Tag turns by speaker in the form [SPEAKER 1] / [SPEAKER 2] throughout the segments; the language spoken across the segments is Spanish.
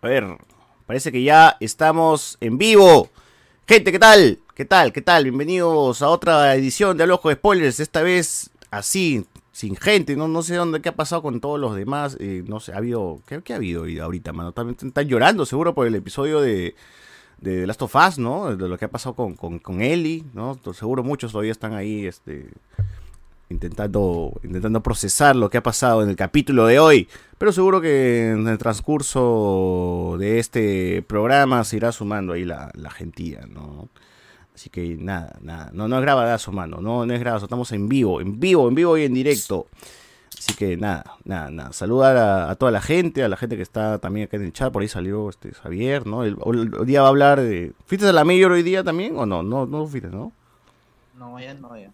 [SPEAKER 1] A ver, parece que ya estamos en vivo. Gente, ¿qué tal? ¿Qué tal? ¿Qué tal? Bienvenidos a otra edición de Alojo de Spoilers. Esta vez así, sin gente. No, no sé dónde, qué ha pasado con todos los demás. Eh, no sé, ha habido. ¿Qué, qué ha habido hoy ahorita, mano? También están llorando, seguro, por el episodio de, de The Last of Us, ¿no? De lo que ha pasado con, con, con Ellie, ¿no? Seguro muchos todavía están ahí, este intentando, intentando procesar lo que ha pasado en el capítulo de hoy. Pero seguro que en el transcurso de este programa se irá sumando ahí la, la gentía, ¿no? Así que nada, nada. No, no es grabadazo, mano. No, no es grabadazo. Estamos en vivo, en vivo, en vivo y en directo. Así que nada, nada, nada. Saludar a, a toda la gente, a la gente que está también acá en el chat. Por ahí salió este Javier, ¿no? El, el, el día va a hablar de. ¿Fuiste a la mayor hoy día también o no? No, no fuiste, ¿no?
[SPEAKER 2] No, ya no, ya.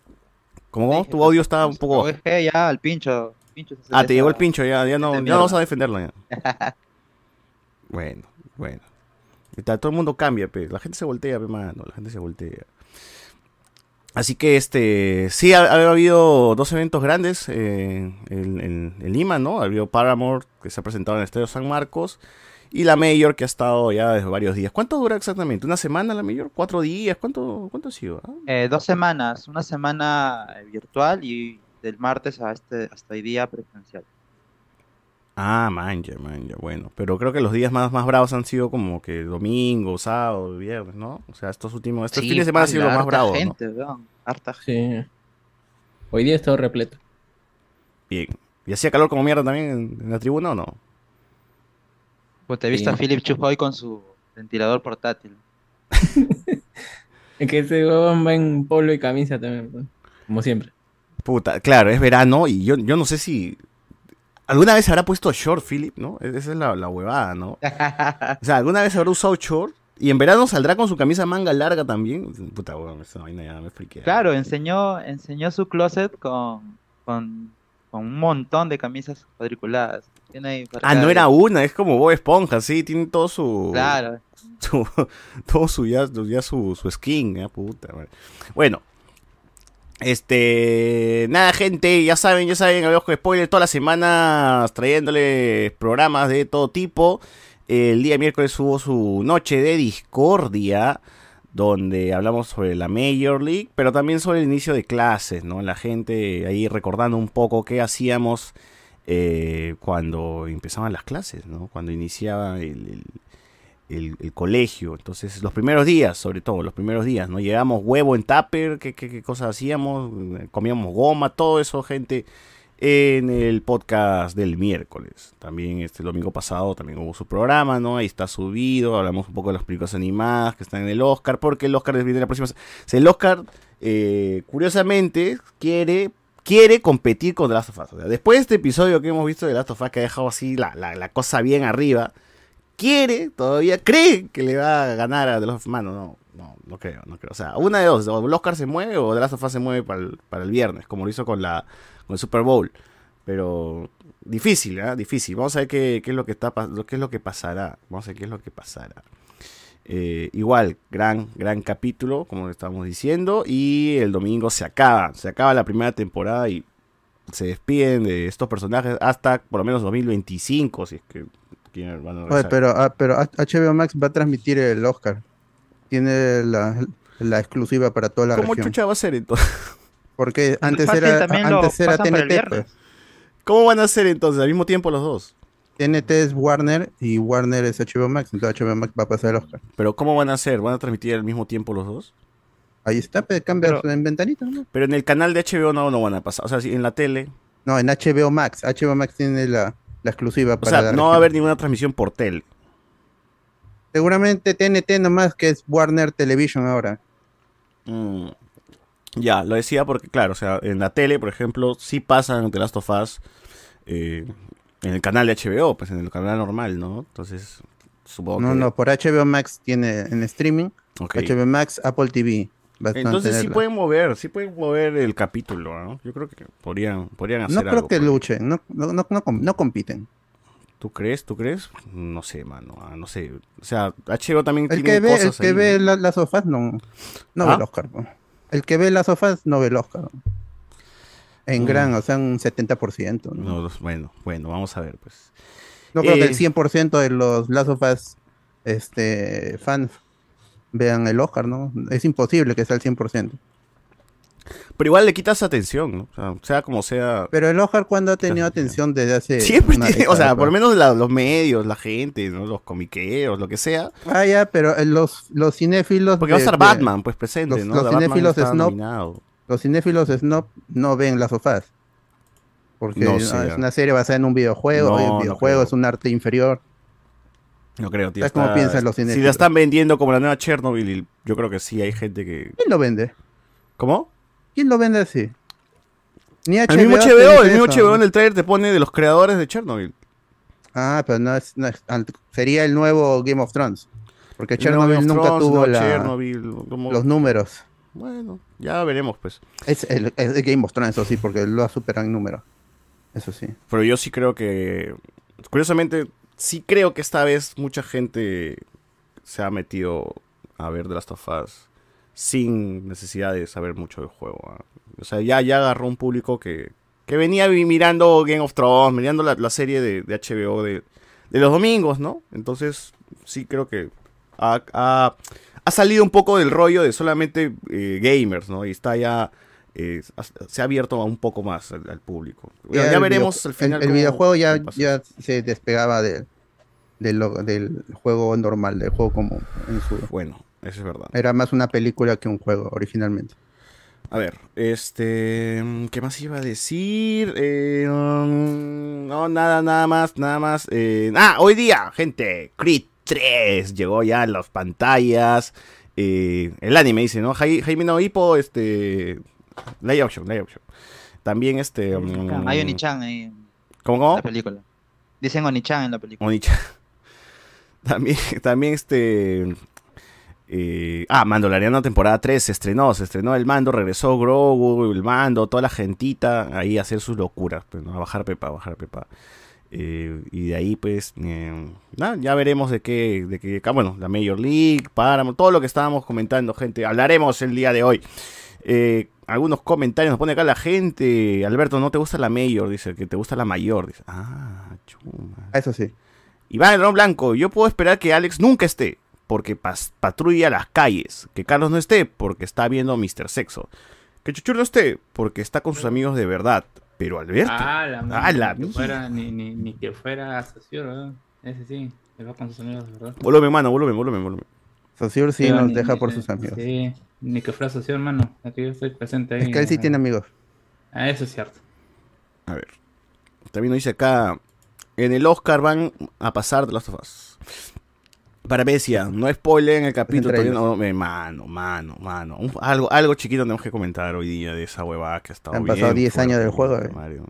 [SPEAKER 1] ¿Cómo? Tu audio está un poco.
[SPEAKER 2] Lo dejé ya al pincho. pincho se
[SPEAKER 1] Ah, te
[SPEAKER 2] deja-
[SPEAKER 1] llegó el pincho, ya, ya no,
[SPEAKER 2] Esta
[SPEAKER 1] ya no vas
[SPEAKER 2] mierda.
[SPEAKER 1] a defenderlo ya. Bueno, bueno. Está- todo el mundo cambia, pe. la gente se voltea, pe, mano, la gente se voltea. Así que este, sí, ha, ha habido dos eventos grandes eh, en, en- en Lima, ¿no? Ha habido Paramore, que se ha presentado en el Estadio San Marcos, y la Mayor, que ha estado ya desde varios días. ¿Cuánto dura exactamente? ¿Una semana la Mayor? ¿Cuatro días? ¿Cuánto, cuánto ha sido? ah?
[SPEAKER 2] Eh, dos semanas, una semana eh, virtual y del martes a este, hasta hoy día presencial.
[SPEAKER 1] Ah, manja, manja, bueno. Pero creo que los días más, más bravos han sido como que domingo, sábado, viernes, ¿no? O sea, estos últimos, estos fines de semana han sido los
[SPEAKER 2] pala,
[SPEAKER 1] más
[SPEAKER 2] harta
[SPEAKER 1] bravos, ¿no?
[SPEAKER 2] gente, weón, harta gente.
[SPEAKER 3] Sí. Hoy día he estado repleto.
[SPEAKER 1] Bien. ¿Y hacía calor como mierda también en, en la tribuna o no?
[SPEAKER 2] Pues te he visto
[SPEAKER 3] Sí.
[SPEAKER 2] a Philip Chu hoy con su ventilador portátil.
[SPEAKER 3] Es que ese huevón va en polo y camisa también, pues, como siempre.
[SPEAKER 1] Puta, claro, es verano y yo, yo no sé si. ¿Alguna vez habrá puesto short, Philip, no? E- Esa es la, la huevada, ¿no? O sea, ¿alguna vez habrá usado short? Y en verano saldrá con su camisa manga larga también. Puta, weón, esa vaina ya me friqué.
[SPEAKER 2] Claro, enseñó, enseñó su closet con, con, con un montón de camisas cuadriculadas. Tiene ahí
[SPEAKER 1] Ah, no
[SPEAKER 2] marcada-
[SPEAKER 1] era una, es como Bob Esponja, sí, tiene todo su.
[SPEAKER 2] Claro,
[SPEAKER 1] su- todo su ya, ya su, su skin, ya puta. madre. Bueno, este, nada, gente, ya saben, ya saben, hablamos con spoilers todas las semanas trayéndoles programas de todo tipo. El día miércoles hubo su noche de discordia donde hablamos sobre la Major League, pero también sobre el inicio de clases, ¿no? La gente ahí recordando un poco qué hacíamos eh, cuando empezaban las clases, ¿no? Cuando iniciaba el- el, el- el colegio. Entonces, los primeros días, sobre todo, los primeros días, ¿no? Llevábamos huevo en tupper, qué, qué- qué cosas hacíamos, Eh, comíamos goma, todo eso, gente, en el podcast del miércoles. También este domingo pasado también hubo su programa, ¿no? Ahí está subido, hablamos un poco de las películas animadas que están en el Oscar, porque el Oscar viene la próxima... se- o sea, El Oscar, eh, curiosamente, quiere quiere competir con The Last of Us. O sea, después de este episodio que hemos visto de The Last of Us, que ha dejado así la, la- la cosa bien arriba, quiere, todavía cree que le va a ganar a The Last of Us. Mano, no, no, no creo, no creo. O sea, una de dos, o el Oscar se mueve o The Last of Us se mueve para el, para el viernes, como lo hizo con, la, con el Super Bowl. Pero difícil, ¿ah? Difícil. Vamos a ver qué, qué es lo que está pas- qué es lo que pasará. Vamos a ver qué es lo que pasará. Eh, igual, gran, gran capítulo, como lo estábamos diciendo. Y el domingo se acaba. Se acaba la primera temporada y se despiden de estos personajes hasta por lo menos 2025. Si es que quieren- van a
[SPEAKER 4] Oye,
[SPEAKER 1] regresar.
[SPEAKER 4] pero, ah, pero H- HBO Max va a transmitir el Oscar. Tiene la, la exclusiva para toda la
[SPEAKER 1] ¿Cómo
[SPEAKER 4] región.
[SPEAKER 1] chucha va a ser entonces?
[SPEAKER 4] Porque antes
[SPEAKER 2] Fácil,
[SPEAKER 4] era,
[SPEAKER 2] también lo
[SPEAKER 4] antes era
[SPEAKER 2] pasan para el
[SPEAKER 4] TNT.
[SPEAKER 2] viernes.
[SPEAKER 4] pues.
[SPEAKER 1] ¿Cómo van a ser entonces? Al mismo tiempo los dos.
[SPEAKER 4] TNT es Warner y Warner es HBO Max. Entonces HBO Max va a pasar el Oscar.
[SPEAKER 1] Pero ¿cómo van a ser? ¿Van a transmitir al mismo tiempo los dos?
[SPEAKER 4] Ahí está, pe, cambias
[SPEAKER 2] Pero-
[SPEAKER 4] en ventanita. ¿no?
[SPEAKER 1] Pero en el canal de HBO no, no van a pasar. O sea, si en la tele.
[SPEAKER 4] No, en HBO Max. HBO Max tiene la, la exclusiva
[SPEAKER 1] O
[SPEAKER 4] para
[SPEAKER 1] sea,
[SPEAKER 4] la
[SPEAKER 1] no va a
[SPEAKER 4] región.
[SPEAKER 1] haber ninguna transmisión por tele.
[SPEAKER 4] Seguramente TNT nomás, que es Warner Television ahora.
[SPEAKER 1] Mm. Ya, lo decía porque, claro, o sea, en la tele, por ejemplo, sí pasan The Last of Us eh, en el canal de HBO, pues en el canal normal, ¿no? Entonces, supongo
[SPEAKER 4] No,
[SPEAKER 1] que.
[SPEAKER 4] no, por HBO Max tiene en streaming.
[SPEAKER 1] ok.
[SPEAKER 4] HBO Max, Apple TV. va a
[SPEAKER 1] Entonces sí
[SPEAKER 4] tenerla.
[SPEAKER 1] pueden mover, sí pueden mover el capítulo, ¿no? Yo creo que podrían, podrían hacer
[SPEAKER 4] No creo
[SPEAKER 1] algo. pues.
[SPEAKER 4] que luchen, no, no, no, no, com- no compiten.
[SPEAKER 1] ¿Tú crees? ¿Tú crees? No sé, mano. ah, no sé. O sea, HBO también
[SPEAKER 4] El
[SPEAKER 1] tiene
[SPEAKER 4] que ve, el
[SPEAKER 1] cosas
[SPEAKER 4] que
[SPEAKER 1] ahí,
[SPEAKER 4] ve
[SPEAKER 1] ¿no?
[SPEAKER 4] la- las sofás no, no
[SPEAKER 1] ¿Ah?
[SPEAKER 4] ve el Oscar. po. El que ve las sofás no ve el Oscar. En
[SPEAKER 1] Mm.
[SPEAKER 4] gran, o sea, un 70%. ¿no?
[SPEAKER 1] No, los- bueno, bueno, vamos a ver, pues.
[SPEAKER 4] No creo que
[SPEAKER 1] Eh.
[SPEAKER 4] el 100% de los Last of Us este, fans vean el Oscar, ¿no? Es imposible que sea el 100%.
[SPEAKER 1] Pero igual le quitas atención, ¿no? O sea, sea como sea.
[SPEAKER 4] Pero el Oscar, cuando ha tenido
[SPEAKER 1] Claro,
[SPEAKER 4] atención desde hace.
[SPEAKER 1] Siempre
[SPEAKER 4] Eh, una
[SPEAKER 1] tiene, o sea,
[SPEAKER 4] década,
[SPEAKER 1] por lo
[SPEAKER 4] pues?
[SPEAKER 1] menos la- los medios, la gente, ¿no? los comiqueros, lo que sea.
[SPEAKER 4] Ah, ya, pero eh, los, los cinéfilos.
[SPEAKER 1] Porque va a
[SPEAKER 4] de-
[SPEAKER 1] estar
[SPEAKER 4] de-
[SPEAKER 1] Batman, pues presente,
[SPEAKER 4] Este, los-
[SPEAKER 1] ¿no?
[SPEAKER 4] los
[SPEAKER 1] The Batman
[SPEAKER 4] cinéfilos
[SPEAKER 1] está
[SPEAKER 4] snob.
[SPEAKER 1] nominado.
[SPEAKER 4] Los cinéfilos Snob no ven las sofás. Porque
[SPEAKER 1] No
[SPEAKER 4] ah,
[SPEAKER 1] sé.
[SPEAKER 4] es una serie basada en un videojuego.
[SPEAKER 1] No,
[SPEAKER 4] y el
[SPEAKER 1] no
[SPEAKER 4] videojuego
[SPEAKER 1] creo.
[SPEAKER 4] es un arte inferior.
[SPEAKER 1] No creo, tío.
[SPEAKER 4] ¿Sabes cómo
[SPEAKER 1] está-
[SPEAKER 4] piensan los
[SPEAKER 1] Si la
[SPEAKER 4] cinéfilos?
[SPEAKER 1] están vendiendo como la nueva Chernobyl, y yo creo que sí hay gente que.
[SPEAKER 4] ¿Quién lo vende?
[SPEAKER 1] ¿Cómo?
[SPEAKER 4] ¿Quién lo vende así? Ni
[SPEAKER 1] El mismo
[SPEAKER 4] te
[SPEAKER 1] HBO, el
[SPEAKER 4] dice
[SPEAKER 1] mismo
[SPEAKER 4] eso,
[SPEAKER 1] HBO
[SPEAKER 4] ¿no?
[SPEAKER 1] en el trailer te pone de los creadores de Chernobyl.
[SPEAKER 4] Ah, pero no es, no es- ant- sería el nuevo Game of Thrones. Porque Chernobyl
[SPEAKER 1] Game of
[SPEAKER 4] nunca
[SPEAKER 1] Thrones,
[SPEAKER 4] tuvo
[SPEAKER 1] no
[SPEAKER 4] la-
[SPEAKER 1] Chernobyl, como-
[SPEAKER 4] los números.
[SPEAKER 1] Bueno, ya veremos, pues.
[SPEAKER 4] Es el, es el Game of Thrones, eso sí, porque lo superan en número. Eso sí.
[SPEAKER 1] Pero yo sí creo que. Curiosamente, sí creo que esta vez mucha gente se ha metido a ver The Last of Us sin necesidad de saber mucho del juego. ¿ah? O sea, ya, ya agarró un público que, que venía vi- mirando Game of Thrones, mirando la, la serie de, de HBO de, de los domingos, ¿no? Entonces, sí creo que ha, ha- ha salido un poco del rollo de solamente eh, gamers, ¿no? Y está ya. eh, ha- se ha abierto a un poco más al, al público. Ya, ya
[SPEAKER 4] el
[SPEAKER 1] veremos
[SPEAKER 4] video-
[SPEAKER 1] al final.
[SPEAKER 4] El, el
[SPEAKER 1] cómo-
[SPEAKER 4] videojuego ya,
[SPEAKER 1] cómo pasa.
[SPEAKER 4] ya se despegaba de, de lo- del juego normal, del juego común. en su-
[SPEAKER 1] Bueno, eso es verdad. Ah,
[SPEAKER 4] era más una película que un juego originalmente.
[SPEAKER 1] A ver, este. mm, ¿Qué más iba a decir? Eh, mm, no, nada, nada más, nada más. eh, ah, hoy día, gente, Creed 3 llegó ya a las pantallas. eh, el anime dice, ¿no? Jai- Jaime no Hippo, este. Live action, live action. También este. mm,
[SPEAKER 2] Hay Onichan ahí en
[SPEAKER 1] ¿Cómo, cómo?
[SPEAKER 2] Ah, la película. Dicen Onichan en la película.
[SPEAKER 1] Onichan. También, también este. eh, ah, Mandaloriano temporada 3 se estrenó, se estrenó el mando, regresó Grogu, el mando, toda la gentita ahí a hacer sus locuras, pues, ¿no? a bajar pepa, a bajar pepa. Eh, y de ahí pues eh, nada, ya veremos de qué, de qué, ah, bueno, la Major League, Paramount, todo lo que estábamos comentando, gente, hablaremos el día de hoy. Eh, algunos comentarios nos pone acá la gente, Alberto, no te gusta la Major, dice, que te gusta la mayor, dice, ah, chuma.
[SPEAKER 4] Ah, Eso sí.
[SPEAKER 1] Iván el Ron Blanco, yo puedo esperar que Alex nunca esté, porque pas- patrulla las calles. Que Carlos no esté, porque está viendo Mr. Sexo. Que Chuchur no esté, porque está con sus amigos de verdad. Pero Alberto.
[SPEAKER 3] Ah, la
[SPEAKER 1] Ah,
[SPEAKER 3] ni,
[SPEAKER 1] la
[SPEAKER 3] que
[SPEAKER 1] mierda.
[SPEAKER 3] fuera, ni, ni, ni que fuera socio, ¿verdad? Ese sí, se va con sus amigos, ¿verdad?
[SPEAKER 1] Volumen, mano, volumen, volumen, volumen.
[SPEAKER 4] Saussure sí
[SPEAKER 3] Pero
[SPEAKER 4] nos
[SPEAKER 3] ni-
[SPEAKER 4] deja
[SPEAKER 3] ni-
[SPEAKER 4] por sus amigos.
[SPEAKER 3] Sí, ni que fuera socio, hermano. Aquí yo estoy presente ahí.
[SPEAKER 4] Es que él sí
[SPEAKER 3] ¿no?
[SPEAKER 4] tiene amigos.
[SPEAKER 3] Ah, eso es cierto.
[SPEAKER 1] A ver. También nos dice acá. En el Oscar van a pasar de Last of Us. Para Besia, no spoiler en el capítulo.
[SPEAKER 4] Entre
[SPEAKER 1] todavía no- eh, mano, mano, mano. Un- algo, algo chiquito tenemos que comentar hoy día de esa huevada que ha estado
[SPEAKER 4] Han pasado
[SPEAKER 1] bien
[SPEAKER 4] 10
[SPEAKER 1] fuerte,
[SPEAKER 4] años del
[SPEAKER 1] puta
[SPEAKER 4] juego, eh.
[SPEAKER 1] madre, ¿no?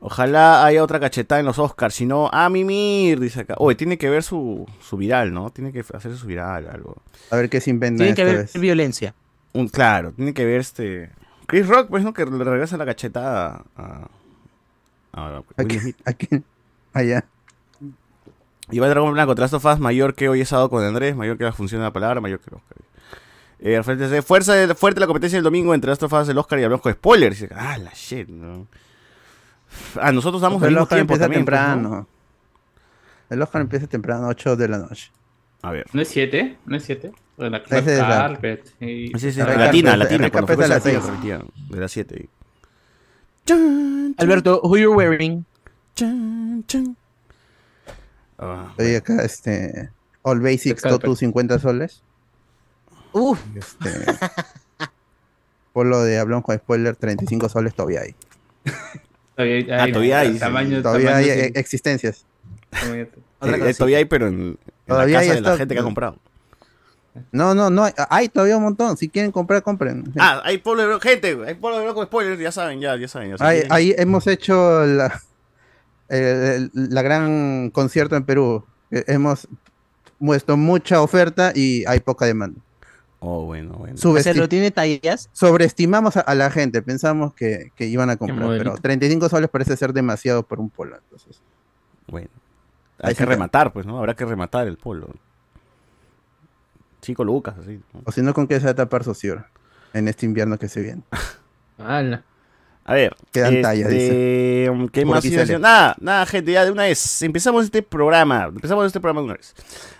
[SPEAKER 1] Ojalá haya otra cachetada en los Oscars. Si no, a mimir, dice acá. Oye, tiene que ver su, su viral, ¿no? Tiene que hacerse su viral, algo.
[SPEAKER 4] A ver qué se inventan
[SPEAKER 5] Tiene que
[SPEAKER 4] esta
[SPEAKER 5] haber
[SPEAKER 4] vez.
[SPEAKER 5] violencia.
[SPEAKER 1] Un, claro, tiene que ver este. Chris Rock, pues, ¿no? Que le regresa la cachetada a. a- a
[SPEAKER 4] ¿A
[SPEAKER 1] Will
[SPEAKER 4] quién-
[SPEAKER 1] Smith.
[SPEAKER 4] a quién? Allá.
[SPEAKER 1] Iván Dragón Blanco, The Last of Us, mayor que hoy es sábado con Andrés, mayor que la función de la palabra, mayor que el Oscar. Eh, Rafael TC, fuerza, fuerte la competencia del domingo entre Last of Us, el Oscar y hablamos con spoilers. Dice, ah, la shit, ¿no? Ah, nosotros damos al
[SPEAKER 4] el
[SPEAKER 1] mismo
[SPEAKER 4] Oscar
[SPEAKER 1] tiempo
[SPEAKER 4] empieza
[SPEAKER 1] también. pues, ¿no?
[SPEAKER 4] temprano. El Oscar empieza temprano, 8 de la noche.
[SPEAKER 1] A ver.
[SPEAKER 3] ¿No es 7? ¿No es 7? La, la
[SPEAKER 4] Ese es la-
[SPEAKER 3] carpet. y-
[SPEAKER 1] Sí, sí, sí,
[SPEAKER 4] Ricardo,
[SPEAKER 1] latina,
[SPEAKER 4] Ricardo,
[SPEAKER 1] latina, cuando fue
[SPEAKER 4] Ricardo,
[SPEAKER 1] esa
[SPEAKER 4] Ricardo,
[SPEAKER 1] tía, de las 7.
[SPEAKER 5] Alberto, who you're wearing?
[SPEAKER 1] Ah,
[SPEAKER 4] Estoy acá, este. All Basics,
[SPEAKER 3] Descalpe.
[SPEAKER 4] Totu 50 soles.
[SPEAKER 5] Uf,
[SPEAKER 4] Este. Por lo de hablamos con spoiler, 35 soles todavía hay.
[SPEAKER 3] Todavía hay.
[SPEAKER 1] Ah, todavía hay, sí.
[SPEAKER 3] Tamaño,
[SPEAKER 4] Todavía hay
[SPEAKER 3] tamaño
[SPEAKER 4] eh,
[SPEAKER 3] sin-
[SPEAKER 4] existencias.
[SPEAKER 3] tamaño-
[SPEAKER 5] otra cosa.
[SPEAKER 1] eh, todavía hay, pero en, en
[SPEAKER 4] Todavía
[SPEAKER 1] la
[SPEAKER 4] hay
[SPEAKER 1] casa de la
[SPEAKER 4] stock.
[SPEAKER 1] gente que ha comprado.
[SPEAKER 4] No, no, no. hay- Hay todavía un montón. Si quieren comprar, compren.
[SPEAKER 1] Ah, hay pueblo de gente, hay pueblo de loco spoilers, ya saben, ya, ya saben. ya saben.
[SPEAKER 4] Ahí, ahí hemos hecho la, el- la gran concierto en Perú. Eh, Hemos puesto mucha oferta y hay poca demanda.
[SPEAKER 1] Oh, bueno, bueno.
[SPEAKER 5] o sea,
[SPEAKER 4] Subesti-
[SPEAKER 5] lo tiene tallas.
[SPEAKER 4] sobreestimamos a, a la gente, pensamos que, que iban a comprar,
[SPEAKER 3] modelito.
[SPEAKER 4] pero 35 soles parece ser demasiado por un polo. Entonces,
[SPEAKER 1] Bueno.
[SPEAKER 4] Ahí
[SPEAKER 1] Hay que
[SPEAKER 4] está.
[SPEAKER 1] rematar, pues, ¿no? Habrá que rematar el polo. Chico Lucas, así. ¿no?
[SPEAKER 4] o si no, ¿con qué se va a tapar Sociur en este invierno que se viene?
[SPEAKER 3] Ala.
[SPEAKER 1] A ver.
[SPEAKER 4] Quedan tallas,
[SPEAKER 1] Este, ¿Qué
[SPEAKER 4] Por
[SPEAKER 1] más
[SPEAKER 4] aquí
[SPEAKER 1] iba a decir?
[SPEAKER 4] sale.
[SPEAKER 1] Nada, nada, gente, ya de una vez. Empezamos este programa. Empezamos este programa de una vez.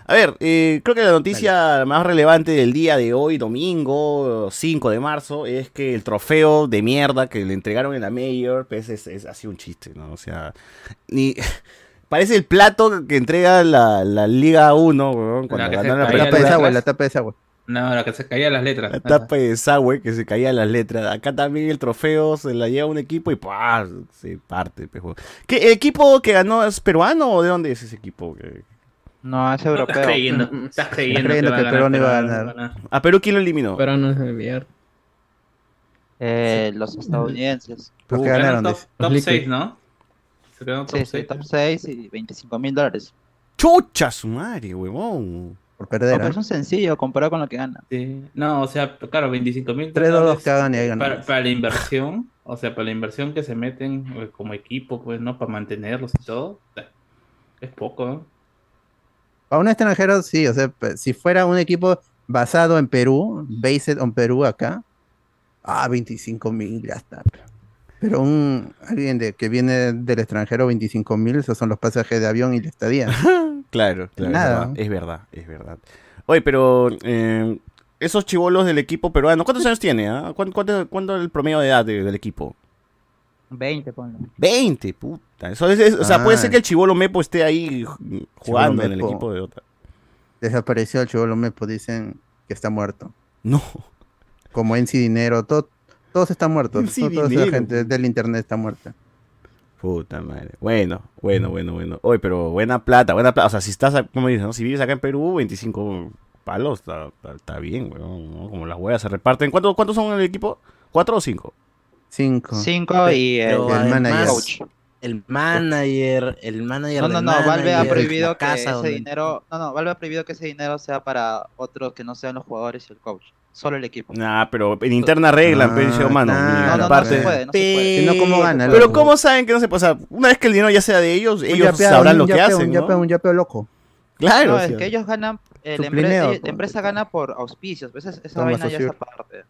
[SPEAKER 1] A ver, eh, creo que la noticia más relevante del día de hoy, domingo 5 de marzo, es que el trofeo de mierda que le entregaron en la Mayor, pues es, es así un chiste, ¿no? O sea, ni. Parece el plato que entrega la, la Liga 1, weón, cuando
[SPEAKER 3] que se
[SPEAKER 1] ganaron la
[SPEAKER 3] caía
[SPEAKER 4] La
[SPEAKER 1] primera
[SPEAKER 4] tapa de
[SPEAKER 3] las
[SPEAKER 4] desagüe, la
[SPEAKER 3] letras.
[SPEAKER 4] tapa de desagüe.
[SPEAKER 3] No, la que se caía las letras.
[SPEAKER 1] La tapa de desagüe que se caía las letras. Acá también el trofeo se la lleva un equipo y ¡pua! se parte. pe, juego. ¿Qué el equipo que ganó es peruano o de dónde es ese equipo? Que-
[SPEAKER 2] No, es
[SPEAKER 3] Estás
[SPEAKER 2] europeo.
[SPEAKER 3] creyendo, estás creyendo,
[SPEAKER 4] creyendo que
[SPEAKER 3] va a
[SPEAKER 4] Perón
[SPEAKER 3] ganar,
[SPEAKER 4] iba a
[SPEAKER 3] Perón
[SPEAKER 4] ganar.
[SPEAKER 3] va a ganar.
[SPEAKER 1] ¿A Ah, Perú quién lo eliminó?
[SPEAKER 6] Pero no es de VR.
[SPEAKER 2] Eh, los estadounidenses.
[SPEAKER 4] Los que
[SPEAKER 3] Quedaron
[SPEAKER 4] ganaron,
[SPEAKER 3] Uh, top-
[SPEAKER 4] dice.
[SPEAKER 3] Top
[SPEAKER 6] Liquid.
[SPEAKER 3] 6, ¿no? Se quedaron top
[SPEAKER 2] Sí, sí,
[SPEAKER 3] 6.
[SPEAKER 2] top ¿eh? 6 y 25 mil dólares.
[SPEAKER 1] ¡Chucha su madre, huevón!
[SPEAKER 4] Por
[SPEAKER 2] No,
[SPEAKER 4] perder.
[SPEAKER 2] pero es un sencillo comparado con lo que gana.
[SPEAKER 3] Sí. No, o sea, claro, 25 mil
[SPEAKER 4] 3 2 cagan y ahí
[SPEAKER 3] para,
[SPEAKER 4] ganan.
[SPEAKER 3] para la inversión, o sea, para la inversión que se meten eh, como equipo, pues, ¿no? Para mantenerlos y todo, Eh, es poco, ¿no?
[SPEAKER 4] Para un extranjero, sí. O sea, pe- si fuera un equipo basado en Perú, based on Perú acá, ah, 25 mil, ya está. Pero un alguien de, que viene del extranjero, 25 mil, esos son los pasajes de avión y la estadía.
[SPEAKER 1] Claro, claro.
[SPEAKER 4] Nada.
[SPEAKER 1] Es, verdad, es verdad, es verdad. Oye, pero eh, esos chivolos del equipo peruano, ¿cuántos años tiene? ah? ¿Cuán- cuánto, cuánto es el promedio de edad de- del equipo?
[SPEAKER 2] 20, ponlo.
[SPEAKER 1] 20, puta. Eso es- es- o sea, puede ser que el chivolo Mepo esté ahí j- jugando en el
[SPEAKER 4] Ah. Mepo.
[SPEAKER 1] equipo de otra.
[SPEAKER 4] Desapareció el Chivolo Mepo, dicen que está muerto.
[SPEAKER 1] No.
[SPEAKER 4] Como en Dinero, todo, todos están muertos.
[SPEAKER 1] NC
[SPEAKER 4] to- toda
[SPEAKER 1] Dinero.
[SPEAKER 4] la gente del internet está muerta.
[SPEAKER 1] Puta madre. Bueno, bueno, bueno, bueno. Oye, pero buena plata, buena plata. O sea, si estás, a- como dices, no? Si vives acá en Perú, 25 palos, está, está- está bien, weón. ¿no? Como las huevas se reparten. ¿Cuánto- ¿Cuántos son en el equipo? ¿Cuatro o cinco?
[SPEAKER 4] 5.
[SPEAKER 2] 5 y el,
[SPEAKER 4] Pero además-
[SPEAKER 2] coach.
[SPEAKER 5] eh, El manager, el manager.
[SPEAKER 2] No,
[SPEAKER 5] del
[SPEAKER 2] no, no, Valve ha
[SPEAKER 5] manager,
[SPEAKER 2] prohibido
[SPEAKER 5] la
[SPEAKER 2] que
[SPEAKER 5] casa
[SPEAKER 2] ese
[SPEAKER 5] donde-
[SPEAKER 2] dinero, no, no, Valve ha prohibido que ese dinero sea para otros que no sean los jugadores y el coach, solo el equipo. No,
[SPEAKER 1] Nah, pero en interna regla,
[SPEAKER 4] Ah,
[SPEAKER 1] pero dice, oh, mano.
[SPEAKER 4] claro.
[SPEAKER 1] mira,
[SPEAKER 2] no,
[SPEAKER 4] la
[SPEAKER 2] no,
[SPEAKER 1] aparte-
[SPEAKER 2] se puede, no se puede.
[SPEAKER 4] Si no, ¿cómo gana?
[SPEAKER 1] Pero ¿cómo saben que no se puede? O sea, una vez que el dinero ya sea de ellos,
[SPEAKER 4] Un
[SPEAKER 1] ellos
[SPEAKER 4] yapeo,
[SPEAKER 1] sabrán
[SPEAKER 4] un
[SPEAKER 1] lo que
[SPEAKER 4] yapeo,
[SPEAKER 1] hacen,
[SPEAKER 4] Un
[SPEAKER 1] ¿no?
[SPEAKER 4] yapeo, un yapeo loco.
[SPEAKER 1] Claro.
[SPEAKER 2] No,
[SPEAKER 1] o
[SPEAKER 2] es
[SPEAKER 1] sea.
[SPEAKER 2] que ellos ganan, eh, la,
[SPEAKER 4] Suplineo,
[SPEAKER 2] empresa, la
[SPEAKER 4] como-
[SPEAKER 2] empresa gana por auspicios, pues esa, esa
[SPEAKER 4] Toma,
[SPEAKER 2] vaina ya
[SPEAKER 4] socio.
[SPEAKER 2] es aparte.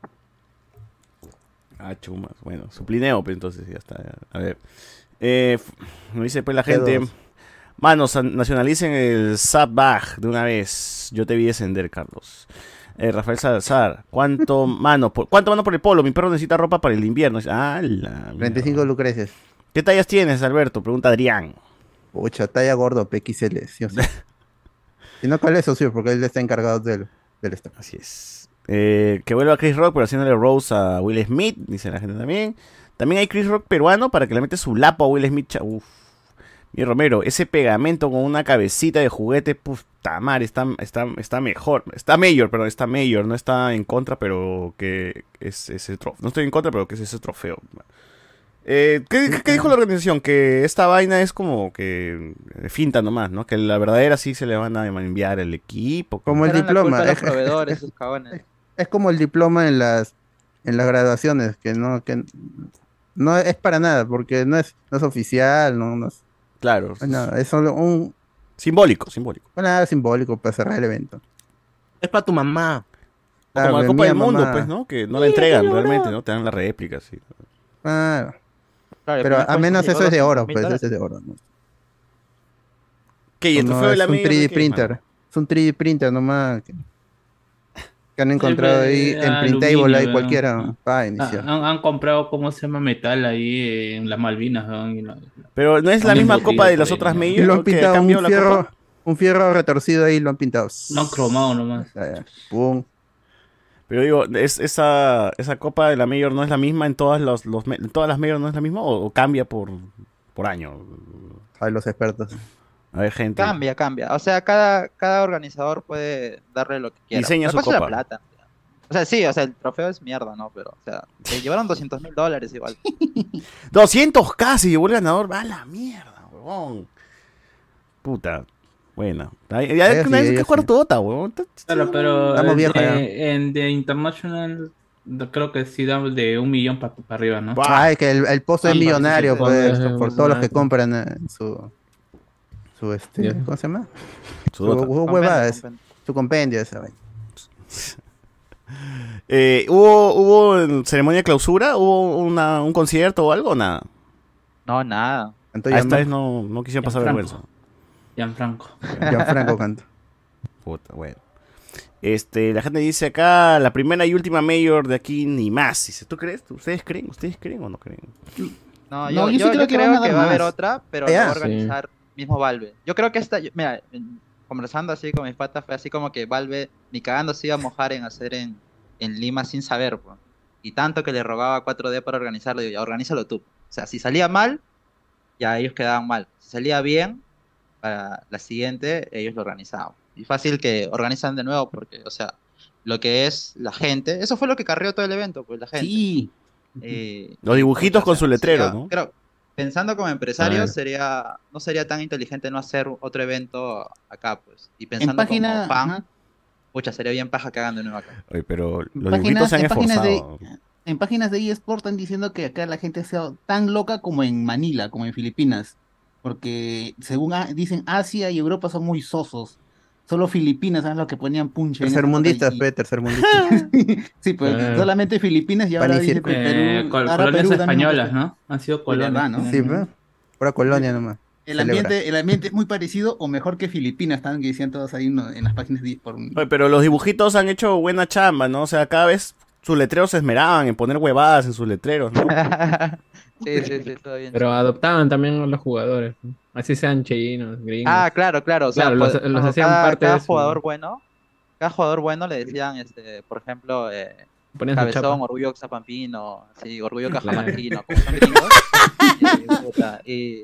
[SPEAKER 1] Ah, chumas. Bueno, suplineo, pues entonces ya está. ya. A ver. Eh, f- me dice pues la gente.
[SPEAKER 4] P2.
[SPEAKER 1] Manos, san- nacionalicen el Sabbag de una vez. Yo te vi descender, Carlos. Eh, Rafael Salazar, ¿cuánto mano, por, ¿cuánto mano por el polo? Mi perro necesita ropa para el invierno. Dice, Ah, la mierda.
[SPEAKER 4] 35 lucreces.
[SPEAKER 1] ¿Qué tallas tienes, Alberto? Pregunta Adrián.
[SPEAKER 4] Pucha, talla gordo, PXL. Sí, o sí. si no, ¿cuál es socio? Porque él está encargado del, del stock.
[SPEAKER 1] Así es. Eh, que vuelva Chris Rock, pero haciéndole Rose a Will Smith, dice la gente también. También hay Chris Rock peruano para que le mete su lapo a Will Smith. cha- Uf. Mi Romero, ese pegamento con una cabecita de juguete, puta madre, está, está, está mejor. Está mayor, pero está mayor, no está en contra, pero que es ese trofeo. No estoy en contra, pero que es ese trofeo. Eh, ¿qué, qué- qué dijo la organización? Que esta vaina es como que eh, finta nomás, ¿no? Que la verdadera sí se le van a enviar el equipo.
[SPEAKER 4] Como el
[SPEAKER 2] Eran la culpa
[SPEAKER 4] diploma.
[SPEAKER 2] de los
[SPEAKER 4] Es,
[SPEAKER 2] proveedores, esos cagones.
[SPEAKER 4] es como el diploma en las en las graduaciones, que no, que no es para nada, porque no es, no es oficial, no, no es,
[SPEAKER 1] Claro.
[SPEAKER 4] no, es solo un
[SPEAKER 1] Simbólico, simbólico.
[SPEAKER 4] nada simbólico para cerrar el evento.
[SPEAKER 5] Es para tu mamá.
[SPEAKER 1] O Como
[SPEAKER 4] Claro,
[SPEAKER 1] la Copa
[SPEAKER 4] mía,
[SPEAKER 1] del Mundo,
[SPEAKER 4] mamá.
[SPEAKER 1] pues, ¿no? Que no la entregan realmente, ¿no? Te dan la réplica, sí.
[SPEAKER 4] Claro.
[SPEAKER 2] Claro, el
[SPEAKER 4] Pero
[SPEAKER 2] primer
[SPEAKER 4] a
[SPEAKER 2] puesto
[SPEAKER 4] menos
[SPEAKER 2] se llevó
[SPEAKER 4] eso es de oro,
[SPEAKER 2] 200.000
[SPEAKER 4] pues
[SPEAKER 2] dólares.
[SPEAKER 4] eso es de oro. ¿no?
[SPEAKER 1] ¿Qué? ¿Y el
[SPEAKER 4] No,
[SPEAKER 1] trofeo de la
[SPEAKER 4] es un
[SPEAKER 1] media,
[SPEAKER 4] 3D
[SPEAKER 1] qué,
[SPEAKER 4] printer.
[SPEAKER 1] mano?
[SPEAKER 4] Es un 3D printer nomás. Que, que han encontrado ahí
[SPEAKER 3] pero,
[SPEAKER 4] en
[SPEAKER 3] ah,
[SPEAKER 4] Printable,
[SPEAKER 3] aluminio,
[SPEAKER 4] ahí
[SPEAKER 3] ¿no?
[SPEAKER 4] cualquiera. Para
[SPEAKER 3] Ah,
[SPEAKER 4] iniciar.
[SPEAKER 3] han, han comprado, ¿cómo se llama? Metal ahí eh, en las Malvinas, ¿no? Y no-
[SPEAKER 1] Pero no es la
[SPEAKER 3] También
[SPEAKER 1] misma
[SPEAKER 3] motivo
[SPEAKER 1] copa de
[SPEAKER 3] por
[SPEAKER 1] las
[SPEAKER 3] ahí,
[SPEAKER 1] otras
[SPEAKER 3] ¿no?
[SPEAKER 1] medias.
[SPEAKER 4] Y lo han
[SPEAKER 1] ¿no? Que
[SPEAKER 4] pintado
[SPEAKER 1] cambió
[SPEAKER 4] un
[SPEAKER 1] la
[SPEAKER 4] fierro,
[SPEAKER 1] copa.
[SPEAKER 4] un fierro retorcido ahí, lo han pintado.
[SPEAKER 3] no han cromado nomás.
[SPEAKER 4] Ah, ya. Pum.
[SPEAKER 1] Pero digo, es, esa, esa copa de la mayor no es la misma en todas los, los me- en todas las mayores no es la misma o, o cambia por, por año.
[SPEAKER 4] Ay, los expertos.
[SPEAKER 1] A ver, gente.
[SPEAKER 2] Cambia, cambia. O sea, cada, cada organizador puede darle lo que quiera.
[SPEAKER 1] Diseña
[SPEAKER 2] La
[SPEAKER 1] su
[SPEAKER 2] cosa es la
[SPEAKER 1] copa.
[SPEAKER 2] plata. O sea, sí, o sea, el trofeo es mierda, ¿no? Pero, o sea, se llevaron 200 mil dólares igual.
[SPEAKER 1] 200 casi llevó el ganador. Va a la mierda, huevón. Puta. Buena. Ya, ya,
[SPEAKER 4] Ya, sí,
[SPEAKER 1] una vez
[SPEAKER 4] ya,
[SPEAKER 1] que
[SPEAKER 4] ya,
[SPEAKER 1] jugar
[SPEAKER 4] sí.
[SPEAKER 1] tota, huevón.
[SPEAKER 3] Claro, pero
[SPEAKER 4] Estamos
[SPEAKER 3] en-
[SPEAKER 4] viejos ya.
[SPEAKER 3] eh, en The International no, creo que sí damos de un millón para arriba, ¿no?
[SPEAKER 1] Buah. Ah.
[SPEAKER 4] Ay, que el, el pozo es
[SPEAKER 3] Sí,
[SPEAKER 4] millonario,
[SPEAKER 3] sí, sí,
[SPEAKER 4] pues,
[SPEAKER 6] sí, sí,
[SPEAKER 4] por
[SPEAKER 6] sí,
[SPEAKER 4] todos los
[SPEAKER 6] sí.
[SPEAKER 4] que compran eh, su. Su este,
[SPEAKER 6] Ya.
[SPEAKER 4] ¿Cómo se llama? Su,
[SPEAKER 1] Su dota.
[SPEAKER 4] huevada,
[SPEAKER 2] Con pena,
[SPEAKER 4] es-
[SPEAKER 2] con pena.
[SPEAKER 4] su compendio, esa vaina.
[SPEAKER 1] Eh, ¿hubo, ¿Hubo en ceremonia de clausura? ¿Hubo una- un concierto o algo? Nada.
[SPEAKER 2] No, nada.
[SPEAKER 4] Cantó
[SPEAKER 1] Ah, esta vez
[SPEAKER 4] Gianfranco,
[SPEAKER 1] no, no quisieron pasar
[SPEAKER 3] Franco.
[SPEAKER 1] vergüenza.
[SPEAKER 3] Gianfranco.
[SPEAKER 4] Gianfranco cantó.
[SPEAKER 1] Puta, bueno. Este, la gente dice acá, la primera y última mayor de aquí ni más. Dice, ¿tú crees? ¿Ustedes creen? ¿Ustedes creen o no creen?
[SPEAKER 2] No,
[SPEAKER 6] No,
[SPEAKER 2] yo,
[SPEAKER 6] yo sí
[SPEAKER 2] yo, yo creo
[SPEAKER 6] creo que
[SPEAKER 2] que,
[SPEAKER 6] van a dar
[SPEAKER 2] va a haber
[SPEAKER 6] más.
[SPEAKER 2] otra, pero
[SPEAKER 4] Ah,
[SPEAKER 2] la
[SPEAKER 4] ya.
[SPEAKER 2] va a organizar mismo Valve. Yo creo que esta, yo- mira, en- conversando así con mis patas, fue así como que Valve ni cagando se iba a mojar en hacer en, en Lima sin saber, po. Y tanto que le rogaba a 4D para organizarlo, digo, ya, organízalo tú. O sea, si salía mal, ya ellos quedaban mal. Si salía bien, para la siguiente, ellos lo organizaban. Y fácil que organizan de nuevo, porque, o sea, lo que es la gente, eso fue lo que carrió todo el evento, pues la gente.
[SPEAKER 5] Sí.
[SPEAKER 2] Eh,
[SPEAKER 1] Los dibujitos con su letrero,
[SPEAKER 2] sería-
[SPEAKER 1] ¿no?
[SPEAKER 2] Creo, pensando como
[SPEAKER 5] A
[SPEAKER 2] empresario,
[SPEAKER 5] ver.
[SPEAKER 2] sería, no sería tan inteligente no hacer otro evento acá, pues. Y
[SPEAKER 6] En
[SPEAKER 2] pensando
[SPEAKER 6] página,
[SPEAKER 2] como fan,
[SPEAKER 6] ajá,
[SPEAKER 2] pucha, sería bien paja cagando de nuevo acá.
[SPEAKER 1] Oye, pero
[SPEAKER 6] en
[SPEAKER 1] los
[SPEAKER 6] páginas-
[SPEAKER 1] dibujitos se han
[SPEAKER 6] en páginas de-
[SPEAKER 1] esforzado.
[SPEAKER 6] en páginas de eSport están diciendo que acá la gente sea tan loca como en Manila, como en Filipinas. Porque según a- dicen, Asia y Europa son muy sosos. Solo Filipinas eran los que ponían punche. en
[SPEAKER 4] Pues
[SPEAKER 6] esas
[SPEAKER 4] Tercermundistas,
[SPEAKER 6] notas
[SPEAKER 4] pe, tercermundistas.
[SPEAKER 6] y- Sí, pues
[SPEAKER 3] Eh.
[SPEAKER 6] solamente Filipinas y
[SPEAKER 4] Pan
[SPEAKER 6] ahora
[SPEAKER 4] y
[SPEAKER 6] dice
[SPEAKER 4] circo.
[SPEAKER 6] que
[SPEAKER 3] Eh,
[SPEAKER 6] Perú.
[SPEAKER 3] col-
[SPEAKER 6] ahora
[SPEAKER 3] colonias
[SPEAKER 6] Perú, dame una
[SPEAKER 3] españolas,
[SPEAKER 6] cosa.
[SPEAKER 3] ¿no? Han sido
[SPEAKER 6] verdad,
[SPEAKER 3] colonias.
[SPEAKER 6] ¿no?
[SPEAKER 4] Sí, pe. Pura colonia nomás.
[SPEAKER 6] El
[SPEAKER 4] Celebra.
[SPEAKER 6] ambiente, el ambiente es muy parecido o mejor que Filipinas, están que decían todos ahí no- en las páginas de por
[SPEAKER 1] Oye, pero los dibujitos han hecho buena chamba, ¿no? O sea, cada vez sus letreros se esmeraban en poner huevadas en sus letreros, ¿no?
[SPEAKER 2] sí, sí, sí, todo bien.
[SPEAKER 7] Pero adoptaban también a los jugadores. ¿no? Así sean chinos, gringos.
[SPEAKER 2] ah, claro, claro. O sea,
[SPEAKER 7] Claro, los-
[SPEAKER 2] pod-
[SPEAKER 7] los
[SPEAKER 2] o
[SPEAKER 7] hacían
[SPEAKER 2] cada,
[SPEAKER 7] parte
[SPEAKER 2] cada
[SPEAKER 7] de su-
[SPEAKER 2] jugador bueno, cada jugador bueno le decían, este, por ejemplo, eh,
[SPEAKER 7] Ponían su
[SPEAKER 2] Cabezón,
[SPEAKER 7] chapa.
[SPEAKER 2] Orgullo Zapampino, sí, Orgullo
[SPEAKER 7] Claro.
[SPEAKER 2] Cajamarquino, como son gringos. Y, puta, y,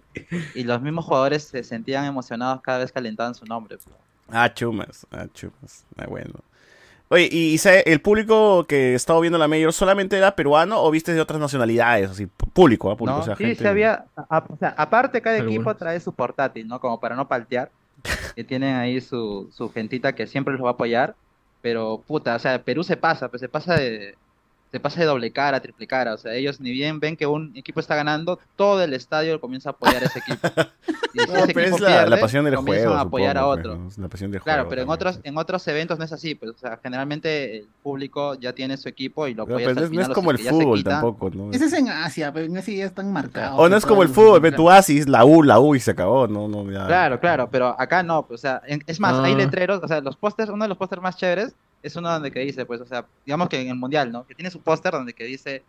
[SPEAKER 2] y los mismos jugadores se sentían emocionados cada vez que alentaban su nombre. pues.
[SPEAKER 1] Ah, chumas, ah, chumas. Ah, bueno. Oye, ¿y y se- el público que estaba viendo la mayor solamente era peruano o viste de otras nacionalidades? Así, pu- público, ¿ah? Público,
[SPEAKER 2] ¿no?
[SPEAKER 1] o sea,
[SPEAKER 2] sí,
[SPEAKER 1] gente-
[SPEAKER 2] se había. a- a- o sea, aparte, cada equipo
[SPEAKER 7] Algunos.
[SPEAKER 2] trae su portátil, ¿no? Como para no paltear. Que tienen ahí su, su gentita que siempre los va a apoyar. Pero puta, o sea, Perú se pasa, pues se pasa de. Se pasa de doble cara, triple cara. O sea, ellos ni bien ven que un equipo está ganando, todo el estadio comienza a apoyar a ese equipo. Y si
[SPEAKER 1] No,
[SPEAKER 2] ese
[SPEAKER 1] pero
[SPEAKER 2] equipo
[SPEAKER 1] es la,
[SPEAKER 2] pierde,
[SPEAKER 1] la pasión del
[SPEAKER 2] comienzan
[SPEAKER 1] juego.
[SPEAKER 2] a apoyar
[SPEAKER 1] supongo,
[SPEAKER 2] a
[SPEAKER 1] pues,
[SPEAKER 2] otro.
[SPEAKER 1] ¿no? Es La pasión del
[SPEAKER 2] Claro,
[SPEAKER 1] juego
[SPEAKER 2] pero en
[SPEAKER 1] también,
[SPEAKER 2] otros,
[SPEAKER 1] pues.
[SPEAKER 2] en otros eventos no es así, pues, o sea, generalmente el público ya tiene su equipo y lo
[SPEAKER 1] Pero,
[SPEAKER 2] apoya
[SPEAKER 1] pues,
[SPEAKER 2] hasta
[SPEAKER 1] no
[SPEAKER 2] el
[SPEAKER 1] es, no
[SPEAKER 2] final,
[SPEAKER 1] es
[SPEAKER 2] o sea,
[SPEAKER 1] como el
[SPEAKER 2] que ya se
[SPEAKER 1] fútbol
[SPEAKER 2] quita.
[SPEAKER 1] tampoco, ¿no?
[SPEAKER 6] Ese es en ah, Asia, pero en Asia ya están marcados.
[SPEAKER 1] O no es como el fútbol, ve, tú haces la U, la U y se acabó, no, no, ya.
[SPEAKER 2] Claro, claro, pero acá no, pues, o sea, en- es más,
[SPEAKER 7] Ah.
[SPEAKER 2] hay letreros, o sea, los pósters, uno de los pósters más chéveres es uno donde que dice, pues, o sea, digamos que en el mundial, ¿no? Que tiene su póster donde que dice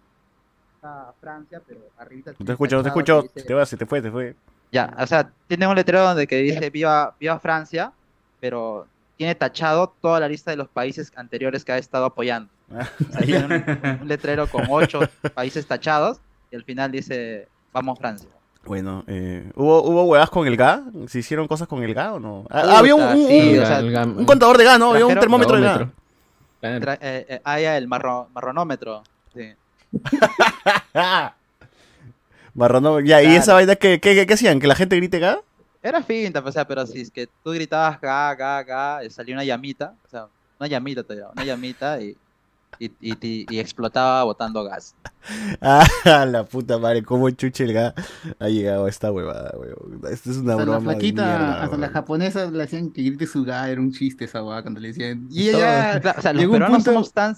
[SPEAKER 2] ah, Francia, pero arriba.
[SPEAKER 1] No te escucho, no te escucho, se te vas, se te fue, se fue.
[SPEAKER 2] Ya, o sea, tiene un letrero donde que dice viva, viva Francia, pero tiene tachado toda la lista de los países anteriores que ha estado apoyando. O sea, tiene un, un letrero con ocho países tachados y al final dice vamos Francia.
[SPEAKER 1] Bueno, eh, ¿hubo, ¿hubo huevas con el GA? ¿Se hicieron cosas con el GA o no? Ah, había un,
[SPEAKER 2] Puta,
[SPEAKER 1] un-
[SPEAKER 2] sí,
[SPEAKER 1] un-
[SPEAKER 2] o sea,
[SPEAKER 7] El gam-
[SPEAKER 1] un contador de GA, ¿no? Había un
[SPEAKER 2] Trajero-
[SPEAKER 1] termómetro de GA.
[SPEAKER 7] Odómetro. Claro.
[SPEAKER 2] Tra- eh, eh, ah, ya, el marro- marronómetro. Sí.
[SPEAKER 1] Marrón, ya, ¿y
[SPEAKER 2] Claro.
[SPEAKER 1] esa vaina que, que, que- que hacían? ¿Que la gente grite GA?
[SPEAKER 2] Era finta, pues, o sea, pero si es que tú gritabas ga, ga, ga, eh, salía una llamita, o sea, una llamita te una llamita y, y, y- y- y explotaba botando gas.
[SPEAKER 1] Ah, la puta madre, cómo chuche el GA ha llegado a esta huevada, weón. Esto es una
[SPEAKER 6] Hasta la
[SPEAKER 1] broma. de
[SPEAKER 6] flaquita,
[SPEAKER 1] mierda,
[SPEAKER 6] hasta
[SPEAKER 1] weón.
[SPEAKER 6] la japonesa le hacían que grite su ga, era un chiste esa guada cuando le decían. Y
[SPEAKER 2] Todo.
[SPEAKER 6] ella,
[SPEAKER 2] Claro, o sea, los
[SPEAKER 6] llegó un
[SPEAKER 2] peruanos
[SPEAKER 6] punto-
[SPEAKER 2] somos tan,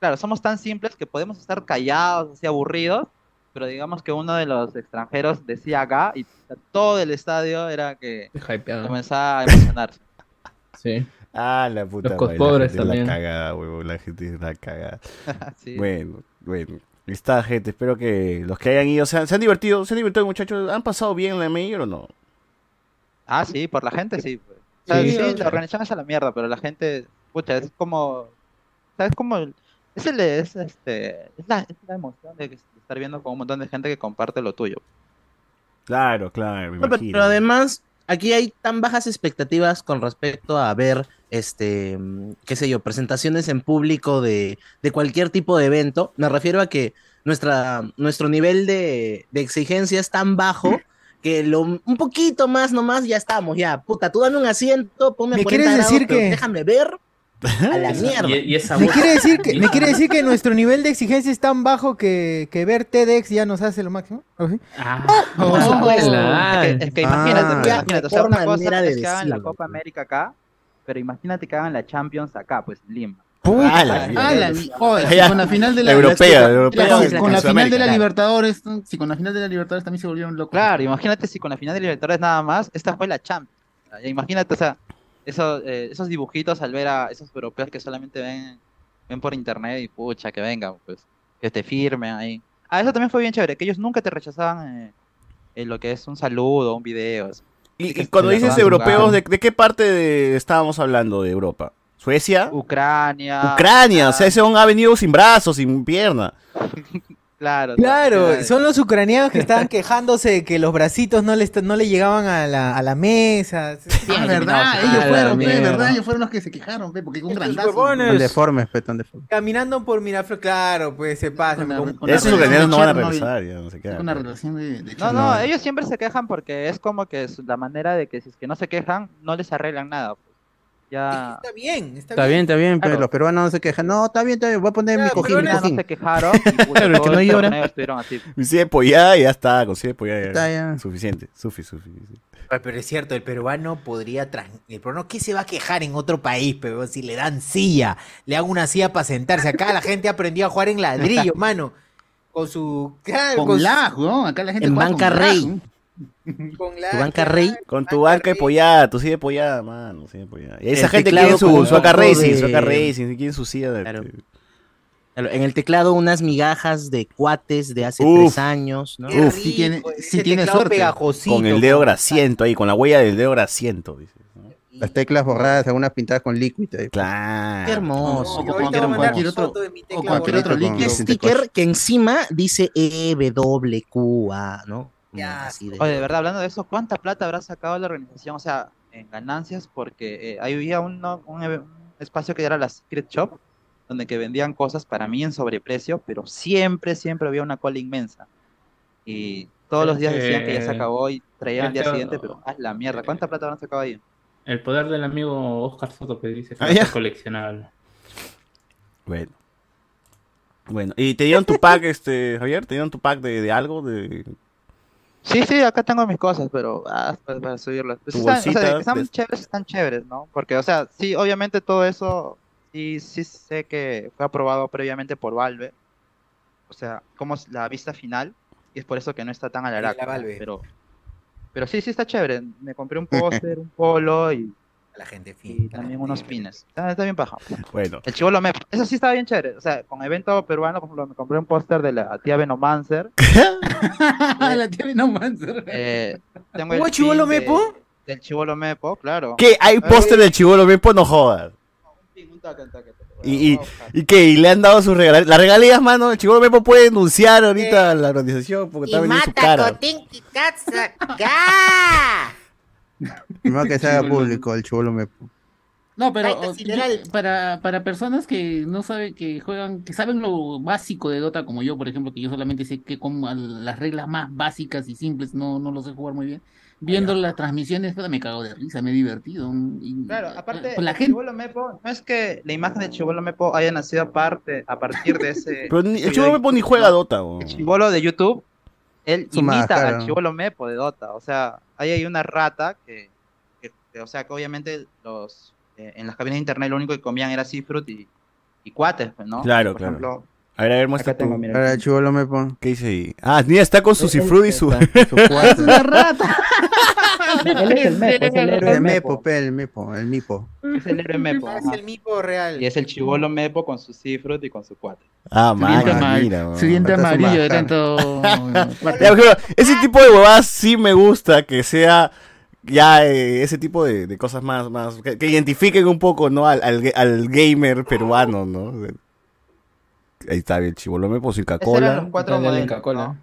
[SPEAKER 2] claro, somos tan simples que podemos estar callados, así aburridos, pero digamos que uno de los extranjeros decía ga y todo el estadio era que
[SPEAKER 7] Hypeado.
[SPEAKER 2] comenzaba a emocionarse.
[SPEAKER 7] Sí.
[SPEAKER 1] Ah, la puta
[SPEAKER 7] Los
[SPEAKER 1] madre,
[SPEAKER 7] codpobres
[SPEAKER 1] la gente es
[SPEAKER 7] también.
[SPEAKER 1] la cagada, huevón, la gente es la cagada.
[SPEAKER 2] Sí.
[SPEAKER 1] Bueno, bueno. Ahí Está gente, espero que los que hayan ido se han, se han divertido, se han divertido muchachos, ¿han pasado bien la mayor o no?
[SPEAKER 2] Ah, sí, por la gente sí. pues. O sea,
[SPEAKER 7] Sí,
[SPEAKER 2] sí,
[SPEAKER 7] o
[SPEAKER 2] la
[SPEAKER 7] sea.
[SPEAKER 2] organización es a la mierda, pero la gente, pucha, es como, ¿sabes? Como, el- es el, es este, es la, es la emoción de que- de estar viendo con un montón de gente que comparte lo tuyo.
[SPEAKER 1] Claro, claro, me
[SPEAKER 5] No, pero,
[SPEAKER 1] imagino.
[SPEAKER 5] pero además, aquí hay tan bajas expectativas con respecto a ver, este, mm, qué sé yo, presentaciones en público de, de cualquier tipo de evento. Me refiero a que nuestra, nuestro nivel de, de exigencia es tan bajo que lo, un poquito más nomás ya estamos, ya, puta, tú dame un asiento, ponme
[SPEAKER 8] ¿Me
[SPEAKER 5] 40
[SPEAKER 8] quieres
[SPEAKER 5] grados,
[SPEAKER 8] decir
[SPEAKER 5] pero
[SPEAKER 8] que-
[SPEAKER 5] déjame ver a la mierda.
[SPEAKER 3] Y, y esa
[SPEAKER 8] Me
[SPEAKER 3] voz.
[SPEAKER 8] quiere decir que, me quiere decir que nuestro nivel de exigencia es tan bajo que, que ver TEDx ya nos hace lo máximo. ¿O sí?
[SPEAKER 3] Ah,
[SPEAKER 6] "Oh,
[SPEAKER 1] pues,
[SPEAKER 2] pues, Es que, es que imagínate,
[SPEAKER 4] Ah,
[SPEAKER 2] pues, imagínate, o sea,
[SPEAKER 5] qué
[SPEAKER 2] una cosa
[SPEAKER 5] manera de
[SPEAKER 2] es que hagan la
[SPEAKER 5] decirlo,
[SPEAKER 2] Copa
[SPEAKER 5] pues.
[SPEAKER 2] América acá, pero imagínate que hagan la Champions acá, pues en Lima.
[SPEAKER 1] Puta.
[SPEAKER 6] Ah, la, joder,
[SPEAKER 1] Ya.
[SPEAKER 6] con la final de
[SPEAKER 1] La
[SPEAKER 6] la,
[SPEAKER 1] europea, la
[SPEAKER 6] la-
[SPEAKER 1] europea.
[SPEAKER 6] con-
[SPEAKER 1] en
[SPEAKER 6] con la final de
[SPEAKER 1] Sudamérica.
[SPEAKER 6] la Libertadores, si con la final de la Libertadores también se volvieron locos.
[SPEAKER 2] Claro, imagínate si con la final de Libertadores nada más, esta fue la Champions. Ya, Imagínate, o sea, eso, eh, esos dibujitos al ver a esos europeos que solamente ven, ven por internet y pucha, que vengan, pues, que te firmen ahí. Ah, eso también fue bien chévere, que ellos nunca te rechazaban eh, eh, lo que es un saludo, un video. eso.
[SPEAKER 1] Y, y cuando dices europeos, ¿de, de qué parte de- estábamos hablando de Europa? ¿Suecia?
[SPEAKER 2] Ucrania.
[SPEAKER 1] Ucrania, o sea,
[SPEAKER 2] ah,
[SPEAKER 1] ese hombre ha venido sin brazos, sin pierna.
[SPEAKER 2] Claro,
[SPEAKER 8] Claro,
[SPEAKER 2] son
[SPEAKER 8] son los ucranianos que estaban quejándose de que los bracitos no le, est- no le llegaban a la, a la mesa.
[SPEAKER 6] Ah,
[SPEAKER 7] eliminados,
[SPEAKER 6] verdad,
[SPEAKER 2] pues,
[SPEAKER 7] ah,
[SPEAKER 6] ellos
[SPEAKER 7] la
[SPEAKER 6] fueron, pe,
[SPEAKER 7] mierda.
[SPEAKER 6] verdad, ellos fueron los que se quejaron, pe, porque con un
[SPEAKER 8] Estos
[SPEAKER 6] grandazo.
[SPEAKER 8] huevones.
[SPEAKER 4] Tan deformes, pe, tan deformes.
[SPEAKER 8] Caminando por Miraflores, claro, pues se pasan.
[SPEAKER 6] Con la-
[SPEAKER 8] como-
[SPEAKER 6] con la
[SPEAKER 1] Esos
[SPEAKER 6] relación de
[SPEAKER 1] ucranianos no van a
[SPEAKER 6] Chernobyl.
[SPEAKER 1] regresar, ya no se quedan.
[SPEAKER 6] Una relación de, de
[SPEAKER 2] No,
[SPEAKER 6] Chernobyl.
[SPEAKER 2] no, ellos siempre se quejan porque es como que es la manera de que si es que no se quejan, no les arreglan nada. pues. Ya.
[SPEAKER 8] Está bien, está,
[SPEAKER 4] Está bien, está bien, pero
[SPEAKER 2] Claro.
[SPEAKER 4] los peruanos no se quejan. No, está bien, está bien, voy a poner
[SPEAKER 8] Claro,
[SPEAKER 4] mi
[SPEAKER 2] Los
[SPEAKER 4] cojín, mi
[SPEAKER 2] peruanos
[SPEAKER 4] cojín.
[SPEAKER 2] no se quejaron. y, puta,
[SPEAKER 4] Claro, el que
[SPEAKER 2] todos
[SPEAKER 4] no
[SPEAKER 2] los
[SPEAKER 4] llora.
[SPEAKER 9] este.
[SPEAKER 2] torneos estuvieron así.
[SPEAKER 1] Mi silla de pollada ya está, con silla de pollada ya.
[SPEAKER 4] Está ya.
[SPEAKER 1] Suficiente, sufi, sufi. sufi.
[SPEAKER 10] Ay, Pero es cierto, el peruano podría... Trans... El peruano, ¿qué se va a quejar en otro país, pero Si le dan silla, le hago una silla para sentarse. Acá la gente aprendió a jugar en ladrillo, mano. Con su... claro,
[SPEAKER 6] Con lag, ¿no? Acá la gente
[SPEAKER 5] En
[SPEAKER 6] juega con
[SPEAKER 5] banca
[SPEAKER 6] lag, ¿no?
[SPEAKER 5] rey.
[SPEAKER 8] bien. Con la-
[SPEAKER 5] Tu banca rey.
[SPEAKER 1] Con tu banca de pollada, tu silla de pollada, mano, silla de pollada. Y esa
[SPEAKER 5] El
[SPEAKER 1] gente
[SPEAKER 5] teclado
[SPEAKER 1] quiere
[SPEAKER 5] con
[SPEAKER 1] su,
[SPEAKER 5] un
[SPEAKER 1] su AK
[SPEAKER 5] poco
[SPEAKER 1] Racing,
[SPEAKER 5] de-
[SPEAKER 1] su AK Racing, quieren su silla de...
[SPEAKER 5] Eh, Claro. Claro, En el teclado unas migajas de cuates de hace
[SPEAKER 1] Uf.
[SPEAKER 5] tres años, ¿no?
[SPEAKER 10] Qué
[SPEAKER 1] Uf.
[SPEAKER 10] rico,
[SPEAKER 6] Sí tiene-
[SPEAKER 10] ese
[SPEAKER 6] sí tiene
[SPEAKER 10] teclado
[SPEAKER 6] suerte.
[SPEAKER 10] pegajosito.
[SPEAKER 1] Con el dedo grasiento ahí, con la huella del dedo grasiento, dice. ¿no?
[SPEAKER 4] Las teclas borradas, algunas pintadas con líquido.
[SPEAKER 1] eh.
[SPEAKER 4] ahí.
[SPEAKER 1] Claro.
[SPEAKER 5] Qué
[SPEAKER 8] Yo
[SPEAKER 6] No,
[SPEAKER 5] hermoso.
[SPEAKER 6] como
[SPEAKER 8] ahorita
[SPEAKER 6] quiera,
[SPEAKER 8] voy a mandar
[SPEAKER 6] cualquier
[SPEAKER 8] foto
[SPEAKER 6] otro-
[SPEAKER 8] de mi
[SPEAKER 6] O
[SPEAKER 8] tecla,
[SPEAKER 6] cualquier otro
[SPEAKER 4] Con-
[SPEAKER 6] link.
[SPEAKER 5] Un
[SPEAKER 4] con-
[SPEAKER 5] sticker que encima dice E, EWQA, ¿no? Como
[SPEAKER 10] Ya.
[SPEAKER 5] así de-
[SPEAKER 2] Oye, de verdad, hablando de eso, ¿cuánta plata habrá sacado la organización? O sea, en ganancias, porque eh, ahí había uno- un, eve- un espacio que era la Secret Shop, donde que vendían cosas para mí en sobreprecio, pero siempre, siempre había una cola inmensa. Y todos los días decían que ya se
[SPEAKER 3] Eh,
[SPEAKER 2] acabó y traían al día
[SPEAKER 3] esto-
[SPEAKER 2] siguiente, pero haz la mierda, ¿cuánta plata habrán sacado ahí?
[SPEAKER 3] El poder del amigo Oscar Soto que dice que
[SPEAKER 1] Ah,
[SPEAKER 3] no
[SPEAKER 1] ya.
[SPEAKER 3] es coleccionable.
[SPEAKER 1] Bueno. Bueno, ¿y te dieron tu pack, este, Javier? ¿Te dieron tu pack de, de algo? De...
[SPEAKER 2] Sí, sí, acá tengo mis cosas, pero ah, para, para subirlas. Pues
[SPEAKER 1] Tu
[SPEAKER 2] están, o sea,
[SPEAKER 1] bolsita
[SPEAKER 2] que están
[SPEAKER 1] de-
[SPEAKER 2] chéveres, están chéveres, ¿no? Porque, o sea, sí, obviamente todo eso, sí, sí sé que fue aprobado previamente por Valve. O sea, como es la vista final, y es por eso que no está tan al
[SPEAKER 10] la
[SPEAKER 2] araco, ¿no?
[SPEAKER 10] Valve.
[SPEAKER 2] Pero, pero sí, sí está chévere. Me compré un póster, un polo y,
[SPEAKER 10] La gente
[SPEAKER 2] y
[SPEAKER 10] fina.
[SPEAKER 2] también unos pines. Está, está bien paja.
[SPEAKER 1] Bueno,
[SPEAKER 2] El chivolo me... Eso sí estaba bien chévere. O sea, con evento peruano, por ejemplo, me compré un póster de la tía Venomancer.
[SPEAKER 6] Ah, la tía no Manser.
[SPEAKER 2] Eh, tengo el
[SPEAKER 8] ¿Hubo chivolo
[SPEAKER 2] pin de-
[SPEAKER 8] mepo?
[SPEAKER 2] Del chivolo Mepo, claro.
[SPEAKER 1] ¿qué? Hay póster del chivolo Mepo, no jodas. Y- y- ¿Y qué? ¿Y le han dado sus regalías? Las regalías, mano, el chivolo Mepo puede denunciar ahorita a la organización porque está vendiendo su cara.
[SPEAKER 10] ¡Ah!
[SPEAKER 4] Primero que se haga
[SPEAKER 3] Chibolo.
[SPEAKER 4] público el chulo me.
[SPEAKER 6] No, pero
[SPEAKER 10] Ay,
[SPEAKER 6] o-
[SPEAKER 10] sideral.
[SPEAKER 6] yo- para, para personas que no saben, que juegan, que saben lo básico de Dota, como yo, por ejemplo, que yo solamente sé que como al- las reglas más básicas y simples no, no lo sé jugar muy bien.
[SPEAKER 2] Ah,
[SPEAKER 6] Viendo las transmisiones, puta, me cago de risa, me he divertido. un- y-
[SPEAKER 2] Claro,
[SPEAKER 6] eh,
[SPEAKER 2] aparte,
[SPEAKER 6] pues
[SPEAKER 2] este,
[SPEAKER 6] la
[SPEAKER 2] el
[SPEAKER 6] gente.
[SPEAKER 2] chibolo Mepo, no es que la imagen del chivolo Mepo haya nacido aparte, a partir de ese.
[SPEAKER 1] Pero ni- el chivolo Mepo ni juega Dota, weón.
[SPEAKER 2] El chivolo de YouTube, él
[SPEAKER 4] Su
[SPEAKER 2] imita
[SPEAKER 4] máscara.
[SPEAKER 2] al chivolo Mepo de Dota. O sea, ahí hay una rata que. que- que, o sea, que obviamente los eh, en las cabinas de internet lo único que comían era Seafruit y, y cuates, pues, ¿no?
[SPEAKER 1] Claro, claro.
[SPEAKER 2] ejemplo,
[SPEAKER 1] A ver, a ver, muestra
[SPEAKER 2] acá tengo,
[SPEAKER 1] tu-
[SPEAKER 2] mira.
[SPEAKER 4] Para el chulo me pon.
[SPEAKER 1] ¿Qué dice ahí? Ah, mira, está con
[SPEAKER 2] Este
[SPEAKER 1] su cifrudo y su...
[SPEAKER 4] Su cuarto.
[SPEAKER 6] ¡Una rata!
[SPEAKER 2] Él es el Mepo, es el héroe
[SPEAKER 4] El mepo,
[SPEAKER 2] Mepo.
[SPEAKER 4] pe, el mepo, el mipo.
[SPEAKER 2] Es el héroe Mepo.
[SPEAKER 8] Ah,
[SPEAKER 2] ajá.
[SPEAKER 8] es el mipo real.
[SPEAKER 2] Y es el chivolo Mepo con su Seafruit y con su cuate.
[SPEAKER 1] Mm. Ah,
[SPEAKER 6] Su diente,
[SPEAKER 1] man,
[SPEAKER 6] ama-
[SPEAKER 1] mira,
[SPEAKER 6] su
[SPEAKER 1] weón.
[SPEAKER 6] diente
[SPEAKER 4] Falta su
[SPEAKER 6] amarillo de
[SPEAKER 4] máscara.
[SPEAKER 6] tanto.
[SPEAKER 1] Ya, por ejemplo,
[SPEAKER 8] Ah.
[SPEAKER 1] ese tipo de huevadas sí me gusta que sea ya eh, ese tipo de, de cosas más, más que, que identifiquen un poco no al, al, al gamer peruano, ¿no? Ahí está bien, chivolome por su
[SPEAKER 2] Esos eran los
[SPEAKER 1] Coca-Cola.
[SPEAKER 2] cuatro
[SPEAKER 7] Dale, dale,
[SPEAKER 2] modelos,
[SPEAKER 7] Coca-Cola.
[SPEAKER 2] ¿no?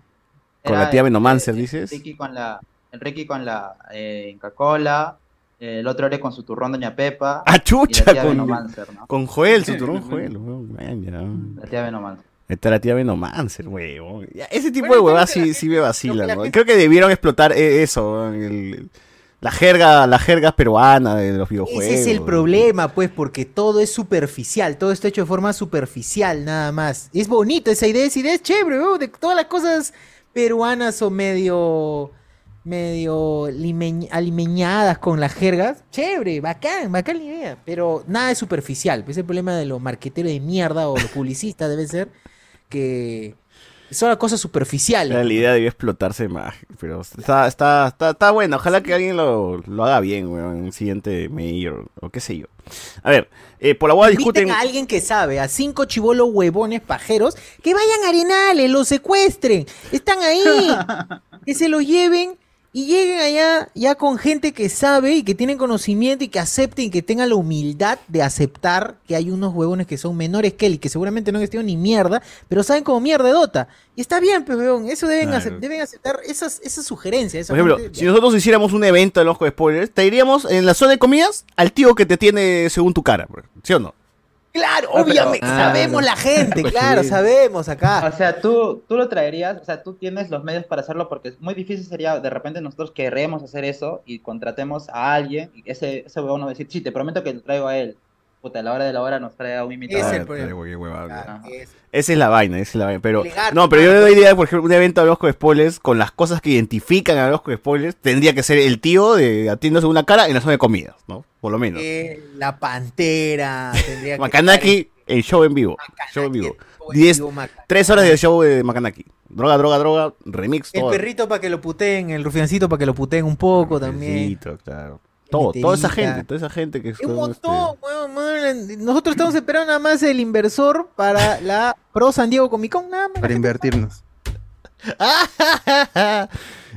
[SPEAKER 1] Con
[SPEAKER 2] Era
[SPEAKER 1] la tía
[SPEAKER 2] el-
[SPEAKER 1] Venomancer,
[SPEAKER 2] el-
[SPEAKER 1] dices.
[SPEAKER 2] El Ricky con la, el Ricky con la eh, Inca Cola, el otro era con su turrón Doña Pepa
[SPEAKER 1] ¡Ah,
[SPEAKER 2] y la
[SPEAKER 1] chucha!
[SPEAKER 2] tía
[SPEAKER 1] Con,
[SPEAKER 2] Venomancer, ¿no?
[SPEAKER 1] con Joel, su turón Joel. weón, man, ya.
[SPEAKER 2] La tía Venomancer.
[SPEAKER 1] Está la tía Venomancer, huevón. Ya, Ese
[SPEAKER 8] Bueno,
[SPEAKER 1] tipo de
[SPEAKER 8] creo
[SPEAKER 1] huevadas
[SPEAKER 8] que la
[SPEAKER 1] sí,
[SPEAKER 8] gente-
[SPEAKER 1] sí me vacilan,
[SPEAKER 8] creo que la
[SPEAKER 1] ¿no?
[SPEAKER 8] gente-
[SPEAKER 1] Creo que debieron explotar eh, eso, weón, el- la jerga, la jerga peruana de los videojuegos.
[SPEAKER 10] Ese es el
[SPEAKER 1] weón.
[SPEAKER 10] problema, pues, porque todo es superficial, todo está hecho de forma superficial, nada más. Es bonito esa idea, esa idea es chévere, weón, de todas las cosas peruanas o medio
[SPEAKER 9] medio limeñ- alimeñadas con las jergas, chévere, bacán, bacán la idea, pero nada es superficial. Ese problema de los marqueteros de mierda o los publicistas debe ser que son las cosas superficiales.
[SPEAKER 1] La idea debió explotarse más, pero está, está, está, está bueno. Ojalá que alguien lo, lo haga bien, weón, en un siguiente mayor o qué sé yo. A ver, eh, por la guada
[SPEAKER 10] Inviten
[SPEAKER 1] discuten...
[SPEAKER 10] a alguien que sabe, a cinco chivolos huevones pajeros, que vayan a Arenales, los secuestren.
[SPEAKER 9] Están ahí, que se los lleven y lleguen allá ya con gente que sabe y que tienen conocimiento y que acepten y que tengan la humildad de aceptar que hay unos huevones que son menores que él y que seguramente no han estudiado ni mierda, pero saben como mierda de Dota. Y está bien, pues, huevón, eso deben,
[SPEAKER 1] Claro.
[SPEAKER 9] acep- deben aceptar esas, esas sugerencias. esa
[SPEAKER 1] Por ejemplo,
[SPEAKER 9] gente-
[SPEAKER 1] si nosotros hiciéramos un evento de los spoilers, te iríamos en la zona de comidas al tío que te tiene según tu cara, bro. ¿sí o no? Ah,
[SPEAKER 9] Claro,
[SPEAKER 2] obviamente,
[SPEAKER 9] sabemos la gente,
[SPEAKER 2] claro,
[SPEAKER 9] sabemos acá.
[SPEAKER 2] O sea, tú, tú lo traerías, o sea, tú tienes los medios para hacerlo porque es muy difícil sería, de repente nosotros queremos hacer eso y contratemos a alguien y ese, ese huevón nos va a decir, sí, te prometo que lo traigo a él. Puta, a la hora de la hora nos trae a un imitador.
[SPEAKER 1] Ah,
[SPEAKER 2] Ese
[SPEAKER 9] pues.
[SPEAKER 1] claro, qué hueva,
[SPEAKER 9] Ah,
[SPEAKER 1] mira.
[SPEAKER 2] Ah,
[SPEAKER 1] Esa es la vaina, esa es la vaina. Pero, no, pero yo le doy idea, por ejemplo, un evento a los spoilers con las cosas que identifican a los spoilers, tendría que ser el tío de atiendo según la cara en la zona de comidas, ¿no? Por lo menos.
[SPEAKER 10] Eh, la pantera tendría que
[SPEAKER 1] Makanaki, el show en vivo. Show en vivo. Diez, tres horas de show de Makanaki. Droga, droga, droga, remix,
[SPEAKER 9] El
[SPEAKER 1] todo.
[SPEAKER 9] perrito para que lo puteen, el rufiancito para que lo puteen un poco también.
[SPEAKER 1] Perrito, claro. Todo, toda esa
[SPEAKER 9] Literita.
[SPEAKER 1] gente, toda esa gente que es
[SPEAKER 9] Un montón, weón, weón. Nosotros estamos esperando nada más el inversor para la Pro San Diego Comic Con, nada más.
[SPEAKER 4] Para invertirnos.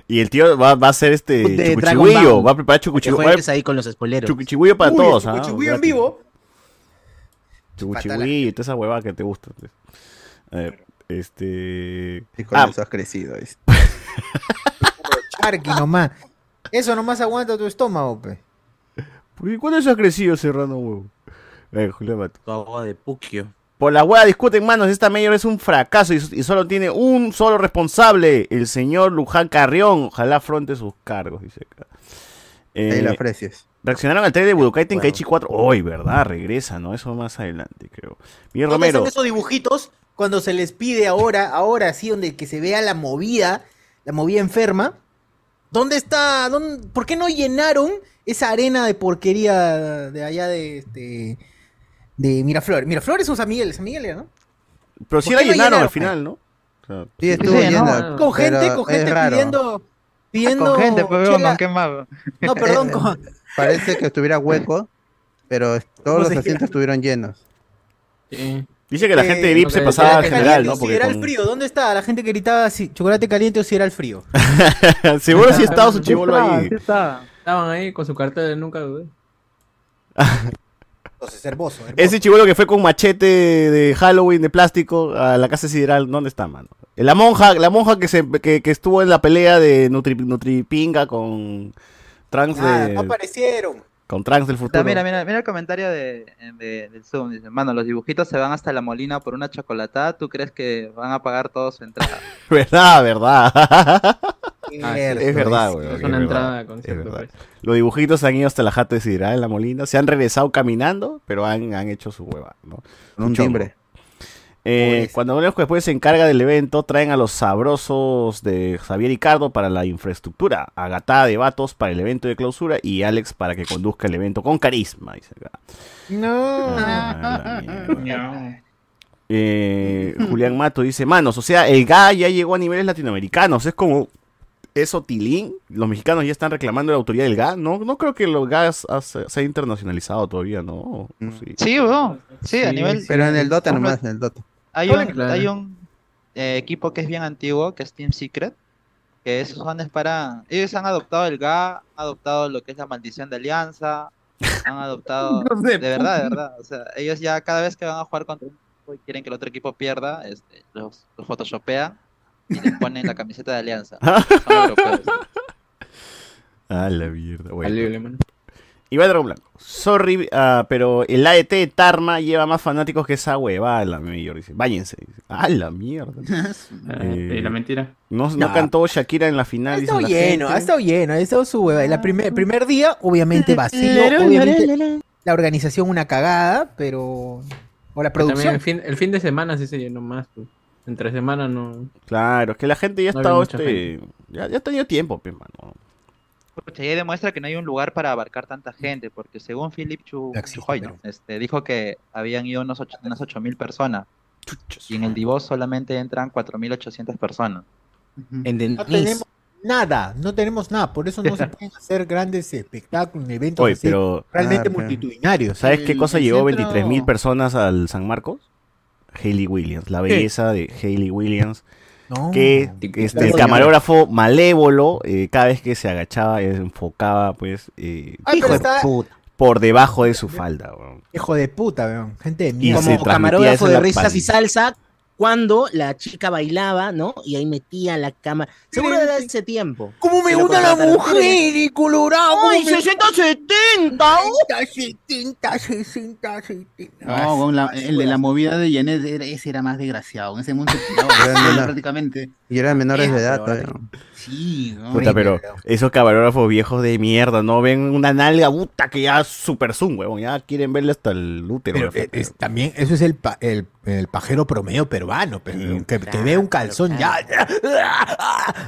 [SPEAKER 1] Y el tío va, va a hacer este
[SPEAKER 5] De Dragon
[SPEAKER 1] chucuchigüillo,
[SPEAKER 5] Ball.
[SPEAKER 1] va a preparar
[SPEAKER 5] Que
[SPEAKER 1] chucuchigüillo.
[SPEAKER 5] juegues ahí con los spoileros.
[SPEAKER 1] Chucuchigüillo para
[SPEAKER 10] Uy, el
[SPEAKER 1] todos, ¿ah?
[SPEAKER 10] chucuchigüillo en vivo.
[SPEAKER 1] Chucuchigüillo y toda esa huevada que te gusta. pues. A ver, este...
[SPEAKER 4] Y con
[SPEAKER 1] Ah,
[SPEAKER 4] eso has crecido. dice.
[SPEAKER 9] Arqui nomás. Eso nomás aguanta tu estómago, pe.
[SPEAKER 1] ¿y cuándo se ha crecido Serrano, huevo? A ver, Eh, Julio Mato.
[SPEAKER 5] Tu agua de Puquio.
[SPEAKER 1] Por la hueá discuten, manos, esta mayor es un fracaso y, y solo tiene un solo responsable, el señor Luján Carrión. Ojalá afronte sus cargos, dice acá.
[SPEAKER 4] Ahí
[SPEAKER 1] Eh,
[SPEAKER 4] la ofreces.
[SPEAKER 1] Reaccionaron al trailer de Budokai Tenkaichi 4. Hoy, ¿verdad? Regresa, ¿no? Eso más adelante, creo. Bien,
[SPEAKER 10] ¿Dónde
[SPEAKER 1] Romero.
[SPEAKER 10] están esos dibujitos
[SPEAKER 9] Cuando se les pide ahora, ahora sí, donde que se vea la movida, la movida enferma. ¿Dónde está? dónde- ¿Por qué no llenaron esa arena de porquería de allá de este de Miraflores? Miraflores o San Miguel, San Miguel era, ¿no?
[SPEAKER 1] Pero sí
[SPEAKER 9] ¿por
[SPEAKER 1] la
[SPEAKER 9] qué no
[SPEAKER 1] llenaron al
[SPEAKER 9] llenaron?
[SPEAKER 1] final, ¿no? O sea,
[SPEAKER 4] Sí, estuvo
[SPEAKER 2] Sí, ¿no?
[SPEAKER 4] llena,
[SPEAKER 9] Con gente,
[SPEAKER 4] pero
[SPEAKER 9] con
[SPEAKER 4] es
[SPEAKER 9] gente
[SPEAKER 4] raro.
[SPEAKER 9] pidiendo, pidiendo
[SPEAKER 2] Con gente, pues, huevón,
[SPEAKER 9] chela.
[SPEAKER 2] ¿no? ¿Qué más? huevón?
[SPEAKER 9] No, perdón, con,
[SPEAKER 4] Eh, Parece que estuviera hueco, pero
[SPEAKER 9] No
[SPEAKER 4] todos los
[SPEAKER 9] sé.
[SPEAKER 4] asientos estuvieron llenos.
[SPEAKER 7] Sí.
[SPEAKER 1] Dice que la
[SPEAKER 9] Eh,
[SPEAKER 1] gente de VIP se
[SPEAKER 7] chocolate
[SPEAKER 1] pasaba al
[SPEAKER 9] chocolate
[SPEAKER 1] general,
[SPEAKER 9] caliente
[SPEAKER 1] ¿no?
[SPEAKER 9] o Si
[SPEAKER 1] Porque
[SPEAKER 9] era el
[SPEAKER 1] con-
[SPEAKER 9] frío, ¿dónde está? La gente que gritaba si chocolate caliente o si era el frío.
[SPEAKER 1] seguro sí estaba su chivolo ahí.
[SPEAKER 7] Estaban ahí con su cartel, nunca dudé.
[SPEAKER 9] Entonces, hermoso. hermoso.
[SPEAKER 1] Ese chivolo que fue con machete de Halloween de plástico a la casa sideral, ¿dónde está, mano? La monja, la monja que se que, que estuvo en la pelea de Nutri, Nutripinga con trans
[SPEAKER 2] Ah,
[SPEAKER 9] Nada,
[SPEAKER 1] de
[SPEAKER 9] Ah, no aparecieron.
[SPEAKER 1] con trans del
[SPEAKER 2] O
[SPEAKER 1] futuro.
[SPEAKER 2] sea, mira, mira, mira el comentario de, de- del Zoom. Dice, mano, los dibujitos se van hasta la molina por una chocolatada. ¿Tú crees que van a pagar todos su entrada?
[SPEAKER 1] Verdad, verdad.
[SPEAKER 9] Cierto,
[SPEAKER 1] es verdad,
[SPEAKER 9] Ah, es-
[SPEAKER 1] güey.
[SPEAKER 7] Es
[SPEAKER 1] es
[SPEAKER 7] una
[SPEAKER 1] verdad,
[SPEAKER 7] entrada de
[SPEAKER 1] es
[SPEAKER 7] concierto.
[SPEAKER 1] verdad.
[SPEAKER 7] pues.
[SPEAKER 1] Los dibujitos han ido hasta la jata de Sidra en la Molina. Se han regresado caminando, pero han, han hecho su hueva, ¿no?
[SPEAKER 4] Con un
[SPEAKER 1] Chongo.
[SPEAKER 4] timbre.
[SPEAKER 1] Eh, cuando Molejo después se encarga del evento, traen a los sabrosos de Javier Ricardo para la infraestructura, a Gatada de Vatos para el evento de clausura y Alex para que conduzca el evento con carisma. dice acá.
[SPEAKER 9] No.
[SPEAKER 1] Ah, la mierda.
[SPEAKER 3] No.
[SPEAKER 1] Eh, Julián Mato dice, manos, o sea, el GA ya llegó a niveles latinoamericanos, es como eso tilín, los mexicanos ya están reclamando la autoridad del GA, no, no creo que los GA se ha internacionalizado todavía, ¿no? ¿O sí?
[SPEAKER 2] Sí, huevón. Sí, a
[SPEAKER 7] Sí,
[SPEAKER 2] nivel...
[SPEAKER 4] Mm. Pero en el Dota
[SPEAKER 2] Por ejemplo,
[SPEAKER 4] nomás, en el Dota.
[SPEAKER 2] Hay
[SPEAKER 7] Hola,
[SPEAKER 2] un,
[SPEAKER 7] claro.
[SPEAKER 2] hay un eh, equipo que es bien antiguo, que es Team Secret, que esos son es para... Ellos han adoptado el GA, han adoptado lo que es la maldición de Alianza, han adoptado... de verdad, de verdad. O sea, ellos ya cada vez que van a jugar contra un equipo y quieren que el otro equipo pierda, este, los, los photoshopean y les ponen la camiseta de Alianza. Son europeos.
[SPEAKER 1] Ah, la mierda. bueno.
[SPEAKER 7] Valible, mano.
[SPEAKER 1] Iván Drago Blanco. Sorry, ah, pero el AET de Tarma lleva más fanáticos que esa huevada, la mayor. Dice, váyanse. Dice, ah, la mierda.
[SPEAKER 3] Ah,
[SPEAKER 1] Eh.
[SPEAKER 3] Y la mentira.
[SPEAKER 1] No, no cantó Shakira en la final.
[SPEAKER 9] Ha
[SPEAKER 1] dice
[SPEAKER 9] estado
[SPEAKER 1] la
[SPEAKER 9] lleno, ha
[SPEAKER 1] gente. Ah.
[SPEAKER 9] estado lleno, ha estado su hueva. El primer, primer día, obviamente vacío, obviamente la organización una cagada, pero... O la
[SPEAKER 7] También
[SPEAKER 9] producción.
[SPEAKER 7] el fin, el fin de semana sí se llenó más. pues. Entre semana no.
[SPEAKER 1] Claro, es que la gente ya ha
[SPEAKER 7] No había mucha
[SPEAKER 1] estado este, Ya, ya he tenido tiempo, pe, mano.
[SPEAKER 2] Pucha, y ahí demuestra que no hay un lugar para abarcar tanta gente, porque según Philip Chu, Chujoy, ¿no? este, dijo que habían ido unos ocho- unas 8.000 personas. Y en el Divos solamente entran 4.800 personas.
[SPEAKER 5] En Denise.
[SPEAKER 9] No Ah, tenemos nada, no tenemos nada. Por eso no se pueden hacer grandes espectáculos, ni eventos
[SPEAKER 1] Oye,
[SPEAKER 9] así,
[SPEAKER 1] pero.
[SPEAKER 9] realmente
[SPEAKER 1] Ah, pe.
[SPEAKER 9] multitudinarios.
[SPEAKER 1] ¿Sabes qué cosa
[SPEAKER 9] el
[SPEAKER 1] llevó
[SPEAKER 9] centro-
[SPEAKER 1] 23.000 personas al San Marcos? Hayley Williams, la belleza de Hayley Williams.
[SPEAKER 9] No.
[SPEAKER 1] Que este, el camarógrafo malévolo, eh, cada vez que se agachaba, eh, enfocaba, pues. eh,
[SPEAKER 9] Ay, Ah, pero
[SPEAKER 1] por-
[SPEAKER 9] está-
[SPEAKER 1] Por debajo de su falda, weón.
[SPEAKER 9] Hijo de puta, weón. Gente de
[SPEAKER 1] Y
[SPEAKER 9] mierda.
[SPEAKER 1] se
[SPEAKER 9] Como
[SPEAKER 1] transmitía eso
[SPEAKER 9] camarógrafo
[SPEAKER 1] en
[SPEAKER 9] de
[SPEAKER 1] la
[SPEAKER 9] risas
[SPEAKER 1] pantalla.
[SPEAKER 9] y
[SPEAKER 5] y salsa cuando la chica bailaba, ¿no? Y ahí metía la cámara. Seguro era ese tiempo.
[SPEAKER 9] ¿Cómo me
[SPEAKER 5] Que lo
[SPEAKER 9] gusta la
[SPEAKER 5] contrataron.
[SPEAKER 9] mujer y colorado?
[SPEAKER 5] ¡Ay,
[SPEAKER 9] ¿Cómo me-
[SPEAKER 5] 60-70!
[SPEAKER 9] 60, 60, 70.
[SPEAKER 2] Ah,
[SPEAKER 6] No, con la- el de la movida de Janet, era- ese era más desgraciado. En ese mundo se tiraba
[SPEAKER 4] Era
[SPEAKER 6] solo
[SPEAKER 4] menor.
[SPEAKER 6] prácticamente. Ah,
[SPEAKER 4] Y eran menores de edad. todavía.
[SPEAKER 6] Sí, ¿no?
[SPEAKER 1] Puta, pero esos camarógrafos viejos de mierda, ¿no? Ven una nalga puta que ya super zoom, weón. Ya quieren verle hasta el útero.
[SPEAKER 9] Pero eh,
[SPEAKER 1] weón.
[SPEAKER 9] es- también, eso es el, pa- el, el pajero promedio peruano, pero que, que ve un calzón ya,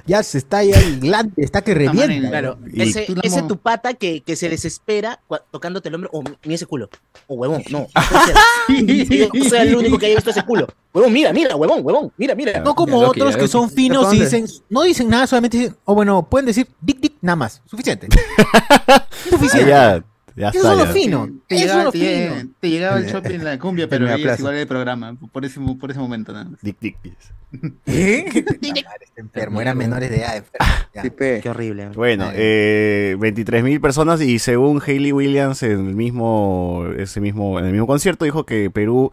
[SPEAKER 9] ya, se está ahí el glande, está que
[SPEAKER 6] Puta madre,
[SPEAKER 9] revienta.
[SPEAKER 5] Claro,
[SPEAKER 1] Y-
[SPEAKER 5] ese,
[SPEAKER 6] Tú la
[SPEAKER 5] ese
[SPEAKER 6] mo-
[SPEAKER 5] tu pata que, que se desespera cua- tocándote el hombro. O mira ese culo. O huevón, no. Yo soy el único que haya visto ese culo. Huevón, mira, mira, huevón, huevón, mira, mira.
[SPEAKER 9] No como
[SPEAKER 7] Ya lo que-
[SPEAKER 9] otros
[SPEAKER 7] ya
[SPEAKER 9] que,
[SPEAKER 7] lo que-
[SPEAKER 9] son finos y
[SPEAKER 4] ¿Dónde?
[SPEAKER 9] dicen, no dicen nada, solamente dicen, o bueno, pueden decir dick dick nada más, suficiente.
[SPEAKER 1] Ah,
[SPEAKER 9] suficiente.
[SPEAKER 1] ya, ya
[SPEAKER 9] Esos son
[SPEAKER 1] está.
[SPEAKER 9] los
[SPEAKER 1] ya.
[SPEAKER 9] finos.
[SPEAKER 6] Te
[SPEAKER 9] Esos son
[SPEAKER 6] llegaba,
[SPEAKER 9] los
[SPEAKER 6] te, llega-
[SPEAKER 9] finos.
[SPEAKER 6] te llegaba el shopping en la cumbia, pero
[SPEAKER 4] En la
[SPEAKER 6] veías
[SPEAKER 4] plaza.
[SPEAKER 6] igual el programa, por ese, por ese momento. nada más.
[SPEAKER 1] Dic, dic, dic.
[SPEAKER 9] ¿Eh? Este enfermo, eran menores de edad. enfermo, ya.
[SPEAKER 4] Sí, pe.
[SPEAKER 5] Qué horrible.
[SPEAKER 1] Bueno, eh, 23.000 personas y según Hayley Williams en el mismo, ese mismo, en el mismo concierto dijo que Perú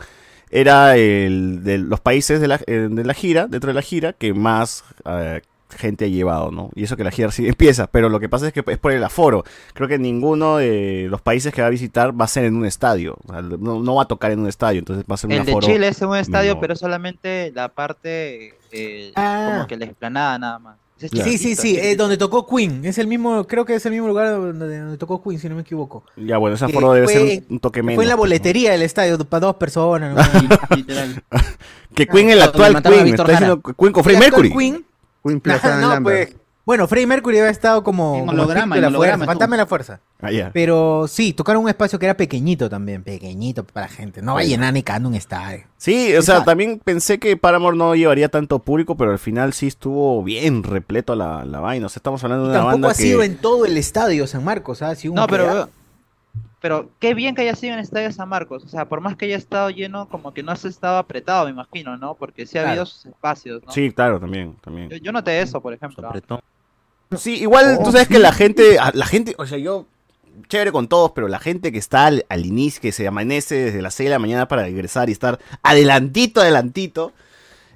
[SPEAKER 1] era el de los países de la, eh, de la gira, dentro de la gira, que más eh, gente ha llevado, ¿no? Y eso que la gira sí empieza, pero lo que pasa es que es por el aforo. Creo que ninguno de los países que va a visitar va a ser en un estadio, O sea, no, no va a tocar en un estadio, entonces va a ser un
[SPEAKER 2] El de
[SPEAKER 1] aforo.
[SPEAKER 2] Chile es un estadio,
[SPEAKER 1] menor.
[SPEAKER 2] pero solamente la parte, eh,
[SPEAKER 9] Ah.
[SPEAKER 2] como que la explanada nada más. Ese es
[SPEAKER 9] Sí, sí,
[SPEAKER 2] chiquitito,
[SPEAKER 9] sí,
[SPEAKER 2] chiquitito.
[SPEAKER 9] es donde tocó Queen. Es el mismo, creo que es el mismo lugar donde, donde tocó Queen, si no me equivoco.
[SPEAKER 1] Ya bueno, ese
[SPEAKER 9] que
[SPEAKER 1] aforo debe
[SPEAKER 9] fue-
[SPEAKER 1] ser un, un toque menos.
[SPEAKER 9] Fue en la
[SPEAKER 1] pues, ¿no?
[SPEAKER 9] boletería del estadio para dos personas. ¿no?
[SPEAKER 6] Sí, Literal. Ah,
[SPEAKER 1] Que Queen, el
[SPEAKER 5] Donde
[SPEAKER 1] actual
[SPEAKER 5] mataron a
[SPEAKER 1] Queen,
[SPEAKER 5] Víctor
[SPEAKER 1] está
[SPEAKER 5] Jara.
[SPEAKER 1] diciendo Queen con Freddie
[SPEAKER 9] El actor
[SPEAKER 1] Mercury.
[SPEAKER 9] Queen-
[SPEAKER 4] Queen Plaza en
[SPEAKER 9] no,
[SPEAKER 4] Lambert.
[SPEAKER 9] pues, bueno, Freddie Mercury había estado como.
[SPEAKER 6] En
[SPEAKER 9] como
[SPEAKER 6] holograma,
[SPEAKER 9] espíritu de la
[SPEAKER 6] en holograma
[SPEAKER 9] fuerza, fantasma de la fuerza.
[SPEAKER 1] Ah, ya.
[SPEAKER 9] Pero sí, tocaron un espacio que era pequeñito también, pequeñito para gente. No va a llenar ni cagando un estadio.
[SPEAKER 1] Sí, o sea,
[SPEAKER 9] Exacto.
[SPEAKER 1] también pensé que Paramore no llevaría tanto público, pero al final sí estuvo bien repleto la, la vaina. O sea, estamos hablando de una
[SPEAKER 9] Tampoco
[SPEAKER 1] banda
[SPEAKER 9] ha sido
[SPEAKER 1] que...
[SPEAKER 9] en todo el estadio San Marcos, ¿sabes?
[SPEAKER 2] No, pero, pero qué bien que haya sido en el Estadio San Marcos. O sea, por más que haya estado lleno, como que no has estado apretado, me imagino, ¿no? Porque sí ha habido sus espacios, ¿no?
[SPEAKER 1] Sí, claro, también,
[SPEAKER 2] Yo,
[SPEAKER 1] también.
[SPEAKER 2] yo noté eso, por ejemplo.
[SPEAKER 5] Sobre todo.
[SPEAKER 1] Pues Sí, igual
[SPEAKER 5] Oh,
[SPEAKER 1] tú sabes que la gente, a- la gente, o sea, yo chévere con todos, pero la gente que está al, al inicio, que se amanece desde las 6 de la mañana para regresar y estar adelantito, adelantito,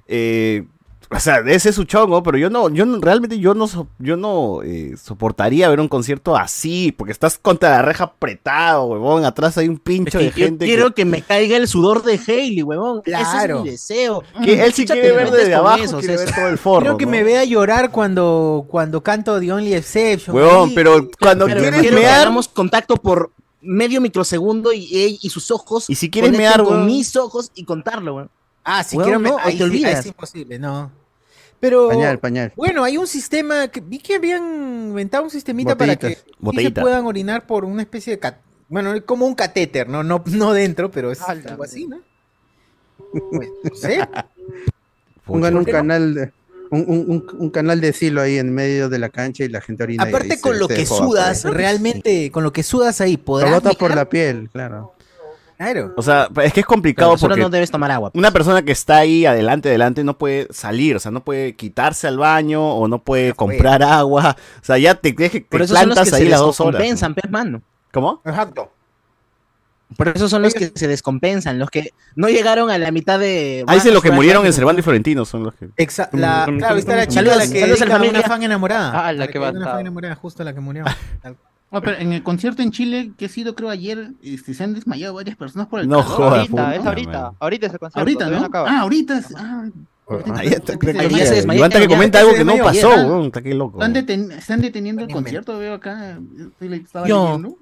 [SPEAKER 1] eh, o sea, ese es su chongo, pero yo no, yo no- realmente yo no, so- yo no eh, soportaría ver un concierto así, porque estás contra la reja apretado, huevón, atrás hay un pincho de
[SPEAKER 5] Es que yo
[SPEAKER 1] gente que-
[SPEAKER 5] quiero que... me caiga el sudor de Hailey, huevón. Ese es
[SPEAKER 9] Claro.
[SPEAKER 5] mi deseo.
[SPEAKER 1] que él sí
[SPEAKER 5] Escúchate,
[SPEAKER 1] quiere
[SPEAKER 5] me
[SPEAKER 1] ver
[SPEAKER 5] metes
[SPEAKER 1] desde
[SPEAKER 5] con
[SPEAKER 1] abajo,
[SPEAKER 5] eso,
[SPEAKER 1] quiere
[SPEAKER 5] o sea,
[SPEAKER 1] ver todo el forro.
[SPEAKER 9] Creo que
[SPEAKER 1] ¿no?
[SPEAKER 9] me vea llorar cuando, cuando canto The Only Exception.
[SPEAKER 1] Huevón,
[SPEAKER 9] ahí.
[SPEAKER 1] pero cuando
[SPEAKER 5] Pero
[SPEAKER 1] quieres
[SPEAKER 5] quiero que
[SPEAKER 1] mear,
[SPEAKER 5] hagamos contacto por medio microsegundo y, eh, y- y sus ojos.
[SPEAKER 1] Y si quieres
[SPEAKER 5] conecten
[SPEAKER 1] mear,
[SPEAKER 5] con
[SPEAKER 1] huevón.
[SPEAKER 5] mis ojos y contarlo, huevón.
[SPEAKER 9] Ah, si
[SPEAKER 5] Huevón,
[SPEAKER 9] quiero
[SPEAKER 5] no,
[SPEAKER 9] me-
[SPEAKER 5] o
[SPEAKER 9] ahí
[SPEAKER 5] te
[SPEAKER 9] sí- ahí
[SPEAKER 5] olvidas.
[SPEAKER 9] Es imposible, no. Pero
[SPEAKER 4] Pañal, pañal.
[SPEAKER 9] bueno, hay un sistema que vi que habían inventado un sistemita para que
[SPEAKER 4] Botellitas.
[SPEAKER 9] sí
[SPEAKER 1] Botellita.
[SPEAKER 9] se puedan orinar por una especie de cat- bueno, como un catéter, no no no dentro, pero es
[SPEAKER 2] Ala,
[SPEAKER 9] algo así, ¿no? Pues, no sé.
[SPEAKER 1] Pues,
[SPEAKER 4] Pongan un
[SPEAKER 9] ¿por qué no?
[SPEAKER 4] canal de. Un, un- un- un canal de silo ahí en medio de la cancha y la gente orina. y
[SPEAKER 9] Aparte
[SPEAKER 4] se- ¿eh?
[SPEAKER 9] con lo
[SPEAKER 4] se
[SPEAKER 9] que
[SPEAKER 4] joda por
[SPEAKER 9] sudas,
[SPEAKER 4] ahí.
[SPEAKER 9] realmente con lo que sudas ahí
[SPEAKER 4] Lo
[SPEAKER 9] podrás
[SPEAKER 4] botas por
[SPEAKER 9] mear?
[SPEAKER 4] la piel, claro.
[SPEAKER 9] Claro.
[SPEAKER 1] o sea, es que es
[SPEAKER 5] Pero
[SPEAKER 1] complicado
[SPEAKER 5] solo
[SPEAKER 1] porque
[SPEAKER 5] no debes tomar agua.
[SPEAKER 1] una persona que está ahí adelante, adelante, no puede salir, o sea, no puede quitarse al baño o no puede comprar agua. O sea, ya te, te, te
[SPEAKER 5] Por eso son los que
[SPEAKER 1] plantas
[SPEAKER 5] se
[SPEAKER 1] ahí las dos horas.
[SPEAKER 5] descompensan, pe, mano.
[SPEAKER 1] ¿Cómo?
[SPEAKER 9] Exacto.
[SPEAKER 5] Por eso son los que se descompensan, los que no llegaron a la mitad de.
[SPEAKER 1] Ahí dicen los que
[SPEAKER 5] Rush,
[SPEAKER 1] murieron en
[SPEAKER 5] Rush,
[SPEAKER 1] Cervantes y Florentino son los que.
[SPEAKER 9] Exa- la,
[SPEAKER 3] Mm,
[SPEAKER 9] claro,
[SPEAKER 3] mm,
[SPEAKER 9] está la
[SPEAKER 3] mm,
[SPEAKER 9] chica
[SPEAKER 5] saludos,
[SPEAKER 9] la que
[SPEAKER 5] saludos
[SPEAKER 9] dedica a
[SPEAKER 5] a la
[SPEAKER 9] una
[SPEAKER 5] familia.
[SPEAKER 9] fan enamorada.
[SPEAKER 2] Ah, la que
[SPEAKER 9] dedica a Una
[SPEAKER 2] bastada.
[SPEAKER 9] fan enamorada, justo la que murió.
[SPEAKER 6] No, Ah, pero en el concierto en Chile, que ha sido creo ayer, este, se han desmayado varias personas por el
[SPEAKER 1] No
[SPEAKER 6] calor.
[SPEAKER 1] joda,
[SPEAKER 2] Ahorita,
[SPEAKER 1] puta
[SPEAKER 2] es ahorita.
[SPEAKER 1] madre. Oh,
[SPEAKER 2] Ahorita es el concierto.
[SPEAKER 6] Ahorita,
[SPEAKER 2] todavía
[SPEAKER 6] ¿no?
[SPEAKER 2] acaba.
[SPEAKER 6] Ah, ahorita. es- ah, ahorita
[SPEAKER 1] Ahí está,
[SPEAKER 6] se
[SPEAKER 1] creo que-
[SPEAKER 5] Ahí ya se
[SPEAKER 6] desmayan.
[SPEAKER 5] desmayaron,
[SPEAKER 1] Levanta que
[SPEAKER 5] ya,
[SPEAKER 1] comenta
[SPEAKER 5] ya
[SPEAKER 1] algo
[SPEAKER 5] se
[SPEAKER 1] que no
[SPEAKER 5] desmayó,
[SPEAKER 1] pasó,
[SPEAKER 6] ya.
[SPEAKER 1] weón, está que loco.
[SPEAKER 6] Están, deten- están deteniendo el
[SPEAKER 9] Anime.
[SPEAKER 6] concierto, veo acá. estoy- Estaba
[SPEAKER 9] Yo.
[SPEAKER 6] leyendo.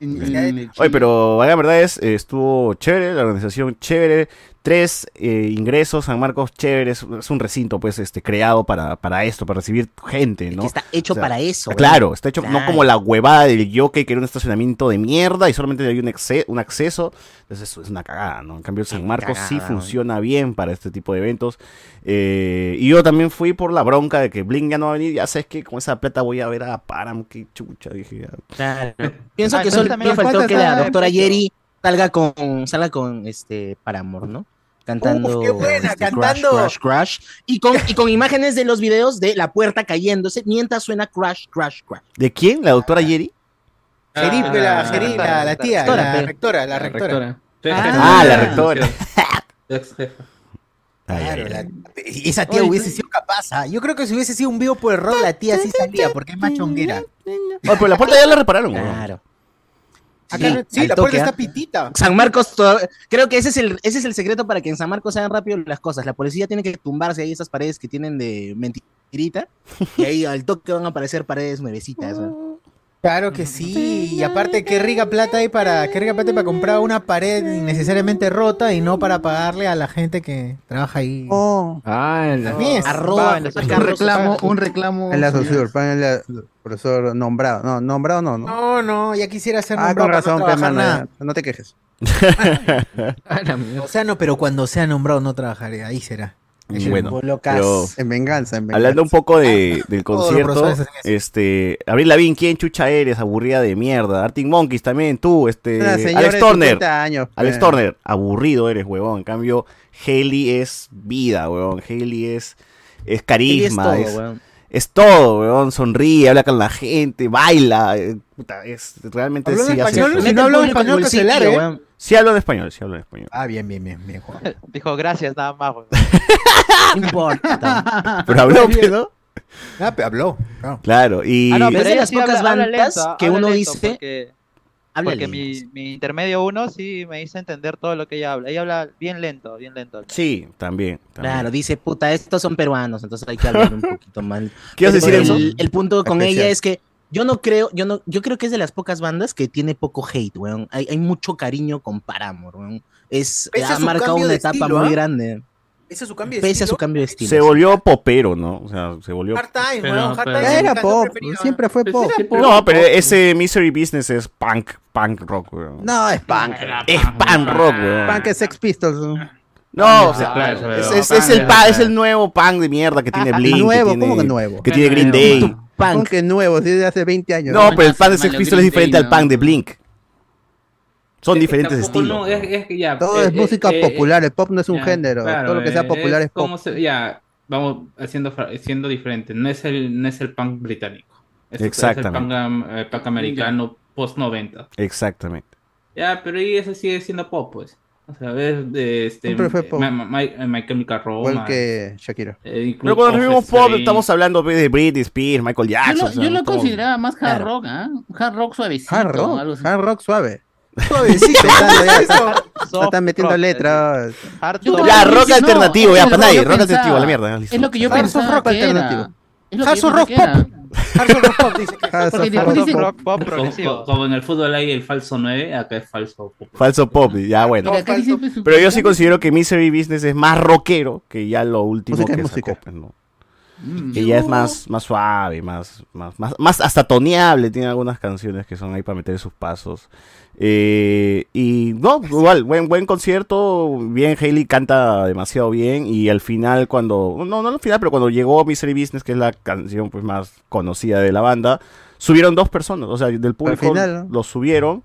[SPEAKER 6] En- en el
[SPEAKER 1] Oye,
[SPEAKER 6] Chile.
[SPEAKER 1] pero la verdad es, eh, estuvo chévere, la organización chévere. tres eh, ingresos, San Marcos chévere, es, es un recinto pues este creado para, para esto, para recibir gente, ¿no?
[SPEAKER 5] Está hecho
[SPEAKER 1] O sea,
[SPEAKER 5] para eso.
[SPEAKER 1] Ah,
[SPEAKER 5] güey.
[SPEAKER 1] Claro, está hecho no
[SPEAKER 5] Claro.
[SPEAKER 1] como la huevada del Yoke, que era un estacionamiento de mierda y solamente había un, acce- un acceso. Entonces eso es una cagada, ¿no? En cambio, el San Marcos sí
[SPEAKER 5] cagada, güey.
[SPEAKER 1] funciona bien para este tipo de eventos. Eh, y yo también fui por la bronca de que Blink ya no va a venir. Ya sabes que con esa plata voy a ver a Param, qué chucha, dije. ya.
[SPEAKER 5] Claro. Pienso
[SPEAKER 2] Ah,
[SPEAKER 5] que
[SPEAKER 2] entonces
[SPEAKER 5] solo
[SPEAKER 2] también
[SPEAKER 5] faltó
[SPEAKER 2] falta
[SPEAKER 5] que la
[SPEAKER 2] esa-
[SPEAKER 5] doctora Yeri salga con, salga con este Paramore, ¿no? Cantando.
[SPEAKER 10] Uf, qué buena,
[SPEAKER 5] este, Crush,
[SPEAKER 10] cantando.
[SPEAKER 5] Crush, Crush, Y con, y con imágenes de los videos de la puerta cayéndose mientras suena Crash, Crash, Crash.
[SPEAKER 1] ¿De quién? ¿La doctora Yeri?
[SPEAKER 10] Jerip, la, Jerip, la, la tía,
[SPEAKER 5] Rectora,
[SPEAKER 10] la
[SPEAKER 5] pe.
[SPEAKER 10] rectora, la rectora.
[SPEAKER 1] Ah, la rectora.
[SPEAKER 3] Ex jefa.
[SPEAKER 1] Ay, ay,
[SPEAKER 10] Claro,
[SPEAKER 1] ay.
[SPEAKER 10] la- y esa tía
[SPEAKER 9] Oye,
[SPEAKER 10] hubiese sido capaz. ah. Yo creo que si hubiese sido un vivo por error, la tía sí saldría, porque es machonguera.
[SPEAKER 1] Oh, pero la puerta ya la repararon, güey.
[SPEAKER 5] Claro.
[SPEAKER 10] Acá no- sí,
[SPEAKER 5] al
[SPEAKER 10] la
[SPEAKER 5] toque,
[SPEAKER 10] puerta
[SPEAKER 5] ¿ah?
[SPEAKER 10] está pitita.
[SPEAKER 5] San Marcos, to- creo que ese es, el, ese es el secreto para que en San Marcos se hagan rápido las cosas. La policía tiene que tumbarse ahí esas paredes que tienen de mentirita y ahí al toque van a aparecer paredes nuevecitas. ¿no?
[SPEAKER 9] Claro que sí, y aparte qué rica plata hay para, qué rica plata hay para comprar una pared innecesariamente rota y no para pagarle a la gente que trabaja ahí.
[SPEAKER 4] Oh.
[SPEAKER 7] Ah, la-
[SPEAKER 9] También es-
[SPEAKER 5] Arroba,
[SPEAKER 6] Un reclamo, un reclamo.
[SPEAKER 4] En la
[SPEAKER 6] sí.
[SPEAKER 4] Sosur, en la profesor nombrado. No, nombrado no, no.
[SPEAKER 9] No, no, ya quisiera ser
[SPEAKER 4] ah,
[SPEAKER 9] nombrado
[SPEAKER 4] con
[SPEAKER 9] para
[SPEAKER 4] razón,
[SPEAKER 9] no
[SPEAKER 4] pe,
[SPEAKER 9] trabajar
[SPEAKER 4] mano,
[SPEAKER 9] nada.
[SPEAKER 4] ya. no te quejes.
[SPEAKER 7] ah, la mierda.
[SPEAKER 9] O sea, no, pero cuando sea nombrado no trabajaré, ahí será.
[SPEAKER 1] Mm, Bueno,
[SPEAKER 5] Bolocas.
[SPEAKER 1] pero
[SPEAKER 4] En venganza, en venganza.
[SPEAKER 1] hablando un poco de, del
[SPEAKER 9] Todos los
[SPEAKER 1] concierto,
[SPEAKER 9] profesores hacen
[SPEAKER 1] este, Abril Lavín, ¿quién chucha eres? Aburrida de mierda. Arctic Monkeys también, tú, este,
[SPEAKER 4] Una señora
[SPEAKER 1] Alex
[SPEAKER 4] de
[SPEAKER 1] Turner.
[SPEAKER 4] 50 años,
[SPEAKER 1] Alex
[SPEAKER 4] pe.
[SPEAKER 1] Turner, aburrido eres, huevón. En cambio, Haley es vida, huevón. Haley es,
[SPEAKER 5] Y
[SPEAKER 1] es
[SPEAKER 5] es todo,
[SPEAKER 1] carisma, es, es todo,
[SPEAKER 5] weón.
[SPEAKER 1] huevón. Sonríe, habla con la gente, baila. eh, puta, es, realmente
[SPEAKER 9] ¿Habló en
[SPEAKER 1] sí este, hace
[SPEAKER 9] español?
[SPEAKER 1] eso.
[SPEAKER 9] Si no hablo
[SPEAKER 5] Mete al
[SPEAKER 9] español,
[SPEAKER 5] público en
[SPEAKER 9] cancelar,
[SPEAKER 5] bolsillo,
[SPEAKER 9] ¿eh?
[SPEAKER 5] weón.
[SPEAKER 1] Sí hablo en español, sí hablo en español.
[SPEAKER 9] Ah, bien, bien, bien, bien, Juan.
[SPEAKER 2] Dijo, gracias, nada más, weón.
[SPEAKER 5] No importa.
[SPEAKER 1] Pero habló, pues, ¿no?
[SPEAKER 9] Ah, pero habló. claro.
[SPEAKER 1] Claro, y...
[SPEAKER 2] Ah, no,
[SPEAKER 5] Pero es de
[SPEAKER 2] ella
[SPEAKER 5] las
[SPEAKER 2] sí
[SPEAKER 5] pocas
[SPEAKER 2] habla- habla
[SPEAKER 5] bandas
[SPEAKER 2] lento,
[SPEAKER 5] que
[SPEAKER 2] habla
[SPEAKER 5] uno
[SPEAKER 2] lento,
[SPEAKER 5] dice,
[SPEAKER 2] Porque,
[SPEAKER 5] Háblale.
[SPEAKER 2] porque mi, mi intermedio uno sí me hizo entender todo lo que ella habla. Ella habla bien lento, bien lento.
[SPEAKER 1] Sí, también. también.
[SPEAKER 5] Claro, dice, puta, estos son peruanos, entonces hay que hablar un poquito mal.
[SPEAKER 1] ¿Qué ibas a decir,
[SPEAKER 5] Pero
[SPEAKER 1] Enzo?
[SPEAKER 5] el, el punto con
[SPEAKER 4] Especial.
[SPEAKER 5] ella es que yo no creo, yo no, yo creo que es de las pocas bandas que tiene poco hate, weón. Hay, hay mucho cariño con Paramore, weón. Es,
[SPEAKER 10] Pese a
[SPEAKER 5] ha
[SPEAKER 10] su
[SPEAKER 5] marcado
[SPEAKER 10] cambio
[SPEAKER 5] una
[SPEAKER 10] de
[SPEAKER 5] etapa
[SPEAKER 10] estilo,
[SPEAKER 5] muy
[SPEAKER 10] ¿ah?
[SPEAKER 5] grande,
[SPEAKER 10] Ese es su cambio de
[SPEAKER 5] pese a su
[SPEAKER 10] estilo.
[SPEAKER 5] cambio de estilo.
[SPEAKER 1] Se volvió popero, ¿no? O sea, se volvió...
[SPEAKER 10] Hard time,
[SPEAKER 3] Pero-
[SPEAKER 10] weón, hard
[SPEAKER 3] pero-
[SPEAKER 10] time
[SPEAKER 4] Ya
[SPEAKER 10] es mi
[SPEAKER 4] era
[SPEAKER 10] canción
[SPEAKER 4] pop,
[SPEAKER 9] ¿eh?
[SPEAKER 10] preferida.
[SPEAKER 4] siempre fue pop.
[SPEAKER 1] No, pero ese Misery Business es punk, punk rock, weón.
[SPEAKER 4] No, es punk.
[SPEAKER 1] Es punk Ah, rock, weón.
[SPEAKER 4] Punk es Sex Pistols. ¿no?
[SPEAKER 1] No, o sea,
[SPEAKER 3] claro, claro.
[SPEAKER 1] es, es- es el, pa- es el nuevo punk de mierda que tiene Blink.
[SPEAKER 4] nuevo,
[SPEAKER 1] que tiene,
[SPEAKER 4] ¿cómo que nuevo?
[SPEAKER 1] que tiene Green Day.
[SPEAKER 4] Punk es nuevo, sí, de hace 20 años. ¿no?
[SPEAKER 1] No, pero el punk de Sex
[SPEAKER 7] Mario
[SPEAKER 1] Pistols es
[SPEAKER 7] Green
[SPEAKER 1] diferente
[SPEAKER 7] Day,
[SPEAKER 1] al punk de
[SPEAKER 7] ¿no?
[SPEAKER 1] Blink. Son diferentes
[SPEAKER 3] Tampoco
[SPEAKER 1] estilos.
[SPEAKER 3] no, es- es que ya,
[SPEAKER 4] todo
[SPEAKER 3] eh,
[SPEAKER 4] es
[SPEAKER 3] eh,
[SPEAKER 4] música
[SPEAKER 3] eh, eh,
[SPEAKER 4] popular, el pop no es un
[SPEAKER 3] ya,
[SPEAKER 4] género.
[SPEAKER 3] claro,
[SPEAKER 4] todo lo que sea
[SPEAKER 3] eh,
[SPEAKER 4] popular es, pop.
[SPEAKER 3] como se- ya, vamos haciendo, fra- siendo diferente. No es el, no es el punk británico. Es, es
[SPEAKER 1] Exactamente.
[SPEAKER 3] el punk, am- eh, punk americano post 90.
[SPEAKER 1] Exactamente.
[SPEAKER 3] Ya, pero y ese sigue siendo pop, pues. O sea, es de este.
[SPEAKER 4] Siempre fue pop.
[SPEAKER 3] Ma- ma- My, eh, My Chemical
[SPEAKER 4] Igual
[SPEAKER 3] Romance.
[SPEAKER 4] que Shakira.
[SPEAKER 3] eh, incluso
[SPEAKER 1] Pero cuando
[SPEAKER 3] Office
[SPEAKER 1] vivimos pop
[SPEAKER 3] Space.
[SPEAKER 1] estamos hablando pues, de Britney Spears, Michael
[SPEAKER 6] Yo
[SPEAKER 1] Jackson.
[SPEAKER 6] lo,
[SPEAKER 1] o sea,
[SPEAKER 6] yo lo
[SPEAKER 1] todo.
[SPEAKER 6] consideraba más hard
[SPEAKER 5] Claro.
[SPEAKER 6] rock, ¿ah? Hard rock suavecito.
[SPEAKER 4] Hard
[SPEAKER 6] algo
[SPEAKER 4] rock,
[SPEAKER 6] así.
[SPEAKER 4] hard rock suave.
[SPEAKER 3] eh,
[SPEAKER 9] Suavecito.
[SPEAKER 4] No están metiendo letras.
[SPEAKER 1] Ya,
[SPEAKER 6] No,
[SPEAKER 1] rock
[SPEAKER 6] no,
[SPEAKER 1] alternativo,
[SPEAKER 6] es
[SPEAKER 1] ya,
[SPEAKER 6] lo
[SPEAKER 1] para
[SPEAKER 6] que
[SPEAKER 1] nadie.
[SPEAKER 6] yo
[SPEAKER 1] Rock alternativo, a
[SPEAKER 6] pensaba.
[SPEAKER 1] la mierda. ya, listo.
[SPEAKER 6] Es lo que yo
[SPEAKER 4] Hard Ah, rock
[SPEAKER 6] pensaba que era.
[SPEAKER 4] alternativo.
[SPEAKER 6] Es lo que
[SPEAKER 9] Hard
[SPEAKER 6] yo
[SPEAKER 9] rock
[SPEAKER 6] pensé que era.
[SPEAKER 9] Hard rock pop, dice que-
[SPEAKER 4] Hard
[SPEAKER 6] Porque
[SPEAKER 4] rock,
[SPEAKER 6] después
[SPEAKER 4] hard
[SPEAKER 6] dicen
[SPEAKER 4] rock.
[SPEAKER 2] rock pop
[SPEAKER 3] Como,
[SPEAKER 2] progresivo.
[SPEAKER 3] como- como en el fútbol hay el falso 9, acá es falso pop.
[SPEAKER 1] Falso pop, ya bueno.
[SPEAKER 6] Mira, acá dicen, pues,
[SPEAKER 1] Pero yo sí
[SPEAKER 6] supuestamente-
[SPEAKER 1] considero que Misery Business es más rockero que ya lo último
[SPEAKER 4] Música es
[SPEAKER 1] que
[SPEAKER 4] música.
[SPEAKER 1] sacó, pues, ¿no?
[SPEAKER 2] Mm.
[SPEAKER 1] Que ya es
[SPEAKER 2] Uh,
[SPEAKER 1] más, más suave, más, más, más, más hasta toneable. Tiene algunas canciones que son ahí para meter sus pasos. Eh, y no, igual, buen, buen concierto. Bien, Hailey canta demasiado bien. Y al final, cuando. No, no al final, pero cuando llegó Misery Business, que es la canción pues más conocida de la banda, subieron dos personas. O sea, del público
[SPEAKER 4] final, ¿no?
[SPEAKER 1] los subieron.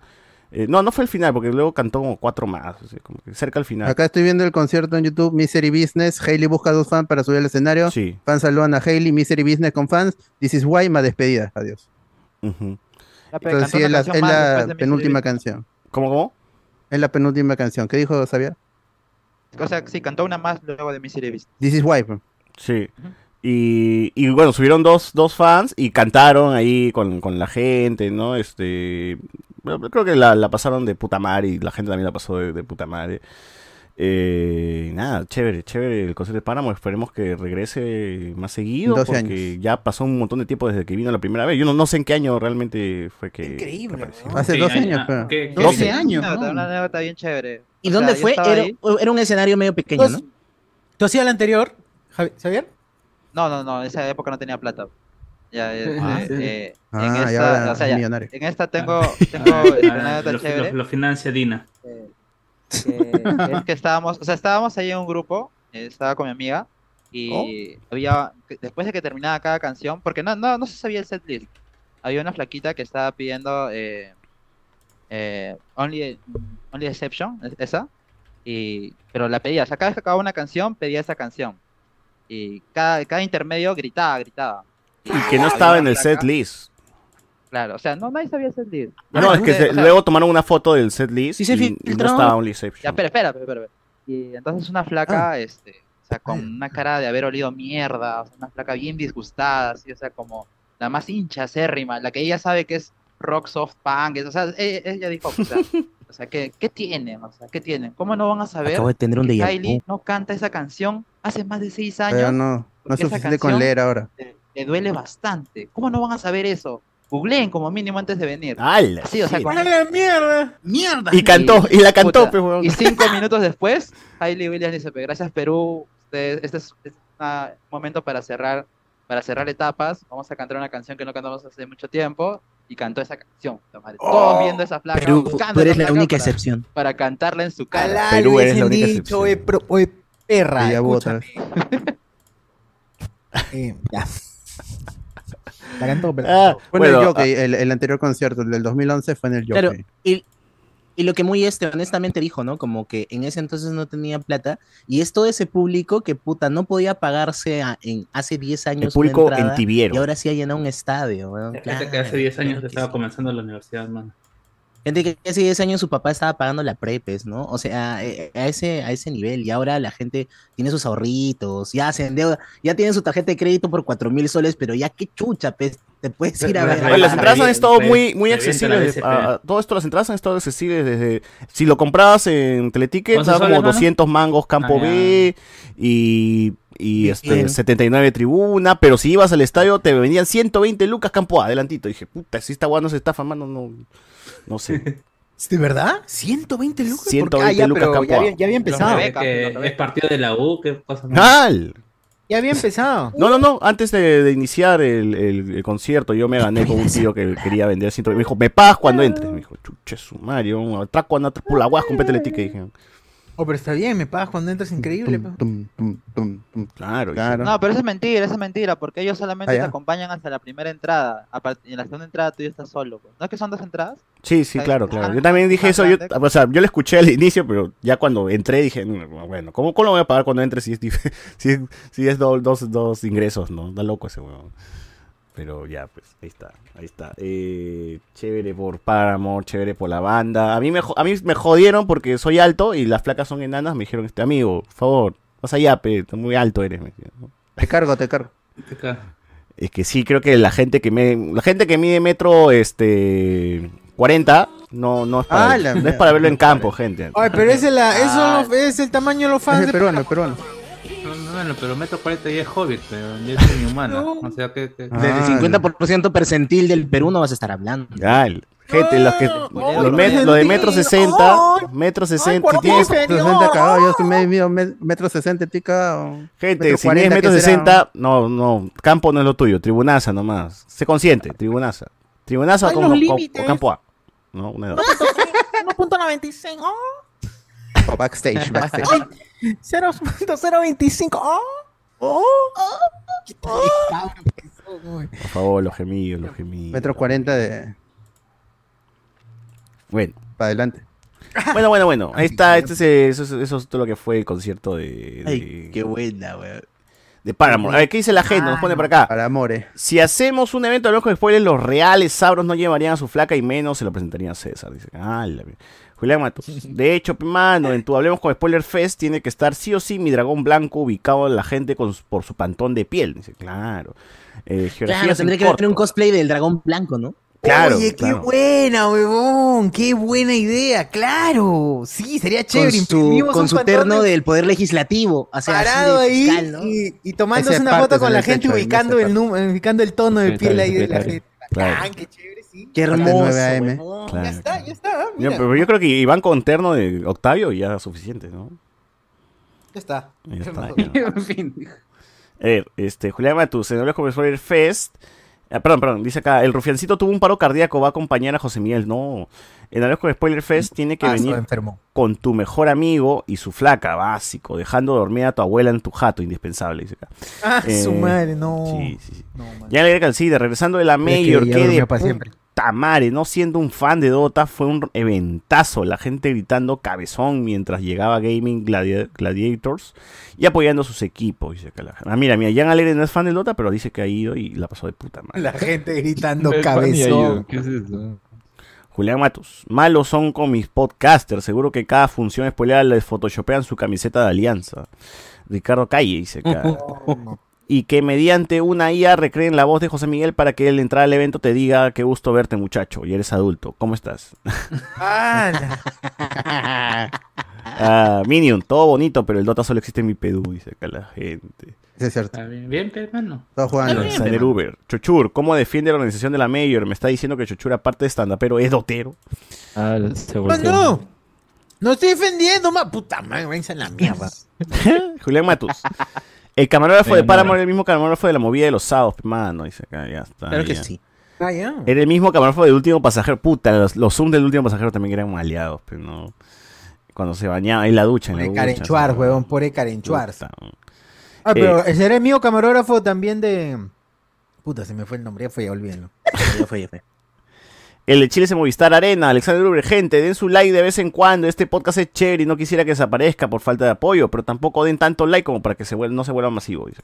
[SPEAKER 1] Eh, no, no fue el final, porque luego cantó como cuatro más. o sea, como que cerca al final.
[SPEAKER 4] Acá estoy viendo el concierto en YouTube, Misery Business. Hailey busca dos fans para subir al escenario.
[SPEAKER 1] Sí.
[SPEAKER 4] Fans saludan a Hailey, Misery Business con fans. This is why, más despedida. Adiós.
[SPEAKER 1] ujú.
[SPEAKER 4] Entonces, sí, es la, es la penúltima canción.
[SPEAKER 1] ¿Cómo, cómo?
[SPEAKER 4] Es la penúltima canción. ¿Qué dijo Sabia?
[SPEAKER 2] canción. O sea, sí, cantó una más luego de Misery Business.
[SPEAKER 4] This is why. pues. bro.
[SPEAKER 1] Sí. Y, y bueno, subieron dos, dos fans y cantaron ahí con, con la gente, ¿no? Este. bueno, Creo que la, la pasaron de puta madre y la gente también la pasó de, de puta madre. Eh, nada, chévere, chévere el concierto de Páramo. Esperemos que regrese más seguido.
[SPEAKER 4] 12
[SPEAKER 1] porque ya pasó un montón de tiempo desde que vino la primera vez. Yo no, no sé en qué año realmente fue que.
[SPEAKER 10] Increíble,
[SPEAKER 1] que
[SPEAKER 10] ¿no?
[SPEAKER 4] Hace
[SPEAKER 3] Sí,
[SPEAKER 4] 12
[SPEAKER 3] ahí,
[SPEAKER 4] años,
[SPEAKER 3] ah,
[SPEAKER 4] pero-
[SPEAKER 3] ¿qué- qué
[SPEAKER 6] 12
[SPEAKER 3] dice?
[SPEAKER 6] años.
[SPEAKER 2] Una
[SPEAKER 6] ¿no?
[SPEAKER 2] una anécdota bien chévere.
[SPEAKER 5] ¿Y
[SPEAKER 2] O
[SPEAKER 5] dónde
[SPEAKER 2] sea, yo
[SPEAKER 5] fue?
[SPEAKER 2] estaba
[SPEAKER 5] Era,
[SPEAKER 2] ahí-
[SPEAKER 5] era un escenario medio pequeño, ¿no?
[SPEAKER 9] ¿Tú hacías el anterior, Javi- Xavier?
[SPEAKER 2] No, no, no, en esa época no tenía plata. Ya, eh,
[SPEAKER 7] Ah,
[SPEAKER 2] eh,
[SPEAKER 7] sí.
[SPEAKER 2] eh, en
[SPEAKER 4] Ah, ya
[SPEAKER 2] esta,
[SPEAKER 4] ahora
[SPEAKER 2] o sea,
[SPEAKER 4] es
[SPEAKER 2] ya,
[SPEAKER 4] millonario.
[SPEAKER 2] en esta tengo, tengo
[SPEAKER 3] Ah,
[SPEAKER 2] una
[SPEAKER 3] ah,
[SPEAKER 2] anécdota
[SPEAKER 3] lo,
[SPEAKER 2] chévere.
[SPEAKER 3] lo- lo financia Dina.
[SPEAKER 2] eh, que- es que estábamos, o sea, estábamos ahí en un grupo, eh, estaba con mi amiga
[SPEAKER 3] ¿Oh?
[SPEAKER 2] y había, que- después de que terminaba cada canción, porque no, no, no se sabía el setlist, había una flaquita que estaba pidiendo eh, eh, Only, Only Exception, es- esa, y, pero la pedía, o sea, cada vez que acababa una canción, pedía esa canción. Y cada, cada intermedio gritaba, gritaba.
[SPEAKER 1] Y que no estaba en el set list.
[SPEAKER 2] Claro, o sea, no, nadie sabía el setlist.
[SPEAKER 1] No, es que se-
[SPEAKER 2] Ah, O sea,
[SPEAKER 1] luego tomaron una foto del set list
[SPEAKER 5] Sí se
[SPEAKER 1] y- y, no
[SPEAKER 5] filtró.
[SPEAKER 1] estaba Only Exception.
[SPEAKER 2] Ya, espera, espera, espera, espera. Y entonces una flaca,
[SPEAKER 5] Ah.
[SPEAKER 2] este, o sea, con una cara de haber olido mierda, o sea, una flaca bien disgustada, así, o sea, como la más hincha acérrima, la que ella sabe que es rock soft punk, es- o sea, e- ella dijo, o sea, o sea, ¿qué, ¿qué tienen? O sea, ¿qué tienen? ¿Cómo no van a saber
[SPEAKER 5] Acabo de tener un
[SPEAKER 2] que
[SPEAKER 5] déjà
[SPEAKER 2] Kylie
[SPEAKER 5] vu.
[SPEAKER 2] no canta esa canción hace más de seis
[SPEAKER 4] Pero
[SPEAKER 2] años?
[SPEAKER 4] no, no es
[SPEAKER 2] Ah, Esa
[SPEAKER 4] suficiente con
[SPEAKER 2] canción-
[SPEAKER 4] leer ahora.
[SPEAKER 2] Le, le duele bastante. ¿Cómo no van a saber eso? Googleen como mínimo antes de venir.
[SPEAKER 1] ¡Hala!
[SPEAKER 2] Sí, o sea,
[SPEAKER 1] shit!
[SPEAKER 2] cuando-
[SPEAKER 9] la mierda!
[SPEAKER 6] Mierda.
[SPEAKER 1] Y cantó, y la cantó,
[SPEAKER 2] Puta,
[SPEAKER 1] pues, weón.
[SPEAKER 2] Y cinco minutos después, Hailey Williams dice, "Pe, gracias Perú, ustedes- este es, es una- un momento para cerrar, para cerrar etapas, vamos a cantar una canción que no cantamos hace mucho tiempo, y cantó esa canción. la madre.
[SPEAKER 1] Oh,
[SPEAKER 2] Todos viendo esa flaca,
[SPEAKER 5] Perú,
[SPEAKER 2] buscando
[SPEAKER 5] tú eres
[SPEAKER 2] esa
[SPEAKER 5] la
[SPEAKER 2] flaca
[SPEAKER 5] única
[SPEAKER 2] para,
[SPEAKER 5] excepción.
[SPEAKER 2] para cantarla en su cara.
[SPEAKER 10] Ojalá
[SPEAKER 1] Perú
[SPEAKER 10] le
[SPEAKER 1] eres
[SPEAKER 10] hubiesen
[SPEAKER 1] la única
[SPEAKER 10] dicho,
[SPEAKER 1] excepción.
[SPEAKER 10] "Oye, pro- oye, perra.
[SPEAKER 4] Ella vota.
[SPEAKER 10] escúchame". Eh, ya.
[SPEAKER 9] La cantó, pero...
[SPEAKER 1] Ah,
[SPEAKER 4] Fue en el
[SPEAKER 1] bueno,
[SPEAKER 4] Jockey, el, el anterior concierto, el del 2011 fue en el Jockey.
[SPEAKER 5] Claro, ah, y, y lo que muy este honestamente dijo, ¿no? Como que en ese entonces no tenía plata y es todo ese público que puta no podía pagarse a- en hace 10 años una
[SPEAKER 1] público
[SPEAKER 5] entrada,
[SPEAKER 1] entibiero.
[SPEAKER 5] Y ahora sí ha llenado un estadio, weón,
[SPEAKER 2] este
[SPEAKER 3] Gente
[SPEAKER 5] claro,
[SPEAKER 3] que hace 10 años
[SPEAKER 5] claro que
[SPEAKER 3] estaba
[SPEAKER 5] sí.
[SPEAKER 3] comenzando la universidad, mano.
[SPEAKER 5] Gente que hace 10 años su papá estaba pagando la prepes, ¿no? O sea, eh, a ese, a ese nivel. Y ahora la gente tiene sus ahorritos, ya se endeuda, ya tiene su tarjeta de crédito por 4 mil soles, pero ya qué chucha, pues, te puedes ir a pues. ver.
[SPEAKER 1] Oye, las entradas han
[SPEAKER 3] Revienta,
[SPEAKER 1] estado muy, muy
[SPEAKER 3] revienta la eh.
[SPEAKER 1] accesibles. ah,
[SPEAKER 3] BCP.
[SPEAKER 1] a- a- todo esto, las entradas han estado accesibles desde. Si lo comprabas en Teleticket,
[SPEAKER 3] ¿Cuántos
[SPEAKER 1] estaba
[SPEAKER 3] soles,
[SPEAKER 1] como
[SPEAKER 3] mano?
[SPEAKER 1] 200 mangos Campo
[SPEAKER 3] Ah, ya.
[SPEAKER 1] B y, y
[SPEAKER 5] Bien.
[SPEAKER 1] este, 79 Tribuna. Pero si ibas al estadio, te vendían 120 lucas Campo A, adelantito. dije, puta, si esta guay no se estafa, mano, no, no sé.
[SPEAKER 10] ¿De verdad? ¿120 lucas? ¿Por
[SPEAKER 9] ah,
[SPEAKER 10] qué?
[SPEAKER 1] 120
[SPEAKER 10] ya,
[SPEAKER 1] lucas
[SPEAKER 10] pero
[SPEAKER 1] Campoa.
[SPEAKER 10] ya había, ya había
[SPEAKER 3] Los
[SPEAKER 10] empezado.
[SPEAKER 2] bebés.
[SPEAKER 3] Rebeca, que
[SPEAKER 2] los Rebeca.
[SPEAKER 3] es partido de la U, qué cosa más.
[SPEAKER 1] ¡Mal!
[SPEAKER 9] Ya había empezado.
[SPEAKER 1] No, no, no. Antes de, de iniciar el, el- el concierto, yo me gané con un tío que quería vender 120. Me dijo, me pagas cuando entres. Me dijo, chuche sumario, atraco, anda por la guas, compré el ticket. Dije,
[SPEAKER 9] Oh, pero está bien, me pagas cuando entras eh, increíble.
[SPEAKER 4] Tum,
[SPEAKER 9] pe.
[SPEAKER 4] tum, tum, tum, tum.
[SPEAKER 1] Mm, claro. dije,
[SPEAKER 4] Claro.
[SPEAKER 2] No, pero eso es mentira, eso es mentira, porque ellos solamente
[SPEAKER 4] Ah,
[SPEAKER 2] te
[SPEAKER 4] ya.
[SPEAKER 2] acompañan hasta la primera entrada. A part- en la segunda entrada tú ya estás solo. pues. ¿No es que son dos entradas?
[SPEAKER 1] Sí, sí,
[SPEAKER 2] Ahí
[SPEAKER 1] claro,
[SPEAKER 2] está.
[SPEAKER 1] claro. Yo también dije eso, yo,
[SPEAKER 2] Adelante.
[SPEAKER 1] o sea, yo lo escuché al inicio, pero ya cuando entré dije, "Mm, bueno, ¿cómo, cómo lo voy a pagar cuando entre si es, dif- si es, si es do- dos, dos ingresos, no? Está loco ese huevón. Pero ya, pues, ahí está, ahí está. Eh, chévere por Páramo, chévere por la banda. A mí, me, jo- a mí me jodieron porque soy alto y las flacas son enanas, me dijeron, este amigo, por favor, vas allá, pe, tú muy alto eres. me decían, ¿no?
[SPEAKER 4] Te cargo, te cargo.
[SPEAKER 3] Acá.
[SPEAKER 1] Es que sí, creo que la gente que me, la gente que mide metro este 40 no, no es para,
[SPEAKER 4] Ah, la
[SPEAKER 1] no es
[SPEAKER 4] mierda.
[SPEAKER 1] para verlo en campo, gente.
[SPEAKER 9] Ay, pero ese, la, eso no- es el tamaño de los
[SPEAKER 4] Es
[SPEAKER 9] fans
[SPEAKER 4] el
[SPEAKER 9] de
[SPEAKER 4] peruano, el peruano.
[SPEAKER 3] No, no, bueno, pero metro 40 ya es hobbit, pero ya es semi-humana. O sea, que. que-
[SPEAKER 4] Ah.
[SPEAKER 5] Del 50% percentil del Perú no vas a estar hablando.
[SPEAKER 1] Ya, el- gente, los que los, met- los de metro 60, metro 60, si tienes-
[SPEAKER 4] 60 cagado, yo soy medio, medio met- metro 60 tica. o
[SPEAKER 1] gente,
[SPEAKER 4] metro
[SPEAKER 1] si tienes
[SPEAKER 4] 40,
[SPEAKER 1] metro
[SPEAKER 4] ¿qué será?
[SPEAKER 1] 60, no, no, campo no es lo tuyo, tribunaza nomás. Se consciente, tribunaza. Tribunaza
[SPEAKER 9] Hay
[SPEAKER 1] con,
[SPEAKER 9] los
[SPEAKER 1] con-
[SPEAKER 9] límites.
[SPEAKER 1] con campo A. No, una de dos.
[SPEAKER 9] 1.96. Oh,
[SPEAKER 4] O backstage, backstage.
[SPEAKER 9] 0.025. Oh, oh,
[SPEAKER 1] Por favor, los gemidos, los gemidos.
[SPEAKER 4] metro 40 de
[SPEAKER 1] Bueno.
[SPEAKER 4] para adelante.
[SPEAKER 1] Bueno, bueno, bueno. Ahí está, este es, eh, eso, es- eso es todo lo que fue el concierto de,
[SPEAKER 5] Ay, qué
[SPEAKER 1] de,
[SPEAKER 5] buena, weón.
[SPEAKER 1] de Paramore. A ver, ¿qué dice la gente? Nos pone por acá.
[SPEAKER 4] Para eh. More.
[SPEAKER 1] Si hacemos un evento de locos de spoilers, los reales sabros no llevarían a su flaca y menos se lo presentarían a César. Dice, ah, la mier- Julián Matos. De hecho, pe, mano, en tu Hablemos con Spoiler Fest tiene que estar sí o sí mi dragón blanco ubicado en la gente con su- por su pantón de piel. Dice, claro. Eh,
[SPEAKER 5] Claro,
[SPEAKER 1] geografías en
[SPEAKER 5] tendría que haber
[SPEAKER 1] corto.
[SPEAKER 5] un cosplay del dragón blanco, ¿no?
[SPEAKER 1] Claro,
[SPEAKER 9] Oye, qué
[SPEAKER 1] claro.
[SPEAKER 9] buena, huevón, qué buena idea, claro. Sí, sería chévere.
[SPEAKER 5] Con su,
[SPEAKER 9] imprimimos
[SPEAKER 5] con
[SPEAKER 9] un
[SPEAKER 5] su
[SPEAKER 9] fantasma
[SPEAKER 5] terno del poder legislativo. o sea, así de
[SPEAKER 9] parado ahí
[SPEAKER 5] fiscal, ¿no?
[SPEAKER 9] y, y tomándose
[SPEAKER 4] Esa
[SPEAKER 9] una
[SPEAKER 4] parte
[SPEAKER 9] foto
[SPEAKER 4] se
[SPEAKER 9] con
[SPEAKER 4] le
[SPEAKER 9] la
[SPEAKER 4] está
[SPEAKER 9] gente,
[SPEAKER 4] hecho ahí,
[SPEAKER 9] ubicando
[SPEAKER 4] esa
[SPEAKER 9] el, num- ubicando el tono de piel ahí de la
[SPEAKER 7] Secretario,
[SPEAKER 9] gente.
[SPEAKER 1] Claro.
[SPEAKER 9] Ah, qué chévere, sí.
[SPEAKER 5] Qué hermoso.
[SPEAKER 4] 9 AM.
[SPEAKER 5] huevón.
[SPEAKER 1] Claro.
[SPEAKER 9] Ya está, ya está. ah,
[SPEAKER 1] Yo,
[SPEAKER 9] Mira,
[SPEAKER 1] pero yo creo que Iván con terno de Octavio ya es suficiente, ¿no?
[SPEAKER 10] Ya está.
[SPEAKER 1] Ya está,
[SPEAKER 10] Hermoso.
[SPEAKER 1] ya.
[SPEAKER 7] En fin.
[SPEAKER 1] A ver, este, Julián Matus, en el Ojo Spoiler Fest. Ah, perdón, perdón, dice acá, el rufiancito tuvo un paro cardíaco, va a acompañar a José Miguel. No, en el Ojo Spoiler Fest tiene que
[SPEAKER 10] Ah,
[SPEAKER 1] venir
[SPEAKER 10] se enfermó.
[SPEAKER 1] con tu mejor amigo y su flaca, básico, dejando dormir a tu abuela en tu jato, indispensable, dice acá.
[SPEAKER 9] Ah, su
[SPEAKER 1] Eh,
[SPEAKER 9] madre, no.
[SPEAKER 1] Sí, sí, sí.
[SPEAKER 9] No, man.
[SPEAKER 1] Ya le agrega el CIDE, regresando de la Mayor,
[SPEAKER 9] ya
[SPEAKER 1] que de
[SPEAKER 9] durmió pa' siempre.
[SPEAKER 1] puta madre, no siendo un fan de Dota, fue un eventazo, la gente gritando cabezón mientras llegaba Gaming Gladi- Gladiators y apoyando a sus equipos, dice acá la- Ah, mira, mira, Jan Alegre no es fan de Dota, pero dice que ha ido y la pasó de puta madre.
[SPEAKER 10] La gente gritando
[SPEAKER 7] El pan y ayuda,
[SPEAKER 10] cabezón.
[SPEAKER 7] ¿Qué es eso?
[SPEAKER 1] Julián Matos, malos son con mis podcasters, seguro que cada función spoiler les photoshopean su camiseta de alianza. Ricardo Calle dice acá. y que mediante una IA recreen la voz de José Miguel para que él entrar al evento te diga qué gusto verte muchacho y eres adulto. ¿Cómo estás? Ah, Minion, todo bonito, pero el Dota solo existe en mi Perú, dice acá la gente.
[SPEAKER 4] Eso es cierto.
[SPEAKER 3] Está bien, bien, pe, hermano.
[SPEAKER 4] Todos jugando.
[SPEAKER 1] Alexander Uber, Chochur, ¿cómo defiende la organización de la Mayor? Me está diciendo que Chochur, aparte de stand-upero, es dotero.
[SPEAKER 7] Ah, se
[SPEAKER 9] Pues
[SPEAKER 7] volteó.
[SPEAKER 9] no. No estoy defendiendo, ma puta madre, váyanse a la mierda.
[SPEAKER 1] Julián Matus. El camarógrafo de
[SPEAKER 7] Venga,
[SPEAKER 1] Paramore es el mismo camarógrafo de la movida de los sábados, pe, mano. Dice acá, ya está.
[SPEAKER 5] Claro que
[SPEAKER 1] ya.
[SPEAKER 5] sí.
[SPEAKER 9] Ah, ya.
[SPEAKER 1] Era el mismo camarógrafo del último pasajero. Puta, los, los Zoom del último pasajero también eran aliados, pero no. Cuando se bañaba en la ducha, en la
[SPEAKER 10] Pobre
[SPEAKER 1] ducha.
[SPEAKER 10] Carenchuar,
[SPEAKER 1] se-
[SPEAKER 10] huevón, pobre Carenchuar.
[SPEAKER 1] Puta. Eh,
[SPEAKER 9] Ah, pero ese era el mío camarógrafo también de. Puta, se me fue el nombre, ya fue, ya olvídenlo.
[SPEAKER 5] Ya fue, ya fue.
[SPEAKER 1] El de Chile se Movistar Arena, Alexander Uber, gente, den su like de vez en cuando. Este podcast es chévere y no quisiera que desaparezca por falta de apoyo, pero tampoco den tanto like como para que se vuel- no se vuelva masivo. Dice.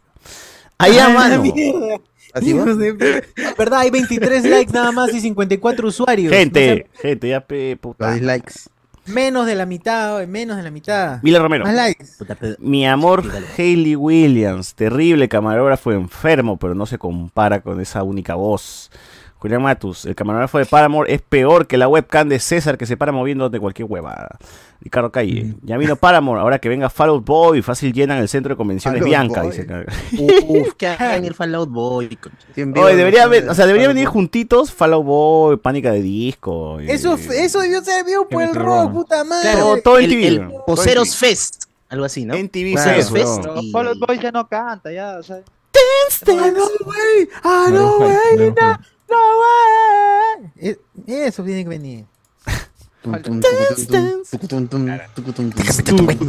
[SPEAKER 1] Ahí
[SPEAKER 9] Ah,
[SPEAKER 1] a mano.
[SPEAKER 9] mierda.
[SPEAKER 4] Así va.
[SPEAKER 9] Hijos de- ¿Verdad? Hay 23 likes nada más y 54 usuarios.
[SPEAKER 1] Gente, gente, ya pe, puta.
[SPEAKER 4] Los dislikes.
[SPEAKER 9] No sé, menos de la mitad, oye, menos de la mitad.
[SPEAKER 1] Mila Romero.
[SPEAKER 9] Más likes.
[SPEAKER 5] Puta, pero-
[SPEAKER 1] Mi amor,
[SPEAKER 5] Explícalo.
[SPEAKER 1] Hayley Williams, terrible camarógrafo enfermo, pero no se compara con esa única voz. Julián Matus, el camarógrafo de Paramore es peor que la webcam de César que se para moviendo de cualquier huevada. Ricardo Calle, ya vino Paramore, ahora que venga Fallout Boy, fácil llenan el centro de convenciones
[SPEAKER 4] Fall Out
[SPEAKER 1] Bianca,
[SPEAKER 4] Boy.
[SPEAKER 1] dice.
[SPEAKER 5] Uf, que hagan el Fallout Boy. concha.
[SPEAKER 4] Sí, en vivo,
[SPEAKER 1] Oye, debería,
[SPEAKER 4] ¿no?
[SPEAKER 1] haber- o sea, debería
[SPEAKER 4] Algo.
[SPEAKER 1] venir juntitos Fallout Boy, Pánica de Disco. eh,
[SPEAKER 9] Eso, eso debió ser vivo por el
[SPEAKER 7] Gente,
[SPEAKER 9] rock,
[SPEAKER 7] broma.
[SPEAKER 9] puta madre.
[SPEAKER 1] Todo, todo en
[SPEAKER 5] el,
[SPEAKER 1] TV.
[SPEAKER 5] el
[SPEAKER 1] todo en
[SPEAKER 5] Poseros Fest. Algo así, ¿no?
[SPEAKER 1] En TV,
[SPEAKER 4] Claro,
[SPEAKER 1] Fest,
[SPEAKER 5] Fest.
[SPEAKER 1] weón.
[SPEAKER 2] Pero
[SPEAKER 5] Y-
[SPEAKER 2] Fall Out Boy ya no canta, ya, o sea,
[SPEAKER 9] Ah, no, güey. Ah,
[SPEAKER 7] Maroon
[SPEAKER 9] no,
[SPEAKER 7] five,
[SPEAKER 9] güey.
[SPEAKER 7] Maroon
[SPEAKER 9] No, no, güey. Eh, Eso tiene que venir.
[SPEAKER 4] Tum, tum, tucu, tum, tum, tucu, tum, tum, tucu, tum, tum.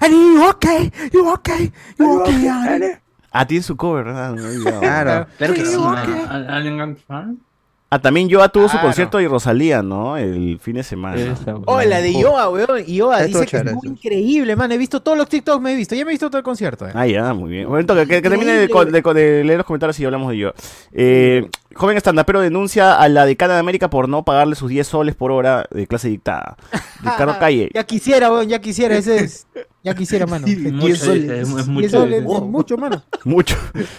[SPEAKER 9] And you okay? You okay? You okay, Ani?
[SPEAKER 1] Ah, tiene su cover, ¿verdad? No, ya.
[SPEAKER 4] Claro.
[SPEAKER 5] Claro que sí, mano.
[SPEAKER 3] ¿Al- ¿Alguien gan- fan?
[SPEAKER 1] Ah, también Yoa tuvo su
[SPEAKER 10] Claro.
[SPEAKER 1] concierto y Rosalía, ¿no? El fin de semana.
[SPEAKER 7] Esa, weón.
[SPEAKER 9] Oh, la de Yoa, weón. Yoa
[SPEAKER 4] Esto
[SPEAKER 9] dice que
[SPEAKER 4] chévere,
[SPEAKER 9] es muy
[SPEAKER 4] esto.
[SPEAKER 9] increíble, man. He visto todos los TikToks, me he visto. Ya me he visto todo el concierto. eh.
[SPEAKER 1] Ah, ya, muy bien. Bueno, entonces, que, que termine de,
[SPEAKER 9] Increíble.
[SPEAKER 1] con- de- con- de leer los comentarios y hablamos de Yoa. Eh, joven estandapero denuncia a la decana de América por no pagarle sus 10 soles por hora de clase dictada. Ricardo Calle.
[SPEAKER 9] Ya quisiera, weón. Ya quisiera. Ese es. Ya quisiera, mano.
[SPEAKER 3] mucho, dice, es- es mucho,
[SPEAKER 9] Eso le-
[SPEAKER 3] dice.
[SPEAKER 9] mucho, mano.
[SPEAKER 1] Mucho.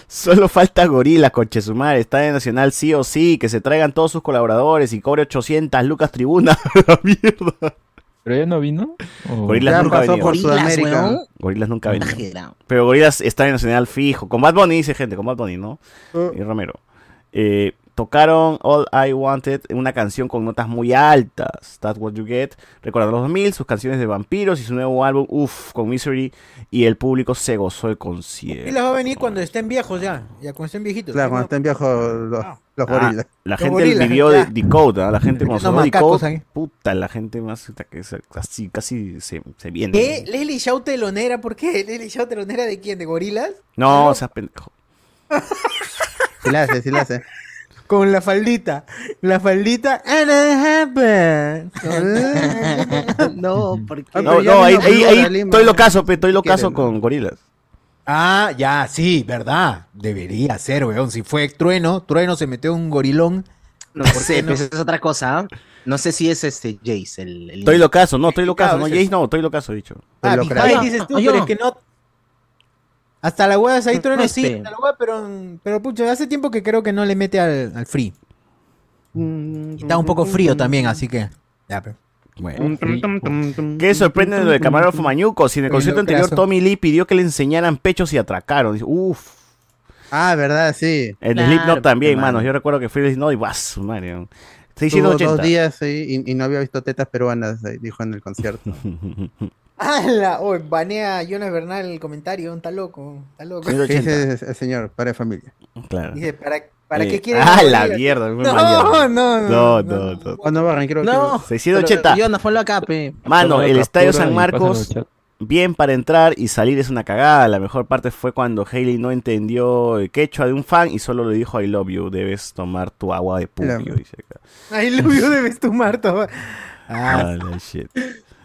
[SPEAKER 1] Solo falta Gorila, coche su madre. Está en Nacional sí o sí. Que se traigan todos sus colaboradores y cobre 800 lucas tribuna. la mierda.
[SPEAKER 7] ¿Pero ya no vino? ¿O-
[SPEAKER 1] Gorilas
[SPEAKER 4] Ya
[SPEAKER 1] nunca ha
[SPEAKER 4] pasó
[SPEAKER 1] venido.
[SPEAKER 4] por
[SPEAKER 5] Gorilas,
[SPEAKER 4] Sudamérica.
[SPEAKER 5] weón.
[SPEAKER 1] Gorilas nunca ha venido.
[SPEAKER 5] Exagerado.
[SPEAKER 1] Pero Gorilas está en Nacional fijo. Con Bad Bunny, dice gente, con Bad Bunny, ¿no?
[SPEAKER 4] Ah.
[SPEAKER 1] Y Romero. Eh, tocaron All I Wanted, una canción con notas muy altas. That's What You Get. Recordando los 2000, sus canciones de vampiros y su nuevo álbum, Uff, con Misery. Y el público se gozó el concierto.
[SPEAKER 9] Y las va a venir cuando estén viejos ya. Ya cuando estén viejitos.
[SPEAKER 4] Claro, cuando estén viejos los, los
[SPEAKER 1] Ah,
[SPEAKER 4] gorilas.
[SPEAKER 1] la
[SPEAKER 9] Los
[SPEAKER 1] gente
[SPEAKER 9] gorilas,
[SPEAKER 1] vivió
[SPEAKER 9] ya.
[SPEAKER 1] de Decode, ¿ah? la gente cuando
[SPEAKER 9] Unos
[SPEAKER 1] sonó
[SPEAKER 9] macacos
[SPEAKER 1] Decode,
[SPEAKER 9] ahí.
[SPEAKER 1] puta, la gente más que se- casi, casi se, se viene.
[SPEAKER 9] ¿Qué? ¿Leslie Shaw telonera? ¿Por qué? ¿Leslie Shaw telonera de quién? ¿De gorilas?
[SPEAKER 1] No, seas pendejo.
[SPEAKER 4] Sí la hace, sí la hace.
[SPEAKER 9] Con la faldita. La faldita. And it happened. Ah,
[SPEAKER 5] no, porque.
[SPEAKER 1] No,
[SPEAKER 4] pero ya
[SPEAKER 1] no,
[SPEAKER 4] vino
[SPEAKER 1] ahí, ahí,
[SPEAKER 4] Blue
[SPEAKER 1] ahí
[SPEAKER 4] Balloon,
[SPEAKER 1] estoy
[SPEAKER 4] man.
[SPEAKER 1] locazo, pe, estoy locazo
[SPEAKER 4] quieren?
[SPEAKER 1] con gorilas.
[SPEAKER 10] Ah, ya, sí, verdad. Debería ser, weón. Si fue Trueno, Trueno se metió un gorilón.
[SPEAKER 5] No
[SPEAKER 10] ¿Por qué
[SPEAKER 5] sé,
[SPEAKER 10] no?
[SPEAKER 5] pues esa es otra cosa. ¿ah? No sé si es este Jace el. el-
[SPEAKER 1] Estoy locazo, no, estoy
[SPEAKER 9] Complicado
[SPEAKER 1] locazo, no,
[SPEAKER 9] es
[SPEAKER 1] Ah, Jace
[SPEAKER 9] eso.
[SPEAKER 1] no, estoy locazo, he dicho.
[SPEAKER 9] Ah,
[SPEAKER 4] Lo
[SPEAKER 9] Big
[SPEAKER 4] creo.
[SPEAKER 9] Bang dices tú,
[SPEAKER 5] Ah,
[SPEAKER 9] pero
[SPEAKER 5] yo.
[SPEAKER 9] es que no. Hasta la hueá de ahí trueno sí,
[SPEAKER 8] Este.
[SPEAKER 9] hasta la hueá, pero, pero pucha, hace tiempo que creo que no le mete al, al free.
[SPEAKER 5] Mm,
[SPEAKER 9] Y está un poco frío también, así que. Ya, pero.
[SPEAKER 1] Bueno. ¿Qué sorprende lo de camarógrafo Mañuco? Si en el concierto anterior Tommy Lee pidió que le enseñaran pechos y atracaron. Dice, Uf.
[SPEAKER 4] Ah, verdad, sí.
[SPEAKER 1] El de
[SPEAKER 4] Claro,
[SPEAKER 1] Slipknot también,
[SPEAKER 4] hermano.
[SPEAKER 1] manos. Yo recuerdo que fui al Slipknot y ¡guas! Mario.
[SPEAKER 4] Estuvo dos
[SPEAKER 1] 680.
[SPEAKER 4] días sí, y, y no había visto tetas peruanas, eh, dijo en el concierto.
[SPEAKER 9] ¡Hala! Oye, Ah, banea a Jonas Bernal el comentario, está loco, está loco.
[SPEAKER 4] ¿Qué dice el señor? Para familia.
[SPEAKER 1] Claro.
[SPEAKER 9] Dice, ¿para, para
[SPEAKER 1] Sí.
[SPEAKER 9] qué quieres?
[SPEAKER 1] ¡Ah,
[SPEAKER 9] una
[SPEAKER 1] la
[SPEAKER 9] familia?
[SPEAKER 1] mierda!
[SPEAKER 9] No, no, no,
[SPEAKER 1] no.
[SPEAKER 9] no,
[SPEAKER 1] No, no,
[SPEAKER 4] Cuando barran, quiero
[SPEAKER 9] No.
[SPEAKER 1] 680.
[SPEAKER 5] Pero, Jonas, ponlo acá, pe.
[SPEAKER 1] Mano,
[SPEAKER 5] Ponlo
[SPEAKER 1] el
[SPEAKER 5] acá.
[SPEAKER 1] Estadio
[SPEAKER 5] captura
[SPEAKER 1] San
[SPEAKER 5] y
[SPEAKER 1] Marcos,
[SPEAKER 5] pásalo
[SPEAKER 1] bien para entrar y salir es una cagada. La mejor parte fue cuando Hailey no entendió el quechua de un fan y solo le dijo I love you, debes tomar tu agua de pupio. dice acá.
[SPEAKER 9] Ahí lo vio de Bestumar, todo. Ah,
[SPEAKER 1] Holy shit.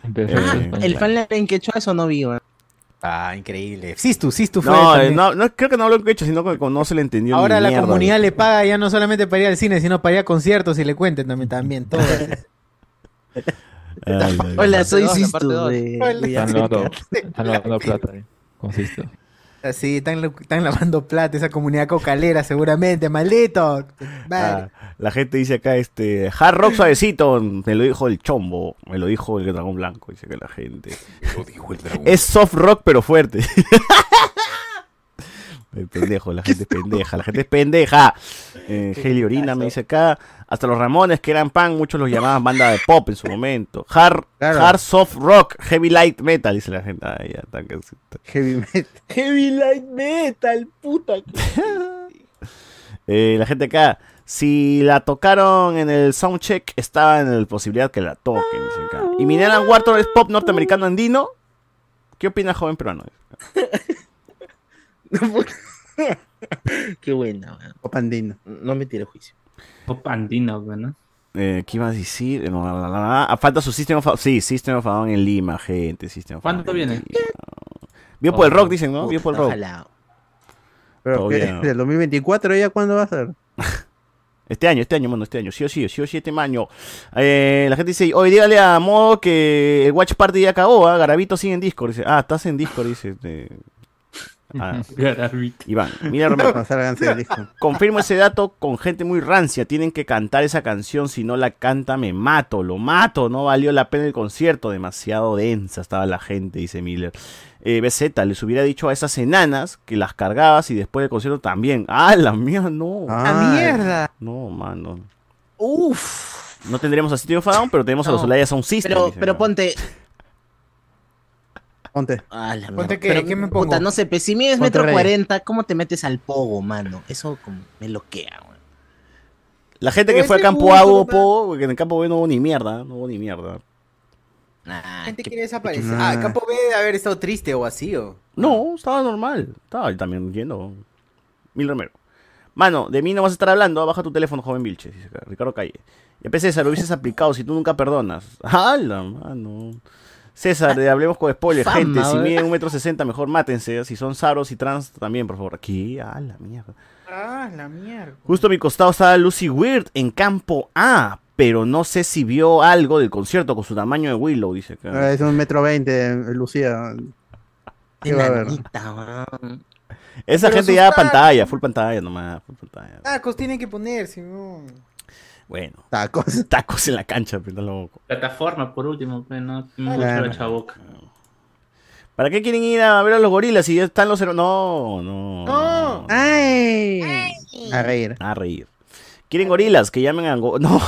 [SPEAKER 5] Empezó
[SPEAKER 1] Eh,
[SPEAKER 5] Ah, El fan le en quechua, eso no vivo.
[SPEAKER 10] Ah, increíble. Sistu, Sistu fue.
[SPEAKER 1] No, eh,
[SPEAKER 10] también.
[SPEAKER 1] no, no, creo que no habló en quechua, sino que con- no se le entendió.
[SPEAKER 9] Ahora
[SPEAKER 1] ni
[SPEAKER 9] la
[SPEAKER 1] mierda,
[SPEAKER 9] comunidad
[SPEAKER 1] güey.
[SPEAKER 9] le paga ya no solamente para ir al cine, sino para ir a conciertos y le cuenten también, también todo.
[SPEAKER 1] Ay, ay, ay.
[SPEAKER 5] Hola, soy
[SPEAKER 9] Parte dos, la parte
[SPEAKER 5] Sistu.
[SPEAKER 9] dos.
[SPEAKER 5] de-
[SPEAKER 9] Hola. Tan
[SPEAKER 5] de-
[SPEAKER 9] loco.
[SPEAKER 7] Están lavando plata, eh, con Sisto.
[SPEAKER 9] Así, están, lo- están lavando plata esa comunidad cocalera seguramente, maldito. Vale.
[SPEAKER 1] Ah, la gente dice acá, este, hard rock suavecito, me lo dijo el chombo, me lo dijo el dragón blanco, dice que la gente. Es soft rock pero fuerte. El pendejo, la gente es pendeja, la gente es pendeja. Eh, Heli Orina me dice acá, hasta los Ramones que eran pan, muchos los llamaban banda de pop en su momento. Hard,
[SPEAKER 4] Claro.
[SPEAKER 1] hard soft rock, heavy light metal, dice la gente. Ay, ya, tan que-
[SPEAKER 4] Heavy metal.
[SPEAKER 9] Heavy light metal, puta.
[SPEAKER 1] Eh, la gente acá, si la tocaron en el soundcheck, estaba en la posibilidad que la toquen. dicen acá. ¿Y Minera Wartor es pop norteamericano andino? ¿Qué opina joven peruano?
[SPEAKER 5] Qué buena, weón.
[SPEAKER 4] O pandino.
[SPEAKER 5] No me tire juicio.
[SPEAKER 3] Pop andino, pues, ¿no?
[SPEAKER 1] Eh, ¿Qué iba a decir? Eh, no, la, la, la, la. Ah, falta su System of a- Sí, System of a Down en Lima, gente. System of a
[SPEAKER 3] ¿Cuándo
[SPEAKER 1] Down en
[SPEAKER 3] viene?
[SPEAKER 1] Lima. Vio por el rock, dicen, ¿no? Vio por el rock.
[SPEAKER 5] Ojalá.
[SPEAKER 4] Pero
[SPEAKER 1] Todavía
[SPEAKER 4] que,
[SPEAKER 1] no.
[SPEAKER 4] del 2024 ya cuándo va a ser?
[SPEAKER 1] Este año, este año, mano, este año. Sí o sí, sí o sí, este año. Eh, la gente dice, oye, dígale a Modo que el Watch Party ya acabó, ¿ah? Garabito sigue en Discord. Dice, ah, estás en Discord, dice. este. Ah,
[SPEAKER 3] Garavito.
[SPEAKER 1] Iván, mira Romero.
[SPEAKER 4] No salganse del disco.
[SPEAKER 1] Confirmo ese dato con gente muy rancia. Tienen que cantar esa canción. Si no la canta, me mato. Lo mato. No valió la pena el concierto. Demasiado densa estaba la gente, dice Miller. Eh, BZ, les hubiera dicho a esas enanas que las cargabas y después del concierto también. ¡Ah, la mía! No.
[SPEAKER 4] Ah,
[SPEAKER 9] mierda!
[SPEAKER 1] No, mano.
[SPEAKER 5] Uf.
[SPEAKER 1] No tendremos a Sitio Fadown, pero tenemos a los
[SPEAKER 5] No.
[SPEAKER 1] Olaya Sound System.
[SPEAKER 5] Pero,
[SPEAKER 1] dice,
[SPEAKER 5] pero
[SPEAKER 1] ¿no?
[SPEAKER 5] ponte.
[SPEAKER 4] Ponte.
[SPEAKER 5] Ah, la
[SPEAKER 9] Ponte
[SPEAKER 5] mierda.
[SPEAKER 9] que-
[SPEAKER 5] Pero,
[SPEAKER 9] ¿qué me
[SPEAKER 5] puta,
[SPEAKER 9] pongo?
[SPEAKER 5] no sé, pero si mides
[SPEAKER 4] Ponte
[SPEAKER 5] metro
[SPEAKER 4] rey.
[SPEAKER 5] cuarenta, ¿cómo te metes al pogo, mano? Eso como me loquea, weón.
[SPEAKER 1] La gente que
[SPEAKER 9] Pero
[SPEAKER 1] fue al
[SPEAKER 9] ese
[SPEAKER 1] campo
[SPEAKER 9] gusto,
[SPEAKER 1] A hubo
[SPEAKER 9] papá.
[SPEAKER 1] poco, porque en el campo B no hubo ni mierda. No hubo ni mierda.
[SPEAKER 5] Ah,
[SPEAKER 9] La gente
[SPEAKER 5] qué-
[SPEAKER 9] quiere desaparecer.
[SPEAKER 4] Ah.
[SPEAKER 10] Ah, Capo B debe haber estado triste o vacío.
[SPEAKER 1] No, estaba normal. Estaba yo también yendo. Mil Romero. Mano, de mí no vas a estar hablando. Baja tu teléfono, joven Vilches. dice acá, Ricardo Calle. Y a César, lo hubieses aplicado si tú nunca perdonas. ¡Hala, mano! César, de hablemos con spoiler,
[SPEAKER 5] Fama,
[SPEAKER 1] gente. Si
[SPEAKER 5] ¿verdad?
[SPEAKER 1] miden un metro sesenta, mejor mátense. Si son saros y trans, también, por favor. Aquí, a la mierda.
[SPEAKER 9] Ah, la mierda.
[SPEAKER 1] Justo a mi costado estaba Lucy Weird en campo A, pero no sé si vio algo del concierto con su tamaño de Willow, dice acá.
[SPEAKER 4] Ah, Es un metro veinte, Lucía. ¿Qué va a haber?
[SPEAKER 5] enanita, weón.
[SPEAKER 1] Esa
[SPEAKER 9] pero
[SPEAKER 1] gente
[SPEAKER 9] sus
[SPEAKER 1] ya
[SPEAKER 9] tacos.
[SPEAKER 1] pantalla, full pantalla nomás, full pantalla.
[SPEAKER 9] Tacos tienen que ponerse, no.
[SPEAKER 1] Bueno.
[SPEAKER 4] Tacos.
[SPEAKER 1] tacos en la cancha, pero está loco.
[SPEAKER 3] Plataforma, por último, pues, ¿no? Mucho
[SPEAKER 4] Claro.
[SPEAKER 3] la chaboca.
[SPEAKER 1] ¿Para qué quieren ir a ver a los gorilas si ya están los cero? No, no. No.
[SPEAKER 4] ¡Ay! A reír.
[SPEAKER 1] A reír. ¿Quieren gorilas? Que llamen a Go- No.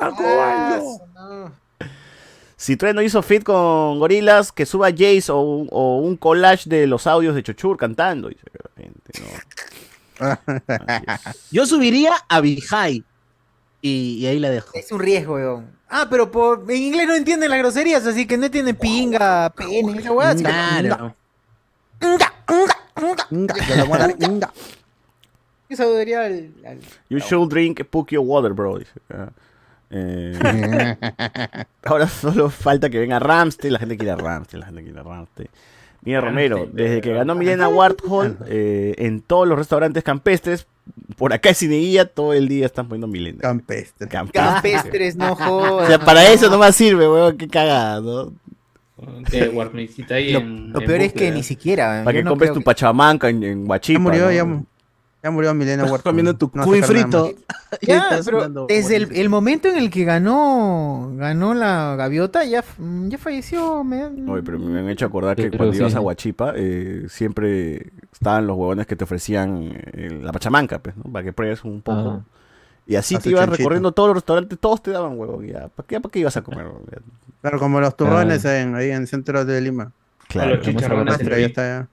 [SPEAKER 9] Ah, su- no.
[SPEAKER 1] Si Trueno hizo fit con gorilas, que suba Jace o, un- o un collage de los audios de Chochur cantando. Dice la gente, no. Así es.
[SPEAKER 5] Yo subiría a Bihai. Y, y ahí la dejo.
[SPEAKER 9] Es un riesgo, weón. Ah, pero por... en inglés no entienden las groserías, así que no entienden pinga, pene, esa weá. así que-
[SPEAKER 5] Claro.
[SPEAKER 4] Nga, yo lo voy a dar, nga.
[SPEAKER 9] Eso debería al- al-
[SPEAKER 1] You should drink Pukio water, bro. Dice. acá. Eh, ahora solo falta que venga Ramstein. La gente quiere a Ramstein. La gente quiere a Ramstein. Mira Romero,
[SPEAKER 10] eh,
[SPEAKER 3] Ramstein,
[SPEAKER 1] desde
[SPEAKER 3] de
[SPEAKER 1] que
[SPEAKER 3] verdad.
[SPEAKER 1] ganó Milena Warthol eh, en todos los restaurantes campestres, por acá en Cineguía, todo el día están poniendo Milena.
[SPEAKER 4] Campestre.
[SPEAKER 1] Campestre.
[SPEAKER 4] Ah.
[SPEAKER 9] Campestres, no
[SPEAKER 1] O
[SPEAKER 9] jodas.
[SPEAKER 1] sea, para eso no más sirve, weón, qué cagada, ¿no?
[SPEAKER 3] De Guarnicita y
[SPEAKER 10] Lo-
[SPEAKER 3] en-
[SPEAKER 10] lo
[SPEAKER 3] en
[SPEAKER 10] peor es que
[SPEAKER 3] búsqueda.
[SPEAKER 10] ni siquiera.
[SPEAKER 1] Para
[SPEAKER 10] yo
[SPEAKER 1] que
[SPEAKER 10] no
[SPEAKER 1] compres
[SPEAKER 10] creo
[SPEAKER 1] tu
[SPEAKER 10] que-
[SPEAKER 1] pachamanca en, en Huachipa.
[SPEAKER 4] Ya murió,
[SPEAKER 1] ¿no?
[SPEAKER 4] ya, mu- ya murió Milena Huerta.
[SPEAKER 5] comiendo tu
[SPEAKER 4] No hace
[SPEAKER 5] cuy
[SPEAKER 4] falta nada
[SPEAKER 5] frito.
[SPEAKER 9] Ya,
[SPEAKER 5] Estás
[SPEAKER 9] pero
[SPEAKER 5] dando
[SPEAKER 9] desde el,
[SPEAKER 5] vueltas.
[SPEAKER 9] el momento en el que ganó ganó la gaviota, ya, f- ya falleció. me-
[SPEAKER 1] Oye, pero me han hecho acordar que
[SPEAKER 7] Pero
[SPEAKER 1] cuando
[SPEAKER 7] sí.
[SPEAKER 1] ibas a Huachipa, eh, siempre estaban los huevones que te ofrecían eh, la pachamanca, pues, ¿no? Para que pruebes un poco. Y así
[SPEAKER 4] Hace
[SPEAKER 1] te ibas
[SPEAKER 4] Ah, chanchito.
[SPEAKER 1] recorriendo todos los restaurantes, todos te daban huevón. Ya. ¿Para, qué, ¿Para qué ibas a comer? huevón? Ya.
[SPEAKER 4] más. Claro, como los turrones en- ahí en el centro de Lima.
[SPEAKER 3] A
[SPEAKER 1] Ah. Claro,
[SPEAKER 3] los
[SPEAKER 7] Vamos a
[SPEAKER 3] chicharrones
[SPEAKER 4] Maestra, ya
[SPEAKER 3] en
[SPEAKER 4] está ya.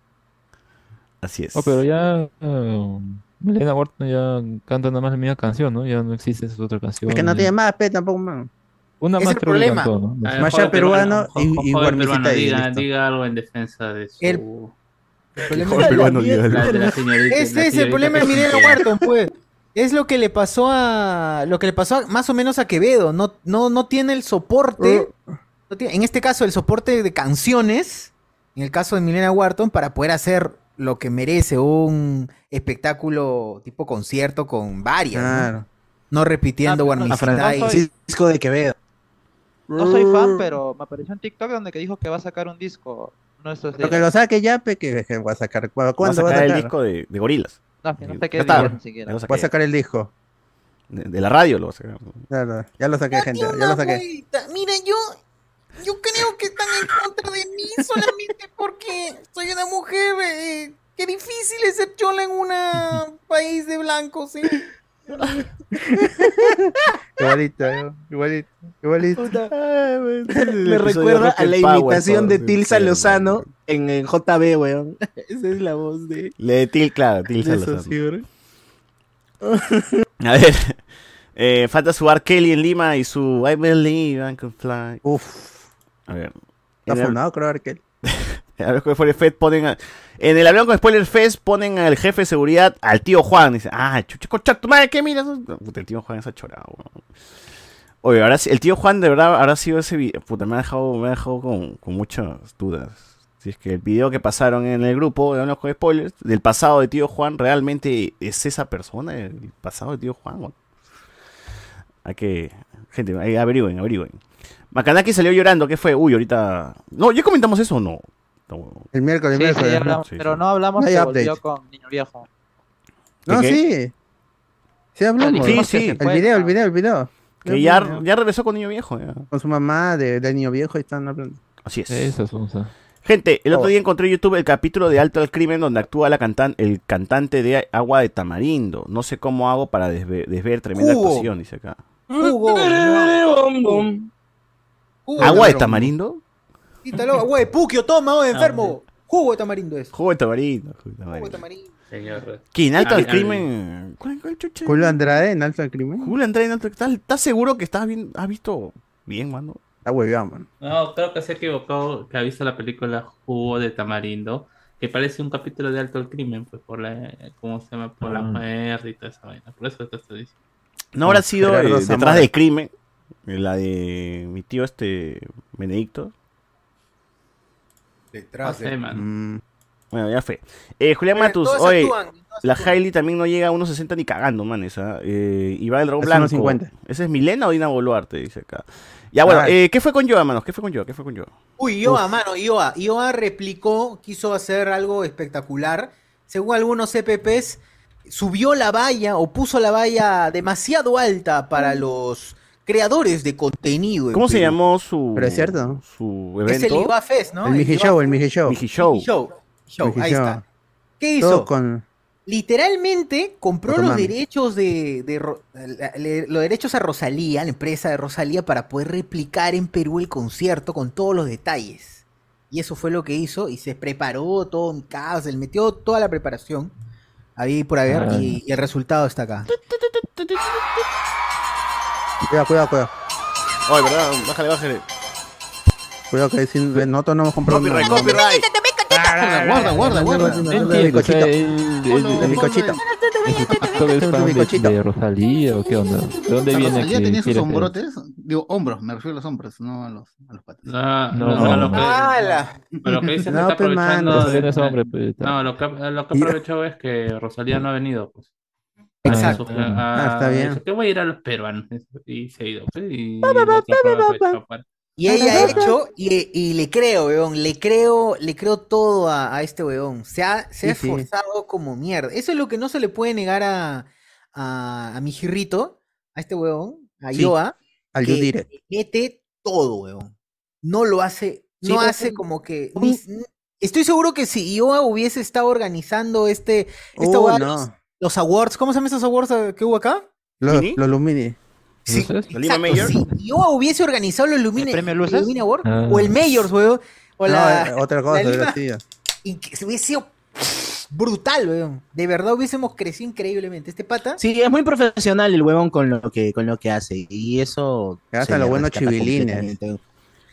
[SPEAKER 1] así es.
[SPEAKER 7] Oh, pero ya eh, Milena Huerta ya canta nada más la misma canción, ¿no? Ya no existe esa otra canción.
[SPEAKER 4] Es que no
[SPEAKER 7] ya-
[SPEAKER 4] tiene más pe tampoco, mano.
[SPEAKER 7] Una
[SPEAKER 10] Es
[SPEAKER 7] más
[SPEAKER 10] el
[SPEAKER 7] creo que
[SPEAKER 10] problema.
[SPEAKER 7] cantó, ¿no?
[SPEAKER 3] Ah,
[SPEAKER 4] Mashup
[SPEAKER 3] joven
[SPEAKER 4] peruano
[SPEAKER 3] jo- jo-
[SPEAKER 4] y- y
[SPEAKER 3] joven
[SPEAKER 4] guarnicita
[SPEAKER 3] peruano,
[SPEAKER 4] y
[SPEAKER 3] diga,
[SPEAKER 4] listo.
[SPEAKER 3] diga algo en defensa de su...
[SPEAKER 9] El-
[SPEAKER 1] Joder, peruano, Dios.
[SPEAKER 3] La, de la señorita, la
[SPEAKER 9] Este es el
[SPEAKER 3] señorita
[SPEAKER 9] problema
[SPEAKER 3] que
[SPEAKER 9] de Mirela
[SPEAKER 3] se-
[SPEAKER 9] Wharton, pues. Es lo que le pasó a. Lo que le pasó a- más o menos a Quevedo. No, no, no tiene el soporte. no tiene- en este caso, el soporte de canciones. En el caso de Milena Wharton, para poder hacer lo que merece un espectáculo tipo concierto con varias. ¿no?
[SPEAKER 4] Claro.
[SPEAKER 9] No
[SPEAKER 2] Ah,
[SPEAKER 9] repitiendo
[SPEAKER 5] A
[SPEAKER 9] guarnicidad y-
[SPEAKER 5] Francisco de Quevedo.
[SPEAKER 2] No soy fan, pero me apareció un TikTok donde que dijo que va a sacar un disco. No, eso es de-
[SPEAKER 4] Lo que lo saque ya, pe, que, que va a sacar. ¿Cuándo
[SPEAKER 1] Vas a
[SPEAKER 4] va a
[SPEAKER 1] sacar
[SPEAKER 4] sacar?
[SPEAKER 1] el disco de, de gorilas.
[SPEAKER 2] no, que no
[SPEAKER 1] Ya
[SPEAKER 2] sé qué
[SPEAKER 1] está.
[SPEAKER 2] disco ni siquiera.
[SPEAKER 1] Ya lo saqué.
[SPEAKER 4] Va a sacar el disco.
[SPEAKER 1] De, de la radio lo vas a sacar.
[SPEAKER 4] Claro, ya lo saqué, gente. Ya lo saqué.
[SPEAKER 9] Mira, yo, yo creo que están en contra de mí solamente porque soy una mujer. eh, qué difícil es ser chola en un país de blancos. ¿sí?
[SPEAKER 4] Igualito, eh, igualito, igualito.
[SPEAKER 5] Me recuerda a la imitación de Tilsa Lozano en, en JB, weón. Esa es la voz de,
[SPEAKER 1] Le de Til, claro, Tilsa
[SPEAKER 5] de eso,
[SPEAKER 1] Lozano.
[SPEAKER 5] sí, weón.
[SPEAKER 1] A ver. Eh, falta su R. Kelly en Lima y su I Believe I Can Fly.
[SPEAKER 4] Uf,
[SPEAKER 1] A ver. En
[SPEAKER 4] está
[SPEAKER 1] el,
[SPEAKER 4] fundado, creo, Arkel.
[SPEAKER 1] en el avión con Spoiler Fest ponen a- en el avión con Spoiler Fest ponen al jefe de seguridad, al tío Juan. Dice, ah, chucha, concha tu madre, ¿qué miras? Puta, el tío Juan es achorado. weón. Oye, ahora sí- el tío Juan de verdad habrá sido ese video. Puta, me ha dejado, me ha dejado con, con muchas dudas. Si es que el video que pasaron en el grupo de Avión con Spoilers, del pasado de tío Juan, realmente es esa persona, el pasado de tío Juan. weón? Hay que. Gente, ahí averigüen, averigüen. Macanaki salió llorando, ¿qué fue? Uy, ahorita. No, ¿ya comentamos eso o no? No.
[SPEAKER 4] El miércoles,
[SPEAKER 2] Sí,
[SPEAKER 4] el
[SPEAKER 2] sí, ya
[SPEAKER 4] miércoles.
[SPEAKER 2] hablamos,
[SPEAKER 1] Sí,
[SPEAKER 2] pero
[SPEAKER 1] sí.
[SPEAKER 2] no hablamos
[SPEAKER 4] No hay
[SPEAKER 2] que
[SPEAKER 4] update.
[SPEAKER 2] volvió con Niño Viejo.
[SPEAKER 4] No,
[SPEAKER 1] ¿De qué?
[SPEAKER 4] sí. Sí hablamos.
[SPEAKER 1] Sí,
[SPEAKER 2] Dijimos que
[SPEAKER 1] sí.
[SPEAKER 2] se
[SPEAKER 1] El
[SPEAKER 4] El
[SPEAKER 2] fue,
[SPEAKER 4] video, el
[SPEAKER 2] ¿no?
[SPEAKER 4] video, el video.
[SPEAKER 1] Que ya, ya regresó con niño viejo. ya.
[SPEAKER 4] Con su mamá de, del niño viejo y están hablando.
[SPEAKER 1] Así es.
[SPEAKER 7] Esa sonza.
[SPEAKER 1] Gente, el
[SPEAKER 4] Oh.
[SPEAKER 1] otro día encontré en YouTube el capítulo de Alto al Crimen donde actúa la cantan el cantante de Agua de Tamarindo. No sé cómo hago para desve- desver tremenda
[SPEAKER 9] Hugo.
[SPEAKER 1] actuación, dice acá.
[SPEAKER 9] Hugo,
[SPEAKER 3] Bom, bom.
[SPEAKER 9] Hugo,
[SPEAKER 1] ¿Agua de Tamarindo?
[SPEAKER 9] títalo, güey, Puquio, toma, güey,
[SPEAKER 10] Ah,
[SPEAKER 9] enfermo. Jugo de tamarindo es.
[SPEAKER 1] Juego de Tamarindo. jugo de
[SPEAKER 9] Jugo de
[SPEAKER 1] tamarindo.
[SPEAKER 9] tamarindo.
[SPEAKER 3] Señor.
[SPEAKER 1] ¿Quién? Alto
[SPEAKER 3] Ay,
[SPEAKER 1] al
[SPEAKER 3] ay.
[SPEAKER 1] Crimen. ¿Cuál, cuál chucha?
[SPEAKER 4] Julio Andrade en Alto del Crimen.
[SPEAKER 1] Julio Andrade en Alto al Crimen. ¿Estás- ¿Estás seguro que estás bien, has visto bien, mano?
[SPEAKER 4] Está hueveado, mano.
[SPEAKER 3] No, creo que se ha equivocado, que ha visto la película Jugo de Tamarindo, que parece un capítulo de Alto al Crimen, pues por la, ¿cómo se llama? Por la
[SPEAKER 7] Ah.
[SPEAKER 3] muerte y toda esa vaina. Por eso te estoy diciendo.
[SPEAKER 1] ¿No habrá sido
[SPEAKER 4] Gerardo
[SPEAKER 1] eh, detrás
[SPEAKER 4] Zamora.
[SPEAKER 1] del crimen? eh, La de mi tío este Benedicto.
[SPEAKER 3] No
[SPEAKER 10] Detrás
[SPEAKER 3] sé,
[SPEAKER 9] Ah,
[SPEAKER 10] de...
[SPEAKER 3] mano.
[SPEAKER 4] Mm.
[SPEAKER 1] Bueno, ya fue. Eh, Julián Matus,
[SPEAKER 9] Todos
[SPEAKER 1] oye,
[SPEAKER 9] actúan, todos
[SPEAKER 1] la
[SPEAKER 9] actúan.
[SPEAKER 1] Hailey también no llega a 1.60 ni cagando, man, esa. Eh, Iván el Dragón
[SPEAKER 4] Es
[SPEAKER 1] Blanco.
[SPEAKER 4] 1.50.
[SPEAKER 1] ¿Ese es Milena o Dina Boluarte? Dice acá. Ya, bueno,
[SPEAKER 4] Ay.
[SPEAKER 1] eh, ¿qué fue con Yoa, manos? ¿Qué fue con Yoa? ¿Qué fue con Yoa?
[SPEAKER 9] Uy, Ioa, mano, Ioa. Ioa replicó, quiso hacer algo espectacular. Según algunos CPPs, subió la valla o puso la valla demasiado alta para los creadores de contenido. en
[SPEAKER 1] Mm. ¿Cómo se
[SPEAKER 9] Perú.
[SPEAKER 1] llamó su,
[SPEAKER 4] Pero es cierto.
[SPEAKER 1] su
[SPEAKER 9] Es el
[SPEAKER 1] evento?
[SPEAKER 9] Ioa Fest, ¿no?
[SPEAKER 4] el Miji
[SPEAKER 9] Ioa
[SPEAKER 4] Show, el Miji Show.
[SPEAKER 1] Miji Show.
[SPEAKER 9] Show. Show,
[SPEAKER 4] Miji
[SPEAKER 9] ahí
[SPEAKER 4] Show.
[SPEAKER 9] está. ¿Qué
[SPEAKER 4] Todo
[SPEAKER 9] hizo?
[SPEAKER 4] con.
[SPEAKER 9] Literalmente compró los
[SPEAKER 4] Otomami.
[SPEAKER 9] derechos de, de Ro- la- le- los derechos a Rosalía, la empresa de Rosalía, para poder replicar en Perú el concierto con todos los detalles. Y eso fue lo que hizo y se preparó todo en casa, le metió toda la preparación ahí por haber
[SPEAKER 7] Ah.
[SPEAKER 9] y, y el resultado está acá.
[SPEAKER 4] Cuidado, cuidado, cuidado.
[SPEAKER 1] Ay, ¿verdad? Bájale, bájale.
[SPEAKER 4] Cuidado que sin... nosotros no hemos comprado
[SPEAKER 1] Copyright,
[SPEAKER 4] nada.
[SPEAKER 1] copyright.
[SPEAKER 9] Guarda, guarda, guarda.
[SPEAKER 7] Entiendo, o sea, el- el-
[SPEAKER 4] El
[SPEAKER 7] el-
[SPEAKER 4] bizcochito.
[SPEAKER 7] ¿Es TikTok es fan de,
[SPEAKER 4] Bizcochito.
[SPEAKER 7] de Rosalía o qué onda? ¿De dónde viene
[SPEAKER 6] Rosalía
[SPEAKER 7] que
[SPEAKER 6] tenía sus
[SPEAKER 7] quiere hacer?
[SPEAKER 6] hombrotes, digo, hombros, me refiero a los hombros, no a los, a los patas.
[SPEAKER 7] No,
[SPEAKER 3] No, no, no,
[SPEAKER 7] no.
[SPEAKER 3] lo que,
[SPEAKER 1] Ah.
[SPEAKER 9] ¡Hala!
[SPEAKER 3] lo que dicen
[SPEAKER 4] No,
[SPEAKER 3] está
[SPEAKER 4] pe,
[SPEAKER 1] pues,
[SPEAKER 4] mano.
[SPEAKER 3] aprovechando.
[SPEAKER 7] Rosalía no es
[SPEAKER 3] de-
[SPEAKER 7] hombre, pues,
[SPEAKER 3] no, lo que, lo que ha
[SPEAKER 4] Y-
[SPEAKER 3] aprovechado es que Rosalía no ha venido, pues.
[SPEAKER 9] Exacto.
[SPEAKER 3] Su-
[SPEAKER 4] Ah, está bien.
[SPEAKER 3] dice que voy a ir a los peruanos. Y se ha ido, pues, y los ha aprovechado para-
[SPEAKER 9] Y ella ha hecho, y, y le creo, weón, le creo, le creo todo a, a este weón. Se ha, se ha
[SPEAKER 3] Sí, sí.
[SPEAKER 9] esforzado como mierda. Eso es lo que no se le puede negar a, a, a mi jirrito, a este weón, a
[SPEAKER 4] Sí,
[SPEAKER 9] Yoa,
[SPEAKER 4] al
[SPEAKER 9] que
[SPEAKER 4] Yudire.
[SPEAKER 9] le mete todo, weón. No lo hace,
[SPEAKER 3] Sí,
[SPEAKER 9] no
[SPEAKER 3] un-
[SPEAKER 9] hace como que. ni- ni- Estoy seguro que si Yoa hubiese estado organizando este, esta
[SPEAKER 4] Oh,
[SPEAKER 9] hueá,
[SPEAKER 4] no.
[SPEAKER 9] los, los awards, ¿cómo se llaman esos awards eh, que hubo acá?
[SPEAKER 4] Los,
[SPEAKER 1] ¿Mini?
[SPEAKER 4] los Lumini.
[SPEAKER 9] Sí,
[SPEAKER 7] ¿Luces?
[SPEAKER 1] ¿La Lima
[SPEAKER 9] exacto,
[SPEAKER 1] Mayor?
[SPEAKER 9] Si yo hubiese organizado los Lumine,
[SPEAKER 11] ¿El premio
[SPEAKER 9] el
[SPEAKER 11] Luces?
[SPEAKER 9] Lumine Award,
[SPEAKER 7] Ah.
[SPEAKER 9] o el Mayors, weón, o la,
[SPEAKER 4] No, eh, otra cosa,
[SPEAKER 9] la
[SPEAKER 4] la
[SPEAKER 9] Lima-
[SPEAKER 4] tía.
[SPEAKER 9] y que se hubiese sido brutal, weón. De verdad hubiésemos crecido increíblemente. Este pata,
[SPEAKER 5] Sí, es muy profesional el huevón con lo que, con lo que hace. Y eso.
[SPEAKER 4] Gasta
[SPEAKER 5] se le
[SPEAKER 4] los buenos
[SPEAKER 5] rescata
[SPEAKER 4] chivilines.
[SPEAKER 5] completamente.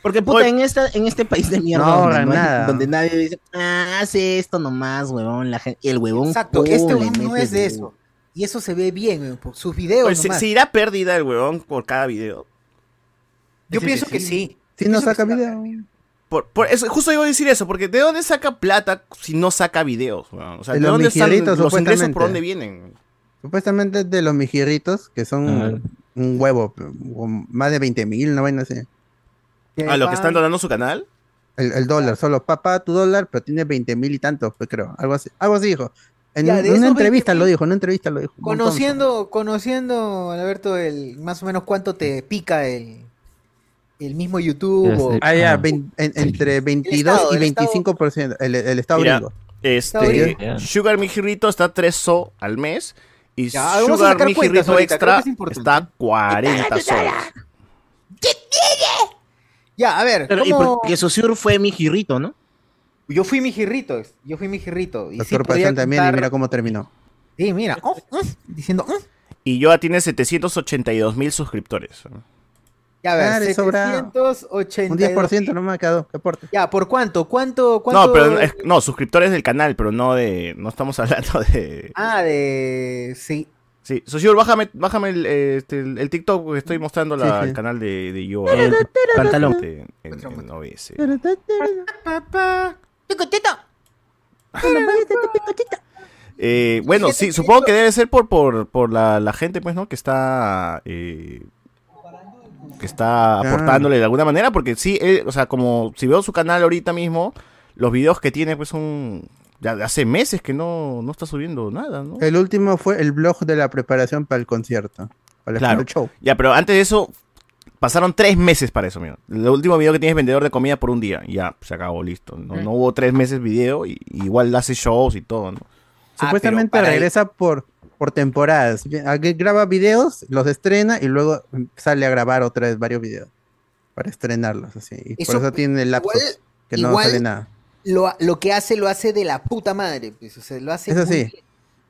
[SPEAKER 5] Porque, puta,
[SPEAKER 1] Oye.
[SPEAKER 5] en, esta, en este país de mierda.
[SPEAKER 4] No ahorran
[SPEAKER 5] hay-
[SPEAKER 4] nada.
[SPEAKER 5] donde nadie dice, ah, hace esto nomás, huevón. La gente, el huevón.
[SPEAKER 9] exacto,
[SPEAKER 5] pum,
[SPEAKER 9] este
[SPEAKER 5] le
[SPEAKER 9] weón no
[SPEAKER 5] mete
[SPEAKER 9] es de
[SPEAKER 5] duro.
[SPEAKER 9] eso. Y eso se ve bien, weón, por sus videos.
[SPEAKER 1] Oye, ¿se,
[SPEAKER 9] nomás.
[SPEAKER 1] se irá pérdida el huevón por cada video?
[SPEAKER 9] yo
[SPEAKER 11] Sí,
[SPEAKER 9] pienso
[SPEAKER 11] sí,
[SPEAKER 9] que
[SPEAKER 11] sí.
[SPEAKER 9] sí.
[SPEAKER 4] Sí, no
[SPEAKER 9] Eso que
[SPEAKER 4] saca
[SPEAKER 9] está-
[SPEAKER 4] video.
[SPEAKER 1] Por, por eso, justo iba a decir eso, porque ¿de dónde saca plata si no saca videos? weón? O sea, ¿de,
[SPEAKER 4] De los
[SPEAKER 1] dónde están
[SPEAKER 4] mijeritos,
[SPEAKER 1] los ingresos?
[SPEAKER 4] supuestamente.
[SPEAKER 1] ¿Por dónde vienen?
[SPEAKER 4] Supuestamente de los mijirritos, que son
[SPEAKER 7] Ah.
[SPEAKER 4] un huevo, o más de 20 mil, no vaina así.
[SPEAKER 1] ¿A los que están donando su canal?
[SPEAKER 4] El, el dólar, solo papá, tu dólar, pero tiene 20 mil y tantos, pues, creo. Algo así, algo así dijo. En,
[SPEAKER 9] Ya,
[SPEAKER 4] un-
[SPEAKER 9] de
[SPEAKER 4] en una
[SPEAKER 9] esos
[SPEAKER 4] entrevista
[SPEAKER 9] 20.000,
[SPEAKER 4] lo dijo, en una entrevista lo dijo. un montón.
[SPEAKER 9] Conociendo, conociendo, Alberto, el, más o menos cuánto te pica el, el mismo YouTube.
[SPEAKER 7] Ya
[SPEAKER 9] o-
[SPEAKER 7] sé.
[SPEAKER 4] Ah, ya,
[SPEAKER 7] Ah.
[SPEAKER 4] vein- en- entre 22
[SPEAKER 9] Estado,
[SPEAKER 4] y
[SPEAKER 9] el Estado.
[SPEAKER 4] 25%, el, el Estado
[SPEAKER 1] Mira,
[SPEAKER 4] gringo.
[SPEAKER 1] Este,
[SPEAKER 7] bien.
[SPEAKER 1] Sugar Mijirrito está 3 so al mes y
[SPEAKER 9] Ya, vamos a
[SPEAKER 1] Sugar
[SPEAKER 9] sacar cuentas
[SPEAKER 1] Mijirrito
[SPEAKER 9] ahorita, creo
[SPEAKER 1] Extra
[SPEAKER 9] que es importante.
[SPEAKER 1] está a 40 soles.
[SPEAKER 9] Ya, a ver,
[SPEAKER 5] Pero, y
[SPEAKER 9] ¿cómo-
[SPEAKER 5] porque Sosur fue mi jirrito, ¿no?
[SPEAKER 9] yo fui mi jirrito, yo fui mi jirrito. Y sí
[SPEAKER 4] Doctor
[SPEAKER 9] podía
[SPEAKER 4] Pazán también, y
[SPEAKER 9] contar-
[SPEAKER 4] mira cómo terminó.
[SPEAKER 9] Sí, mira, oh, mm, diciendo, mm.
[SPEAKER 1] Y Yoa tiene 782 mil suscriptores.
[SPEAKER 9] Ya, a ver,
[SPEAKER 4] Claro, es sobrado.
[SPEAKER 9] 782.
[SPEAKER 4] Un 10% nomás cada dos que aporte.
[SPEAKER 9] Ya, ¿por cuánto? ¿Cuánto? cuánto...
[SPEAKER 1] No, pero es- no, suscriptores del canal, pero no de. No estamos hablando de.
[SPEAKER 9] Ah, de... Sí.
[SPEAKER 1] Sí, Soshiro, bájame, bájame el, eh, este, el- el TikTok porque estoy mostrando la-
[SPEAKER 4] Sí, sí.
[SPEAKER 1] el canal de, de Yoa.
[SPEAKER 5] El pantalón.
[SPEAKER 1] Este, en- en, OBS. Eh, bueno, sí, supongo que debe ser por, por, por la, la gente, pues, ¿no? Que está. eh, que está aportándole de alguna manera, porque sí, él, o sea, como si veo su canal ahorita mismo, los videos que tiene, pues, son. Ya de hace meses que no, no está subiendo nada, ¿no?
[SPEAKER 4] El último fue el blog de la preparación para el concierto. Para el
[SPEAKER 1] Claro.
[SPEAKER 4] show.
[SPEAKER 1] Ya, pero antes de eso, pasaron tres meses para eso, mira. El último video que tienes vendedor de comida por un día. Ya, se acabó, listo. No, no hubo tres meses video y igual hace shows y todo, ¿no?
[SPEAKER 9] Ah,
[SPEAKER 4] Supuestamente
[SPEAKER 9] pero para
[SPEAKER 4] regresa por, por temporadas. Aquí graba videos, los estrena y luego sale a grabar otra vez varios videos. Para estrenarlos así. Y
[SPEAKER 9] Eso-
[SPEAKER 4] por eso tiene el lapso
[SPEAKER 9] igual-
[SPEAKER 4] que no
[SPEAKER 9] igual-
[SPEAKER 4] sale nada.
[SPEAKER 9] Lo, lo que hace, lo hace de la puta madre. Pues, o sea, lo hace
[SPEAKER 4] Eso
[SPEAKER 9] muy
[SPEAKER 4] sí.
[SPEAKER 9] bien.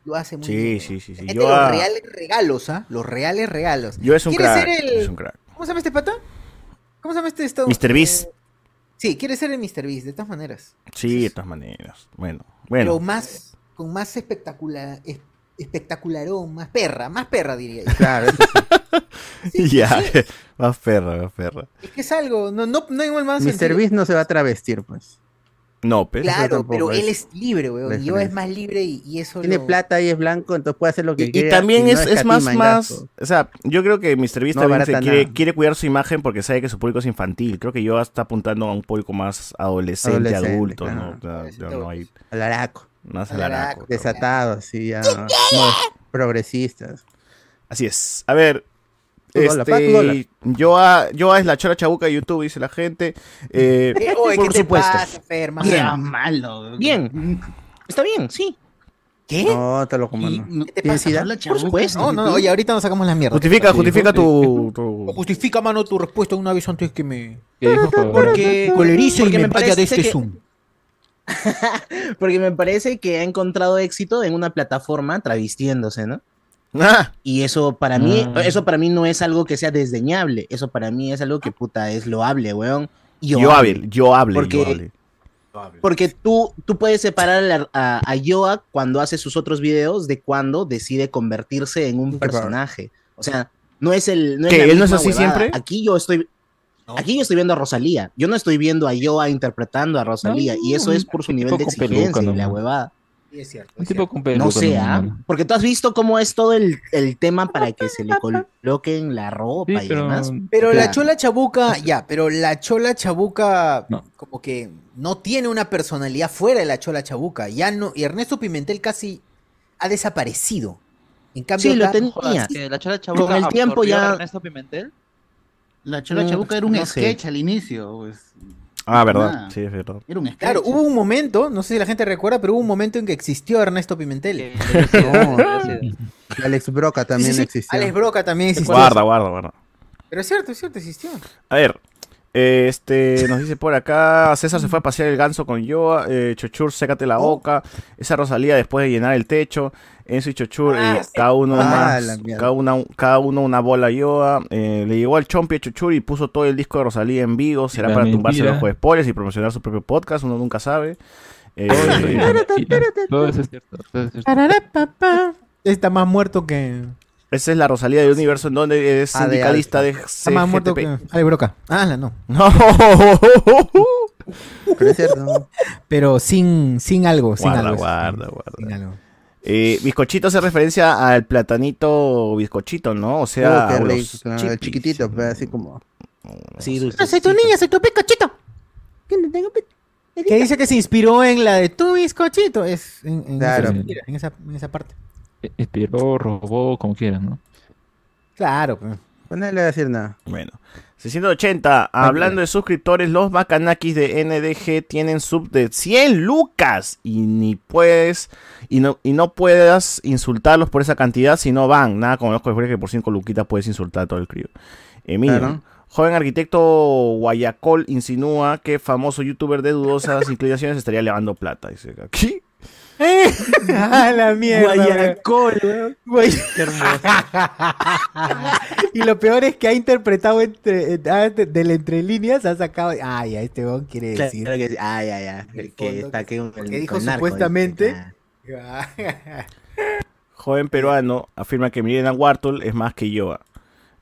[SPEAKER 9] Lo hace muy
[SPEAKER 1] Sí,
[SPEAKER 9] bien.
[SPEAKER 1] sí, sí, sí.
[SPEAKER 9] Es de
[SPEAKER 1] Yo
[SPEAKER 9] los
[SPEAKER 1] a-
[SPEAKER 9] reales regalos, ¿ah? Los reales regalos.
[SPEAKER 1] Yo es un
[SPEAKER 9] ¿Quieres
[SPEAKER 1] crack.
[SPEAKER 9] ser el-
[SPEAKER 1] Es un crack.
[SPEAKER 9] ¿Cómo se llama este pata? ¿Cómo se llama este estado?
[SPEAKER 1] Mr. Beast.
[SPEAKER 9] Sí, quiere ser el Mr. Beast, de todas maneras.
[SPEAKER 1] Sí, de todas maneras. Bueno,
[SPEAKER 9] Pero
[SPEAKER 1] bueno.
[SPEAKER 9] más, con más espectacular, es- espectacularón, más perra, más perra diría yo.
[SPEAKER 4] Claro, eso sí.
[SPEAKER 9] Sí,
[SPEAKER 1] ya,
[SPEAKER 9] sí,
[SPEAKER 1] más perra, más perra.
[SPEAKER 9] es que es algo, no, no, no hay más
[SPEAKER 4] Mr.
[SPEAKER 9] sentido.
[SPEAKER 4] Beast no se va a travestir, pues.
[SPEAKER 1] No, pero.
[SPEAKER 9] Claro,
[SPEAKER 4] tampoco
[SPEAKER 9] pero
[SPEAKER 4] es
[SPEAKER 9] él es libre,
[SPEAKER 4] la
[SPEAKER 9] weón. Y yo es
[SPEAKER 4] diferencia.
[SPEAKER 9] más libre y, y eso
[SPEAKER 4] Tiene
[SPEAKER 9] lo-
[SPEAKER 4] plata y es blanco, entonces puede hacer lo que
[SPEAKER 1] Y, y
[SPEAKER 4] quiera.
[SPEAKER 1] también
[SPEAKER 4] no
[SPEAKER 1] es, es más,
[SPEAKER 4] escatima en
[SPEAKER 1] más,
[SPEAKER 4] gastos.
[SPEAKER 1] o sea, yo creo que Mr. Beast
[SPEAKER 4] No
[SPEAKER 1] también se
[SPEAKER 4] abarata
[SPEAKER 1] quiere,
[SPEAKER 4] nada.
[SPEAKER 1] quiere cuidar su imagen porque sabe que su público es infantil. Creo que yo está apuntando a un público más adolescente,
[SPEAKER 4] Adolescente,
[SPEAKER 1] adulto,
[SPEAKER 4] claro.
[SPEAKER 1] ¿no? O sea, ya Ah, no hay
[SPEAKER 4] Al haraco.
[SPEAKER 1] más
[SPEAKER 9] Al
[SPEAKER 1] alaraco.
[SPEAKER 9] haraco,
[SPEAKER 1] creo.
[SPEAKER 4] Desatado, así ya. Como Progresistas.
[SPEAKER 1] Así es. A ver.
[SPEAKER 4] Tu dólar, pa, tu dólar.
[SPEAKER 1] Este, Yoa, Yoa es la chora chabuca de YouTube, dice la gente. Eh,
[SPEAKER 9] Eh, oye,
[SPEAKER 5] Por
[SPEAKER 9] ¿qué te
[SPEAKER 5] supuesto.
[SPEAKER 9] pasa, Fer, man?
[SPEAKER 5] Bien.
[SPEAKER 12] Ah, malo.
[SPEAKER 5] Bien. Está bien, sí.
[SPEAKER 9] ¿Qué?
[SPEAKER 4] No, te lo como
[SPEAKER 12] Y-
[SPEAKER 4] no.
[SPEAKER 12] no-
[SPEAKER 9] ¿Qué te
[SPEAKER 4] ¿Tienes
[SPEAKER 9] pasa?
[SPEAKER 4] idea?
[SPEAKER 12] no la
[SPEAKER 5] Por
[SPEAKER 12] chabuca,
[SPEAKER 5] supuesto.
[SPEAKER 9] No, no, no, oye, ahorita nos sacamos la mierda.
[SPEAKER 1] justifica,
[SPEAKER 7] Sí,
[SPEAKER 1] justifica tu.
[SPEAKER 9] O
[SPEAKER 1] tu-
[SPEAKER 9] Justifica, mano, tu respuesta una vez antes que me
[SPEAKER 7] ¿Qué dijo?
[SPEAKER 5] Porque,
[SPEAKER 9] colerizo y
[SPEAKER 5] porque
[SPEAKER 9] me vaya de
[SPEAKER 5] parece
[SPEAKER 9] este
[SPEAKER 5] que-
[SPEAKER 9] Zoom.
[SPEAKER 5] Porque me parece que ha encontrado éxito en una plataforma travestiéndose, ¿no?
[SPEAKER 1] Ah,
[SPEAKER 5] Y eso para mí,
[SPEAKER 7] Ah.
[SPEAKER 5] eso para mí no es algo que sea desdeñable. Eso para mí es algo que puta es loable, weón. Y
[SPEAKER 1] yo,
[SPEAKER 5] loable.
[SPEAKER 1] hable, yo hable,
[SPEAKER 5] Porque-
[SPEAKER 1] yo hable.
[SPEAKER 5] Porque tú, tú puedes separar a, la- a, a Yoa cuando hace sus otros videos de cuando decide convertirse en un
[SPEAKER 4] Qué padre.
[SPEAKER 5] personaje. O sea, no es el. No
[SPEAKER 1] ¿Qué?
[SPEAKER 5] la
[SPEAKER 1] ¿Él no es
[SPEAKER 5] misma
[SPEAKER 1] así siempre?
[SPEAKER 5] Aquí yo estoy. Aquí yo estoy viendo a Rosalía. Yo no estoy viendo a Yoa interpretando a Rosalía. y eso es por su nivel de
[SPEAKER 7] poco peluca
[SPEAKER 5] exigencia y la
[SPEAKER 7] nomás.
[SPEAKER 5] huevada.
[SPEAKER 10] Sí, es cierto.
[SPEAKER 7] Un tipo con peluca.
[SPEAKER 5] No sé, ¿ah?
[SPEAKER 7] normal.
[SPEAKER 5] Porque tú has visto cómo es todo el, el tema para que se le coloquen la ropa
[SPEAKER 7] Sí,
[SPEAKER 5] y
[SPEAKER 7] pero-
[SPEAKER 5] demás.
[SPEAKER 9] Pero la
[SPEAKER 5] Claro.
[SPEAKER 9] chola chabuca, ya, pero la chola chabuca
[SPEAKER 7] No.
[SPEAKER 9] como que no tiene una personalidad fuera de la chola chabuca. Ya no, y Ernesto Pimentel casi ha desaparecido. En cambio,
[SPEAKER 5] Sí, lo
[SPEAKER 9] acá-
[SPEAKER 5] tenía.
[SPEAKER 2] Jodas, que la chola chabuca
[SPEAKER 5] Con el tiempo
[SPEAKER 2] absorbió
[SPEAKER 5] ya-
[SPEAKER 2] a Ernesto Pimentel.
[SPEAKER 6] La Chola
[SPEAKER 5] Mm,
[SPEAKER 6] Chabuca era un
[SPEAKER 5] no sé.
[SPEAKER 6] sketch al inicio, pues.
[SPEAKER 1] Ah, verdad.
[SPEAKER 6] Nada.
[SPEAKER 1] Sí, es verdad.
[SPEAKER 6] Era un sketch.
[SPEAKER 9] Claro, hubo un momento, no sé si la gente recuerda, pero hubo un momento en que existió Ernesto
[SPEAKER 2] que-
[SPEAKER 9] Pimentel.
[SPEAKER 2] que-
[SPEAKER 4] Alex Broca también
[SPEAKER 9] Sí, sí, sí,
[SPEAKER 4] existió.
[SPEAKER 9] Alex Broca también existió.
[SPEAKER 1] Guarda, guarda, guarda.
[SPEAKER 9] Pero es cierto, es cierto, existió.
[SPEAKER 1] A ver, eh, este nos dice por acá, César se fue a pasear el ganso con Yoa, eh, Chochur, sécate
[SPEAKER 4] Oh.
[SPEAKER 1] la boca, esa Rosalía después de llenar el techo, Enzo y Chochur, eh, cada uno
[SPEAKER 4] Ah, la
[SPEAKER 1] más,
[SPEAKER 4] mierda.
[SPEAKER 1] cada, una, cada uno una bola a Yoa, eh, le llegó al Chompi a Chochur y puso todo el disco de Rosalía en vivo, será
[SPEAKER 7] La
[SPEAKER 1] para tumbarse el
[SPEAKER 7] mentira.
[SPEAKER 1] ojo de spoilers y promocionar su propio podcast, uno nunca sabe. Eh,
[SPEAKER 7] Todo eso es cierto. todo eso es cierto.
[SPEAKER 8] Está más muerto que.
[SPEAKER 1] esa es la Rosalía del universo en donde es
[SPEAKER 4] Ah, de
[SPEAKER 1] sindicalista de
[SPEAKER 8] Está más muerto que.
[SPEAKER 1] CGTP.
[SPEAKER 8] Alex Broca. Ah, la no.
[SPEAKER 1] No,
[SPEAKER 4] Pero es cierto.
[SPEAKER 8] Pero sin, sin algo. Sin
[SPEAKER 1] Guarda,
[SPEAKER 8] algo.
[SPEAKER 1] guarda,
[SPEAKER 8] Sin
[SPEAKER 1] guarda.
[SPEAKER 8] algo.
[SPEAKER 1] Eh, bizcochito hace referencia al platanito bizcochito, ¿no? O sea,
[SPEAKER 4] Oh, qué
[SPEAKER 1] a los
[SPEAKER 4] rico, claro,
[SPEAKER 1] chipis.
[SPEAKER 4] chiquitito, pero así como.
[SPEAKER 5] Sí,
[SPEAKER 8] soy tu niña, soy tu bizcochito. Que dice que se inspiró en la de tu bizcochito. Es en, en
[SPEAKER 4] Claro.
[SPEAKER 8] esa, en esa- en esa parte.
[SPEAKER 7] Inspiró, robó, como quieran, ¿no?
[SPEAKER 8] Claro. pues.
[SPEAKER 4] Pues no le voy a decir nada.
[SPEAKER 1] Bueno. 680, hablando de suscriptores, los bacanakis de NDG tienen sub de 100 lucas y ni puedes y no, y no puedas insultarlos por esa cantidad si no van. Nada como los colegios que por 5 luquitas puedes insultar a todo el crío. Emilio,
[SPEAKER 4] Claro.
[SPEAKER 1] joven arquitecto Guayacol insinúa que famoso youtuber de dudosas inclinaciones estaría levando plata. Dice, ¿qué?
[SPEAKER 8] ¡Ah, la mierda! weón.
[SPEAKER 5] Guayacol, weón.
[SPEAKER 8] Güey. y lo peor es que ha interpretado entre, eh, ah, de- del entre líneas, ha sacado. Ay, ya, este weón quiere
[SPEAKER 5] Claro
[SPEAKER 8] decir.
[SPEAKER 5] que sí. Ah, ya, ya.
[SPEAKER 8] El
[SPEAKER 5] El que
[SPEAKER 8] fondo
[SPEAKER 5] está
[SPEAKER 8] que-
[SPEAKER 5] que un-
[SPEAKER 8] porque dijo
[SPEAKER 5] con narco,
[SPEAKER 8] supuestamente-
[SPEAKER 5] dice, ah.
[SPEAKER 1] Joven peruano afirma que Milena Wartle es más que Yoa.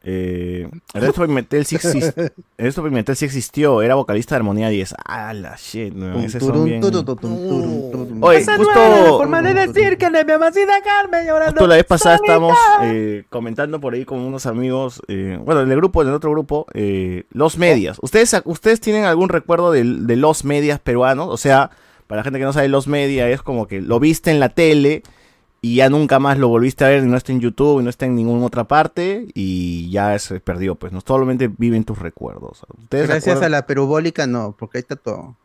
[SPEAKER 1] Eh, Ernesto Pimentel sí exis- Ernesto Pimentel sí existió, era vocalista de Armonía 10. Ah, la shit, weón, ese son bien- Oh. Oye, justo,
[SPEAKER 8] de mi amacita Carmen, ahora
[SPEAKER 1] justo la vez pasada estábamos eh, comentando por ahí con unos amigos, eh, bueno, en el grupo, en el otro grupo, eh, Los Medias. ¿Ustedes, ¿Ustedes tienen algún recuerdo del- de, Los Medias peruanos? O sea, para la gente que no sabe, Los Medias es como que lo viste en la tele y ya nunca más lo volviste a ver, y no está en YouTube, y no está en ninguna otra parte y ya se perdió, pues, no solamente viven tus recuerdos. ¿Ustedes se
[SPEAKER 4] Gracias a
[SPEAKER 1] acuerdan?
[SPEAKER 4] la perubólica, no, porque ahí está todo.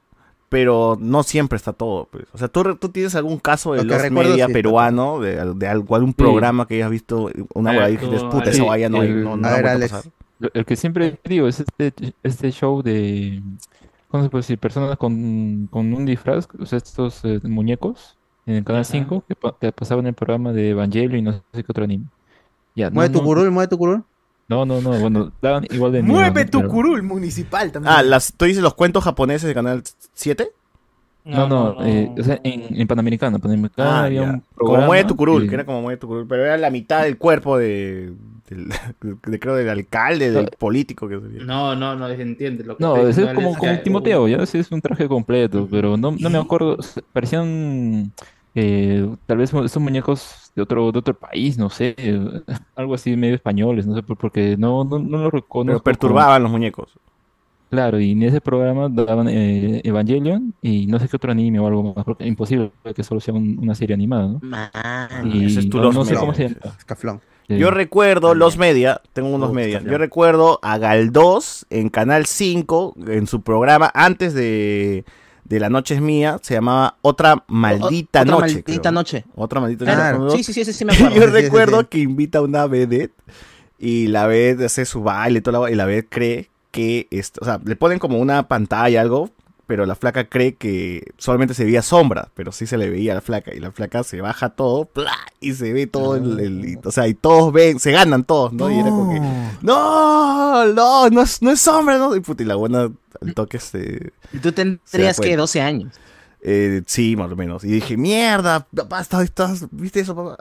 [SPEAKER 1] Pero no siempre está todo, pues. O sea, ¿tú, re- tú tienes algún caso de
[SPEAKER 4] Lo que
[SPEAKER 1] Los
[SPEAKER 4] recuerdo,
[SPEAKER 1] Media
[SPEAKER 4] sí, está
[SPEAKER 1] peruano, de, al- de algo- algún programa que hayas visto, una
[SPEAKER 3] Ah,
[SPEAKER 1] huevada y dices,
[SPEAKER 3] tú,
[SPEAKER 1] puta,
[SPEAKER 3] Alex.
[SPEAKER 1] esa vaya no,
[SPEAKER 7] Sí,
[SPEAKER 1] no, no
[SPEAKER 4] a
[SPEAKER 1] la
[SPEAKER 4] ver,
[SPEAKER 1] vuelta a
[SPEAKER 4] Ah, Alex.
[SPEAKER 1] pasar"?
[SPEAKER 7] Lo- El que siempre digo es este, este show de, ¿cómo se puede decir? Personas con, con un disfraz, o sea, estos eh, muñecos en el canal
[SPEAKER 3] Ajá.
[SPEAKER 7] 5 que, pa- que pasaban el programa de Evangelio y no sé qué otro anime. Ya, no,
[SPEAKER 4] Mueve tu
[SPEAKER 7] no,
[SPEAKER 4] curul, mueve tu curul.
[SPEAKER 7] No, no, no, bueno, daban igual de miedo,
[SPEAKER 9] Mueve
[SPEAKER 7] ¿no?
[SPEAKER 9] tu
[SPEAKER 7] Pero-
[SPEAKER 9] curul municipal también.
[SPEAKER 1] Ah, las, ¿tú dices los cuentos japoneses de Canal 7?
[SPEAKER 7] No, no, eh, o sea, en, en Panamericana, Panamericana
[SPEAKER 1] Ah,
[SPEAKER 7] había
[SPEAKER 1] ya.
[SPEAKER 7] un
[SPEAKER 1] Como Mueve tu
[SPEAKER 7] programa
[SPEAKER 1] curul,
[SPEAKER 7] que-
[SPEAKER 1] que era como Mueve tu curul, pero era la mitad del cuerpo de, del- de- creo, del alcalde, del político que sería.
[SPEAKER 3] No, no, no entiende lo que
[SPEAKER 7] No,
[SPEAKER 3] está
[SPEAKER 7] ese es
[SPEAKER 3] diciendo
[SPEAKER 7] como,
[SPEAKER 3] Alex,
[SPEAKER 7] como
[SPEAKER 3] que-
[SPEAKER 7] Timoteo, ya ese es un traje completo, pero no, no me acuerdo, o sea, parecían eh, tal vez mu- esos muñecos de otro, de otro país, no sé, eh, algo así medio españoles, no sé, por- porque no, no, no lo
[SPEAKER 1] Pero
[SPEAKER 7] reconozco. como-
[SPEAKER 1] perturbaban los muñecos.
[SPEAKER 7] Claro, y en ese programa daban eh, Evangelion y no sé qué otro anime o algo más, porque imposible que solo sea un- una serie animada, ¿no?
[SPEAKER 5] Man.
[SPEAKER 7] Y
[SPEAKER 1] ese es tu
[SPEAKER 7] no,
[SPEAKER 1] Los
[SPEAKER 7] no sé
[SPEAKER 1] Media.
[SPEAKER 7] cómo se llama.
[SPEAKER 4] Escaflón.
[SPEAKER 7] eh,
[SPEAKER 1] Yo recuerdo
[SPEAKER 5] También.
[SPEAKER 1] los media, tengo unos
[SPEAKER 5] Uf,
[SPEAKER 1] medias.
[SPEAKER 5] también.
[SPEAKER 1] Yo recuerdo a Galdós en Canal 5, en su programa antes de, de La Noche es Mía, se llamaba Otra Maldita
[SPEAKER 5] Otra
[SPEAKER 1] Noche.
[SPEAKER 5] maldita
[SPEAKER 1] creo.
[SPEAKER 5] noche.
[SPEAKER 1] Otra Maldita
[SPEAKER 4] Claro,
[SPEAKER 1] Noche.
[SPEAKER 5] Sí, sí, sí, ese sí me
[SPEAKER 1] Y yo
[SPEAKER 5] acuerdo.
[SPEAKER 4] sí, sí,
[SPEAKER 1] recuerdo
[SPEAKER 4] sí.
[SPEAKER 1] que invita a una vedette y la vedette hace su baile toda la hue- y la vedette cree que, es- o sea, le ponen como una pantalla algo, pero la flaca cree que solamente se veía sombra, pero sí se le veía a la flaca y la flaca se baja todo ¡plá! y se ve todo
[SPEAKER 5] Ah.
[SPEAKER 1] el, el- y- o sea, y todos ven, se ganan todos, ¿no? Y era como que no, no, no es, no es sombra, ¿no? Y puta, y la buena al toque se
[SPEAKER 5] Y Tú
[SPEAKER 1] Se da
[SPEAKER 5] tendrías
[SPEAKER 1] cuenta.
[SPEAKER 5] que 12 años.
[SPEAKER 1] eh, sí, más o menos. Y dije, mierda, papá, estás, estás- ¿viste eso, papá?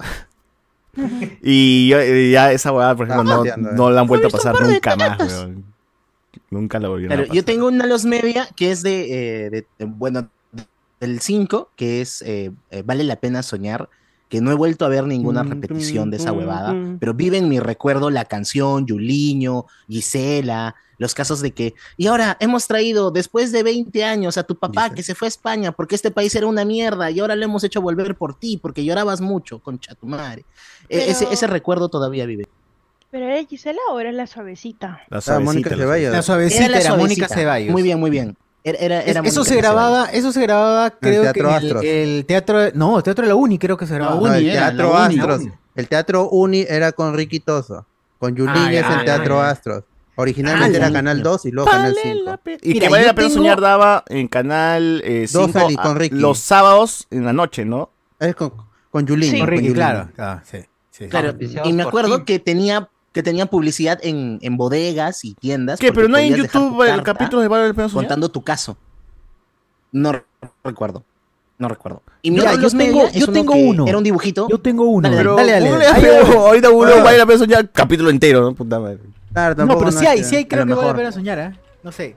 [SPEAKER 1] y yo- eh, ya esa weá, por ejemplo,
[SPEAKER 4] Ah,
[SPEAKER 1] no,
[SPEAKER 4] entiendo.
[SPEAKER 1] no la han vuelto a pasar
[SPEAKER 5] par de
[SPEAKER 1] nunca más,
[SPEAKER 5] piratas.
[SPEAKER 1] weón. Nunca la volvieron
[SPEAKER 5] Claro,
[SPEAKER 1] a pasar.
[SPEAKER 5] yo tengo una los media que es de, eh, de- de- bueno, del 5, que es eh, eh, Vale la pena soñar, que no he vuelto a ver ninguna repetición de esa huevada, pero vive en mi recuerdo la canción, Yuliño, Gisela, los casos de que, y ahora hemos traído después de 20 años a tu papá que se fue a España porque este país era una mierda y ahora lo hemos hecho volver por ti porque llorabas mucho, concha tu madre. E-
[SPEAKER 13] Pero-
[SPEAKER 5] ese, ese recuerdo todavía vive.
[SPEAKER 13] ¿Pero era Gisela o era la suavecita?
[SPEAKER 1] La
[SPEAKER 5] Ah,
[SPEAKER 4] suavecita, Mónica la Ceballos.
[SPEAKER 9] La suavecita era,
[SPEAKER 5] la
[SPEAKER 9] Mónica
[SPEAKER 5] suavecita.
[SPEAKER 9] Ceballos.
[SPEAKER 5] Muy bien, muy bien. Era, era-
[SPEAKER 9] Es-
[SPEAKER 5] era
[SPEAKER 9] eso
[SPEAKER 5] Mónica
[SPEAKER 9] se grababa,
[SPEAKER 5] Ceballos.
[SPEAKER 9] eso se grababa, creo
[SPEAKER 4] Teatro
[SPEAKER 9] que
[SPEAKER 4] Astros.
[SPEAKER 5] eh,
[SPEAKER 9] en el, el teatro, no, el teatro de la Uni creo que se grababa.
[SPEAKER 4] No,
[SPEAKER 6] Uni
[SPEAKER 4] el
[SPEAKER 6] era,
[SPEAKER 4] Teatro
[SPEAKER 6] la Uni.
[SPEAKER 4] Astros. El Teatro Uni era con Ricky Toso. Con Yulín
[SPEAKER 9] Ah,
[SPEAKER 4] es
[SPEAKER 9] ya,
[SPEAKER 4] el Teatro
[SPEAKER 9] ya, ya.
[SPEAKER 4] Astros. Originalmente
[SPEAKER 5] Ah,
[SPEAKER 4] era
[SPEAKER 5] ya.
[SPEAKER 4] Canal 2 y luego Canal 5.
[SPEAKER 1] Y
[SPEAKER 5] Mira,
[SPEAKER 1] que vale
[SPEAKER 5] yo
[SPEAKER 1] la pena
[SPEAKER 5] tengo-
[SPEAKER 1] soñar daba en canal 5
[SPEAKER 4] Dos Ali con Ricky.
[SPEAKER 1] los sábados en la noche, ¿no?
[SPEAKER 4] Es con, con Yulín.
[SPEAKER 13] Sí.
[SPEAKER 4] con
[SPEAKER 9] Con Ricky,
[SPEAKER 4] Yulín.
[SPEAKER 9] claro. Ah, sí, sí.
[SPEAKER 5] Claro,
[SPEAKER 2] Auspiciados
[SPEAKER 5] y me
[SPEAKER 2] por
[SPEAKER 5] acuerdo
[SPEAKER 2] ti.
[SPEAKER 5] que tenía, que tenía publicidad en, en bodegas y tiendas.
[SPEAKER 1] Que
[SPEAKER 5] porque
[SPEAKER 1] pero no hay en
[SPEAKER 5] podías dejar tu
[SPEAKER 1] YouTube el
[SPEAKER 5] carta
[SPEAKER 1] capítulo de Vale la pena soñar.
[SPEAKER 5] contando tu caso. No re- recuerdo. No recuerdo. Y
[SPEAKER 9] Mira,
[SPEAKER 5] Mira,
[SPEAKER 9] yo
[SPEAKER 5] yo
[SPEAKER 9] tengo- yo tengo uno.
[SPEAKER 5] Era un dibujito.
[SPEAKER 9] Yo tengo uno.
[SPEAKER 5] Dale,
[SPEAKER 9] Dale,
[SPEAKER 1] Pero
[SPEAKER 9] dale.
[SPEAKER 1] Google,
[SPEAKER 9] dale. Ahí
[SPEAKER 1] pero ahorita uno
[SPEAKER 4] Ah.
[SPEAKER 1] Vale la pena soñar capítulo entero, ¿no? Puta madre.
[SPEAKER 4] Claro,
[SPEAKER 9] va. No,
[SPEAKER 4] tampoco
[SPEAKER 9] pero sí hay,
[SPEAKER 4] es-
[SPEAKER 9] sí hay,
[SPEAKER 4] a
[SPEAKER 9] creo
[SPEAKER 4] lo
[SPEAKER 9] que voy a
[SPEAKER 4] mejor.
[SPEAKER 9] volver a soñar, ¿eh? No sé.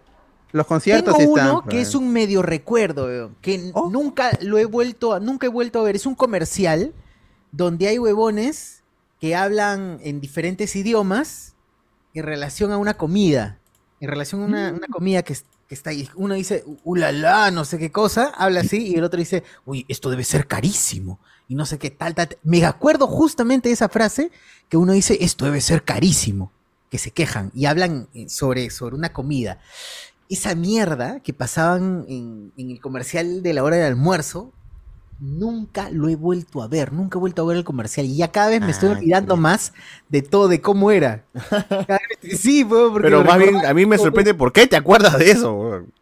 [SPEAKER 4] Los conciertos
[SPEAKER 9] Tengo
[SPEAKER 4] sí están, pues.
[SPEAKER 9] uno
[SPEAKER 4] pero-
[SPEAKER 9] que es un medio recuerdo, weón, que n-
[SPEAKER 4] Oh.
[SPEAKER 9] nunca lo he vuelto a, nunca he vuelto a ver. Es un comercial donde hay huevones que hablan en diferentes idiomas en relación a una comida. En relación a
[SPEAKER 4] Mm.
[SPEAKER 9] una, una comida que, es- que está ahí. Uno dice, ulala, no sé qué cosa, habla así, y el otro dice, uy, esto debe ser carísimo. Y no sé qué tal, tal. tal. Me acuerdo justamente de esa frase que uno dice, esto debe ser carísimo. Que se quejan y hablan eh, sobre, sobre una comida esa mierda que pasaban en, en el comercial de la hora del almuerzo, nunca lo he vuelto a ver, nunca he vuelto a ver el comercial. Y ya cada vez me estoy
[SPEAKER 5] Ah,
[SPEAKER 9] olvidando
[SPEAKER 5] ya.
[SPEAKER 9] más de todo, de cómo era. Cada vez- sí, weón, porque
[SPEAKER 1] Pero
[SPEAKER 9] lo
[SPEAKER 1] más
[SPEAKER 9] recordaba.
[SPEAKER 1] bien, a mí me sorprende por qué te acuerdas de eso, weón?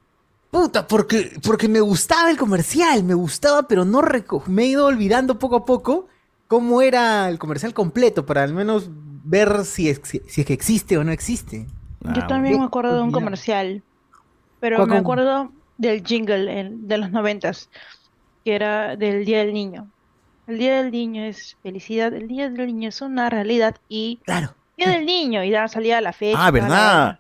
[SPEAKER 9] Puta, porque, porque me gustaba el comercial, me gustaba, pero no reco- me he ido olvidando poco a poco cómo era el comercial completo, para al menos ver si es, si, si es que existe o no existe.
[SPEAKER 1] Ah,
[SPEAKER 9] Ah,
[SPEAKER 13] Yo también me acuerdo de un
[SPEAKER 9] Olvidado.
[SPEAKER 13] comercial, pero
[SPEAKER 9] ¿Cuál
[SPEAKER 13] me
[SPEAKER 9] com-
[SPEAKER 13] acuerdo del jingle en- de los noventas, que era del Día del Niño. El Día del Niño es felicidad, el Día del Niño es una realidad y
[SPEAKER 9] Claro.
[SPEAKER 13] Día del Niño y da salida la fecha.
[SPEAKER 1] Ah,
[SPEAKER 13] toda la
[SPEAKER 1] ¿verdad?
[SPEAKER 13] vaina.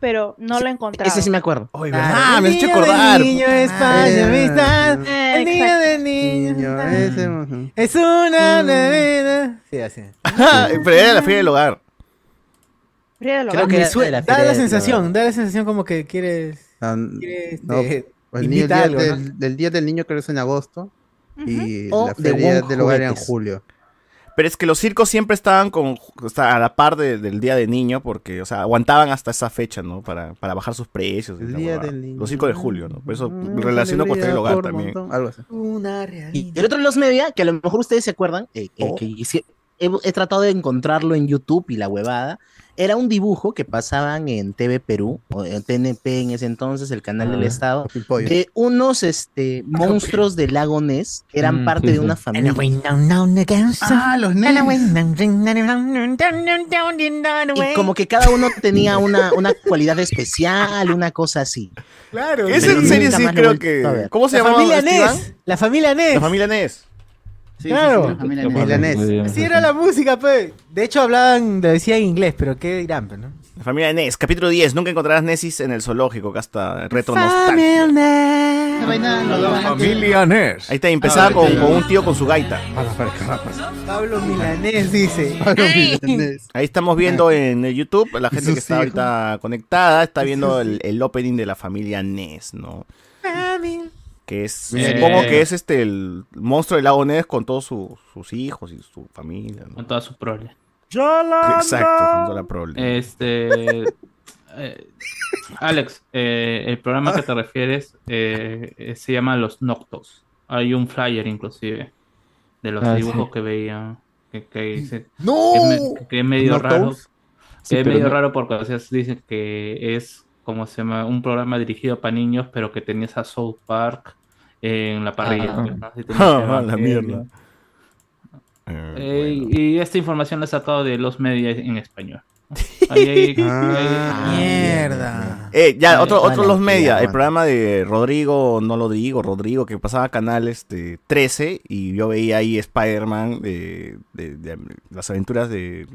[SPEAKER 13] Pero no lo he encontrado.
[SPEAKER 5] Ese sí me acuerdo.
[SPEAKER 1] Oye,
[SPEAKER 9] Claro,
[SPEAKER 1] ¿verdad?
[SPEAKER 9] el
[SPEAKER 1] Me estoy
[SPEAKER 9] niño del
[SPEAKER 1] acordar.
[SPEAKER 9] niño es paz y
[SPEAKER 4] Ah.
[SPEAKER 9] amistad.
[SPEAKER 13] Eh,
[SPEAKER 9] El niño
[SPEAKER 13] exacto.
[SPEAKER 9] del niño.
[SPEAKER 4] Niño,
[SPEAKER 9] es paz.
[SPEAKER 4] ese, ujú.
[SPEAKER 9] Es una bebida. Sí, así.
[SPEAKER 1] Ajá, Pero era la feria del hogar.
[SPEAKER 13] Feria del
[SPEAKER 5] Creo
[SPEAKER 13] Hogar.
[SPEAKER 5] que
[SPEAKER 9] Me
[SPEAKER 5] era
[SPEAKER 9] sue-
[SPEAKER 5] de la
[SPEAKER 9] da
[SPEAKER 5] feria
[SPEAKER 9] la
[SPEAKER 5] de-
[SPEAKER 9] sensación, da la sensación como que quieres.
[SPEAKER 4] Ah,
[SPEAKER 9] quieres
[SPEAKER 4] no,
[SPEAKER 9] este,
[SPEAKER 4] pues ni el
[SPEAKER 9] invita
[SPEAKER 4] día
[SPEAKER 9] algo, ¿no?
[SPEAKER 4] del, del Día del Niño creo que es en agosto
[SPEAKER 13] Ujú.
[SPEAKER 4] y
[SPEAKER 5] O
[SPEAKER 4] la
[SPEAKER 5] de
[SPEAKER 4] Feria
[SPEAKER 5] Wong
[SPEAKER 4] del Hogar era en
[SPEAKER 5] Juguetes.
[SPEAKER 4] julio.
[SPEAKER 1] Pero es que los circos siempre estaban con, o sea, a la par de- del día de niño, porque, o sea, aguantaban hasta esa fecha, ¿no? Para, para bajar sus precios. y
[SPEAKER 4] El
[SPEAKER 1] esa
[SPEAKER 4] día
[SPEAKER 1] huevada.
[SPEAKER 4] del niño.
[SPEAKER 1] Los circos de julio, ¿no? Por eso
[SPEAKER 4] Mm,
[SPEAKER 1] relaciono con Feria
[SPEAKER 4] celebridad
[SPEAKER 1] del hogar
[SPEAKER 4] por
[SPEAKER 1] también.
[SPEAKER 4] montón, Algo así.
[SPEAKER 9] Una
[SPEAKER 5] Y
[SPEAKER 9] realidad.
[SPEAKER 5] el otro de los media, que a lo mejor ustedes se acuerdan, eh, que-
[SPEAKER 4] Oh.
[SPEAKER 5] que hice- he, he tratado de encontrarlo en YouTube y la huevada, era un dibujo que pasaban en TV Perú, o en TNP en ese entonces, el canal del
[SPEAKER 7] Ah.
[SPEAKER 5] Estado,
[SPEAKER 4] Pimpollo.
[SPEAKER 5] de unos este, monstruos del lago Ness que eran
[SPEAKER 7] Mm,
[SPEAKER 5] parte
[SPEAKER 7] sí,
[SPEAKER 5] de
[SPEAKER 7] sí.
[SPEAKER 5] una familia.
[SPEAKER 6] Ah, los nenes.
[SPEAKER 5] Ah, Y como que cada uno tenía una, una cualidad especial, una cosa así.
[SPEAKER 9] Claro.
[SPEAKER 1] Esa
[SPEAKER 5] Pero
[SPEAKER 1] en serio
[SPEAKER 5] nunca
[SPEAKER 1] sí
[SPEAKER 5] más lo he
[SPEAKER 1] creo
[SPEAKER 5] vuelto a
[SPEAKER 1] que.
[SPEAKER 5] ver.
[SPEAKER 1] ¿Cómo
[SPEAKER 9] La
[SPEAKER 1] se llamaba?
[SPEAKER 9] familia
[SPEAKER 1] este Iván?
[SPEAKER 9] Ness. La familia
[SPEAKER 1] La
[SPEAKER 9] Ness.
[SPEAKER 1] familia Ness.
[SPEAKER 9] Claro. Así
[SPEAKER 7] Sí,
[SPEAKER 9] era la música, pe. De hecho, hablaban, lo decía en inglés, pero qué dirán, pe, ¿no?
[SPEAKER 1] La familia Ness, capítulo 10. Nunca encontrarás Nessis en el zoológico. Acá está el reto nostálgico.
[SPEAKER 9] Familia
[SPEAKER 6] Esa
[SPEAKER 9] Ness.
[SPEAKER 6] vaina lo daban antes.
[SPEAKER 1] Ahí está, empezaba
[SPEAKER 6] Ah,
[SPEAKER 1] con,
[SPEAKER 6] ya.
[SPEAKER 1] con un tío con su gaita.
[SPEAKER 9] Pablo Milanés dice.
[SPEAKER 4] Pablo Milanés.
[SPEAKER 1] Ahí estamos viendo en eh, YouTube, la gente
[SPEAKER 4] sus
[SPEAKER 1] que está
[SPEAKER 4] hijos.
[SPEAKER 1] ahorita conectada está viendo el, el opening de la familia Ness, ¿no? Que es,
[SPEAKER 3] Mira,
[SPEAKER 1] supongo
[SPEAKER 3] eh.
[SPEAKER 1] que es este el monstruo del lago Ness con todos su- sus hijos y su familia, ¿no?
[SPEAKER 3] Con todas sus problemas.
[SPEAKER 1] Ah, Exacto, con toda la prole.
[SPEAKER 3] Este. eh, Alex, eh, el programa que te refieres eh, eh, se llama Los Noctos. Hay un flyer inclusive de los
[SPEAKER 7] Ah,
[SPEAKER 3] dibujos
[SPEAKER 7] sí.
[SPEAKER 3] que veía. Que, que dice-
[SPEAKER 9] ¡No!
[SPEAKER 3] que es me- que es medio raro.
[SPEAKER 4] ¿Noctos?
[SPEAKER 7] Sí,
[SPEAKER 3] es
[SPEAKER 7] pero
[SPEAKER 3] medio
[SPEAKER 7] no-
[SPEAKER 3] raro porque a veces dicen que es como se llama un programa dirigido para niños, pero que tenías a South Park en la parrilla.
[SPEAKER 7] Ah.
[SPEAKER 3] ¿no? Así tenías
[SPEAKER 1] Ah, la
[SPEAKER 3] Evangelion.
[SPEAKER 1] mierda. Eh,
[SPEAKER 3] Eh,
[SPEAKER 1] bueno.
[SPEAKER 3] Y esta información la he sacado de los medios en español. Ahí hay-
[SPEAKER 4] Ah,
[SPEAKER 3] ahí-
[SPEAKER 9] Mierda.
[SPEAKER 1] Eh, ya,
[SPEAKER 3] Vale,
[SPEAKER 1] otro, otro
[SPEAKER 5] vale,
[SPEAKER 1] los
[SPEAKER 5] ya,
[SPEAKER 1] media, el
[SPEAKER 5] bueno.
[SPEAKER 1] programa de Rodrigo, no lo digo, Rodrigo, que pasaba canal este 13 y yo veía ahí Spider-Man de, de- de las aventuras de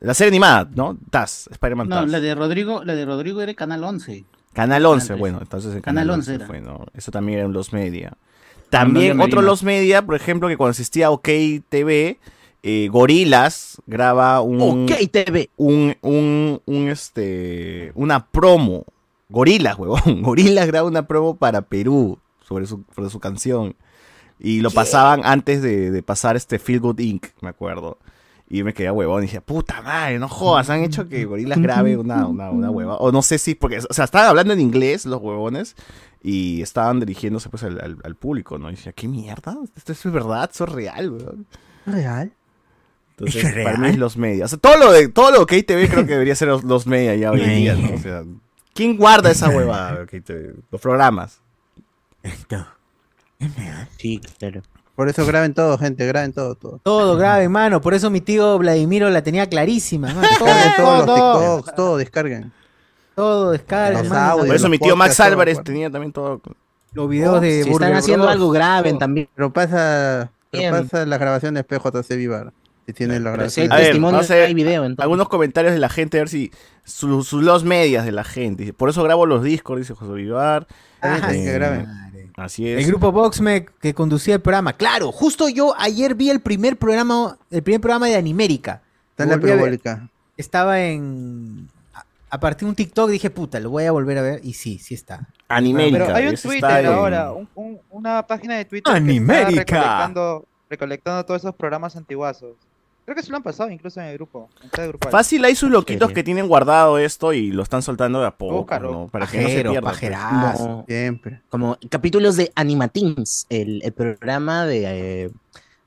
[SPEAKER 1] la serie animada, ¿no? Taz, Spider-Man
[SPEAKER 6] No,
[SPEAKER 1] Taz.
[SPEAKER 6] la de Rodrigo, la de Rodrigo era Canal 11.
[SPEAKER 1] Canal 11, bueno, entonces el
[SPEAKER 6] Canal 11 era.
[SPEAKER 1] fue, ¿no? Eso también era un Los Media. También
[SPEAKER 6] Media
[SPEAKER 1] otro
[SPEAKER 6] Marina.
[SPEAKER 1] Los Media, por ejemplo, que cuando existía OK TV, eh, Gorilas graba un,
[SPEAKER 5] Ok, TV.
[SPEAKER 1] un, un, un, este, una promo. Gorilas, huevón. Gorilas graba una promo para Perú sobre su, sobre su canción. Y lo pasaban antes de, de pasar este Feel Good Inc., me acuerdo. Y me quedé huevón y dije, puta madre, no jodas, han hecho que Gorilas grabe una, una, una hueva. O no sé si, porque, o sea, estaban hablando en inglés los huevones y estaban dirigiéndose pues al, al- al público, ¿no? Y decía, ¿qué mierda? ¿Esto es verdad? ¿Eso es real, huevón?
[SPEAKER 9] Real.
[SPEAKER 1] Entonces,
[SPEAKER 9] ¿Es
[SPEAKER 1] para
[SPEAKER 9] real?
[SPEAKER 1] mí es los medios. O sea, todo lo, de, todo lo que ITV creo que debería ser los, los medios ya hoy en día, ¿no? O sea, ¿quién guarda esa huevada? de KTV? Los programas.
[SPEAKER 5] Sí, claro.
[SPEAKER 4] Por eso graben todo, gente, graben todo, todo.
[SPEAKER 9] Todo grave, mano. Por eso mi tío Vladimiro la tenía clarísima. mano. Todo,
[SPEAKER 4] Descarguen todos los
[SPEAKER 9] todo, todo,
[SPEAKER 4] TikToks, todo, descarguen.
[SPEAKER 9] todo descarga.
[SPEAKER 4] Los
[SPEAKER 9] mano.
[SPEAKER 4] audios,
[SPEAKER 1] Por eso
[SPEAKER 4] los
[SPEAKER 1] mi tío Max
[SPEAKER 4] podcasts, todo, pues.
[SPEAKER 1] Álvarez
[SPEAKER 4] bueno.
[SPEAKER 1] tenía también todo.
[SPEAKER 9] Los videos de
[SPEAKER 5] Oh, Si
[SPEAKER 9] Burger
[SPEAKER 5] están haciendo
[SPEAKER 9] Bros. Oh.
[SPEAKER 5] algo, graben también.
[SPEAKER 4] Pero pasa, pero
[SPEAKER 5] Bien.
[SPEAKER 4] pasa las grabaciones PJC Vivar. Si tienen la
[SPEAKER 5] Pero si hay
[SPEAKER 4] grabación.
[SPEAKER 1] A ver,
[SPEAKER 5] testimonio,
[SPEAKER 1] vamos a ver.
[SPEAKER 5] hay video. Entonces.
[SPEAKER 1] Algunos comentarios de la gente, a ver si. Sus los medias de la gente. Dice, Por eso grabo los discos, dice José Vivar.
[SPEAKER 4] Ah,
[SPEAKER 1] Eh,
[SPEAKER 4] que graben.
[SPEAKER 1] Así
[SPEAKER 9] El
[SPEAKER 1] es.
[SPEAKER 9] grupo Voxme que conducía el programa. Claro, justo yo ayer vi el primer programa, el primer programa de Animérica.
[SPEAKER 4] Está en la
[SPEAKER 9] Volví a ver-
[SPEAKER 4] parabólica.
[SPEAKER 9] Estaba en. a- A partir de un TikTok dije, puta, lo voy a volver a ver. Y sí, sí está.
[SPEAKER 1] Animérica.
[SPEAKER 2] Pero hay un
[SPEAKER 1] eso
[SPEAKER 2] Twitter
[SPEAKER 1] está en-
[SPEAKER 2] ahora, un- un- una página de Twitter que
[SPEAKER 10] Animérica.
[SPEAKER 2] está recolectando, recolectando todos esos programas antiguazos. Creo que se lo han pasado incluso en el grupo. En cada grupo.
[SPEAKER 1] Fácil, hay sus loquitos
[SPEAKER 5] Sí.
[SPEAKER 1] que tienen guardado esto y lo están soltando de a poco,
[SPEAKER 2] Búscalo.
[SPEAKER 1] ¿no? Para que no se
[SPEAKER 10] Pajero,
[SPEAKER 1] pierda. pues.
[SPEAKER 10] pajerazo.
[SPEAKER 5] Como,
[SPEAKER 4] Siempre.
[SPEAKER 5] como capítulos de Animatins, el, el programa de, eh,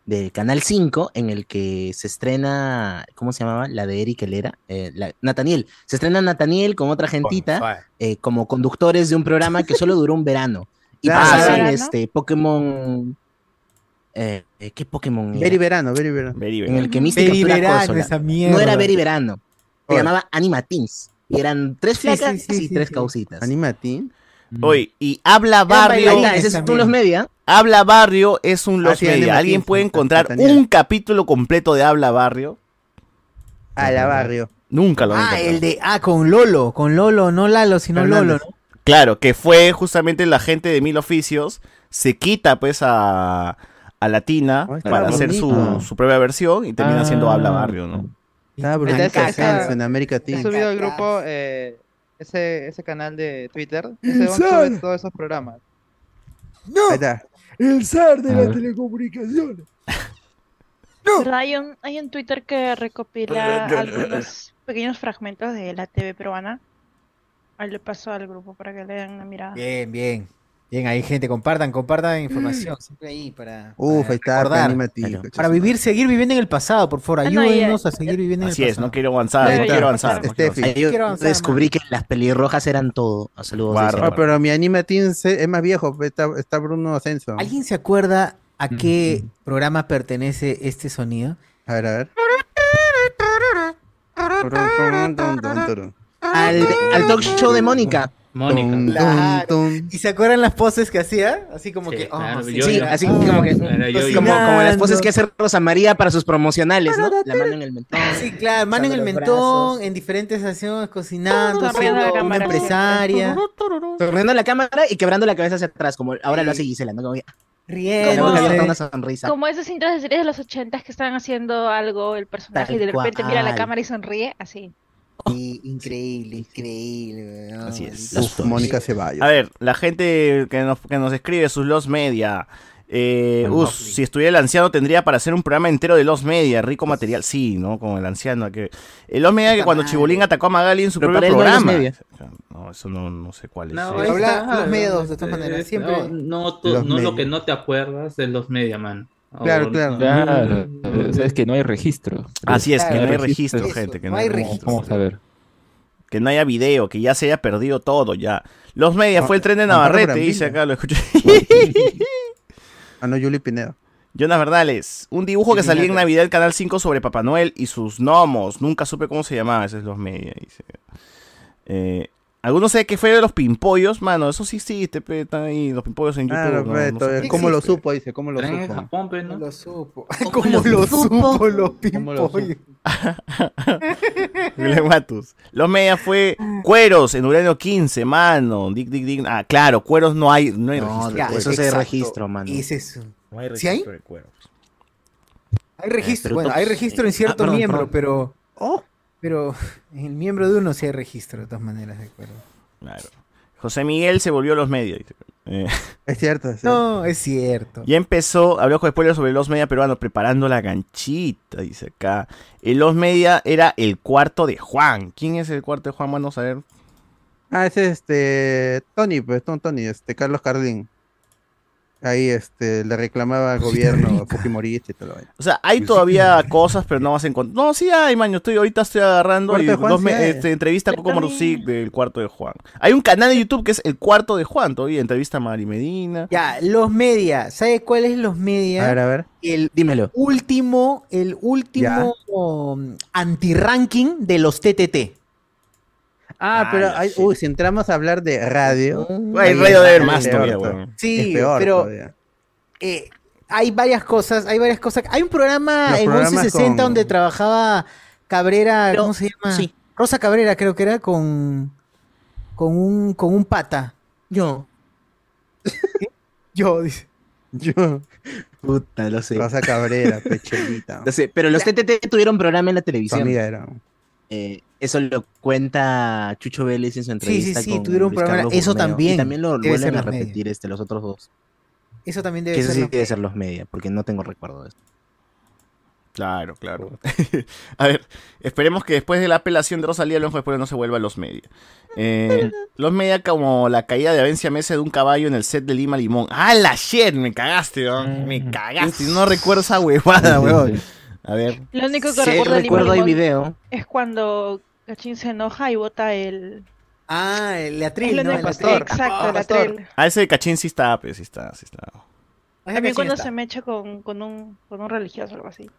[SPEAKER 5] del Canal 5 en el que se estrena, ¿cómo se llamaba? La de Eric Helera. eh, la- Nataniel. Se estrena Nataniel con otra gentita. eh, como conductores de un programa que solo duró un verano. Y
[SPEAKER 4] Claro.
[SPEAKER 5] pasaron
[SPEAKER 13] Ah, sí.
[SPEAKER 5] este Pokémon. eh, eh, ¿Qué Pokémon era?
[SPEAKER 4] Very verano, very verano.
[SPEAKER 1] Very, very.
[SPEAKER 5] En el que Misty
[SPEAKER 9] Ver y
[SPEAKER 5] captura
[SPEAKER 9] verano,
[SPEAKER 5] consola.
[SPEAKER 9] esa mierda.
[SPEAKER 5] No era Very Verano. Se
[SPEAKER 4] Oye.
[SPEAKER 5] llamaba Animatins. Y eran tres
[SPEAKER 9] Sí, sí,
[SPEAKER 5] flacas
[SPEAKER 9] sí,
[SPEAKER 5] y
[SPEAKER 9] sí,
[SPEAKER 5] tres
[SPEAKER 9] sí.
[SPEAKER 5] causitas.
[SPEAKER 4] Animatín.
[SPEAKER 1] Mm. Oye, y habla barrio.
[SPEAKER 5] Ahí está, ese es
[SPEAKER 9] también.
[SPEAKER 5] un los media.
[SPEAKER 1] Habla Barrio es un Los
[SPEAKER 4] Ah, sí,
[SPEAKER 1] Media.
[SPEAKER 4] Animatín,
[SPEAKER 1] ¿Alguien puede
[SPEAKER 4] sí,
[SPEAKER 1] encontrar
[SPEAKER 4] Daniel.
[SPEAKER 1] un capítulo completo de Habla Barrio?
[SPEAKER 4] A la barrio.
[SPEAKER 1] Nunca lo han
[SPEAKER 9] Ah,
[SPEAKER 1] encontrado.
[SPEAKER 9] el de. Ah, con Lolo. Con Lolo, no Lalo, sino
[SPEAKER 4] Fernández.
[SPEAKER 9] Lolo. ¿no?
[SPEAKER 1] Claro, que fue justamente la gente de Mil Oficios. Se quita pues a, a Latina
[SPEAKER 4] Ay, está
[SPEAKER 1] para hacer su,
[SPEAKER 4] Ah, bonito.
[SPEAKER 1] su propia versión y termina
[SPEAKER 7] Ah.
[SPEAKER 1] haciendo Habla Barrio, ¿no?
[SPEAKER 4] Estaba
[SPEAKER 2] Está
[SPEAKER 4] Brunito
[SPEAKER 2] esa- esa-
[SPEAKER 4] Sanz en América
[SPEAKER 2] He
[SPEAKER 4] Latina.
[SPEAKER 2] subido al grupo eh, ese, ese canal de Twitter. Ese donde sube todos esos programas.
[SPEAKER 4] Ahí está.
[SPEAKER 7] A ver.
[SPEAKER 13] Pero hay un, hay un Twitter que recopila algunos pequeños fragmentos de la TV peruana. Ahí le paso al grupo para que le den una mirada.
[SPEAKER 10] Bien, bien.
[SPEAKER 9] Bien, ahí, gente, compartan,
[SPEAKER 2] Mm.
[SPEAKER 9] compartan información. Siempre ahí para.
[SPEAKER 4] Uf, ahí está.
[SPEAKER 9] recordar.
[SPEAKER 4] Animatín.
[SPEAKER 9] Para vivir, seguir viviendo en el pasado, por favor.
[SPEAKER 13] Ah, no,
[SPEAKER 9] Ayúdenos a seguir viviendo en
[SPEAKER 1] Así
[SPEAKER 9] el
[SPEAKER 1] es,
[SPEAKER 9] pasado.
[SPEAKER 1] no quiero avanzar,
[SPEAKER 13] Ahí
[SPEAKER 1] no
[SPEAKER 13] está.
[SPEAKER 1] quiero avanzar. no quiero
[SPEAKER 4] Steffi.
[SPEAKER 1] avanzar.
[SPEAKER 5] Ahí yo
[SPEAKER 9] Quiero avanzar,
[SPEAKER 5] descubrí que las pelirrojas eran todo. A saludos.
[SPEAKER 1] Guarda.
[SPEAKER 5] dice.
[SPEAKER 4] Ah, pero mi Animatín se- es más viejo. pues, Está, está Bruno Ascenso.
[SPEAKER 9] ¿Alguien se acuerda a qué programa pertenece este sonido?
[SPEAKER 4] A ver, a ver.
[SPEAKER 5] Al, al talk show de Mónica.
[SPEAKER 3] Mónica.
[SPEAKER 9] Claro.
[SPEAKER 4] Tum, tum.
[SPEAKER 9] ¿Y se acuerdan las poses que hacía? Así como
[SPEAKER 3] Sí,
[SPEAKER 9] que. oh,
[SPEAKER 3] claro,
[SPEAKER 9] sí,
[SPEAKER 3] Pues yo-
[SPEAKER 5] Sí,
[SPEAKER 3] yo-
[SPEAKER 5] así
[SPEAKER 9] oh,
[SPEAKER 5] como que-
[SPEAKER 3] Era yo, yo.
[SPEAKER 5] Como, como las poses
[SPEAKER 9] Cocinando.
[SPEAKER 5] que hace Rosa María para sus promocionales, ¿no? La mano en el mentón.
[SPEAKER 9] Sí, claro, mano en el
[SPEAKER 5] Usando los
[SPEAKER 9] mentón,
[SPEAKER 5] brazos.
[SPEAKER 9] en diferentes acciones, cocinando,
[SPEAKER 13] Cambiando
[SPEAKER 9] siendo
[SPEAKER 13] la
[SPEAKER 9] una
[SPEAKER 13] cámara.
[SPEAKER 9] empresaria,
[SPEAKER 5] Torneando la cámara y quebrando la cabeza hacia atrás, como ahora lo hace Gisela, ¿no? Como que, con la boca abierta, una
[SPEAKER 9] riéndose.
[SPEAKER 5] sonrisa.
[SPEAKER 13] Como esas cintas de series de los 80 que están haciendo algo, el personaje,
[SPEAKER 5] Tal
[SPEAKER 13] y de repente mira la
[SPEAKER 5] cual.
[SPEAKER 13] cámara y sonríe, así.
[SPEAKER 9] Sí, Increíble, increíble. weón.
[SPEAKER 1] Así es.
[SPEAKER 4] Uf, Mónica Ceballos.
[SPEAKER 1] A ver, la gente que nos, que nos escribe sus Los Media. Eh,
[SPEAKER 5] Bueno,
[SPEAKER 1] us, si estuviera el anciano tendría para hacer un programa entero de Los Media, rico material. Sí, ¿no? Como el anciano. Que... El Los Media que cuando Chibolín atacó a Magali en su
[SPEAKER 5] Pero
[SPEAKER 1] propio
[SPEAKER 5] para él
[SPEAKER 1] programa.
[SPEAKER 5] no es
[SPEAKER 1] No, eso no, no sé cuál es.
[SPEAKER 3] No,
[SPEAKER 1] eh.
[SPEAKER 3] ahí
[SPEAKER 9] Habla
[SPEAKER 3] está,
[SPEAKER 9] los medios, de
[SPEAKER 3] eh,
[SPEAKER 9] todas maneras,
[SPEAKER 3] eh,
[SPEAKER 9] siempre.
[SPEAKER 3] No, no, tú-
[SPEAKER 4] Los
[SPEAKER 3] no lo
[SPEAKER 4] medios.
[SPEAKER 3] que no te acuerdas de los media, man.
[SPEAKER 4] Claro, claro.
[SPEAKER 7] Claro,
[SPEAKER 13] Mm.
[SPEAKER 7] o sea, es que no hay registro.
[SPEAKER 1] Así es, que
[SPEAKER 7] Claro,
[SPEAKER 1] no hay
[SPEAKER 7] registro.
[SPEAKER 1] registro,
[SPEAKER 9] Eso,
[SPEAKER 1] gente. Que
[SPEAKER 9] no
[SPEAKER 1] no,
[SPEAKER 9] hay
[SPEAKER 1] hay
[SPEAKER 7] ¿Cómo,
[SPEAKER 1] registro.
[SPEAKER 7] cómo saber?
[SPEAKER 1] Que no haya video, que ya se haya perdido todo ya. Los Media fue el tren de
[SPEAKER 4] Amparo
[SPEAKER 1] Navarrete,
[SPEAKER 4] Brambila.
[SPEAKER 1] dice acá, lo escuché.
[SPEAKER 4] Ah, no, Yuli Pineda.
[SPEAKER 1] Jonas Verdales, un dibujo que salía en Navidad del Canal 5 sobre Papá Noel y sus gnomos. Nunca supe cómo se llamaba, ese es los media, dice. Eh, Algunos sé que fue de los pimpollos, mano. Eso sí existe, pe, están ahí los pimpollos en YouTube.
[SPEAKER 4] Claro,
[SPEAKER 1] no,
[SPEAKER 4] Ah, pe,
[SPEAKER 1] no
[SPEAKER 4] todavía-
[SPEAKER 1] sé.
[SPEAKER 4] ¿cómo lo supo? Dice, ¿cómo lo
[SPEAKER 1] Están en
[SPEAKER 4] supo?
[SPEAKER 3] Japón, pe, ¿no?
[SPEAKER 10] Lo supo.
[SPEAKER 4] ¿Cómo lo supo? Los
[SPEAKER 1] ¿Cómo lo supo? William Matus. Los medias fue Cueros en Uranio 15, mano. Dic, dic, dic. Ah, claro, Cueros no hay, no hay registro.
[SPEAKER 10] Ya,
[SPEAKER 1] de
[SPEAKER 5] eso
[SPEAKER 1] cueros.
[SPEAKER 5] se
[SPEAKER 10] exacto.
[SPEAKER 5] registro, mano.
[SPEAKER 10] Ese es un-
[SPEAKER 14] No hay
[SPEAKER 10] ¿Sí hay?
[SPEAKER 14] registro de cuero.
[SPEAKER 9] Hay
[SPEAKER 5] registro,
[SPEAKER 9] registro,
[SPEAKER 5] Eh, pero
[SPEAKER 9] bueno,
[SPEAKER 5] todos-
[SPEAKER 9] hay registro en
[SPEAKER 5] Ah,
[SPEAKER 9] cierto
[SPEAKER 5] perdón,
[SPEAKER 9] miembro,
[SPEAKER 5] perdón. Oh.
[SPEAKER 9] pero. Pero en el miembro de uno sí hay registro, de todas maneras, de acuerdo.
[SPEAKER 1] Claro. José Miguel se volvió a los medios. dice. Eh,
[SPEAKER 4] Es cierto, es cierto.
[SPEAKER 9] No, es cierto.
[SPEAKER 1] ya empezó, habló con spoilers sobre los media peruanos, preparando la ganchita, dice acá. El los media era el cuarto de Juan. ¿Quién es el cuarto de Juan? Vamos a ver.
[SPEAKER 4] Ah, ese es este. Tony, pues, no, Tony, este, Carlos Carlín. Ahí, este, le reclamaba al gobierno Fujimorista y todo lo vaina.
[SPEAKER 1] O sea, hay todavía cosas, pero no vas a encontrar. No, sí hay, maño. Estoy, ahorita estoy agarrando
[SPEAKER 4] Cuarto
[SPEAKER 1] y
[SPEAKER 4] de Juan
[SPEAKER 1] dos
[SPEAKER 4] sí
[SPEAKER 1] me-
[SPEAKER 4] hay.
[SPEAKER 1] este, entrevista a
[SPEAKER 13] Yo
[SPEAKER 1] Coco
[SPEAKER 13] también.
[SPEAKER 1] Morusic del cuarto de Juan. Hay un canal de YouTube que es el cuarto de Juan todavía. Entrevista a Mari Medina.
[SPEAKER 9] Ya, los media. ¿Sabes cuál es los media?
[SPEAKER 4] A ver, a ver.
[SPEAKER 9] El
[SPEAKER 5] Dímelo.
[SPEAKER 9] último, el último um, anti-ranking de los TTT.
[SPEAKER 4] Ah,
[SPEAKER 1] Ah,
[SPEAKER 4] pero
[SPEAKER 1] la
[SPEAKER 4] hay-
[SPEAKER 1] shit.
[SPEAKER 4] uy, si entramos a hablar de radio.
[SPEAKER 1] Güey,
[SPEAKER 4] ahí
[SPEAKER 1] radio
[SPEAKER 4] es
[SPEAKER 1] de
[SPEAKER 4] peor
[SPEAKER 1] más todavía,
[SPEAKER 4] todavía.
[SPEAKER 1] weón.
[SPEAKER 9] Sí,
[SPEAKER 4] Es peor
[SPEAKER 9] pero
[SPEAKER 4] todavía.
[SPEAKER 9] eh, hay varias cosas, hay varias cosas. Hay un programa
[SPEAKER 4] Los
[SPEAKER 9] en
[SPEAKER 4] programas
[SPEAKER 9] 1160
[SPEAKER 4] con-
[SPEAKER 9] donde trabajaba Cabrera,
[SPEAKER 5] Pero-
[SPEAKER 9] ¿cómo se llama?
[SPEAKER 5] sí.
[SPEAKER 9] Rosa Cabrera creo que era con con un con un pata.
[SPEAKER 5] Yo.
[SPEAKER 9] Yo dice.
[SPEAKER 4] Yo,
[SPEAKER 5] Puta, lo sé.
[SPEAKER 4] Rosa Cabrera, pechelita.
[SPEAKER 5] Lo sé. Pero los TTT tuvieron programa en la
[SPEAKER 4] Tu
[SPEAKER 5] televisión.
[SPEAKER 4] amiga era.
[SPEAKER 5] Eh, eso lo cuenta Chucho Vélez en su entrevista.
[SPEAKER 9] sí, sí,
[SPEAKER 5] con
[SPEAKER 9] tuvieron un
[SPEAKER 5] Luis
[SPEAKER 9] programa.
[SPEAKER 5] Carlos
[SPEAKER 9] Eso
[SPEAKER 5] Borneo.
[SPEAKER 9] también
[SPEAKER 5] Y también lo
[SPEAKER 9] debe ser
[SPEAKER 5] vuelven a
[SPEAKER 9] los medios.
[SPEAKER 5] repetir este, los otros dos.
[SPEAKER 9] Eso también
[SPEAKER 5] Que
[SPEAKER 9] debe
[SPEAKER 5] eso
[SPEAKER 9] ser.
[SPEAKER 5] sí
[SPEAKER 9] lo-
[SPEAKER 5] debe ser los medios, porque no tengo recuerdo de eso.
[SPEAKER 1] Claro, claro. a ver, esperemos que después de la apelación de Rosalía, los después no se vuelva a los media. Eh, los media como la caída de Avencia Mesa de un caballo en el set de Lima Limón. ¡Ah, la shit! Me cagaste, weón.
[SPEAKER 5] Mm.
[SPEAKER 1] Me cagaste. No recuerdo esa huevada, weón. A ver.
[SPEAKER 13] Lo único que
[SPEAKER 5] Sí,
[SPEAKER 13] recuerdo de Limón
[SPEAKER 5] recuerdo hay
[SPEAKER 13] Limón
[SPEAKER 5] video.
[SPEAKER 13] es cuando Cachín se enoja y bota el...
[SPEAKER 9] Ah, el
[SPEAKER 13] es
[SPEAKER 9] atril,
[SPEAKER 13] lo
[SPEAKER 9] ¿no?
[SPEAKER 13] único-
[SPEAKER 9] El
[SPEAKER 2] pastor.
[SPEAKER 9] atril.
[SPEAKER 13] Exacto,
[SPEAKER 2] Ah,
[SPEAKER 13] el
[SPEAKER 2] pastor.
[SPEAKER 13] atril.
[SPEAKER 1] Ah, ese de Cachín sí está, pues sí está, sí está.
[SPEAKER 13] También
[SPEAKER 9] Ese
[SPEAKER 13] cuando se
[SPEAKER 9] sí está.
[SPEAKER 13] mecha con, con, un, con un religioso o algo así.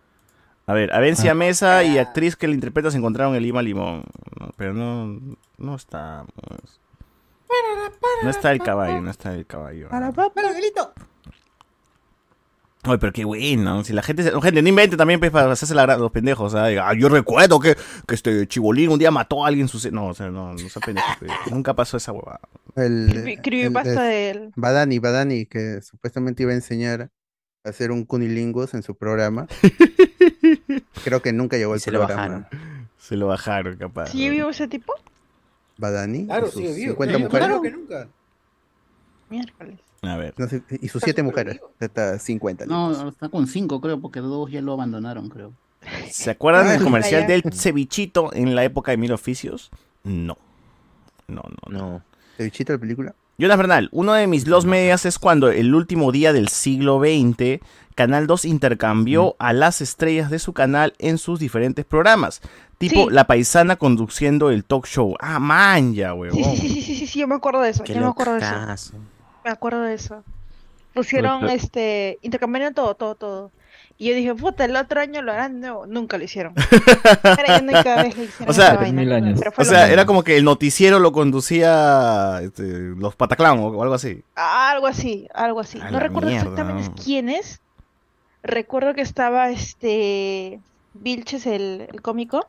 [SPEAKER 1] A ver,
[SPEAKER 5] Ah.
[SPEAKER 1] Avencia Mesa y actriz que la interpreta se encontraron en Lima Limón. No, pero no, no estamos. No está el caballo, no está el caballo.
[SPEAKER 9] Para, para, para, Miguelito.
[SPEAKER 1] Ay, pero qué bueno. Si la gente, se- gente no invente también pues, para hacerse la gra- los pendejos. ¿ah? Diga, "Ah, yo recuerdo que, que este Chibolín un día mató a alguien. en Su ce-". no, o sea, no, no sea pendejo. pues. Nunca pasó esa huevada.
[SPEAKER 4] El,
[SPEAKER 13] Creepy-
[SPEAKER 4] el-
[SPEAKER 13] Creepypasta
[SPEAKER 4] es-
[SPEAKER 13] del...
[SPEAKER 4] Badani, Badani, que supuestamente iba a enseñar a hacer un cunilingus en su programa. Creo que nunca llegó
[SPEAKER 5] Y
[SPEAKER 4] el
[SPEAKER 5] se lo
[SPEAKER 4] programa.
[SPEAKER 1] Se lo bajaron, capaz.
[SPEAKER 13] ¿Sí vio ese tipo?
[SPEAKER 4] Badani y
[SPEAKER 14] Claro,
[SPEAKER 4] sus
[SPEAKER 14] sigue vivo.
[SPEAKER 4] 50
[SPEAKER 14] Claro,
[SPEAKER 4] mujeres.
[SPEAKER 14] claro que nunca.
[SPEAKER 13] Miércoles.
[SPEAKER 1] A ver.
[SPEAKER 4] no sé, y sus 7 mujeres. Hasta 50.
[SPEAKER 6] No, ahora está con cinco, creo, porque dos ya lo abandonaron, creo.
[SPEAKER 1] ¿Se acuerdan del
[SPEAKER 4] Ay,
[SPEAKER 1] comercial
[SPEAKER 13] vaya.
[SPEAKER 1] del cevichito en la época de Mil Oficios? No. No, no, no.
[SPEAKER 5] No.
[SPEAKER 4] ¿Te bichito la película?
[SPEAKER 1] Jonas Bernal, uno de mis los medias es cuando el último día del siglo XX, Canal 2 intercambió a las estrellas de su canal en sus diferentes programas.
[SPEAKER 13] Sí.
[SPEAKER 1] Tipo La Paisana conduciendo el talk show. Ah, man, ya, huevón.
[SPEAKER 13] Sí, sí, sí, sí, sí, sí, sí, yo me acuerdo de eso,
[SPEAKER 5] Qué
[SPEAKER 13] yo me acuerdo de eso.
[SPEAKER 5] locazo.
[SPEAKER 13] Me acuerdo de eso. Pusieron
[SPEAKER 7] Pero-
[SPEAKER 13] este, intercambiaron todo, todo, todo. Y yo dije, puta, el otro año lo harán, no, nunca lo hicieron. Era la única vez que hicieron
[SPEAKER 1] O sea,
[SPEAKER 13] esa vaina,
[SPEAKER 7] mil años.
[SPEAKER 13] pero fue
[SPEAKER 1] O
[SPEAKER 13] lo
[SPEAKER 1] sea,
[SPEAKER 13] mismo.
[SPEAKER 1] era como que el noticiero lo conducía este, los Pataclán o o algo así.
[SPEAKER 13] algo así, algo así.
[SPEAKER 1] A
[SPEAKER 13] No
[SPEAKER 1] la
[SPEAKER 13] recuerdo
[SPEAKER 1] mierda,
[SPEAKER 13] exactamente
[SPEAKER 1] ¿no?
[SPEAKER 13] quién es. Recuerdo que estaba este Vilches, el, el cómico,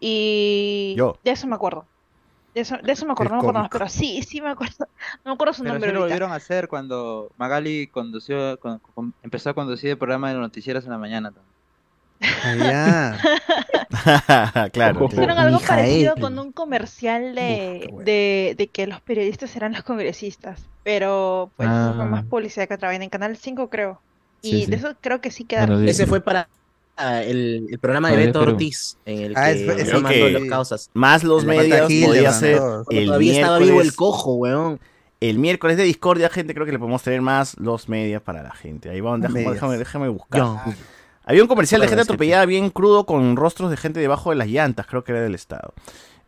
[SPEAKER 13] y
[SPEAKER 1] Yo.
[SPEAKER 13] de eso me acuerdo. De eso, de eso me acuerdo,
[SPEAKER 4] El
[SPEAKER 13] no me acuerdo más,
[SPEAKER 4] cómico.
[SPEAKER 13] pero sí, sí me acuerdo. No me acuerdo su
[SPEAKER 2] Pero
[SPEAKER 13] nombre
[SPEAKER 2] sí lo
[SPEAKER 13] ahorita.
[SPEAKER 2] volvieron a hacer cuando Magali condució, con- con- empezó a conducir el programa de los noticieros en la mañana. también.
[SPEAKER 4] Allá.
[SPEAKER 1] claro. claro.
[SPEAKER 13] Hicieron algo
[SPEAKER 5] Mijael.
[SPEAKER 13] parecido con un comercial
[SPEAKER 4] Uf,
[SPEAKER 13] de,
[SPEAKER 4] qué bueno.
[SPEAKER 13] de, de que los periodistas eran los congresistas, pero pues eso fue
[SPEAKER 7] Ah.
[SPEAKER 13] más publicidad que trabajan en Canal 5 creo. Y
[SPEAKER 7] Sí, sí.
[SPEAKER 13] de eso creo que sí
[SPEAKER 7] Ah,
[SPEAKER 13] quedaron.
[SPEAKER 7] no, sí,
[SPEAKER 5] Ese
[SPEAKER 7] sí.
[SPEAKER 5] fue para ah, el, el programa de
[SPEAKER 7] Todavía
[SPEAKER 5] Beto
[SPEAKER 7] Perú.
[SPEAKER 5] Ortiz, en el que
[SPEAKER 4] Ah, es-
[SPEAKER 1] es-
[SPEAKER 5] se mandó
[SPEAKER 1] ok.
[SPEAKER 5] las causas.
[SPEAKER 1] Más los
[SPEAKER 5] La
[SPEAKER 1] medios
[SPEAKER 4] Pata Gil,
[SPEAKER 1] podía
[SPEAKER 4] Levan,
[SPEAKER 1] ser
[SPEAKER 4] todos.
[SPEAKER 5] Cuando
[SPEAKER 1] el
[SPEAKER 5] todavía estaba vivo el
[SPEAKER 1] miércoles,
[SPEAKER 5] cojo, weón.
[SPEAKER 1] el miércoles de Discordia, gente. Creo que le podemos tener más los medias para la gente. Ahí vamos, déjame,
[SPEAKER 4] Medias.
[SPEAKER 1] déjame, déjame buscar.
[SPEAKER 5] Yo.
[SPEAKER 1] Había un comercial de
[SPEAKER 5] Claro,
[SPEAKER 1] gente
[SPEAKER 5] es que-
[SPEAKER 1] atropellada bien crudo con rostros de gente debajo de las llantas, creo que era del Estado.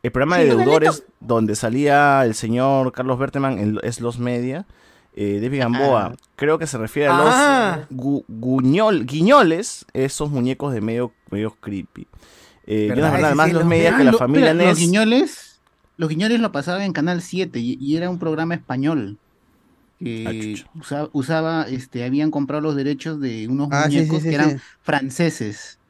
[SPEAKER 1] El programa de deudores, donde salía el señor Carlos Berteman, en es Los Media, eh, David Gamboa, creo que se refiere a los
[SPEAKER 9] Ah.
[SPEAKER 1] gu- guñol- guiñoles, esos muñecos de medio, medio creepy. Eh,
[SPEAKER 9] ¿Verdad?
[SPEAKER 1] Jonas Bernal,
[SPEAKER 9] Ese
[SPEAKER 1] más
[SPEAKER 9] sí,
[SPEAKER 1] Los
[SPEAKER 9] Los
[SPEAKER 1] Media
[SPEAKER 9] Media.
[SPEAKER 1] que
[SPEAKER 6] Ah,
[SPEAKER 1] la
[SPEAKER 6] lo-
[SPEAKER 1] familia
[SPEAKER 6] espera, ¿Los
[SPEAKER 1] Ness.
[SPEAKER 6] guiñoles? Los Guiñones lo pasaban en Canal 7 y, y era un programa español. Que usa- usaba, este, habían comprado los derechos de unos
[SPEAKER 4] Ah, sí, sí,
[SPEAKER 6] muñecos
[SPEAKER 4] sí,
[SPEAKER 6] que eran
[SPEAKER 4] sí.
[SPEAKER 6] franceses.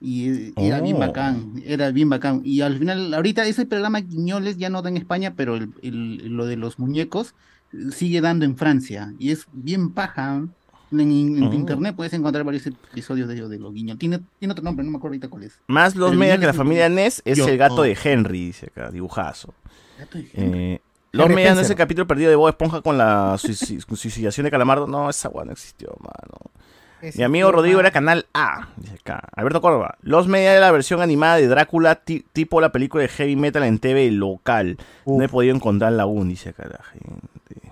[SPEAKER 6] Y, eh, era bien
[SPEAKER 4] Oh.
[SPEAKER 6] bacán, era bien bacán. Y al final, ahorita ese programa Guiñoles ya no da en España, pero el- el- lo de los muñecos eh, sigue dando en Francia. Y es bien paja. ¿eh? En, en- en
[SPEAKER 1] Oh.
[SPEAKER 6] internet puedes encontrar varios episodios de ellos de los guiños. Tiene, tiene otro nombre, no me acuerdo ahorita cuál es.
[SPEAKER 1] Más los
[SPEAKER 6] Pero
[SPEAKER 1] media
[SPEAKER 6] Guiñoles
[SPEAKER 1] que la
[SPEAKER 6] es-
[SPEAKER 1] familia Ness es
[SPEAKER 6] Yo-
[SPEAKER 1] el gato
[SPEAKER 6] oh.
[SPEAKER 1] de Henry, dice acá, dibujazo.
[SPEAKER 6] Gato de
[SPEAKER 1] Eh, los
[SPEAKER 6] Henry
[SPEAKER 1] medias es
[SPEAKER 6] Spencer.
[SPEAKER 1] el capítulo perdido de Bob Esponja con la suici- con suicidación de Calamardo. No, esa guay no existió, mano. Mi
[SPEAKER 8] Existió,
[SPEAKER 1] amigo Rodrigo
[SPEAKER 8] mano.
[SPEAKER 1] era Canal A, dice acá. Alberto Corva. Los medias de la versión animada de Drácula, ti- tipo la película de heavy metal en TV local. No he podido encontrarla aún, dice acá la gente.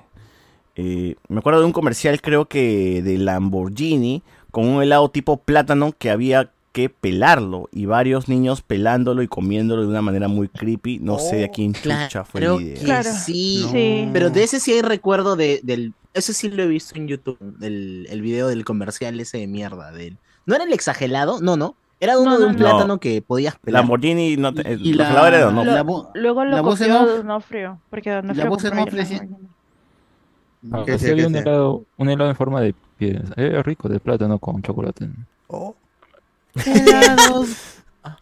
[SPEAKER 1] Eh, me acuerdo de un comercial, creo que de Lamborghini, con un helado tipo plátano que había que pelarlo y varios niños pelándolo y comiéndolo de una manera muy creepy. No sé de a quién chucha fue
[SPEAKER 5] Oh, Creo
[SPEAKER 1] el idea.
[SPEAKER 5] que sí. Pero de ese sí hay recuerdo de, del. Eso sí lo he visto en YouTube. El, el video del comercial ese de mierda. Del, ¿No era el exagelado? No, no. Era uno de un
[SPEAKER 1] no.
[SPEAKER 5] plátano que podías pelar.
[SPEAKER 1] Lamborghini no te-
[SPEAKER 5] Y- y
[SPEAKER 1] los
[SPEAKER 5] la-
[SPEAKER 1] helados eran, ¿no?
[SPEAKER 13] Lo-
[SPEAKER 5] la vo-
[SPEAKER 13] luego lo
[SPEAKER 5] la voz en
[SPEAKER 13] copió
[SPEAKER 5] off.
[SPEAKER 13] Donofrio, porque Donofrio
[SPEAKER 6] La voz en
[SPEAKER 13] compró
[SPEAKER 6] off
[SPEAKER 13] el
[SPEAKER 6] decía-
[SPEAKER 13] Lamborghini.
[SPEAKER 7] Ah,
[SPEAKER 4] Que
[SPEAKER 7] sí,
[SPEAKER 4] pues sí,
[SPEAKER 7] había
[SPEAKER 4] que
[SPEAKER 7] un
[SPEAKER 4] sí.
[SPEAKER 7] helado, un helado en forma de piedra. Era rico, de plátano con chocolate.
[SPEAKER 4] Oh,
[SPEAKER 9] Helados,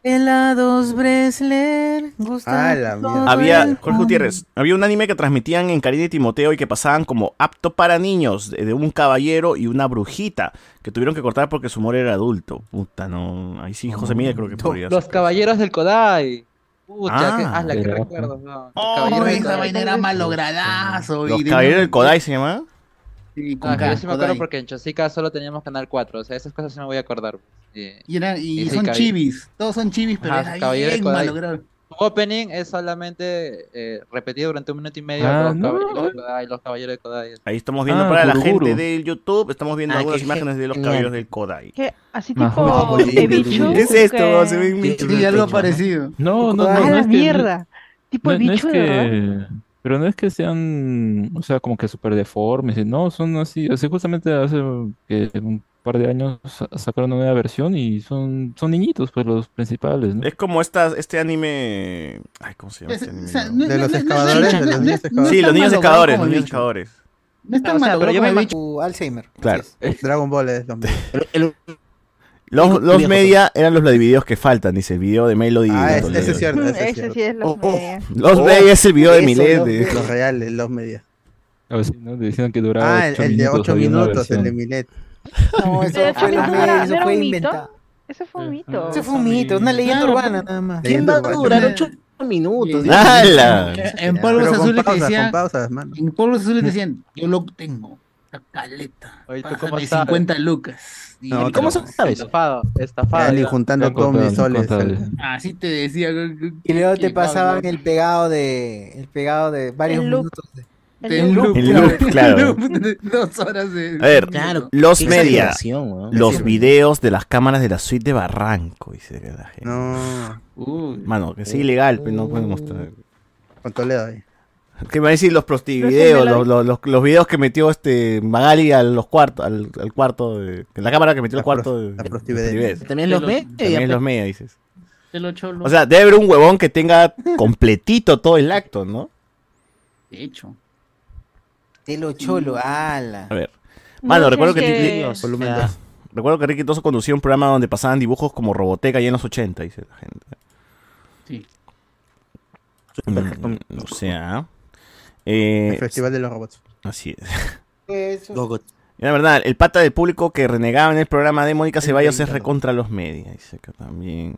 [SPEAKER 9] helados Bresler, gusta.
[SPEAKER 4] Ah, la mierda.
[SPEAKER 1] Había, Jorge Gutiérrez, había un anime que transmitían en Karina y Timoteo y que pasaban como apto para niños, de, de un caballero y una brujita, que tuvieron que cortar porque su humor era adulto. Puta, no. Ahí sí, José Miguel creo que podría
[SPEAKER 2] Los
[SPEAKER 1] ser.
[SPEAKER 2] caballeros del Kodai. Pucha,
[SPEAKER 1] Ah,
[SPEAKER 2] que, ah, la que
[SPEAKER 1] pero-
[SPEAKER 2] recuerdo. No. Los
[SPEAKER 6] Oh,
[SPEAKER 2] caballeros del
[SPEAKER 6] esa
[SPEAKER 2] Kodai.
[SPEAKER 6] vaina era malogradazo.
[SPEAKER 1] Los
[SPEAKER 6] y de-
[SPEAKER 1] caballeros del Kodai se llamaba.
[SPEAKER 6] Sí, con
[SPEAKER 2] No,
[SPEAKER 6] K,
[SPEAKER 2] Ah, yo sí me acuerdo
[SPEAKER 6] Kodai.
[SPEAKER 2] porque en Chosica solo teníamos Canal 4. O sea, esas cosas sí me voy a acordar. Eh,
[SPEAKER 6] Y, era- y
[SPEAKER 2] ese
[SPEAKER 6] son
[SPEAKER 2] cabi-
[SPEAKER 6] chivis, todos son chivis, pero
[SPEAKER 2] Ajá,
[SPEAKER 6] era
[SPEAKER 2] Caballero
[SPEAKER 6] bien
[SPEAKER 2] del Kodai.
[SPEAKER 6] malogrado.
[SPEAKER 2] Su opening es solamente eh, repetido durante un minuto y medio.
[SPEAKER 1] Ah,
[SPEAKER 2] los,
[SPEAKER 1] no.
[SPEAKER 2] caballeros de Kodai, los caballeros de Kodai.
[SPEAKER 1] Ahí estamos viendo
[SPEAKER 2] Ah,
[SPEAKER 1] para la
[SPEAKER 2] Guruguru.
[SPEAKER 1] gente del YouTube, estamos viendo
[SPEAKER 2] Ah,
[SPEAKER 1] algunas
[SPEAKER 2] qué
[SPEAKER 1] imágenes de los
[SPEAKER 2] genial.
[SPEAKER 1] caballeros del Kodai.
[SPEAKER 13] Que así
[SPEAKER 1] Más
[SPEAKER 13] tipo
[SPEAKER 1] bonito.
[SPEAKER 13] de bicho.
[SPEAKER 1] ¿Qué es esto?
[SPEAKER 13] que-
[SPEAKER 1] Se ve un bicho.
[SPEAKER 6] Sí, algo parecido.
[SPEAKER 7] No,
[SPEAKER 9] Ah,
[SPEAKER 7] no, no,
[SPEAKER 13] ¡A
[SPEAKER 7] no
[SPEAKER 13] ¡Ah, la
[SPEAKER 7] es que-
[SPEAKER 13] mierda! Tipo
[SPEAKER 7] No,
[SPEAKER 13] de
[SPEAKER 7] no es
[SPEAKER 13] bicho, de verdad.
[SPEAKER 7] que, pero no es que sean, o sea, como que súper deformes, y no, son así, o sea, justamente hace que un par de años sa- sacaron una nueva versión y son, son niñitos, pues los principales, ¿no?
[SPEAKER 1] Es como esta, este anime. Ay, ¿cómo se llama este anime?
[SPEAKER 6] O sea, no-
[SPEAKER 4] De
[SPEAKER 6] no-
[SPEAKER 4] los
[SPEAKER 6] no-
[SPEAKER 4] excavadores,
[SPEAKER 6] no-
[SPEAKER 4] de los
[SPEAKER 6] no-
[SPEAKER 4] niños
[SPEAKER 6] no-
[SPEAKER 4] excavadores.
[SPEAKER 1] Sí,
[SPEAKER 6] no
[SPEAKER 1] los
[SPEAKER 6] es
[SPEAKER 1] niños
[SPEAKER 6] tan
[SPEAKER 1] escadores,
[SPEAKER 6] malogrado
[SPEAKER 1] los
[SPEAKER 6] como
[SPEAKER 1] niños
[SPEAKER 6] bicho.
[SPEAKER 1] escadores.
[SPEAKER 6] No es tan
[SPEAKER 9] O sea,
[SPEAKER 6] malogrado
[SPEAKER 9] pero yo me
[SPEAKER 6] como
[SPEAKER 9] imagino
[SPEAKER 6] bicho.
[SPEAKER 9] tu Alzheimer.
[SPEAKER 1] Claro.
[SPEAKER 4] Dragon Ball es lo mismo.
[SPEAKER 1] Los, los
[SPEAKER 4] viejo.
[SPEAKER 1] media eran los videos que faltan, dice el video de Melody.
[SPEAKER 4] Ah,
[SPEAKER 1] de
[SPEAKER 4] es-
[SPEAKER 1] Toledo.
[SPEAKER 4] ese es cierto. Ese es
[SPEAKER 13] Ese
[SPEAKER 4] cierto.
[SPEAKER 13] sí es los medias.
[SPEAKER 1] Los
[SPEAKER 4] Oh,
[SPEAKER 1] media es el video de
[SPEAKER 4] eso,
[SPEAKER 1] Milet.
[SPEAKER 4] Los,
[SPEAKER 1] de-
[SPEAKER 4] los reales, los medios.
[SPEAKER 7] O sea, ¿no? Decían que duraba
[SPEAKER 4] Ah, el,
[SPEAKER 7] ocho
[SPEAKER 4] el de
[SPEAKER 7] minutos,
[SPEAKER 4] 8
[SPEAKER 7] había una
[SPEAKER 4] minutos, el de
[SPEAKER 7] versión.
[SPEAKER 4] Milet.
[SPEAKER 9] No, eso
[SPEAKER 13] Pero
[SPEAKER 9] fue,
[SPEAKER 13] también no era-
[SPEAKER 9] Ah, eso
[SPEAKER 13] ¿no era
[SPEAKER 9] fue
[SPEAKER 13] un mito?
[SPEAKER 9] inventado.
[SPEAKER 13] Eso fue un mito.
[SPEAKER 9] Ese fue un mito, una leyenda
[SPEAKER 13] Claro.
[SPEAKER 9] urbana nada más.
[SPEAKER 4] ¿Quién
[SPEAKER 5] ¿Quién
[SPEAKER 4] va
[SPEAKER 5] va
[SPEAKER 4] a
[SPEAKER 5] a
[SPEAKER 4] Leyendo,
[SPEAKER 5] durar
[SPEAKER 6] macho.
[SPEAKER 5] ocho minutos?
[SPEAKER 6] Dios
[SPEAKER 1] ¡Hala!
[SPEAKER 6] En polvos
[SPEAKER 4] Pero con
[SPEAKER 6] azules te
[SPEAKER 4] pausas, con
[SPEAKER 6] decían,
[SPEAKER 4] pausas, mano.
[SPEAKER 6] en polvos azules te decían, yo lo tengo, la caleta,
[SPEAKER 2] Oye, ¿tú
[SPEAKER 6] pásame
[SPEAKER 2] cómo sabes?
[SPEAKER 6] 50 lucas. Y
[SPEAKER 4] No,
[SPEAKER 6] el-
[SPEAKER 4] ¿cómo
[SPEAKER 6] pero-
[SPEAKER 5] sabes?
[SPEAKER 2] Estafado, estafado.
[SPEAKER 4] Ya ni
[SPEAKER 2] ya.
[SPEAKER 4] juntando
[SPEAKER 7] Ya
[SPEAKER 4] todos mis
[SPEAKER 7] contaron,
[SPEAKER 4] soles.
[SPEAKER 7] contaron.
[SPEAKER 4] sale.
[SPEAKER 6] Así te decía.
[SPEAKER 9] Y luego te pasaban
[SPEAKER 6] pasaban
[SPEAKER 9] el pegado de el pegado de varios
[SPEAKER 13] El loop.
[SPEAKER 9] minutos. de-
[SPEAKER 6] En loop,
[SPEAKER 1] El loop, claro.
[SPEAKER 6] de dos horas de...
[SPEAKER 1] A ver,
[SPEAKER 5] Claro,
[SPEAKER 1] los
[SPEAKER 5] qué
[SPEAKER 1] media,
[SPEAKER 5] exageración, weón.
[SPEAKER 1] los
[SPEAKER 5] Sí.
[SPEAKER 1] videos de las cámaras de la suite de Barranco, dice que la gente.
[SPEAKER 4] No,
[SPEAKER 2] Uy,
[SPEAKER 1] Mano, que es ilegal, pero no pueden mostrar.
[SPEAKER 4] con Toledo ahí.
[SPEAKER 1] ¿Qué me va a decir los prostivideos? Los, los, los, los videos que metió este Magali a los cuartos, al, al cuarto de, en la cámara que metió al
[SPEAKER 4] La
[SPEAKER 1] cuarto
[SPEAKER 4] pros-
[SPEAKER 1] de,
[SPEAKER 4] la
[SPEAKER 1] de
[SPEAKER 4] prostividad.
[SPEAKER 1] prostividez.
[SPEAKER 5] También los pues? medios.
[SPEAKER 1] También los media, dices.
[SPEAKER 6] de lo cholo.
[SPEAKER 1] O sea, debe haber un huevón que tenga completito todo el acto, ¿no?
[SPEAKER 6] de hecho.
[SPEAKER 9] De lo cholo, ala.
[SPEAKER 1] A ver. Mano,
[SPEAKER 13] No,
[SPEAKER 1] recuerdo
[SPEAKER 13] sí,
[SPEAKER 1] que,
[SPEAKER 13] es que-
[SPEAKER 1] Ricky- recuerdo que Ricky Toso conducía un programa donde pasaban dibujos como Roboteca ya en los 80, dice la gente.
[SPEAKER 6] Sí.
[SPEAKER 1] Mm, o sea. eh,
[SPEAKER 4] El Festival de los Robots.
[SPEAKER 1] así es.
[SPEAKER 9] Eso.
[SPEAKER 1] Y La verdad, el pata del público que renegaba en el programa de Mónica Ceballos es recontra los medios. Dice que también.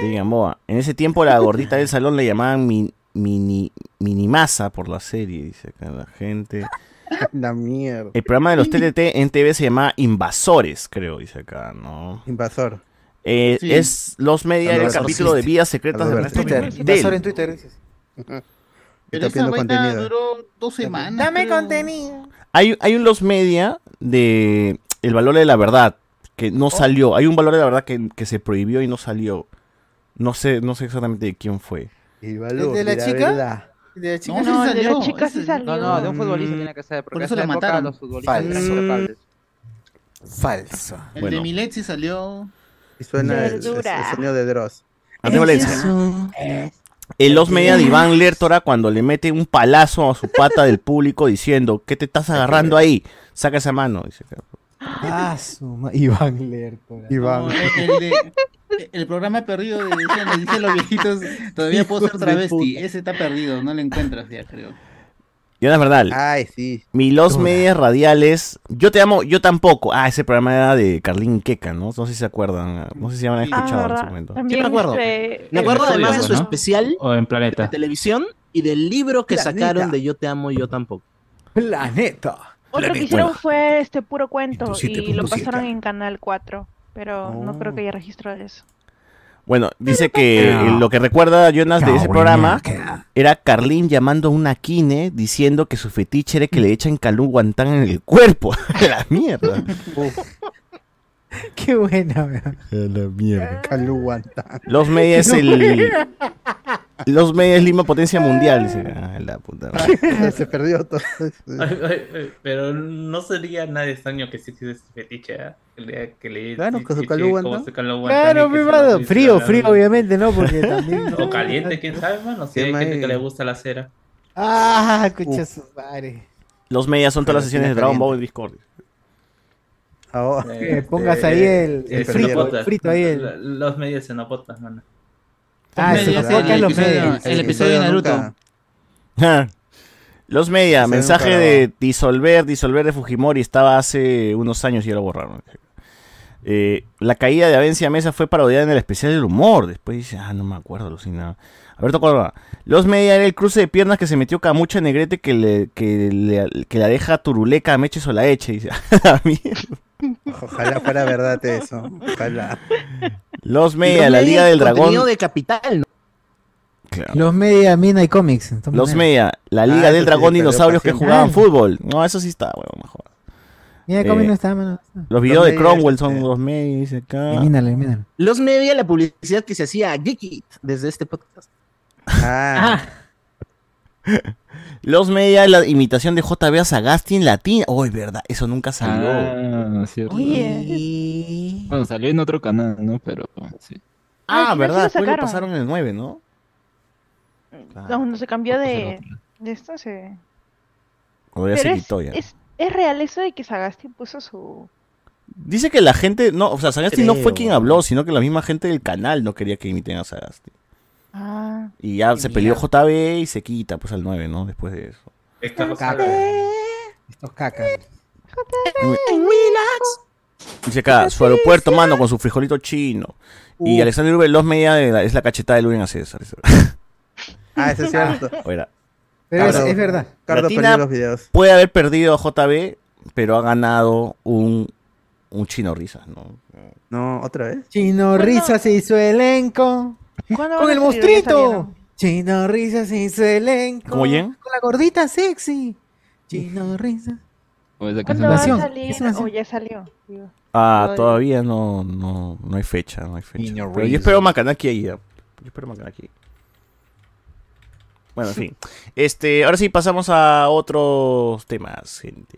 [SPEAKER 1] De Gamboa. En ese tiempo la gordita del salón le llamaban mi- mini, minimasa por la serie, dice acá la gente.
[SPEAKER 4] La mierda.
[SPEAKER 1] El programa de los TTT en TV se llamaba Invasores, creo, dice acá, ¿no?
[SPEAKER 4] Invasor.
[SPEAKER 1] Eh,
[SPEAKER 6] Sí.
[SPEAKER 1] Es los media del
[SPEAKER 4] Alberto
[SPEAKER 1] capítulo de
[SPEAKER 4] Siste.
[SPEAKER 1] Vidas Secretas de
[SPEAKER 4] Alberto
[SPEAKER 1] Ernesto
[SPEAKER 4] Siste.
[SPEAKER 9] Twitter,
[SPEAKER 1] Pimentel.
[SPEAKER 9] invasor en Twitter. dices.
[SPEAKER 6] Pero
[SPEAKER 4] Está
[SPEAKER 6] esa
[SPEAKER 4] pidiendo
[SPEAKER 6] vaina
[SPEAKER 4] contenido.
[SPEAKER 6] duró dos semanas.
[SPEAKER 9] Dame
[SPEAKER 6] creo.
[SPEAKER 9] contenido.
[SPEAKER 1] Hay, hay un los media de El valor de la verdad que
[SPEAKER 6] Oh.
[SPEAKER 1] no salió. Hay un valor de la verdad que, que se prohibió y no salió. No sé, no sé exactamente de quién fue.
[SPEAKER 4] Y
[SPEAKER 9] ¿El
[SPEAKER 4] valor
[SPEAKER 9] de la chica?
[SPEAKER 4] verdad.
[SPEAKER 9] De la
[SPEAKER 6] No,
[SPEAKER 9] chica.
[SPEAKER 13] No,
[SPEAKER 6] sí
[SPEAKER 13] el de la
[SPEAKER 6] salió,
[SPEAKER 13] chica
[SPEAKER 6] ese- Mm.
[SPEAKER 13] sí salió.
[SPEAKER 2] No, no, de un futbolista tiene que ser, porque
[SPEAKER 6] Por
[SPEAKER 2] en
[SPEAKER 6] eso
[SPEAKER 2] esa
[SPEAKER 6] la
[SPEAKER 2] época
[SPEAKER 6] mataron.
[SPEAKER 2] los futbolistas eran
[SPEAKER 9] Falso.
[SPEAKER 2] intocables.
[SPEAKER 9] Falso.
[SPEAKER 6] El
[SPEAKER 1] Bueno.
[SPEAKER 6] de Milet sí salió.
[SPEAKER 4] Y suena el, el- el
[SPEAKER 13] Verdura.
[SPEAKER 1] Ah,
[SPEAKER 4] sonido de Dross.
[SPEAKER 1] Andrés Valencia. El Los Media de Iván Lertora cuando le mete un palazo a su pata del público diciendo, ¿qué te estás agarrando ahí? Saca esa mano. dice.
[SPEAKER 9] Ah, su ma- Iván Lertora.
[SPEAKER 6] No, el, de- el programa perdido de Luciano, dice los viejitos, todavía puedo ser
[SPEAKER 9] Hijos de
[SPEAKER 6] travesti.
[SPEAKER 9] puta.
[SPEAKER 6] Ese está perdido, no lo encuentras ya, creo.
[SPEAKER 1] Y es verdad.
[SPEAKER 9] Ah,
[SPEAKER 4] Ay, sí.
[SPEAKER 1] Mi Los Medias Radiales. Yo te amo, yo tampoco. Ah, ese programa era de Carlín Queca, ¿no? No sé si se acuerdan. No sé si habrán escuchado en
[SPEAKER 13] verdad.
[SPEAKER 1] su momento.
[SPEAKER 13] Ah, También,
[SPEAKER 5] Sí, me acuerdo.
[SPEAKER 13] este,
[SPEAKER 5] Me acuerdo
[SPEAKER 3] Estudio,
[SPEAKER 5] además de su
[SPEAKER 3] Ah, ¿no?
[SPEAKER 5] especial
[SPEAKER 3] O en Planeta.
[SPEAKER 5] de televisión y del libro que
[SPEAKER 4] Planeta.
[SPEAKER 5] sacaron de Yo te amo, yo tampoco.
[SPEAKER 4] Planeta.
[SPEAKER 13] Otro que
[SPEAKER 1] Planeta.
[SPEAKER 13] hicieron fue este puro cuento y lo
[SPEAKER 4] 107.7.
[SPEAKER 13] pasaron en Canal 4, pero no creo
[SPEAKER 1] Oh.
[SPEAKER 13] que haya registro de eso.
[SPEAKER 1] Bueno, dice que eh, lo que recuerda Jonas de ese programa era Carlín llamando a una kine diciendo que su fetiche era que le echen calú guantán en el cuerpo. A la mierda.
[SPEAKER 9] Qué buena, weón.
[SPEAKER 1] A la mierda.
[SPEAKER 4] Calú Guantán.
[SPEAKER 1] Los medias el. Los medias Lima Potencia Mundial. Dice. Ah, la puta madre.
[SPEAKER 4] Se perdió todo. eso.
[SPEAKER 3] Ay, ay, ay, pero no sería nada extraño que sí hiciese ese fetiche, ¿ah? Que le, que le
[SPEAKER 4] Claro, con su
[SPEAKER 3] que-
[SPEAKER 4] calú
[SPEAKER 3] que-
[SPEAKER 4] guantán.
[SPEAKER 3] como su calú guantán
[SPEAKER 9] Claro,
[SPEAKER 3] y que se
[SPEAKER 9] mi
[SPEAKER 3] lo
[SPEAKER 9] mano.
[SPEAKER 3] hizo
[SPEAKER 9] Frío,
[SPEAKER 3] la-
[SPEAKER 9] frío, obviamente, ¿no? Porque también.
[SPEAKER 3] O caliente, quién sabe, mano. Si
[SPEAKER 4] Qué
[SPEAKER 3] hay gente
[SPEAKER 4] mal.
[SPEAKER 3] que le gusta la cera.
[SPEAKER 9] Ah, escucha su madre.
[SPEAKER 1] Los medias son todas las
[SPEAKER 4] Pero
[SPEAKER 1] sesiones de
[SPEAKER 4] tiene
[SPEAKER 1] Dragon
[SPEAKER 4] caliente.
[SPEAKER 1] Ball y Discord.
[SPEAKER 4] Ahora,
[SPEAKER 3] Eh,
[SPEAKER 9] Que pongas ahí el- el
[SPEAKER 4] frito,
[SPEAKER 3] cenopotas.
[SPEAKER 9] el frito ahí, el-
[SPEAKER 3] Lo- Los medios cenopotas, mano.
[SPEAKER 9] Ah,
[SPEAKER 6] Los
[SPEAKER 9] ese
[SPEAKER 6] medias,
[SPEAKER 9] podcast
[SPEAKER 6] el
[SPEAKER 9] los
[SPEAKER 6] episodio-
[SPEAKER 9] medias.
[SPEAKER 6] el episodio de Naruto.
[SPEAKER 4] nunca-
[SPEAKER 1] Los media,
[SPEAKER 4] Ese
[SPEAKER 1] mensaje
[SPEAKER 4] nunca-
[SPEAKER 1] de disolver, disolver de Fujimori estaba hace unos años y ya lo borraron. Eh, la caída de Avencia Mesa fue parodiada en el especial del humor. Después dice, ah, no me acuerdo, alucinaba. Alberto Córdoba. Los media era el cruce de piernas que se metió Camucha Negrete que, le, que, le- que la deja turuleca a Meche Solaeche. Dice, "Ah, mierda".
[SPEAKER 4] Ojalá fuera verdad eso. Ojalá.
[SPEAKER 1] Los
[SPEAKER 5] Y
[SPEAKER 1] media,
[SPEAKER 5] los
[SPEAKER 1] la
[SPEAKER 5] medios
[SPEAKER 1] Liga
[SPEAKER 5] de
[SPEAKER 1] del Dragón.
[SPEAKER 5] contenido de Capital, ¿no?
[SPEAKER 1] Claro.
[SPEAKER 9] Los media, Mina y Comics. de todas
[SPEAKER 1] Los
[SPEAKER 9] maneras.
[SPEAKER 1] media, la Liga
[SPEAKER 4] Ah,
[SPEAKER 1] del
[SPEAKER 4] eso sí
[SPEAKER 1] Dragón
[SPEAKER 4] perdió
[SPEAKER 1] Dinosaurios que
[SPEAKER 4] pasión.
[SPEAKER 1] jugaban
[SPEAKER 9] Ah.
[SPEAKER 1] fútbol. No, eso sí está, huevón, mejor.
[SPEAKER 9] Mina y
[SPEAKER 1] eh,
[SPEAKER 9] Comics no está, mano.
[SPEAKER 1] Los videos
[SPEAKER 4] Los
[SPEAKER 1] de
[SPEAKER 4] medias,
[SPEAKER 1] Cromwell son
[SPEAKER 4] este.
[SPEAKER 1] los medias acá.
[SPEAKER 9] Elimínalo, elimínalo.
[SPEAKER 5] Los media, la publicidad que se hacía a Geekit desde este podcast.
[SPEAKER 4] Ah,
[SPEAKER 1] Los medias, la imitación de JB a Sagasti en latín. Oh, es verdad, eso nunca salió.
[SPEAKER 7] Ah, cierto.
[SPEAKER 13] Oye,
[SPEAKER 4] y-
[SPEAKER 7] Bueno, salió en otro canal, ¿no? Pero sí.
[SPEAKER 13] Ah,
[SPEAKER 1] ah,
[SPEAKER 13] sí, sí
[SPEAKER 1] verdad,
[SPEAKER 13] lo
[SPEAKER 1] después lo
[SPEAKER 13] sacaron.
[SPEAKER 1] pasaron en el 9, ¿no? Ah,
[SPEAKER 13] no, no se cambió
[SPEAKER 1] pues
[SPEAKER 13] de,
[SPEAKER 7] Otro.
[SPEAKER 13] de esto, se...
[SPEAKER 1] Podría
[SPEAKER 13] Pero
[SPEAKER 1] ser
[SPEAKER 13] es,
[SPEAKER 1] Victoria.
[SPEAKER 13] es, es real eso de que Sagasti puso su...
[SPEAKER 1] Dice que la gente, no, o sea, Sagasti no fue
[SPEAKER 5] Creo.
[SPEAKER 1] quien habló, sino que la misma gente del canal no quería que imiten a Sagasti.
[SPEAKER 13] Ah,
[SPEAKER 1] Y ya se peleó JB y se quita, pues al 9, ¿no? Después de eso.
[SPEAKER 3] Esta cosa-
[SPEAKER 10] Caca.
[SPEAKER 9] Estos cacas.
[SPEAKER 1] Dice acá, su aeropuerto, mano, con su frijolito chino. Y
[SPEAKER 9] Uh.
[SPEAKER 1] Alexander Uber, los media de la- es la cachetada de Luis a César.
[SPEAKER 4] ah, eso es cierto.
[SPEAKER 1] Oiga,
[SPEAKER 9] Pero es,
[SPEAKER 4] Claro.
[SPEAKER 9] es verdad.
[SPEAKER 4] Cardo
[SPEAKER 1] Latina-
[SPEAKER 4] perdió los videos.
[SPEAKER 1] puede haber perdido a JB, pero ha ganado un, un chino risas, ¿no?
[SPEAKER 4] No, otra vez.
[SPEAKER 9] Chino
[SPEAKER 13] Bueno.
[SPEAKER 9] Risas y su elenco.
[SPEAKER 13] ¿Cuándo
[SPEAKER 9] Con
[SPEAKER 13] van a salir hoy
[SPEAKER 9] el
[SPEAKER 13] esa
[SPEAKER 9] monstruito.
[SPEAKER 13] mierda?
[SPEAKER 9] Chino Risas y su elenco.
[SPEAKER 1] ¿Cómo bien?
[SPEAKER 9] Con la gordita sexy. Chino Risas.
[SPEAKER 7] O esa
[SPEAKER 13] ¿Cuándo
[SPEAKER 7] canción
[SPEAKER 13] va a
[SPEAKER 9] Nación,
[SPEAKER 13] salir?
[SPEAKER 9] es nación.
[SPEAKER 13] O ya salió. digo.
[SPEAKER 1] Ah,
[SPEAKER 13] Todavía.
[SPEAKER 1] todavía no, no, no hay fecha, no hay fecha.
[SPEAKER 10] Niño
[SPEAKER 1] Pero yo
[SPEAKER 10] Rizzo.
[SPEAKER 1] espero Macanaki ahí. ya. Yo espero Macanaki. Bueno, en fin. Este, ahora sí pasamos a otros temas, gente.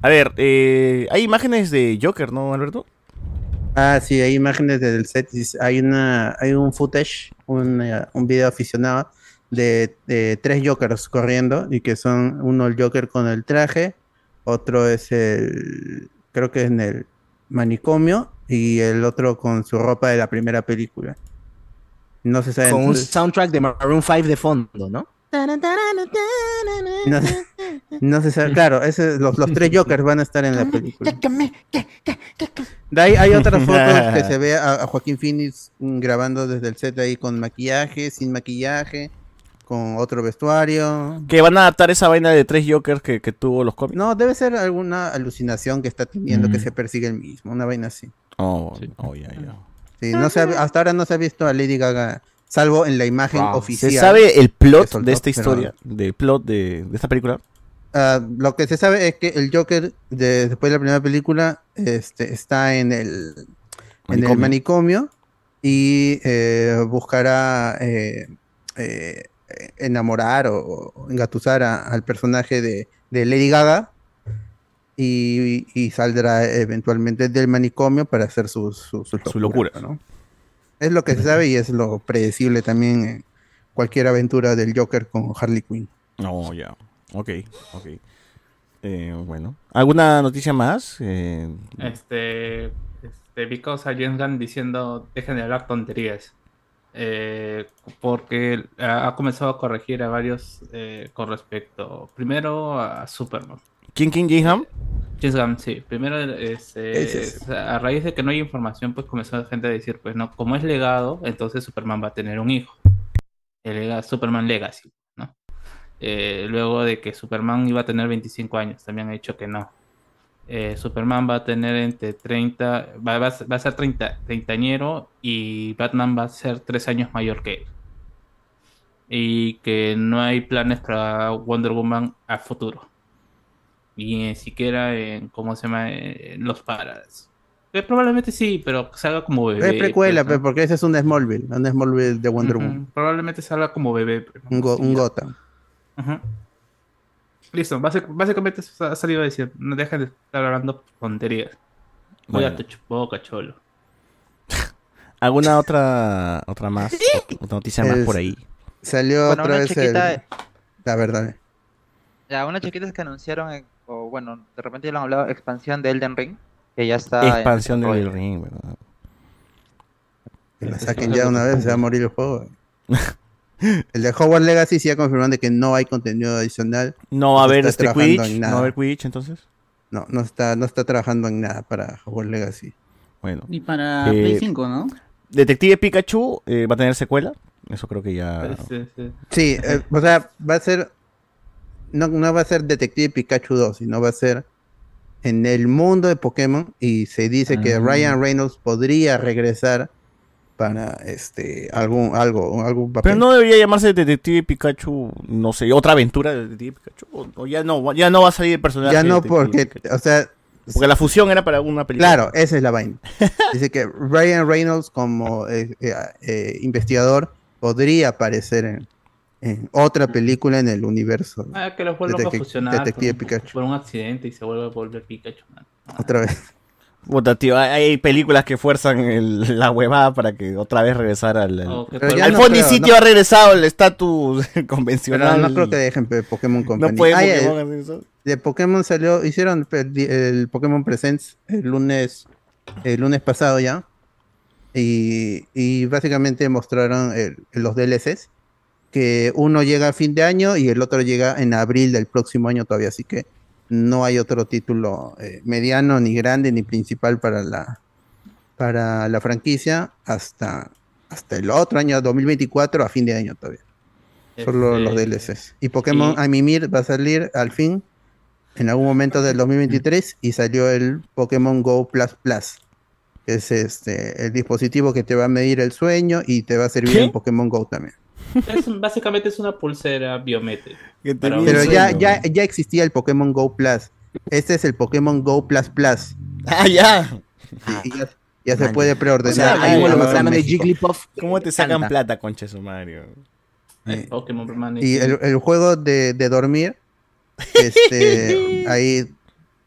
[SPEAKER 1] A ver, eh, hay imágenes de Joker, ¿no, Alberto?
[SPEAKER 4] Ah, sí, hay imágenes del set. Dice- Hay una, hay un footage, un, eh, un video aficionado de, de tres Jokers corriendo y que son uno el Joker con el traje, otro es el, creo que es en el manicomio y el otro con su ropa de la primera película. No se sabe.
[SPEAKER 5] Con un
[SPEAKER 4] entonces-
[SPEAKER 5] soundtrack de Maroon 5 de fondo, ¿no?
[SPEAKER 4] no, se- no se sabe. Claro, ese- los, los tres Jokers van a estar en la película. De ahí hay otras fotos que se ve a, a Joaquín Phoenix mm, grabando desde el set ahí con maquillaje, sin maquillaje, con otro vestuario.
[SPEAKER 1] Que van a adaptar esa vaina de tres Jokers que, que tuvo los cómics.
[SPEAKER 4] No, debe ser alguna alucinación que está teniendo que
[SPEAKER 7] Mm.
[SPEAKER 4] se persigue el mismo, una vaina así.
[SPEAKER 1] Oh,
[SPEAKER 7] Sí.
[SPEAKER 1] oh, ya, ya.
[SPEAKER 4] Sí, no se ha- hasta ahora no se ha visto a Lady Gaga, salvo en la imagen
[SPEAKER 10] Wow.
[SPEAKER 1] ¿Se
[SPEAKER 4] oficial.
[SPEAKER 1] sabe el plot
[SPEAKER 4] que soltó,
[SPEAKER 1] de esta
[SPEAKER 4] pero-
[SPEAKER 1] historia? ¿Del plot de, de esta película?
[SPEAKER 4] Ah, lo que se sabe es que el Joker, de- después de la primera película, este, está en el, en el
[SPEAKER 1] Manicomio.
[SPEAKER 4] manicomio y eh, buscará eh, eh, enamorar o, o engatusar a- al personaje de, de Lady Gaga y, y saldrá eventualmente del manicomio para hacer sus, sus, sus
[SPEAKER 1] Sus
[SPEAKER 4] locuras,
[SPEAKER 1] locuras.
[SPEAKER 4] ¿no? Es lo que se sabe y es lo predecible también en, cualquier aventura del Joker con Harley Quinn.
[SPEAKER 1] No, Oh, ya. Ok, ok. Eh, bueno. ¿Alguna noticia más? Eh,
[SPEAKER 3] Este, este, vi cosas a James Gunn diciendo, dejen de hablar tonterías. Eh, porque ha ha comenzado a corregir a varios eh, con respecto, primero a Superman.
[SPEAKER 1] ¿Quién, quién, Jinham?
[SPEAKER 3] James Gunn, sí. Primero, este,
[SPEAKER 1] Ese es.
[SPEAKER 3] o sea, a raíz de que no hay información, pues comenzó la gente a decir, pues no, como es legado, entonces Superman va a tener un hijo. El lega- Superman Legacy, ¿no? Eh, luego de que Superman iba a tener 25 años, también ha dicho que no. Eh, Superman va a tener entre 30, va, va a ser- va a ser 30, treintañero y Batman va a ser 3 años mayor que él. Y que no hay planes para Wonder Woman a futuro ni siquiera en cómo se llama en los paradas. Que probablemente sí, pero salga como bebé.
[SPEAKER 4] es precuela,
[SPEAKER 3] pues,
[SPEAKER 4] pe, porque ese es un Smallville, un Smallville de Wonder
[SPEAKER 3] Ujú,
[SPEAKER 4] Woman.
[SPEAKER 3] Probablemente salga como bebé. pues, ¿no?
[SPEAKER 4] Un, go-
[SPEAKER 3] Sí,
[SPEAKER 4] un
[SPEAKER 3] ya.
[SPEAKER 4] Gotham.
[SPEAKER 3] Ujú. Listo, básic- básicamente eso ha salido a decir, no dejen de estar hablando tonterías. Voy
[SPEAKER 1] Bueno.
[SPEAKER 3] a tu ch- boca, cholo.
[SPEAKER 1] ¿Alguna otra, otra más? Ot- Otra noticia más
[SPEAKER 4] Es-
[SPEAKER 1] por ahí.
[SPEAKER 4] Salió
[SPEAKER 2] Bueno,
[SPEAKER 4] otra
[SPEAKER 2] una
[SPEAKER 4] vez
[SPEAKER 2] chiquita-
[SPEAKER 4] el... La verdad.
[SPEAKER 2] Ya, unas chiquitas que anunciaron, eh, o bueno, de repente ya lo han hablado, expansión de Elden Ring, que ya está. en
[SPEAKER 1] Expansión de
[SPEAKER 2] desarrollo.
[SPEAKER 1] Elden Ring, ¿verdad?
[SPEAKER 4] Que la saquen ya una vez, se va a morir el juego. El de Hogwarts Legacy sí ha confirmado de que no hay contenido adicional.
[SPEAKER 1] No va a haber
[SPEAKER 4] está
[SPEAKER 1] este
[SPEAKER 4] trabajando
[SPEAKER 1] Quidditch,
[SPEAKER 4] en
[SPEAKER 1] no
[SPEAKER 4] nada.
[SPEAKER 1] va a haber Quidditch entonces.
[SPEAKER 4] No, no está, no está trabajando en nada para Hogwarts Legacy.
[SPEAKER 1] Bueno.
[SPEAKER 6] Y para
[SPEAKER 1] Eh,
[SPEAKER 6] Play 5, ¿no?
[SPEAKER 1] Detective Pikachu eh, va a tener secuela. Eso creo que ya.
[SPEAKER 3] Sí, sí.
[SPEAKER 4] Sí, eh, o sea, va a ser. No, no va a ser Detective Pikachu 2, sino va a ser en el mundo de Pokémon. Y se dice que
[SPEAKER 7] Ah.
[SPEAKER 4] Ryan Reynolds podría regresar para este algún algo, algún papel.
[SPEAKER 1] Pero no debería llamarse Detective Pikachu, no sé, otra aventura de Detective Pikachu. O, o ya no, ya no va a salir el personaje.
[SPEAKER 4] ya
[SPEAKER 1] de
[SPEAKER 4] no
[SPEAKER 1] Detective
[SPEAKER 4] porque,
[SPEAKER 1] Pikachu.
[SPEAKER 4] o sea,
[SPEAKER 1] Porque la fusión era para una película.
[SPEAKER 4] Claro, esa es la vaina. Dice que Ryan Reynolds como eh, eh, eh, investigador podría aparecer en, en otra película en el universo.
[SPEAKER 3] Ah, que los vuelvan
[SPEAKER 4] Detective-
[SPEAKER 3] a fusionar por
[SPEAKER 4] Detective
[SPEAKER 3] un,
[SPEAKER 4] Pikachu.
[SPEAKER 3] por un accidente y se vuelve a volver Pikachu. man.
[SPEAKER 4] Otra vez.
[SPEAKER 1] Puta, tío, hay- hay películas que fuerzan el- la huevada para que otra vez regresara al. al-
[SPEAKER 3] O que
[SPEAKER 4] Pero
[SPEAKER 3] puede-
[SPEAKER 4] ya
[SPEAKER 1] al
[SPEAKER 4] no
[SPEAKER 1] Fondi
[SPEAKER 4] creo,
[SPEAKER 1] Sitio
[SPEAKER 4] no.
[SPEAKER 1] ha regresado el estatus
[SPEAKER 4] Pero
[SPEAKER 1] convencional.
[SPEAKER 4] no creo que dejen pe, Pokémon
[SPEAKER 1] No
[SPEAKER 4] Company.
[SPEAKER 1] puede
[SPEAKER 4] Ah, ya,
[SPEAKER 1] Pokémon hacer eso.
[SPEAKER 4] de Pokémon salió, hicieron pe- di- el Pokémon Presents el lunes, el lunes pasado ya. Y, y básicamente mostraron el- los DLCs. Que uno llega a fin de año y el otro llega en abril del próximo año todavía. Así que no hay otro título eh, mediano, ni grande, ni principal para la, para la franquicia hasta, hasta el otro año, 2024, a fin de año todavía.
[SPEAKER 5] Este,
[SPEAKER 4] Solo
[SPEAKER 3] Este,
[SPEAKER 4] los DLCs. Y Pokémon
[SPEAKER 3] y-
[SPEAKER 4] a Mimir va a salir al fin en algún momento del 2023 y salió el Pokémon Go Plus Plus. que Es este el dispositivo que te va a medir el sueño y te va a servir
[SPEAKER 1] ¿Qué?
[SPEAKER 4] en Pokémon Go también.
[SPEAKER 3] es- básicamente es una pulsera biométrica.
[SPEAKER 1] Que te
[SPEAKER 3] Para
[SPEAKER 1] mide
[SPEAKER 4] Pero
[SPEAKER 1] el
[SPEAKER 4] ya,
[SPEAKER 1] sueño.
[SPEAKER 4] ya, ya existía el Pokémon Go Plus. Este es el Pokémon Go Plus Plus.
[SPEAKER 1] Ah, ya.
[SPEAKER 4] Y ya, Pues ya se
[SPEAKER 5] man.
[SPEAKER 4] puede preordenar.
[SPEAKER 5] O sea,
[SPEAKER 4] en
[SPEAKER 5] ahí
[SPEAKER 4] Amazon
[SPEAKER 5] lo sacan de
[SPEAKER 4] México.
[SPEAKER 5] Jigglypuff.
[SPEAKER 1] ¿Cómo te sacan
[SPEAKER 5] Encanta.
[SPEAKER 1] plata, concha de su Mario?
[SPEAKER 3] El Eh, Pokémon permanece.
[SPEAKER 4] Y el, el juego de, de dormir, este, ahí,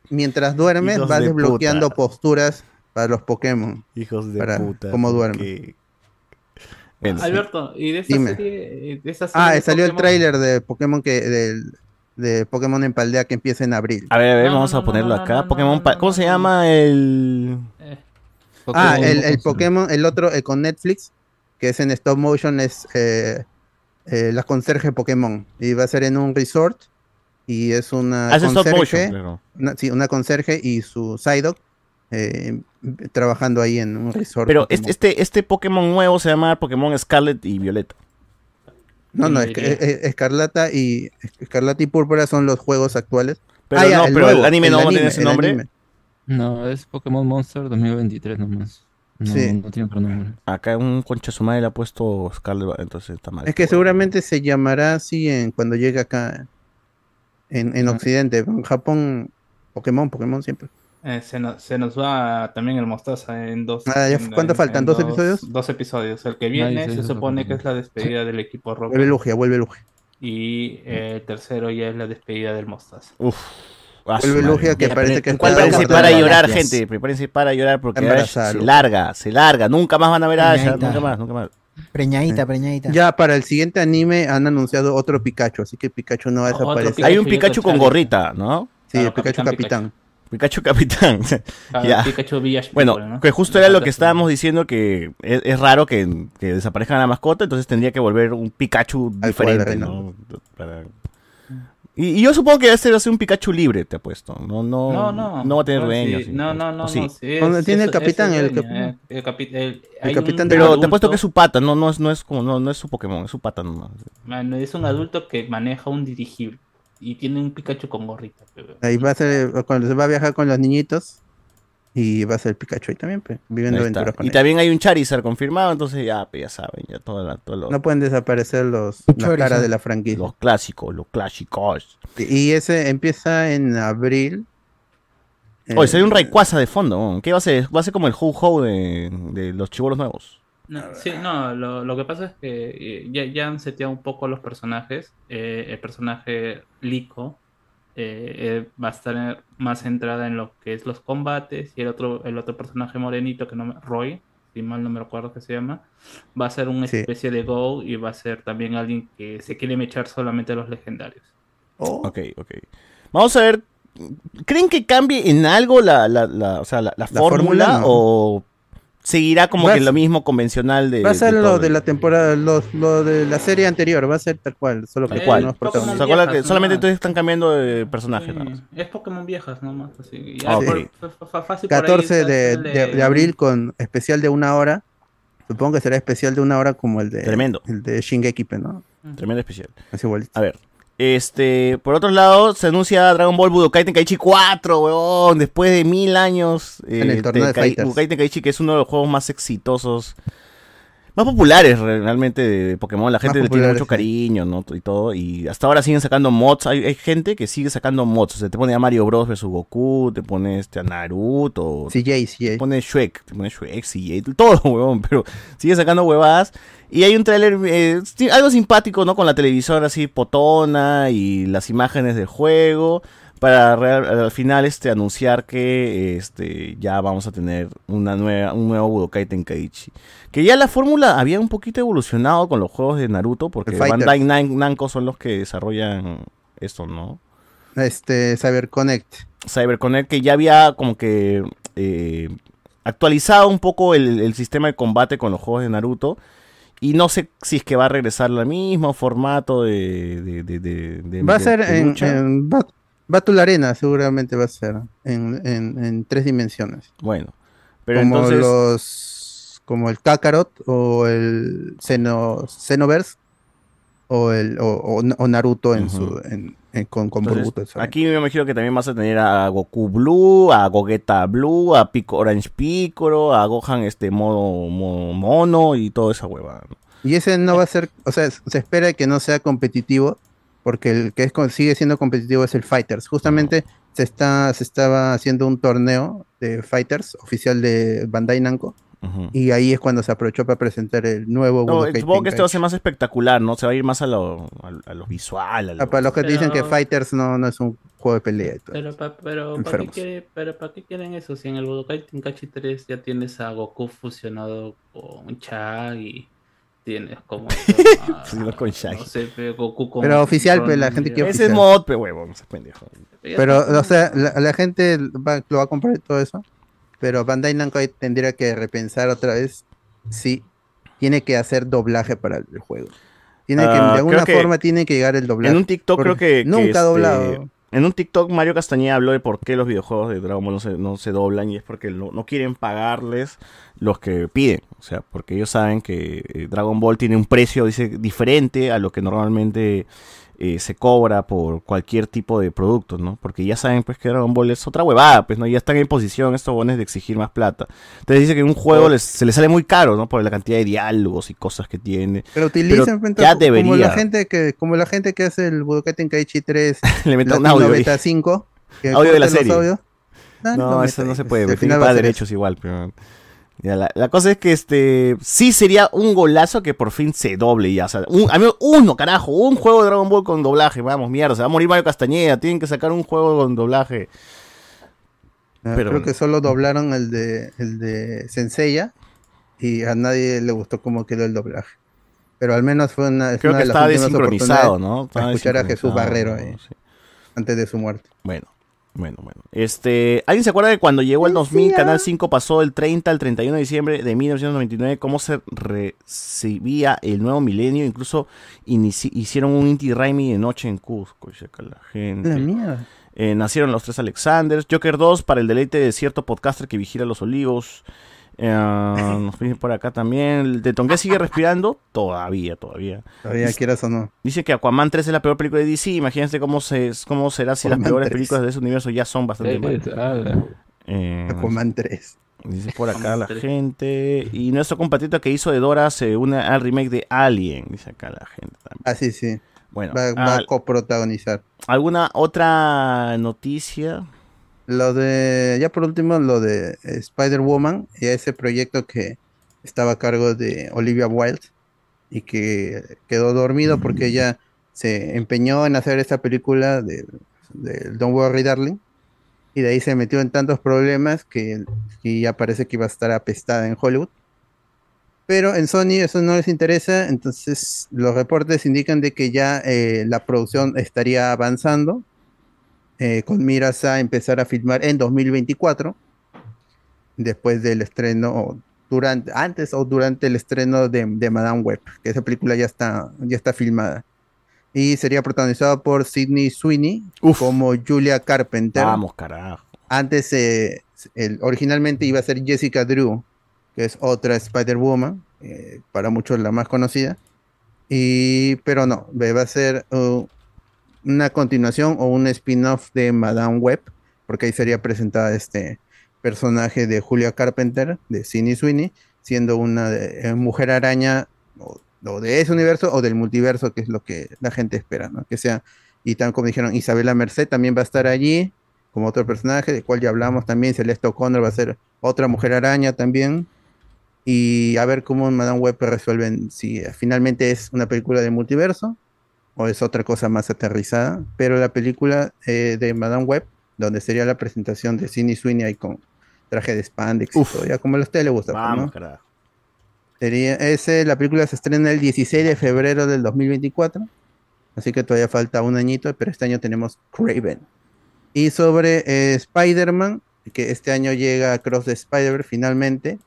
[SPEAKER 4] mientras duermes,
[SPEAKER 1] Hijos
[SPEAKER 4] vas
[SPEAKER 1] de
[SPEAKER 4] desbloqueando
[SPEAKER 1] puta.
[SPEAKER 4] posturas para los Pokémon.
[SPEAKER 1] Hijos de
[SPEAKER 4] Para
[SPEAKER 1] puta.
[SPEAKER 4] cómo
[SPEAKER 1] ¿por
[SPEAKER 4] duerme.
[SPEAKER 1] qué? Bueno, sí.
[SPEAKER 3] Ah, Alberto, y de esta
[SPEAKER 4] Dime.
[SPEAKER 3] serie, eh, de esta serie
[SPEAKER 4] Ah,
[SPEAKER 3] de
[SPEAKER 4] salió el
[SPEAKER 3] Pokémon-
[SPEAKER 4] tráiler de Pokémon que del de Pokémon en Paldea que empieza en abril.
[SPEAKER 1] A ver, a ver,
[SPEAKER 3] No,
[SPEAKER 1] vamos
[SPEAKER 3] no,
[SPEAKER 1] a
[SPEAKER 3] no,
[SPEAKER 1] ponerlo
[SPEAKER 3] no, no,
[SPEAKER 1] acá.
[SPEAKER 3] no, no,
[SPEAKER 1] Pokémon
[SPEAKER 3] no,
[SPEAKER 1] pa-
[SPEAKER 3] no,
[SPEAKER 1] ¿Cómo se
[SPEAKER 3] no.
[SPEAKER 1] llama el...?
[SPEAKER 3] Eh,
[SPEAKER 4] Ah,
[SPEAKER 7] Pokémon
[SPEAKER 4] el, el
[SPEAKER 7] Go,
[SPEAKER 4] Pokémon, el otro, el con Netflix, que es en stop motion, es eh, eh, la conserje Pokémon. Y va a ser en un resort. Y es una
[SPEAKER 1] Hace Ah, stop
[SPEAKER 4] conserje.
[SPEAKER 1] motion, claro.
[SPEAKER 4] una, sí, una conserje y su Psyduck eh, trabajando ahí en un resort.
[SPEAKER 1] Pero
[SPEAKER 4] Pokémon.
[SPEAKER 1] este, este, este Pokémon nuevo se llama Pokémon Scarlet y Violeta.
[SPEAKER 4] no, no,
[SPEAKER 3] ¿quién
[SPEAKER 4] es-
[SPEAKER 3] diría?
[SPEAKER 4] es- es- Escarlata y Escarlata y Púrpura son los juegos actuales.
[SPEAKER 1] Pero
[SPEAKER 4] Ah, ya,
[SPEAKER 1] no, pero el
[SPEAKER 4] nuevo,
[SPEAKER 1] anime no tiene ese
[SPEAKER 4] el
[SPEAKER 1] nombre.
[SPEAKER 4] anime.
[SPEAKER 7] No, es Pokémon Monster 2023 nomás. No,
[SPEAKER 4] Sí.
[SPEAKER 7] no tiene otro nombre.
[SPEAKER 1] Acá un concha su madre le ha puesto Scarlet, entonces está mal.
[SPEAKER 4] Es que seguramente se llamará así en, cuando llegue acá en, en Occidente. En Japón, Pokémon, Pokémon siempre.
[SPEAKER 3] eh, se, nos, se nos va también el Mostaza en dos.
[SPEAKER 4] Ah, ya,
[SPEAKER 3] en-
[SPEAKER 4] ¿cuánto
[SPEAKER 3] en-
[SPEAKER 4] faltan?
[SPEAKER 3] en
[SPEAKER 4] ¿Dos episodios?
[SPEAKER 3] Dos episodios. El que
[SPEAKER 7] Nadie
[SPEAKER 3] viene
[SPEAKER 7] se
[SPEAKER 3] se
[SPEAKER 7] hizo
[SPEAKER 3] supone que
[SPEAKER 7] Pokémon.
[SPEAKER 3] es la despedida del equipo
[SPEAKER 4] Vuelve
[SPEAKER 3] Rocket.
[SPEAKER 4] Lugia, vuelve Lugia.
[SPEAKER 3] Y eh, el tercero ya es la despedida del Mostaza.
[SPEAKER 1] Uf. a su
[SPEAKER 4] Vuelve
[SPEAKER 1] madre.
[SPEAKER 4] Lugia que
[SPEAKER 5] Ya,
[SPEAKER 4] parece
[SPEAKER 5] pero
[SPEAKER 4] que
[SPEAKER 5] ¿en cuál
[SPEAKER 4] está
[SPEAKER 5] va a
[SPEAKER 1] Prepárense
[SPEAKER 5] Está
[SPEAKER 1] para
[SPEAKER 5] embarazada.
[SPEAKER 1] llorar,
[SPEAKER 5] Gracias.
[SPEAKER 1] gente. Prepárense para llorar porque
[SPEAKER 4] Está embarazada,
[SPEAKER 1] Ash se
[SPEAKER 4] Lugia.
[SPEAKER 1] larga, se larga. Nunca más van a ver a
[SPEAKER 9] Ahí
[SPEAKER 1] Ash,
[SPEAKER 9] está.
[SPEAKER 1] nunca más, nunca más.
[SPEAKER 9] Preñadita, preñadita.
[SPEAKER 4] Eh, Ya para el siguiente anime han anunciado otro Pikachu, así que Pikachu no va a
[SPEAKER 1] Otro
[SPEAKER 4] desaparecer.
[SPEAKER 1] Pikachu Hay un Pikachu con gorrita, ¿no?
[SPEAKER 4] Sí,
[SPEAKER 1] Claro,
[SPEAKER 4] el Pikachu
[SPEAKER 1] Capitán
[SPEAKER 4] Capitán.
[SPEAKER 1] Pikachu Capitán.
[SPEAKER 4] Claro,
[SPEAKER 1] Ya.
[SPEAKER 4] Pikachu Village
[SPEAKER 1] bueno,
[SPEAKER 4] People, ¿no?
[SPEAKER 1] que justo era lo que
[SPEAKER 4] Fantástico.
[SPEAKER 1] estábamos diciendo que es, es raro que, que desaparezca la mascota, entonces tendría que volver un Pikachu
[SPEAKER 4] Al
[SPEAKER 1] diferente,
[SPEAKER 4] cuadro,
[SPEAKER 1] ¿no? Para- Y, y yo supongo que este va a ser un Pikachu libre, te apuesto. No, no,
[SPEAKER 3] No,
[SPEAKER 1] no,
[SPEAKER 3] no.
[SPEAKER 1] va a tener
[SPEAKER 3] No, sí.
[SPEAKER 1] dueño. pues,
[SPEAKER 3] No, no, no,
[SPEAKER 1] ¿O sí?
[SPEAKER 3] no, sí es- Bueno, tiene el es- capitán, es el el dueño, cap- eh, el capi- el- hay un
[SPEAKER 1] Pero te
[SPEAKER 3] adulto-
[SPEAKER 1] apuesto que es su pata, no, no es, no es como, no, no es su Pokémon, es su pata nomás.
[SPEAKER 3] Mano, es un adulto que maneja un dirigible y tiene un Pikachu con gorrita. pe, weón.
[SPEAKER 4] Ahí va a ser, cuando se va a viajar con los niñitos y va a ser Pikachu ahí también, pe, viviendo
[SPEAKER 1] Ahí está.
[SPEAKER 4] aventuras con
[SPEAKER 1] Y
[SPEAKER 4] ellos.
[SPEAKER 1] también hay un Charizard confirmado, entonces ya, pues, ya saben, ya todo, la, todo lo,
[SPEAKER 4] No pueden desaparecer los las
[SPEAKER 1] Chorizos.
[SPEAKER 4] caras de la franquicia.
[SPEAKER 1] los clásicos, los clásicos.
[SPEAKER 4] Y ese empieza en abril.
[SPEAKER 1] Oye, salió
[SPEAKER 3] eh,
[SPEAKER 1] un Rayquaza de fondo. ¿no? ¿Qué va a ser? Va a ser como el Ho Ho de, de los chivolos nuevos.
[SPEAKER 3] No, sí, no, lo, lo que pasa es que eh, ya, ya han seteado un poco los personajes. Eh, el personaje Lico eh, eh, va a estar más centrada en lo que es los combates y el otro, el otro personaje morenito que no me- Roy, si mal no me recuerdo que se llama, va a ser una
[SPEAKER 4] Sí.
[SPEAKER 3] especie de Go y va a ser también alguien que se quiere mechar solamente a los legendarios.
[SPEAKER 4] Oh.
[SPEAKER 1] Ok, ok. Vamos a ver. ¿Creen que cambie en algo la, la, la- o sea, la, la
[SPEAKER 4] La
[SPEAKER 1] fórmula,
[SPEAKER 4] fórmula, no.
[SPEAKER 1] o seguirá como
[SPEAKER 4] Va a
[SPEAKER 1] que
[SPEAKER 4] ser-
[SPEAKER 1] lo mismo convencional de.
[SPEAKER 4] va a ser
[SPEAKER 1] de
[SPEAKER 4] lo
[SPEAKER 1] todo?
[SPEAKER 4] de la temporada, lo, lo de la serie anterior, va a ser tal cual, solo que
[SPEAKER 1] Tal
[SPEAKER 4] con
[SPEAKER 1] cual.
[SPEAKER 4] nuevos
[SPEAKER 1] O sea,
[SPEAKER 4] protagonistas.
[SPEAKER 1] acuerda que
[SPEAKER 3] viejas,
[SPEAKER 1] solamente
[SPEAKER 3] nomás.
[SPEAKER 1] entonces están cambiando de personajes. nada más.
[SPEAKER 3] Es Pokémon viejas nomás. Así.
[SPEAKER 1] Ah, ok.
[SPEAKER 3] fa- fa- fa- fácil por ahí
[SPEAKER 4] 14
[SPEAKER 3] está
[SPEAKER 4] de,
[SPEAKER 3] el
[SPEAKER 4] de- de abril con especial de una hora. Supongo que será especial de una hora como el de
[SPEAKER 1] Tremendo.
[SPEAKER 4] el de Shingeki, pe, ¿no?
[SPEAKER 1] Tremendo especial.
[SPEAKER 4] Es igualito.
[SPEAKER 1] A ver. Este, por otro lado, se anuncia Dragon Ball Budokai Tenkaichi 4, weón, después de mil años. eh,
[SPEAKER 4] En el torneo de
[SPEAKER 1] Tenkai-
[SPEAKER 4] fighters.
[SPEAKER 1] Budokai Tenkaichi, que es uno de los juegos más exitosos, más populares re- realmente de Pokémon. La gente le tiene
[SPEAKER 4] populares,
[SPEAKER 1] mucho
[SPEAKER 4] sí.
[SPEAKER 1] cariño, ¿no? Y todo. Y hasta ahora siguen sacando mods. Hay, hay gente que sigue sacando mods. O sea, te pone a Mario Bros. vs Goku, te pone este, a Naruto.
[SPEAKER 4] CJ, CJ.
[SPEAKER 1] Te pone Shrek, te pone Shrek, CJ, todo, weón, pero sigue sacando huevadas. Y hay un tráiler, eh, sí, algo simpático, ¿no? Con la televisora así potona y las imágenes del juego. Para real- al final este, anunciar que este, ya vamos a tener una nueva, un nuevo Budokai Tenkaichi. Que ya la fórmula había un poquito evolucionado con los juegos de Naruto, porque
[SPEAKER 4] El Fighters.
[SPEAKER 1] Bandai Nam- Namco son los que desarrollan esto, ¿no?
[SPEAKER 4] Este CyberConnect.
[SPEAKER 1] CyberConnect que ya había como que eh, actualizado un poco el, el sistema de combate con los juegos de Naruto. Y no sé si es que va a regresar al mismo formato de... de- de- de- de-
[SPEAKER 4] va a
[SPEAKER 1] de-
[SPEAKER 4] ser
[SPEAKER 1] de
[SPEAKER 4] en,
[SPEAKER 1] lucha.
[SPEAKER 4] en Bat- Battle Arena, seguramente va a ser en, en- en tres dimensiones.
[SPEAKER 1] Bueno, pero
[SPEAKER 4] como
[SPEAKER 1] entonces-
[SPEAKER 4] los como el Kakarot o el Xeno, Xenoverse o el o, o- o Naruto en su en, en- con con
[SPEAKER 1] Entonces,
[SPEAKER 4] Boruto, eso.
[SPEAKER 1] aquí me imagino que también vas a tener a Goku Blue, a Gogeta Blue, a Pico Orange Piccolo, a Gohan este modo, modo mono y toda esa hueva. ¿no?
[SPEAKER 4] Y ese no va a ser, o sea, se espera que no sea competitivo, porque el que es, con- sigue siendo competitivo es el Fighters. Justamente se está, se estaba haciendo un torneo de Fighters oficial de Bandai Namco. Y ahí es cuando se aprovechó para presentar el nuevo
[SPEAKER 1] No,
[SPEAKER 4] Budokai
[SPEAKER 1] supongo que este va a
[SPEAKER 4] Tenkaichi.
[SPEAKER 1] ser más espectacular, ¿no? Se va a ir más a lo, a, a lo visual. a lo-
[SPEAKER 4] Ah, Para los que te dicen que
[SPEAKER 3] Pero-
[SPEAKER 4] Fighters no, no es un juego de pelea y todo.
[SPEAKER 3] Pero, pa- pero, ¿pa' qué
[SPEAKER 4] Enfermos.
[SPEAKER 3] quiere- pero ¿para qué quieren eso? Si en el Budokai Tenkaichi 3 ya tienes a Goku fusionado con Shaggy, tienes como... a-
[SPEAKER 1] Fusionado con Shaggy.
[SPEAKER 3] No sé, pe, Goku con...
[SPEAKER 4] Pero oficial, pe, la
[SPEAKER 3] con-
[SPEAKER 4] gente quiere
[SPEAKER 1] Ese es
[SPEAKER 4] oficial.
[SPEAKER 1] mod, pe huevón, ese pendejo.
[SPEAKER 4] Pero, o sea, la, la gente va- lo va a comprar y todo eso. Pero Bandai Namco ahí tendría que repensar otra vez si tiene que hacer doblaje para el juego. Tiene que,
[SPEAKER 1] Ah,
[SPEAKER 4] de alguna
[SPEAKER 1] creo que
[SPEAKER 4] forma tiene que llegar el doblaje.
[SPEAKER 1] En un TikTok creo
[SPEAKER 4] Porque
[SPEAKER 1] que... que,
[SPEAKER 4] Nunca
[SPEAKER 1] este,
[SPEAKER 4] doblado.
[SPEAKER 1] En un TikTok Mario Castañeda habló de por qué los videojuegos de Dragon Ball no se, no se doblan y es porque no, no quieren pagarles los que piden. O sea, porque ellos saben que eh, Dragon Ball tiene un precio dice, diferente a lo que normalmente eh, se cobra por cualquier tipo de producto, ¿no? Porque ya saben pues que Dragon Ball es otra huevada, pues, ¿no? Ya están en posición estos bones de exigir más plata. Entonces dice que un juego les- se les sale muy caro, ¿no? Por la cantidad de diálogos y cosas que tiene.
[SPEAKER 4] Pero utilizan
[SPEAKER 1] Pero
[SPEAKER 4] frente a-
[SPEAKER 1] ya
[SPEAKER 4] como la
[SPEAKER 1] debería.
[SPEAKER 4] gente que como la gente que hace el Budokai Tenkaichi 3
[SPEAKER 1] Le mete un audio ahí.
[SPEAKER 4] 95 que
[SPEAKER 1] Audio de la
[SPEAKER 4] corten los
[SPEAKER 1] serie.
[SPEAKER 4] audios. Ah,
[SPEAKER 1] No,
[SPEAKER 4] lo
[SPEAKER 1] eso
[SPEAKER 4] mete
[SPEAKER 1] no
[SPEAKER 4] ahí,
[SPEAKER 1] se
[SPEAKER 4] pues,
[SPEAKER 1] puede,
[SPEAKER 4] al
[SPEAKER 1] pero tiene
[SPEAKER 4] final va
[SPEAKER 1] que
[SPEAKER 4] a
[SPEAKER 1] pagar
[SPEAKER 4] ser
[SPEAKER 1] derechos igual. pero- Ya, la, la cosa es que este sí sería un golazo que por fin se doble ya. O sea, un, amigo, uno, carajo, un juego de Dragon Ball con doblaje. Vamos, mierda, se va a morir Mario Castañeda. Tienen que sacar un juego con doblaje.
[SPEAKER 4] Ah,
[SPEAKER 1] Pero-
[SPEAKER 4] Creo que solo doblaron el de el de Senseiya y a nadie le gustó cómo quedó el doblaje. Pero al menos fue una, es
[SPEAKER 1] Creo
[SPEAKER 4] una
[SPEAKER 1] que
[SPEAKER 4] de las
[SPEAKER 1] estaba
[SPEAKER 4] últimas
[SPEAKER 1] desincronizado,
[SPEAKER 4] oportunidades
[SPEAKER 1] ¿no? Estaba
[SPEAKER 4] para escuchar a Jesús
[SPEAKER 1] desincronizado,
[SPEAKER 4] Barrero ahí, antes de su muerte.
[SPEAKER 1] Bueno, bueno, bueno. Este, ¿Alguien se acuerda de cuando llegó el 2000,
[SPEAKER 4] ah.
[SPEAKER 1] Canal 5 pasó del 30 al 31 de diciembre de 1999, cómo se recibía el nuevo milenio? Incluso inici- hicieron un Inti Raimi de noche en Cusco, dice acá la gente.
[SPEAKER 4] La mierda.
[SPEAKER 1] Eh, nacieron los tres Alexanders. Joker 2 para el deleite de cierto podcaster que vigila los olivos. Eh, nos piden por acá también. ¿El de Tongue sigue respirando? Todavía, todavía.
[SPEAKER 4] Todavía quieras o no.
[SPEAKER 1] Dice que Aquaman 3 es la peor película de DC. Imagínense cómo, se, cómo será si las
[SPEAKER 4] Aquaman
[SPEAKER 1] peores
[SPEAKER 4] 3.
[SPEAKER 1] películas de ese universo ya son bastante malas. Eh,
[SPEAKER 4] Aquaman 3.
[SPEAKER 1] Dice por acá la gente. Y nuestro compatriota que hizo de Dora se une al remake de Alien. Dice acá la gente también.
[SPEAKER 4] Ah, sí, sí.
[SPEAKER 1] Bueno,
[SPEAKER 4] va, va
[SPEAKER 1] al-
[SPEAKER 4] a coprotagonizar.
[SPEAKER 1] ¿alguna otra noticia?
[SPEAKER 4] Lo de, ya por último, lo de eh, Spider-Woman, ya ese proyecto que estaba a cargo de Olivia Wilde y que quedó
[SPEAKER 1] Mm.
[SPEAKER 4] dormido porque ella se empeñó en hacer esta película del del Don't Worry Darling y de ahí se metió en tantos problemas que, que ya parece que iba a estar apestada en Hollywood. Pero en Sony eso no les interesa, entonces los reportes indican de que ya eh, la producción estaría avanzando eh, con miras a empezar a filmar en 2024, después del estreno, o durante, antes o durante el estreno de, de Madame Web, que esa película ya está, ya está filmada. Y sería protagonizado por Sidney Sweeney como Julia Carpenter.
[SPEAKER 1] Vamos, carajo.
[SPEAKER 4] Antes, eh, el- originalmente iba a ser Jessica Drew, que es otra Spider-Woman, eh, para muchos la más conocida. Y, pero no, ve- va a ser uh, una continuación o un spin-off de Madame Web, porque ahí sería presentada este personaje de Julia Carpenter, de Sidney Sweeney, siendo una de- eh, mujer araña o, o de ese universo o del multiverso, que es lo que la gente espera, ¿no? Que sea, y tan como dijeron, Isabela Merced también va a estar allí, como otro personaje, del cual ya hablamos también, Celeste O'Connor va a ser otra mujer araña también, y a ver cómo en Madame Web resuelven si eh, finalmente es una película de multiverso o es otra cosa más aterrizada. Pero la película eh, de Madame Web, donde sería la presentación de Sidney Sweeney ahí con traje de spandex, y todo, ya como a usted le gusta. pues,
[SPEAKER 1] Vamos,
[SPEAKER 4] ¿no?
[SPEAKER 1] carajo.
[SPEAKER 4] Sería ese, la película se estrena el 16 de febrero del 2024, así que todavía falta un añito, pero este año tenemos Craven. Y sobre eh, Spider-Man, que este año llega a Cross the Spider finalmente,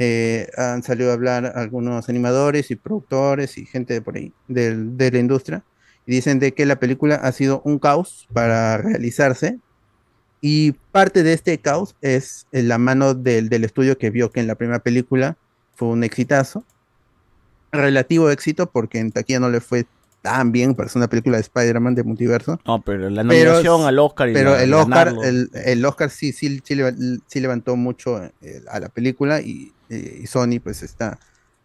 [SPEAKER 4] eh, han salido a hablar algunos animadores y productores y gente de por ahí, del- de la industria, y dicen de que la película ha sido un caos para realizarse, y parte de este caos es en la mano del, del estudio que vio que en la primera película fue un exitazo. Relativo éxito, porque en taquilla no le fue tan bien, para ser una película de Spider-Man de multiverso.
[SPEAKER 1] No, pero la nominación al Oscar y
[SPEAKER 4] Pero
[SPEAKER 1] la-
[SPEAKER 4] el Oscar,
[SPEAKER 1] ganarlo.
[SPEAKER 4] el, el Oscar sí, sí, sí leva- sí levantó mucho eh, a la película y, eh, y Sony pues está,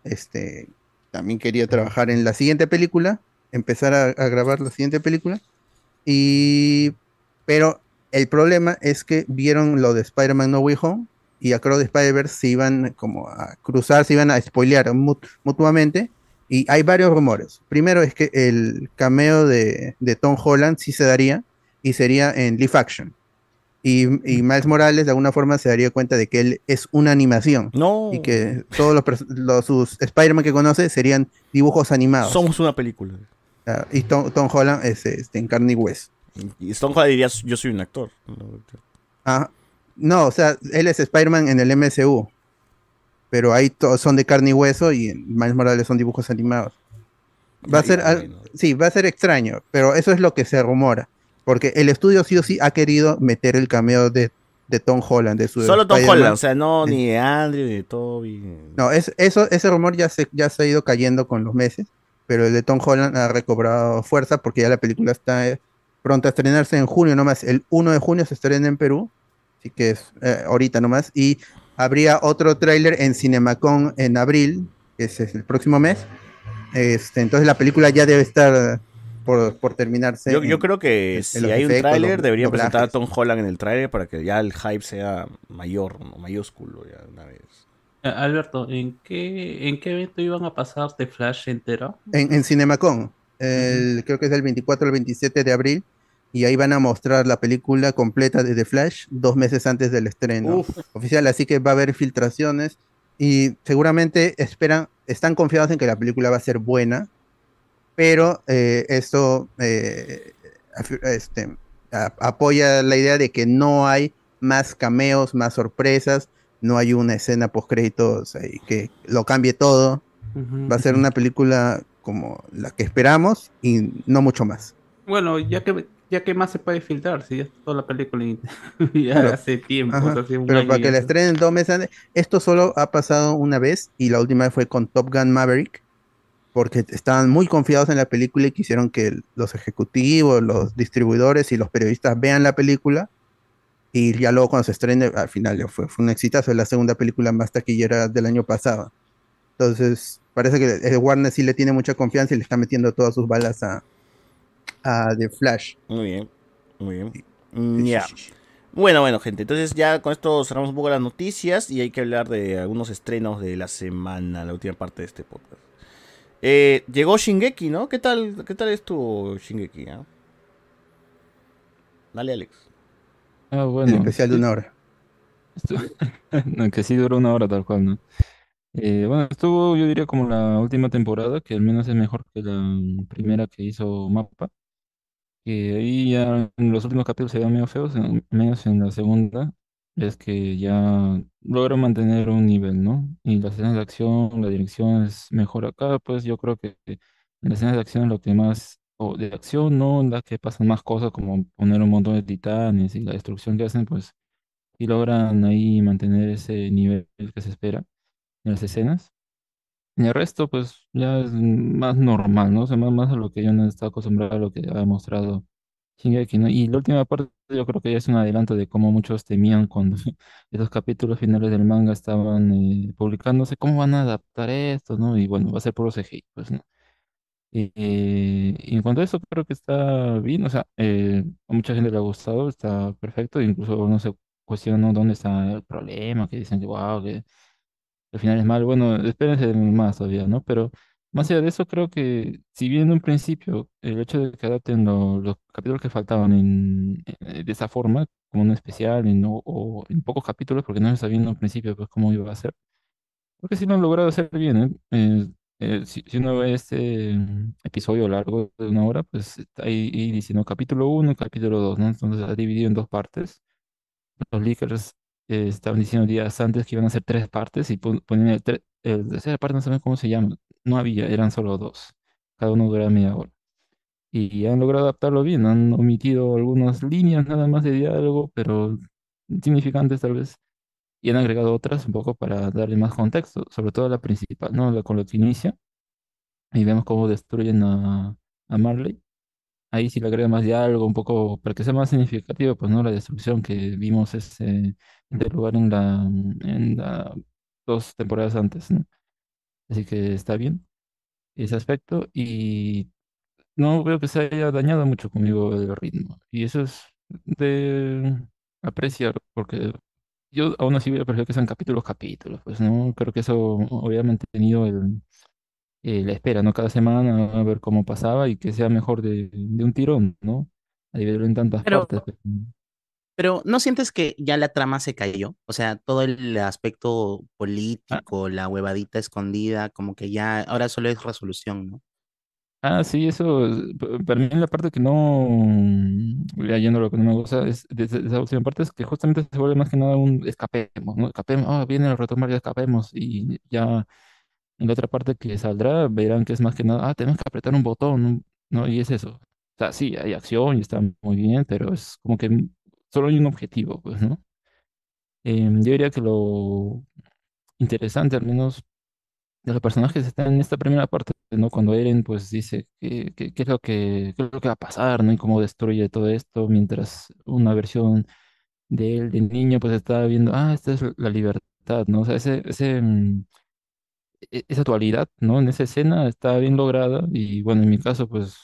[SPEAKER 4] este, también quería trabajar en la siguiente película, empezar a, a grabar la siguiente película. Y, pero el problema es que vieron lo de Spider-Man No Way Home y a Cross the Spider-Verse se iban como a cruzar, se iban a spoilear mut- mutuamente. Y hay varios rumores. Primero es que el cameo de, de Tom Holland sí se daría y sería en live action. Y, y
[SPEAKER 1] Mm.
[SPEAKER 4] Miles Morales de alguna forma se daría cuenta de que él es una animación. Y que todos los, pers- los- sus Spider-Man que conoce serían dibujos animados.
[SPEAKER 1] Somos una película.
[SPEAKER 4] Ah, y Tom, Tom Holland es este, en carne y hueso.
[SPEAKER 1] Y Stone Cold diría, yo soy un actor.
[SPEAKER 4] Ah, no, o sea, él es Spider-Man en el MCU. Pero ahí todos son de carne y hueso y en Miles Morales son dibujos animados. Va a ser, al- sí, va a ser extraño, pero eso es lo que se rumora. Porque el estudio sí o sí ha querido meter el cameo de, de Tom Holland, de su
[SPEAKER 1] Solo Tom
[SPEAKER 4] Spider-Man.
[SPEAKER 1] Holland, o sea, no, ni de Andrew, ni de Toby.
[SPEAKER 4] No, es, eso, ese rumor ya se, ya se ha ido cayendo con los meses, pero el de Tom Holland ha recobrado fuerza porque ya la película está eh, pronta a estrenarse en junio nomás. El 1 de junio se estrena en Perú, así que es eh, ahorita nomás. Y habría otro tráiler en Cinemacon en abril, que es el próximo mes. Este, entonces la película ya debe estar por, por terminarse.
[SPEAKER 1] Yo, yo
[SPEAKER 4] en-
[SPEAKER 1] creo que
[SPEAKER 4] en- en
[SPEAKER 1] si
[SPEAKER 4] los
[SPEAKER 1] hay un
[SPEAKER 4] efectos,
[SPEAKER 1] tráiler,
[SPEAKER 4] los
[SPEAKER 1] debería
[SPEAKER 4] doblajes.
[SPEAKER 1] presentar a Tom Holland en el tráiler para que ya el hype sea mayor, ¿no? mayúsculo, ya de una vez.
[SPEAKER 3] Eh, Alberto, ¿en qué, ¿en qué evento iban a pasar The Flash entero?
[SPEAKER 4] en, en Cinemacon. El- Creo que es el 24 al 27 de abril. Y ahí van a mostrar la película completa de The Flash dos meses antes del estreno oficial. Así que va a haber filtraciones. y seguramente esperan, están confiados en que la película va a ser buena, pero eh, esto eh, afi- este, a- apoya la idea de que no hay más cameos, más sorpresas, no hay una escena post créditos que lo cambie todo. Va a ser una película como la que esperamos y no mucho más.
[SPEAKER 3] Bueno, ya que ya que más se puede filtrar, si ya está toda la película y- ya
[SPEAKER 4] Claro.
[SPEAKER 3] hace tiempo,
[SPEAKER 4] Ajá,
[SPEAKER 3] hace un
[SPEAKER 4] Pero
[SPEAKER 3] año
[SPEAKER 4] para
[SPEAKER 3] y
[SPEAKER 4] que la
[SPEAKER 3] eso.
[SPEAKER 4] estrenen dos meses antes, esto solo ha pasado una vez y la última vez fue con Top Gun Maverick, porque estaban muy confiados en la película y quisieron que los ejecutivos, los distribuidores y los periodistas vean la película y ya luego cuando se estrene, al final ya fue, fue un exitazo, es la segunda película más taquillera del año pasado. Entonces, parece que eh, Warner sí le tiene mucha confianza y le está metiendo todas sus balas a, a The Flash.
[SPEAKER 1] Muy bien, muy bien. Mm, Ya. Bueno, bueno, gente. Entonces ya con esto cerramos un poco las noticias y hay que hablar de algunos estrenos de la semana, la última parte de este podcast. Eh, llegó Shingeki, ¿no? ¿Qué tal, qué tal estuvo Shingeki? ah? Dale, Alex.
[SPEAKER 7] Ah, bueno.
[SPEAKER 4] especial de una hora.
[SPEAKER 7] No, que sí duró una hora tal cual, ¿no? Eh, bueno, estuvo, yo diría, como la última temporada, que al menos es mejor que la primera que hizo Mappa. Que ahí ya en los últimos capítulos se veían medio feos, en- menos en la segunda. Es que ya logró mantener un nivel, ¿no? Y las escenas de acción, la dirección es mejor acá, pues yo creo que en las escenas de acción lo que más, o de acción, ¿no? En las que pasan más cosas, como poner un montón de titanes y la destrucción que hacen, pues y logran ahí mantener ese nivel que se espera en las escenas. Y el resto, pues ya es más normal, ¿no? O sea, más, más a lo que yo no estaba acostumbrado a lo que ha mostrado Shingeki, ¿no? Y la última parte, yo creo que ya es un adelanto de cómo muchos temían cuando esos capítulos finales del manga estaban eh, publicándose, cómo van a adaptar esto, ¿no? Y bueno, va a ser puro CGI, pues, ¿no? Eh, y en cuanto a eso, creo que está bien, o sea, eh, a mucha gente le ha gustado, está perfecto, incluso no se cuestiona dónde está el problema, que dicen que wow, que al final es mal, bueno, espérense más todavía, ¿no? Pero más allá de eso, creo que si bien en un principio el hecho de que adapten lo- los capítulos que faltaban en, eh, de esa forma, como un especial en- o, o en pocos capítulos, porque no se sabía en un principio pues cómo iba a ser, creo que sí lo han logrado hacer bien, ¿eh? Eh, eh, si, si uno ve este mm, episodio largo de una hora, pues está ahí, ahí diciendo capítulo 1, capítulo 2, ¿no? Entonces está dividido en dos partes. Los leakers eh, estaban diciendo días antes que iban a hacer tres partes y pon- ponían el, tre- el tercera parte, no saben cómo se llama. No había, eran solo dos. Cada uno duraba media hora. Y han logrado adaptarlo bien, han omitido algunas líneas nada más de diálogo, pero significantes tal vez y han agregado otras un poco para darle más contexto, sobre todo la principal, ¿no? La con la que inicia. Y vemos cómo destruyen a, a Marley. Ahí sí le agrega más diálogo, un poco, para que sea más significativo, pues, ¿no? La destrucción que vimos ese, en el lugar en la, en la- dos temporadas antes, ¿no? Así que está bien ese aspecto y no veo que se haya dañado mucho conmigo el ritmo. Y eso es de apreciar, porque yo aún así hubiera preferido que sean capítulos, capítulos, pues no, creo que eso hubiera mantenido el, eh, la espera, ¿no? Cada semana a ver cómo pasaba y que sea mejor de, de un tirón, ¿no? A dividirlo en tantas
[SPEAKER 5] Pero-
[SPEAKER 7] partes. pues.
[SPEAKER 5] Pero ¿no sientes que ya la trama se cayó? O sea, todo el aspecto político, la huevadita escondida, como que ya ahora solo es resolución, ¿no?
[SPEAKER 7] Ah, sí, eso, eh, pa- para mí la parte que no, mm, ya yendo a lo que no me gusta, es de, de- de esa última parte es que justamente se vuelve más que nada un escapemos, ¿no? Escapemos, ah, viene el retomar y escapemos y ya en la otra parte que saldrá verán que es más que nada, ah, tenemos que apretar un botón, ¿no? Y es eso. O sea, sí, hay acción y está muy bien, pero es como que mm, solo hay un objetivo, pues, ¿no? Em, yo diría que lo interesante, al menos de los personajes está en esta primera parte, ¿no? Cuando Eren pues dice qué, qué- qué es lo que, qué es lo que va a pasar, ¿no? Y cómo destruye todo esto, mientras una versión de él, de niño, pues está viendo, ah, esta es la libertad, ¿no? O sea, ese, ese, mm, e- esa dualidad, ¿no? En esa escena está bien lograda y bueno, en mi caso, pues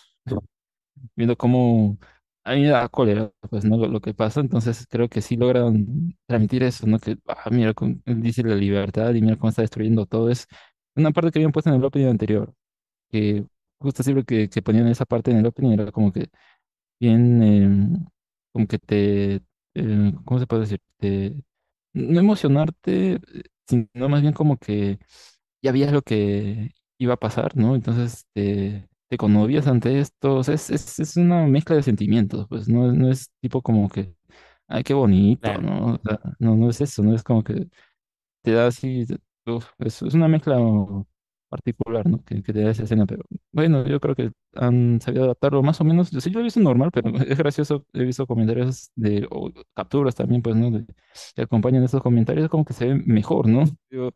[SPEAKER 7] viendo cómo a mí me da cólera, pues, ¿no? Lo, lo que pasa, entonces creo que sí logran transmitir eso, ¿no? Que, ah, mira, cómo- él dice la libertad y mira cómo está destruyendo todo. Es una parte que habían puesto en el opening anterior, que justo siempre que, que ponían esa parte en el opening era como que bien, em, como que te, eh, ¿cómo se puede decir? Te, no emocionarte, eh, sino más bien como que ya veías lo que iba a pasar, ¿no? Entonces te, te conmovías ante esto, o sea, es, es, es una mezcla de sentimientos, pues no, no es tipo como que, ay, qué bonito, ¿no? O sea, no, no es eso, no es como que te da así, uf, es, es una mezcla particular, ¿no? Que, que te da esa escena, pero bueno, yo creo que han sabido adaptarlo más o menos, yo sí lo he visto normal, pero es gracioso, he visto comentarios de, o capturas también, pues, ¿no? De- que acompañan esos comentarios, como que se ve mejor, ¿no? Yo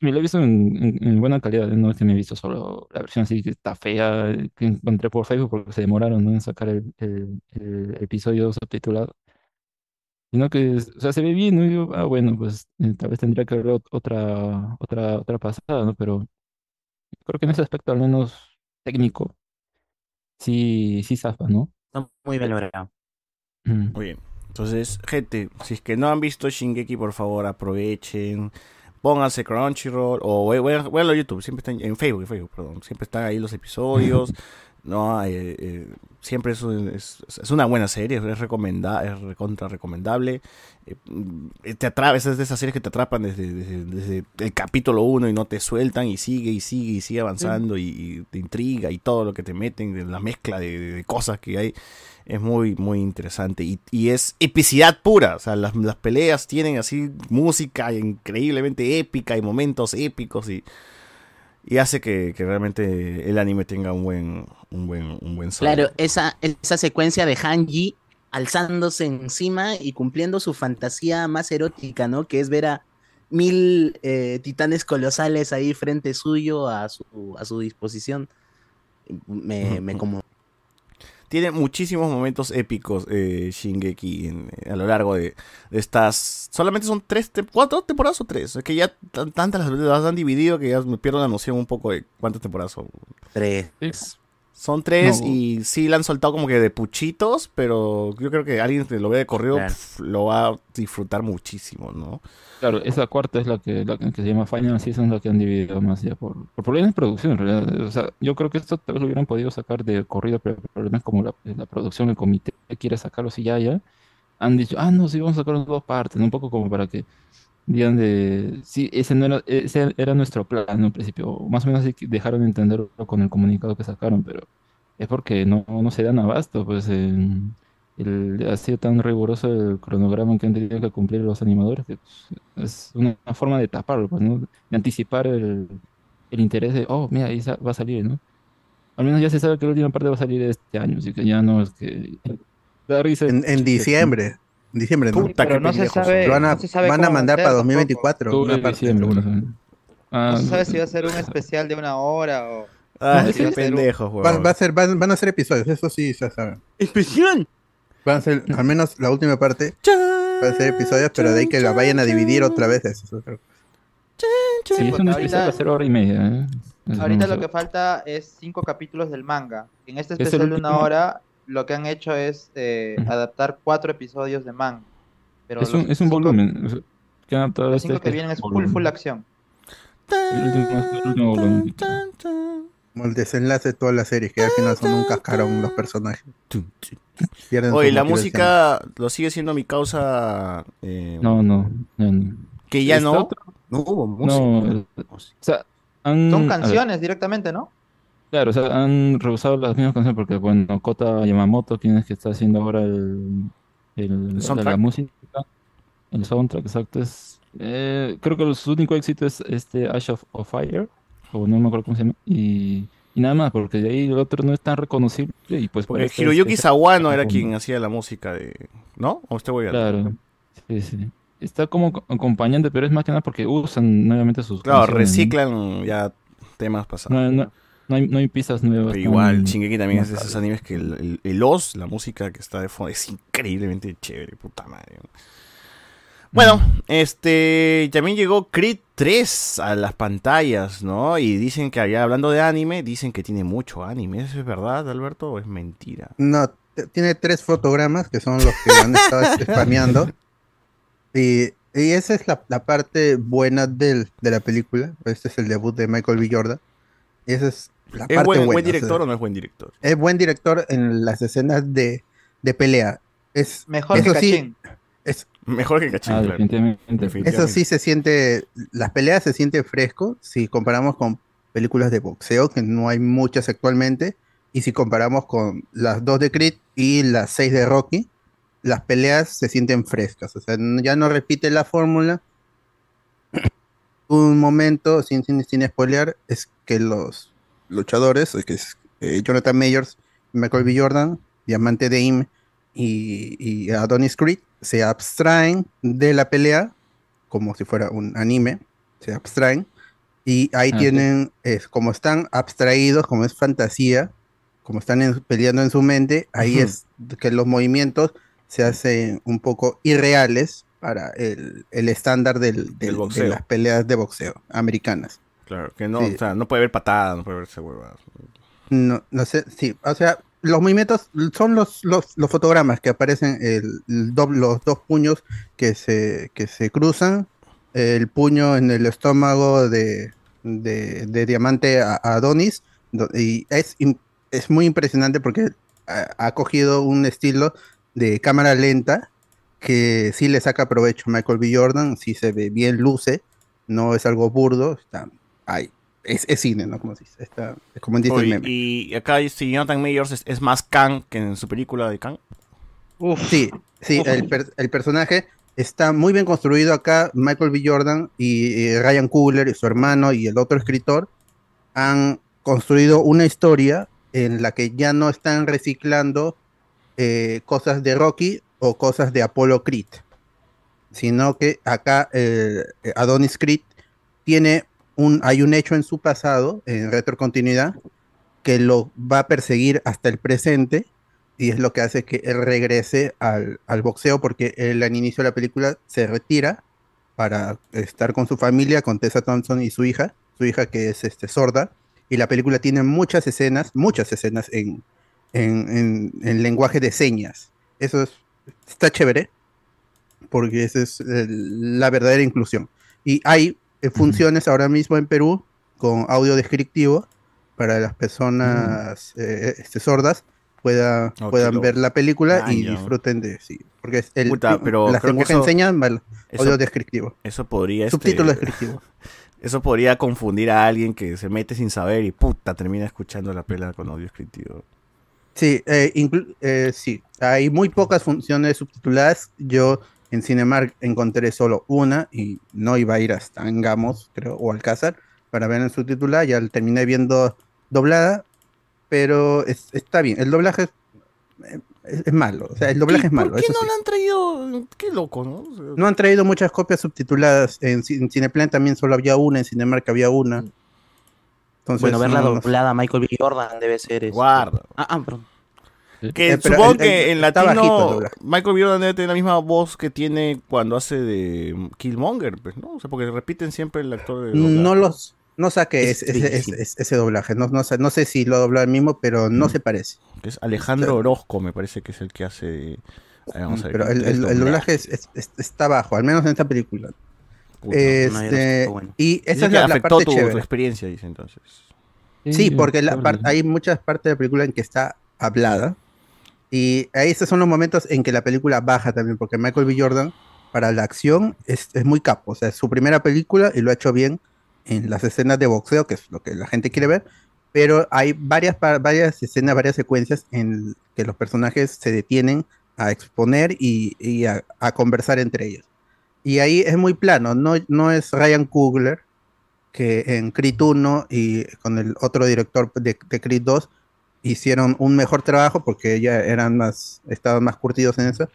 [SPEAKER 7] me lo he visto en, en- en buena calidad, ¿eh? no es que me he visto solo la versión así que está fea, eh, que encontré por Facebook porque se demoraron, ¿no? en sacar el, el- el episodio subtitulado. Sino que, es- o sea, se ve bien, ¿no? Y yo, ah, bueno, pues eh, tal vez tendría que haber ot- otra, otra, otra pasada, ¿no? Pero creo que en ese aspecto, al menos técnico, sí, sí zafa, ¿no?
[SPEAKER 5] Está muy bien logrado.
[SPEAKER 1] Muy bien. Entonces, gente, si es que no han visto Shingeki, por favor, aprovechen. Pónganse Crunchyroll o ve- ve- véanlo en YouTube. Siempre están en Facebook, en Facebook, perdón. Siempre están ahí los episodios. no, eh, eh, siempre es, un- es- es una buena serie, es recomenda, es recontra recomendable. Eh, mm, te atrapa, es de esas series que te atrapan desde, desde- desde el capítulo 1 y no te sueltan y sigue y sigue y sigue avanzando y, y te intriga y todo lo que te meten, de la mezcla de- de- de cosas que hay es muy, muy interesante. Y, y es epicidad pura. O sea, las, las peleas tienen así música increíblemente épica y momentos épicos. Y, y hace que, que realmente el anime tenga un buen, un buen, un buen sabor.
[SPEAKER 5] Claro, esa, esa secuencia de Hanji alzándose encima y cumpliendo su fantasía más erótica, ¿no? Que es ver a mil eh, titanes colosales ahí frente suyo a su, a su disposición. Me, me conmovió.
[SPEAKER 1] Tiene muchísimos momentos épicos eh, Shingeki en- a lo largo de, de estas. Solamente son tres, tem- cuatro temporadas o tres. Es que ya tan- tantas las, las han dividido que ya me pierdo la noción un poco de cuántas temporadas son.
[SPEAKER 5] Tres.
[SPEAKER 1] Son tres
[SPEAKER 5] No.
[SPEAKER 1] y sí la han soltado como que de puchitos, pero yo creo que alguien que lo vea de corrido
[SPEAKER 7] Claro.
[SPEAKER 1] pf, lo va a disfrutar muchísimo, ¿no?
[SPEAKER 7] Claro, esa cuarta es la que, la que se llama Final Season, la que han dividido más ya por, por problemas de producción, en realidad. O sea, yo creo que esto tal vez lo hubieran podido sacar de corrido, pero problemas como la, la producción, el comité quiere sacarlo así ya, ya. Han dicho, ah, no, sí, vamos a sacarlo en dos partes, ¿no? un poco como para que digan de, sí, ese, no era, ese era nuestro plan, ¿no? En principio, O más o menos así que dejaron de entenderlo con el comunicado que sacaron, pero es porque no, no se dan abasto, pues en- el- ha sido tan riguroso el cronograma que han tenido que cumplir los animadores que pues, es una, una forma de taparlo, pues, ¿no? De anticipar el, el interés de, oh, mira, ahí sa- va a salir, ¿no? Al menos ya se sabe que la última parte va a salir este año, así que ya no es que... da risa
[SPEAKER 4] En, en
[SPEAKER 7] que-
[SPEAKER 4] diciembre. En diciembre, ¿no?
[SPEAKER 7] Puta, Pero qué no se pendejos. sabe-
[SPEAKER 4] Lo van a,
[SPEAKER 7] no se sabe
[SPEAKER 4] van a
[SPEAKER 7] cómo va a
[SPEAKER 4] mandar
[SPEAKER 7] ser
[SPEAKER 4] para
[SPEAKER 7] tampoco.
[SPEAKER 4] 2024.
[SPEAKER 7] Octubre,
[SPEAKER 4] una parte,
[SPEAKER 7] diciembre,
[SPEAKER 4] seguro.
[SPEAKER 7] bueno, Ah,
[SPEAKER 2] No se sabe si va a ser un especial de una hora o.
[SPEAKER 1] Ah,
[SPEAKER 4] No,
[SPEAKER 1] este
[SPEAKER 2] o
[SPEAKER 4] sí.
[SPEAKER 2] si va a ser un-
[SPEAKER 4] Va- va a ser- van, van a ser episodios, eso sí, ya saben.
[SPEAKER 5] ¡Especial!
[SPEAKER 4] Van a ser, al menos la última parte, van a ser episodios, pero de ahí que la vayan a dividir otra vez. Eso es otro.
[SPEAKER 7] Sí, es
[SPEAKER 2] porque
[SPEAKER 7] un
[SPEAKER 2] ahorita-
[SPEAKER 7] especial de cero hora y media, ¿eh? Es
[SPEAKER 2] Ahorita
[SPEAKER 7] como-
[SPEAKER 2] lo que falta es cinco capítulos del manga. En este
[SPEAKER 7] Es el
[SPEAKER 2] especial de una
[SPEAKER 7] último.
[SPEAKER 2] hora, lo que han hecho es eh, adaptar cuatro episodios de manga. Pero
[SPEAKER 7] es un,
[SPEAKER 2] los
[SPEAKER 7] es un volumen. o sea, que han adaptado
[SPEAKER 2] los
[SPEAKER 7] este-
[SPEAKER 2] cinco que
[SPEAKER 7] este
[SPEAKER 2] vienen es full,
[SPEAKER 7] volumen.
[SPEAKER 2] full acción.
[SPEAKER 7] El último, el último volumen.
[SPEAKER 4] Como el desenlace de todas las series, que al final son un cascarón los personajes. Pierden su
[SPEAKER 1] Oye, la
[SPEAKER 4] motivación.
[SPEAKER 1] música lo sigue siendo mi causa. eh,
[SPEAKER 7] No, no, no, no.
[SPEAKER 1] Que ya
[SPEAKER 7] Está
[SPEAKER 1] no.
[SPEAKER 7] otro-
[SPEAKER 5] No hubo
[SPEAKER 7] No, el- o sea, han-
[SPEAKER 2] Son
[SPEAKER 7] Mm, a ver,
[SPEAKER 2] canciones directamente, ¿no?
[SPEAKER 7] claro, o sea, han rehusado las mismas canciones porque, bueno, Kota Yamamoto, quien es que está haciendo ahora el, el- o sea, la
[SPEAKER 1] soundtrack.
[SPEAKER 7] música, el soundtrack, exacto, es, eh, creo que su único éxito es este Ash of, of Fire, o no me acuerdo cómo se llama, y, y nada más, porque de ahí el otro no es tan reconocible y pues este por
[SPEAKER 1] Porque
[SPEAKER 7] eso es-
[SPEAKER 1] Hiroyuki
[SPEAKER 7] es-
[SPEAKER 1] Sawano era quien hacía la música de. ¿No? ¿O estoy voy
[SPEAKER 7] Claro, sí, sí. Está como co- acompañante, pero es más que nada porque usan nuevamente sus
[SPEAKER 1] Claro,
[SPEAKER 7] canciones, ¿no?
[SPEAKER 1] reciclan ya temas pasados.
[SPEAKER 7] No, no, no hay, no hay pistas nuevas.
[SPEAKER 1] Pero igual,
[SPEAKER 7] tan-
[SPEAKER 1] Shingeki también es
[SPEAKER 7] más
[SPEAKER 1] de esos
[SPEAKER 7] tarde.
[SPEAKER 1] animes que el, el- el OS, la música que está de fondo, es increíblemente chévere, puta madre. Bueno,
[SPEAKER 4] Mm.
[SPEAKER 1] este también llegó Creed 3 a las pantallas, ¿no? Y dicen que allá hablando de anime, dicen que tiene mucho anime. ¿Eso es verdad, Alberto? ¿O es mentira?
[SPEAKER 4] No, t- tiene tres fotogramas que son los que han estado este, spameando. Y, y esa es la, la parte buena del, de la película. Este es el debut de Michael B. Jordan. Y esa es la
[SPEAKER 1] ¿Es
[SPEAKER 4] parte
[SPEAKER 1] buen,
[SPEAKER 4] buena.
[SPEAKER 1] buen
[SPEAKER 4] o sea,
[SPEAKER 1] director o no es buen director?
[SPEAKER 4] Es buen director en las escenas de, de pelea. Es,
[SPEAKER 2] Mejor
[SPEAKER 4] eso
[SPEAKER 2] que
[SPEAKER 4] sí,
[SPEAKER 2] Cachín.
[SPEAKER 4] es,
[SPEAKER 1] Mejor que Cachín,
[SPEAKER 7] Ah,
[SPEAKER 1] claro.
[SPEAKER 7] definitivamente.
[SPEAKER 4] Eso sí se siente, las peleas se sienten fresco si comparamos con películas de boxeo, que no hay muchas actualmente, y si comparamos con las dos de Creed y las seis de Rocky, las peleas se sienten frescas, o sea, n- ya no repite la fórmula. Un momento, sin, sin, sin spoilear, es que los luchadores, es que es, eh, Jonathan Mayors, Michael B. Jordan, Diamante Dame y, y Adonis Creed se abstraen de la pelea como si fuera un anime, se abstraen y ahí
[SPEAKER 7] Ah, ok.
[SPEAKER 4] tienen, es, como están abstraídos, como es fantasía, como están en- peleando en su mente, ahí
[SPEAKER 7] Ujú.
[SPEAKER 4] es que los movimientos se hacen un poco irreales para el, el estándar del, del-
[SPEAKER 1] boxeo.
[SPEAKER 4] de las peleas de boxeo americanas.
[SPEAKER 1] Claro, que no,
[SPEAKER 4] Sí.
[SPEAKER 1] o sea, no puede haber patada, no puede verse huevadas.
[SPEAKER 4] No, no sé, sí, o sea, los movimientos son los, los, los fotogramas que aparecen, el, el dob- los dos puños que se, que se cruzan, el puño en el estómago de, de, de Diamante a, a Adonis, do- y es, im- es muy impresionante porque ha, ha cogido un estilo de cámara lenta que sí le saca provecho a Michael B. Jordan, sí se ve bien, luce, no es algo burdo, está, ay, es, es cine, ¿no? Como se dice, está, es como dice el
[SPEAKER 1] Oye,
[SPEAKER 4] meme.
[SPEAKER 1] y acá si Jonathan Majors es, es más Kang que en su película de Kang.
[SPEAKER 4] Sí, sí,
[SPEAKER 1] Uf.
[SPEAKER 4] el, per- el personaje está muy bien construido acá. Michael B. Jordan y, eh, Ryan Coogler y su hermano y el otro escritor han construido una historia en la que ya no están reciclando eh, cosas de Rocky o cosas de Apollo Creed, sino que acá eh, Adonis Creed tiene un, hay un hecho en su pasado, en retrocontinuidad, que lo va a perseguir hasta el presente y es lo que hace que él regrese al, al boxeo porque él al inicio de la película se retira para estar con su familia, con Tessa Thompson y su hija, su hija que es este, sorda, y la película tiene muchas escenas, muchas escenas en, en, en- en lenguaje de señas. Eso es- está chévere, porque esa es eh, la verdadera inclusión. Y hay eh, funciones ahora mismo en Perú con audio descriptivo para las personas eh, este, sordas pueda,
[SPEAKER 1] Ok,
[SPEAKER 4] puedan
[SPEAKER 1] lo-
[SPEAKER 4] ver la película
[SPEAKER 1] Ah,
[SPEAKER 4] y
[SPEAKER 1] ya.
[SPEAKER 4] disfruten de sí. Porque es el,
[SPEAKER 1] Puta, pero
[SPEAKER 4] las
[SPEAKER 1] creo que
[SPEAKER 4] lenguajes
[SPEAKER 1] eso-
[SPEAKER 4] de señas, mal-
[SPEAKER 1] eso-
[SPEAKER 4] audio descriptivo.
[SPEAKER 1] Eso podría. este,
[SPEAKER 4] Subtítulo descriptivo.
[SPEAKER 1] Eso podría confundir a alguien que se mete sin saber y puta termina escuchando la pela con audio escrito.
[SPEAKER 4] Sí, eh, inclu- eh, sí, hay muy pocas funciones subtituladas. Yo en Cinemark encontré solo una y no iba a ir hasta Angamos, creo, o Alcázar, para ver en subtitulada. Ya la terminé viendo doblada, pero es- está bien. El doblaje es, es- es malo, o sea, el doblaje es malo.
[SPEAKER 1] ¿Por qué
[SPEAKER 4] eso
[SPEAKER 1] no
[SPEAKER 4] sí.
[SPEAKER 1] lo han traído? Qué loco, ¿no? O sea,
[SPEAKER 4] No han traído muchas copias subtituladas. En, Ci- en Cineplan también solo había una, en Cinemark había una. Entonces,
[SPEAKER 5] Mm. bueno, verla
[SPEAKER 4] no- no sé.
[SPEAKER 5] doblada Michael B. Jordan debe ser. este.
[SPEAKER 1] Guarda.
[SPEAKER 5] Ah, ah, perdón.
[SPEAKER 1] Que
[SPEAKER 4] Eh, pero
[SPEAKER 1] supongo
[SPEAKER 4] el-
[SPEAKER 1] que
[SPEAKER 4] el-
[SPEAKER 1] en
[SPEAKER 4] está bajito el
[SPEAKER 1] latino
[SPEAKER 4] doblaje.
[SPEAKER 1] Michael B. Jordan debe tener la misma voz que tiene cuando hace de Killmonger, pues, ¿no? O sea, porque repiten siempre el actor de
[SPEAKER 4] No
[SPEAKER 1] doblaje.
[SPEAKER 4] los no saqué
[SPEAKER 5] Es
[SPEAKER 4] ese, ese-
[SPEAKER 5] bellísimo.
[SPEAKER 4] ese- ese doblaje. No, no, sé, no sé si lo ha doblado el mismo, pero no se parece.
[SPEAKER 1] Que es Alejandro Orozco, me parece que es el que hace. de- A ver, vamos a ver,
[SPEAKER 4] Pero el,
[SPEAKER 1] ¿qué
[SPEAKER 4] el-
[SPEAKER 1] es
[SPEAKER 4] el doblaje es- es- es- está bajo, al menos en esta película.
[SPEAKER 1] Puta.
[SPEAKER 4] Este,
[SPEAKER 5] no, ya está bueno.
[SPEAKER 4] Y
[SPEAKER 1] Dice
[SPEAKER 4] esa es
[SPEAKER 1] que
[SPEAKER 4] la, la
[SPEAKER 1] afectó
[SPEAKER 4] parte
[SPEAKER 1] tu, tu
[SPEAKER 4] chévere.
[SPEAKER 1] experiencia, dice entonces.
[SPEAKER 4] Sí, porque la
[SPEAKER 7] claro,
[SPEAKER 4] par-
[SPEAKER 7] sí.
[SPEAKER 4] hay muchas partes de la película en que está hablada. Y ahí esos son los momentos en que la película baja también, porque Michael B. Jordan, para la acción, es, es muy capo. O sea, es su primera película y lo ha hecho bien en las escenas de boxeo, que es lo que la gente quiere ver. Pero hay varias, pa- varias escenas, varias secuencias en que los personajes se detienen a exponer y, y a, a conversar entre ellos. Y ahí es muy plano, no, no es Ryan Coogler, que en Creed 1 y con el otro director de, de Creed 2 hicieron un mejor trabajo porque ya eran más, estaban más curtidos en eso.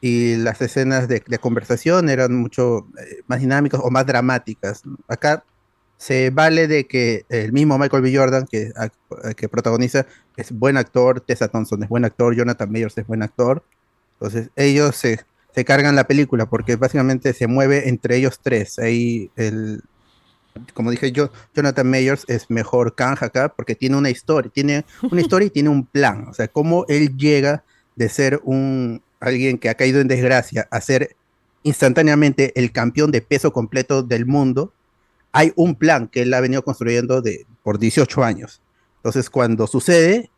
[SPEAKER 4] Y las escenas de, de conversación eran mucho eh, más dinámicas o más dramáticas. Acá se vale de que el mismo Michael B. Jordan, que, ac- eh, que protagoniza, es buen actor, Tessa Thompson es buen actor, Jonathan Majors es buen actor. Entonces ellos se, se cargan la película porque básicamente se mueve entre ellos tres. Ahí el, como dije yo, Jonathan Mayors es mejor Kang acá porque tiene una historia, tiene una historia y tiene un plan. O sea, cómo él llega de ser un alguien que ha caído en desgracia a ser instantáneamente el campeón de peso completo del mundo. Hay un plan que él ha venido construyendo de, por 18 años. Entonces, cuando sucede,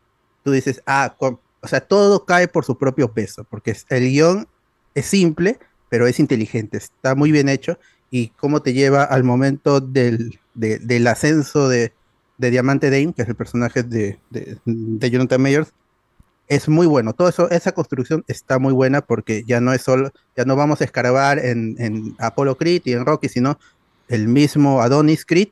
[SPEAKER 4] tú dices, ah, con- o sea, todo cae por su propio peso, porque es- el guión es simple, pero es inteligente, está muy bien hecho y cómo te lleva al momento del, de- del ascenso de, de Diamante Dame, que es el personaje de, de, de Jonathan Mayors, es muy bueno. Todo eso, esa construcción está muy buena porque ya no es solo, ya no vamos a escarbar en, en Apollo Creed y en Rocky, sino el mismo Adonis Creed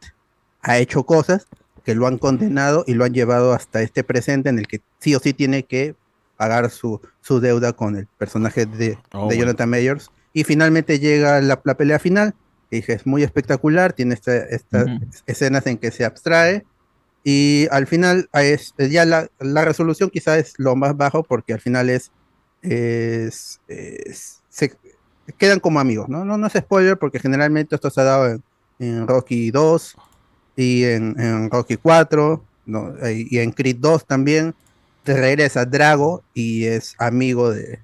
[SPEAKER 4] ha hecho cosas que lo han condenado y lo han llevado hasta este presente en el que sí o sí tiene que pagar su, su deuda con el personaje de, de
[SPEAKER 14] bueno.
[SPEAKER 4] Jonathan Mayors. Y finalmente llega la, la pelea final. que Dije, es muy espectacular, tiene esta- estas escenas en que se abstrae. Y al final, ah, es, ya la, la resolución quizás es lo más bajo porque al final es, es- es- se quedan como amigos, ¿no? No, no es spoiler porque generalmente esto se ha dado en, en Rocky 2 y en, en Rocky 4 ¿no? Eh, y en Creed 2 también. Te regresa Drago y es amigo de...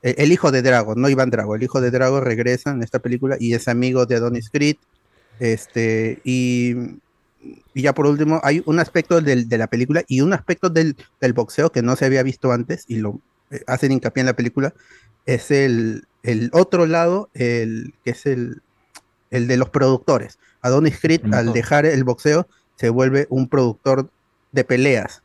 [SPEAKER 4] El, el hijo de Drago, no Iván Drago, el hijo de Drago regresa en esta película y es amigo de Adonis Creed. Este, y y ya por último, hay un aspecto del- de la película y un aspecto del, del boxeo que no se había visto antes y lo eh, hacen hincapié en la película, es el, el otro lado, el, que es el, el de los productores. Adonis Creed, al dejar el boxeo, se vuelve un productor de peleas.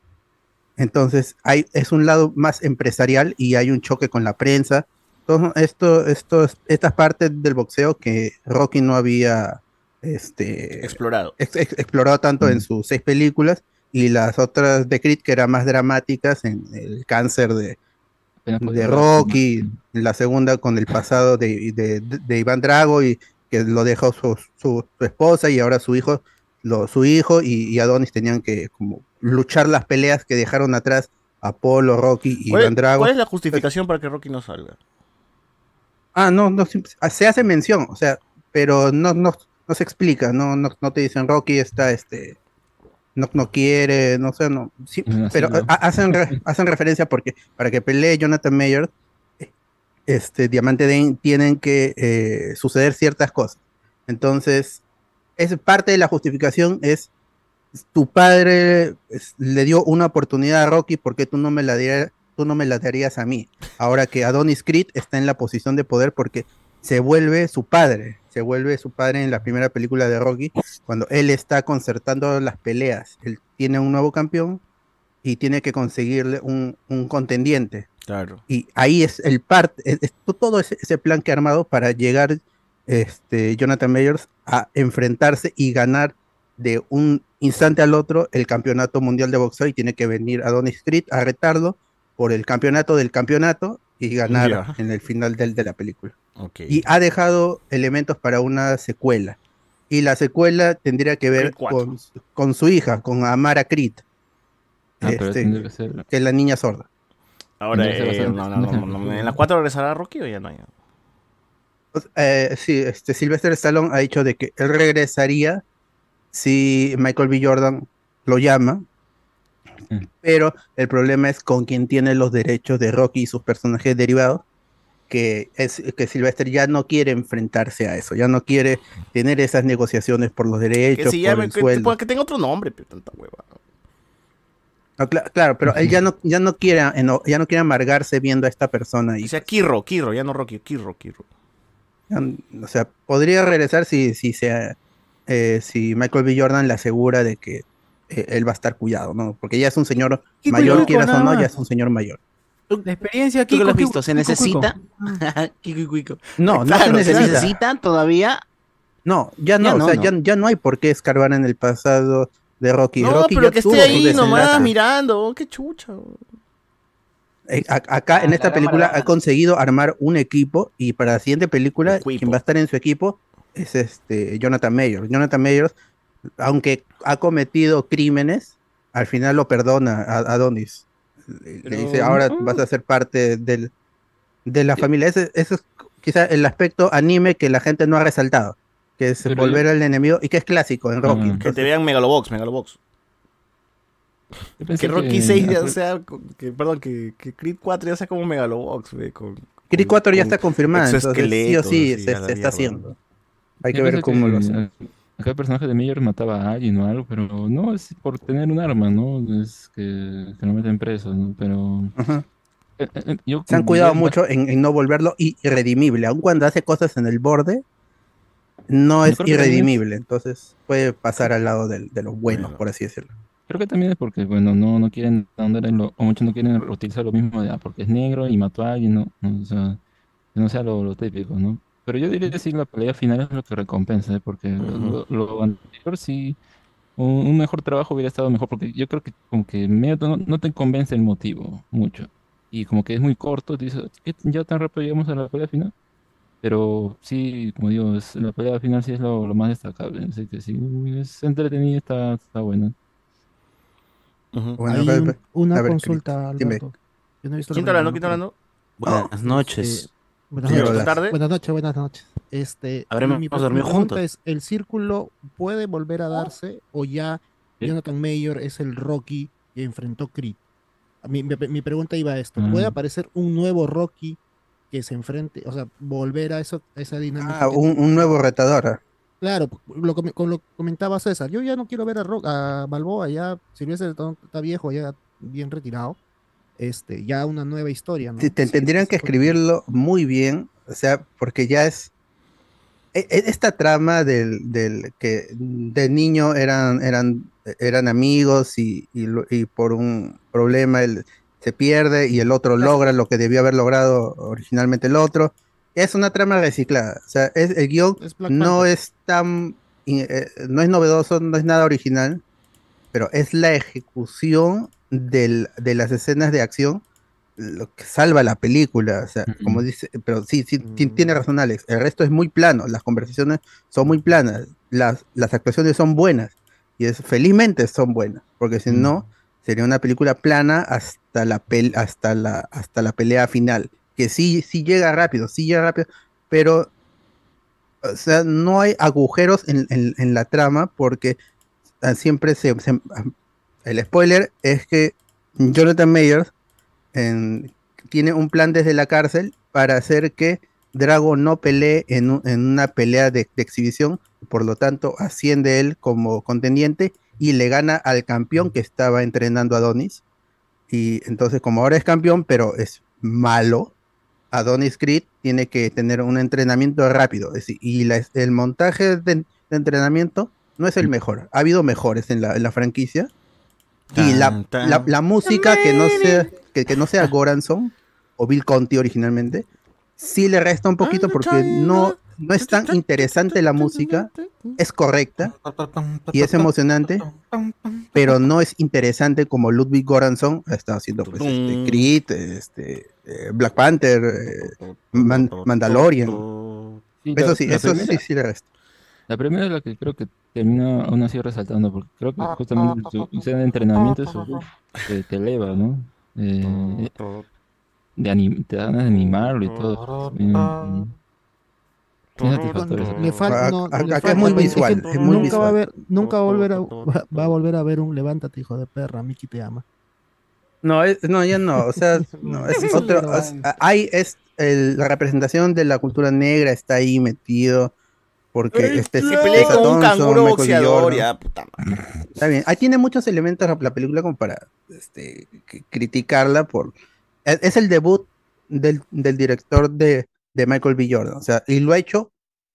[SPEAKER 4] Entonces, hay, es un lado más empresarial y hay un choque con la prensa. Todo esto, esto, estas partes del boxeo que Rocky no había este,
[SPEAKER 1] explorado.
[SPEAKER 4] explorado tanto en sus seis películas y las otras de Creed que eran más dramáticas en el cáncer de, de Rocky, la segunda con el pasado de, de- de Iván Drago y que lo dejó su, su- su esposa y ahora su hijo, lo- su hijo y, y Adonis tenían que como luchar las peleas que dejaron atrás Apolo, Rocky y
[SPEAKER 1] ¿Cuál,
[SPEAKER 4] Iván Drago.
[SPEAKER 1] cuál es la justificación para que Rocky no salga?
[SPEAKER 4] Ah, no, no sim- ah, se hace mención, o sea, pero no, no, no se explica, no, no, no te dicen Rocky está este no, no quiere, no sé, no, sí,
[SPEAKER 14] No, Ah, sí,
[SPEAKER 4] pero
[SPEAKER 14] no.
[SPEAKER 4] ha- hacen re- hacen referencia porque para que pelee Jonathan Mayer, este Diamante Dane tienen que eh, suceder ciertas cosas. Entonces, es parte de la justificación es tu padre es- le dio una oportunidad a Rocky porque tú no me la darías, tú no me la darías a mí. Ahora que Adonis Creed está en la posición de poder porque se vuelve su padre, se vuelve su padre en la primera película de Rocky cuando él está concertando las peleas. Él tiene un nuevo campeón y tiene que conseguirle un, un contendiente.
[SPEAKER 1] Claro.
[SPEAKER 4] Y ahí es el parte, es- es to- todo ese, ese plan que ha armado para llegar este, Jonathan Mayors a enfrentarse y ganar de un instante al otro el campeonato mundial de boxeo y tiene que venir a Don Street a retarlo por el campeonato del campeonato y ganar
[SPEAKER 1] Ya.
[SPEAKER 4] en el final del, de la película.
[SPEAKER 1] Ok.
[SPEAKER 4] Y ha dejado elementos para una secuela. Y la secuela tendría que ver con, con su hija, con Amara Creed,
[SPEAKER 7] Ah, pero
[SPEAKER 4] este,
[SPEAKER 7] tendría que ser-
[SPEAKER 4] que es la niña sorda.
[SPEAKER 1] Ahora,
[SPEAKER 7] Tendría que ser
[SPEAKER 1] eh,
[SPEAKER 7] bastante.
[SPEAKER 1] no, no, no, no, no. ¿En la 4 regresará Rocky o ya no hay?
[SPEAKER 4] Eh, sí, este, Sylvester Stallone ha dicho de que él regresaría si Michael B. Jordan lo llama, pero el problema es con quien tiene los derechos de Rocky y sus personajes derivados, que es que Sylvester ya no quiere enfrentarse a eso, ya no quiere tener esas negociaciones por los derechos,
[SPEAKER 1] Que si
[SPEAKER 4] por
[SPEAKER 1] llamen,
[SPEAKER 4] el
[SPEAKER 1] que,
[SPEAKER 4] sueldo.
[SPEAKER 1] que tenga otro nombre, pero tanta hueva.
[SPEAKER 4] No, cla- claro, pero él ya no, ya no quiere, eno- ya no quiere amargarse viendo a esta persona. Y,
[SPEAKER 1] O sea, Kirro, Kirro, ya no Rocky, Kirro, Kirro.
[SPEAKER 4] o sea, podría regresar si, si sea, eh, si Michael B. Jordan le asegura de que eh, él va a estar cuidado, ¿no? Porque ya es un señor
[SPEAKER 8] Cuico,
[SPEAKER 4] mayor,
[SPEAKER 8] cuico,
[SPEAKER 4] quieras o
[SPEAKER 8] nada
[SPEAKER 4] no, ya
[SPEAKER 8] más.
[SPEAKER 4] es un señor mayor.
[SPEAKER 8] La experiencia
[SPEAKER 5] ¿Tú
[SPEAKER 8] aquí.
[SPEAKER 5] que lo has
[SPEAKER 8] con
[SPEAKER 5] visto? ¿Se
[SPEAKER 8] Kiko, Kiko, Kiko. Ah.
[SPEAKER 5] necesita? Kiko, Kiko.
[SPEAKER 4] No, no se
[SPEAKER 5] Claro, ¿se
[SPEAKER 4] necesita.
[SPEAKER 5] necesita todavía?
[SPEAKER 4] No, ya no,
[SPEAKER 5] Ya no,
[SPEAKER 4] o sea,
[SPEAKER 5] no.
[SPEAKER 4] Ya, ya no hay por qué escarbar en el pasado de Rocky.
[SPEAKER 1] No,
[SPEAKER 4] Rocky
[SPEAKER 1] pero
[SPEAKER 4] ya
[SPEAKER 1] que
[SPEAKER 4] tuvo
[SPEAKER 1] esté
[SPEAKER 4] su
[SPEAKER 1] ahí nomás
[SPEAKER 4] desenlace.
[SPEAKER 1] mirando, qué chucha.
[SPEAKER 4] Eh, a- Acá en esta película ha conseguido armar un equipo y para la siguiente película quien va a estar en su equipo es este Jonathan Mayer. Jonathan Mayer, aunque ha cometido crímenes, al final lo perdona a a Adonis. Le le dice,
[SPEAKER 14] Pero-
[SPEAKER 4] ahora vas a ser parte del, de la familia. Ese, ese es quizá el aspecto anime que la gente no ha resaltado, que es volver al enemigo y que es clásico en Rocky.
[SPEAKER 1] Mm, Que te vean Megalobox, Megalobox. Que
[SPEAKER 4] pensé
[SPEAKER 1] Rocky
[SPEAKER 4] que-
[SPEAKER 1] 6 ya sea, con- que, perdón, que, que Creed 4 ya sea como Megalobox, ve, con,
[SPEAKER 4] Creed 4 ya
[SPEAKER 1] con
[SPEAKER 4] está confirmada, entonces sí o
[SPEAKER 1] exoesqueletos,
[SPEAKER 4] sí
[SPEAKER 1] así,
[SPEAKER 4] se,
[SPEAKER 1] a
[SPEAKER 4] se
[SPEAKER 1] la mierda.
[SPEAKER 4] está haciendo. Hay
[SPEAKER 7] Yo
[SPEAKER 4] que ver
[SPEAKER 7] pensé
[SPEAKER 4] cómo lo hacen.
[SPEAKER 7] eh, Acá el personaje de Mayer mataba a alguien o algo, pero no es por tener un arma, ¿no? Es que, que lo meten preso, ¿no? Pero
[SPEAKER 4] Se han cuidado mucho en, en no volverlo i- irredimible. Aun cuando hace cosas en el borde, no es
[SPEAKER 7] creo que
[SPEAKER 4] irredimible. Entonces puede pasar al lado del- de los buenos, por así decirlo.
[SPEAKER 7] Creo que también es porque, bueno, no, no quieren andar en lo, o muchos no quieren utilizar lo mismo de, ah, porque es negro y mató a alguien, no, no, o sea, que no sea lo, lo típico, ¿no? Pero yo diría que sí, la pelea final es lo que recompensa, ¿eh? porque lo, lo anterior sí, un, un mejor trabajo hubiera estado mejor, porque yo creo que como que medio no, no te convence el motivo mucho, y como que es muy corto, te dices, "¿Qué? ya tan rápido llegamos a la pelea final, pero sí, como digo, es- la pelea final sí es lo, lo más destacable, así que sí, es entretenida, está, está buena.
[SPEAKER 4] Bueno,
[SPEAKER 9] Hay
[SPEAKER 4] pe-
[SPEAKER 9] un-
[SPEAKER 4] pe-
[SPEAKER 9] una
[SPEAKER 4] a ver,
[SPEAKER 9] consulta,
[SPEAKER 4] dime.
[SPEAKER 9] Alberto. Yo no he visto la
[SPEAKER 1] ¿Quién está
[SPEAKER 9] película,
[SPEAKER 1] hablando? ¿Quién está hablando?
[SPEAKER 5] Buenas noches.
[SPEAKER 9] Buenas
[SPEAKER 5] Señor
[SPEAKER 9] noches.
[SPEAKER 5] Blas. Tarde.
[SPEAKER 9] Buenas noches, buenas noches. Este,
[SPEAKER 5] Habremos
[SPEAKER 9] mi- mi
[SPEAKER 5] dormido
[SPEAKER 9] pregunta
[SPEAKER 5] juntos.
[SPEAKER 9] es, ¿el círculo puede volver a darse o ya Jonathan Mayer es el Rocky que enfrentó Creed? Mi, mi- mi pregunta iba a esto. ¿Puede
[SPEAKER 4] Ah.
[SPEAKER 9] aparecer un nuevo Rocky que se enfrente, o sea, volver a, eso, a esa dinámica?
[SPEAKER 4] Ah,
[SPEAKER 9] que-
[SPEAKER 4] un, un nuevo retador.
[SPEAKER 9] Claro, lo, com- con lo que comentaba César, yo ya no quiero ver a, Ro- a Balboa, ya Silvestre está, está viejo, ya bien retirado, este, ya una nueva historia, ¿no?
[SPEAKER 4] Te- te- tendrían que escribirlo muy bien, o sea, porque ya es e- e- esta trama del, del que de niño eran eran eran amigos y, y lo- y por un problema él se pierde y el otro logra lo que debió haber logrado originalmente el otro. Es una trama reciclada, o sea, es, el guión no es tan in- eh, no es novedoso, no es nada original, pero es la ejecución del- de las escenas de acción lo que salva la película, o sea, como dice, pero sí, sí, ti- tiene razón Alex, el resto es muy plano, las conversaciones son muy planas, las, las actuaciones son buenas, y es, felizmente son buenas, porque si no, sería una película plana hasta la, pel- hasta la, hasta la pelea final, que sí, sí llega rápido, sí llega rápido, pero o sea, no hay agujeros en, en- en la trama porque ah, siempre se, se- ah, El spoiler es que Jonathan Mayer en- tiene un plan desde la cárcel para hacer que Drago no pelee en, un- en una pelea de, de exhibición, por lo tanto asciende él como contendiente y le gana al campeón que estaba entrenando a Adonis. Y entonces como ahora es campeón, pero es malo, Adonis Creed tiene que tener un entrenamiento rápido. es decir, y la- el montaje de, de entrenamiento no es el mejor. Ha habido mejores en la, en la franquicia. Y la,
[SPEAKER 14] tan.
[SPEAKER 4] la- la música que no sea, que, que no sea Goranson o Bill Conti originalmente, sí le resta un poquito porque no, no es tan interesante la música. Es correcta y es emocionante, pero no es interesante como Ludwig Goranson ha estado haciendo pues,
[SPEAKER 14] Mm.
[SPEAKER 4] este, Creed, este, eh, Black Panther, eh, Man- Mandalorian.
[SPEAKER 7] Sí, la-
[SPEAKER 4] Eso sí,
[SPEAKER 7] la
[SPEAKER 4] eso sí,
[SPEAKER 7] primera-
[SPEAKER 4] sí le resta.
[SPEAKER 7] La primera es la que creo que termina aún así resaltando, porque creo que justamente su o sea, el entrenamiento es su- te, te eleva, ¿no? Eh, de anim- te dan a animarlo y todo. Bien, bien. Bien satisfactorio.
[SPEAKER 9] Le falta, no,
[SPEAKER 4] Acá-
[SPEAKER 9] le
[SPEAKER 4] acá
[SPEAKER 9] falta,
[SPEAKER 4] Ah, es muy
[SPEAKER 9] no,
[SPEAKER 4] visual,
[SPEAKER 9] que
[SPEAKER 4] es muy
[SPEAKER 9] nunca
[SPEAKER 4] visual.
[SPEAKER 9] va a ver, nunca va a volver a, va a volver a ver un levántate hijo de perra, Miki te ama.
[SPEAKER 4] No, es- no, ya no. O sea, no, es otro. o sea, hay es el- la representación de la cultura negra está ahí metido. Porque este
[SPEAKER 1] que pelee
[SPEAKER 4] Tessa
[SPEAKER 1] con un canguro
[SPEAKER 4] Michael
[SPEAKER 1] boxeador,
[SPEAKER 4] Jordan.
[SPEAKER 1] ya, puta
[SPEAKER 4] Está bien. Ahí tiene muchos elementos la, la película como para este, c- criticarla por. Es, es el debut del, del director de, de Michael B. Jordan. O sea, y lo ha hecho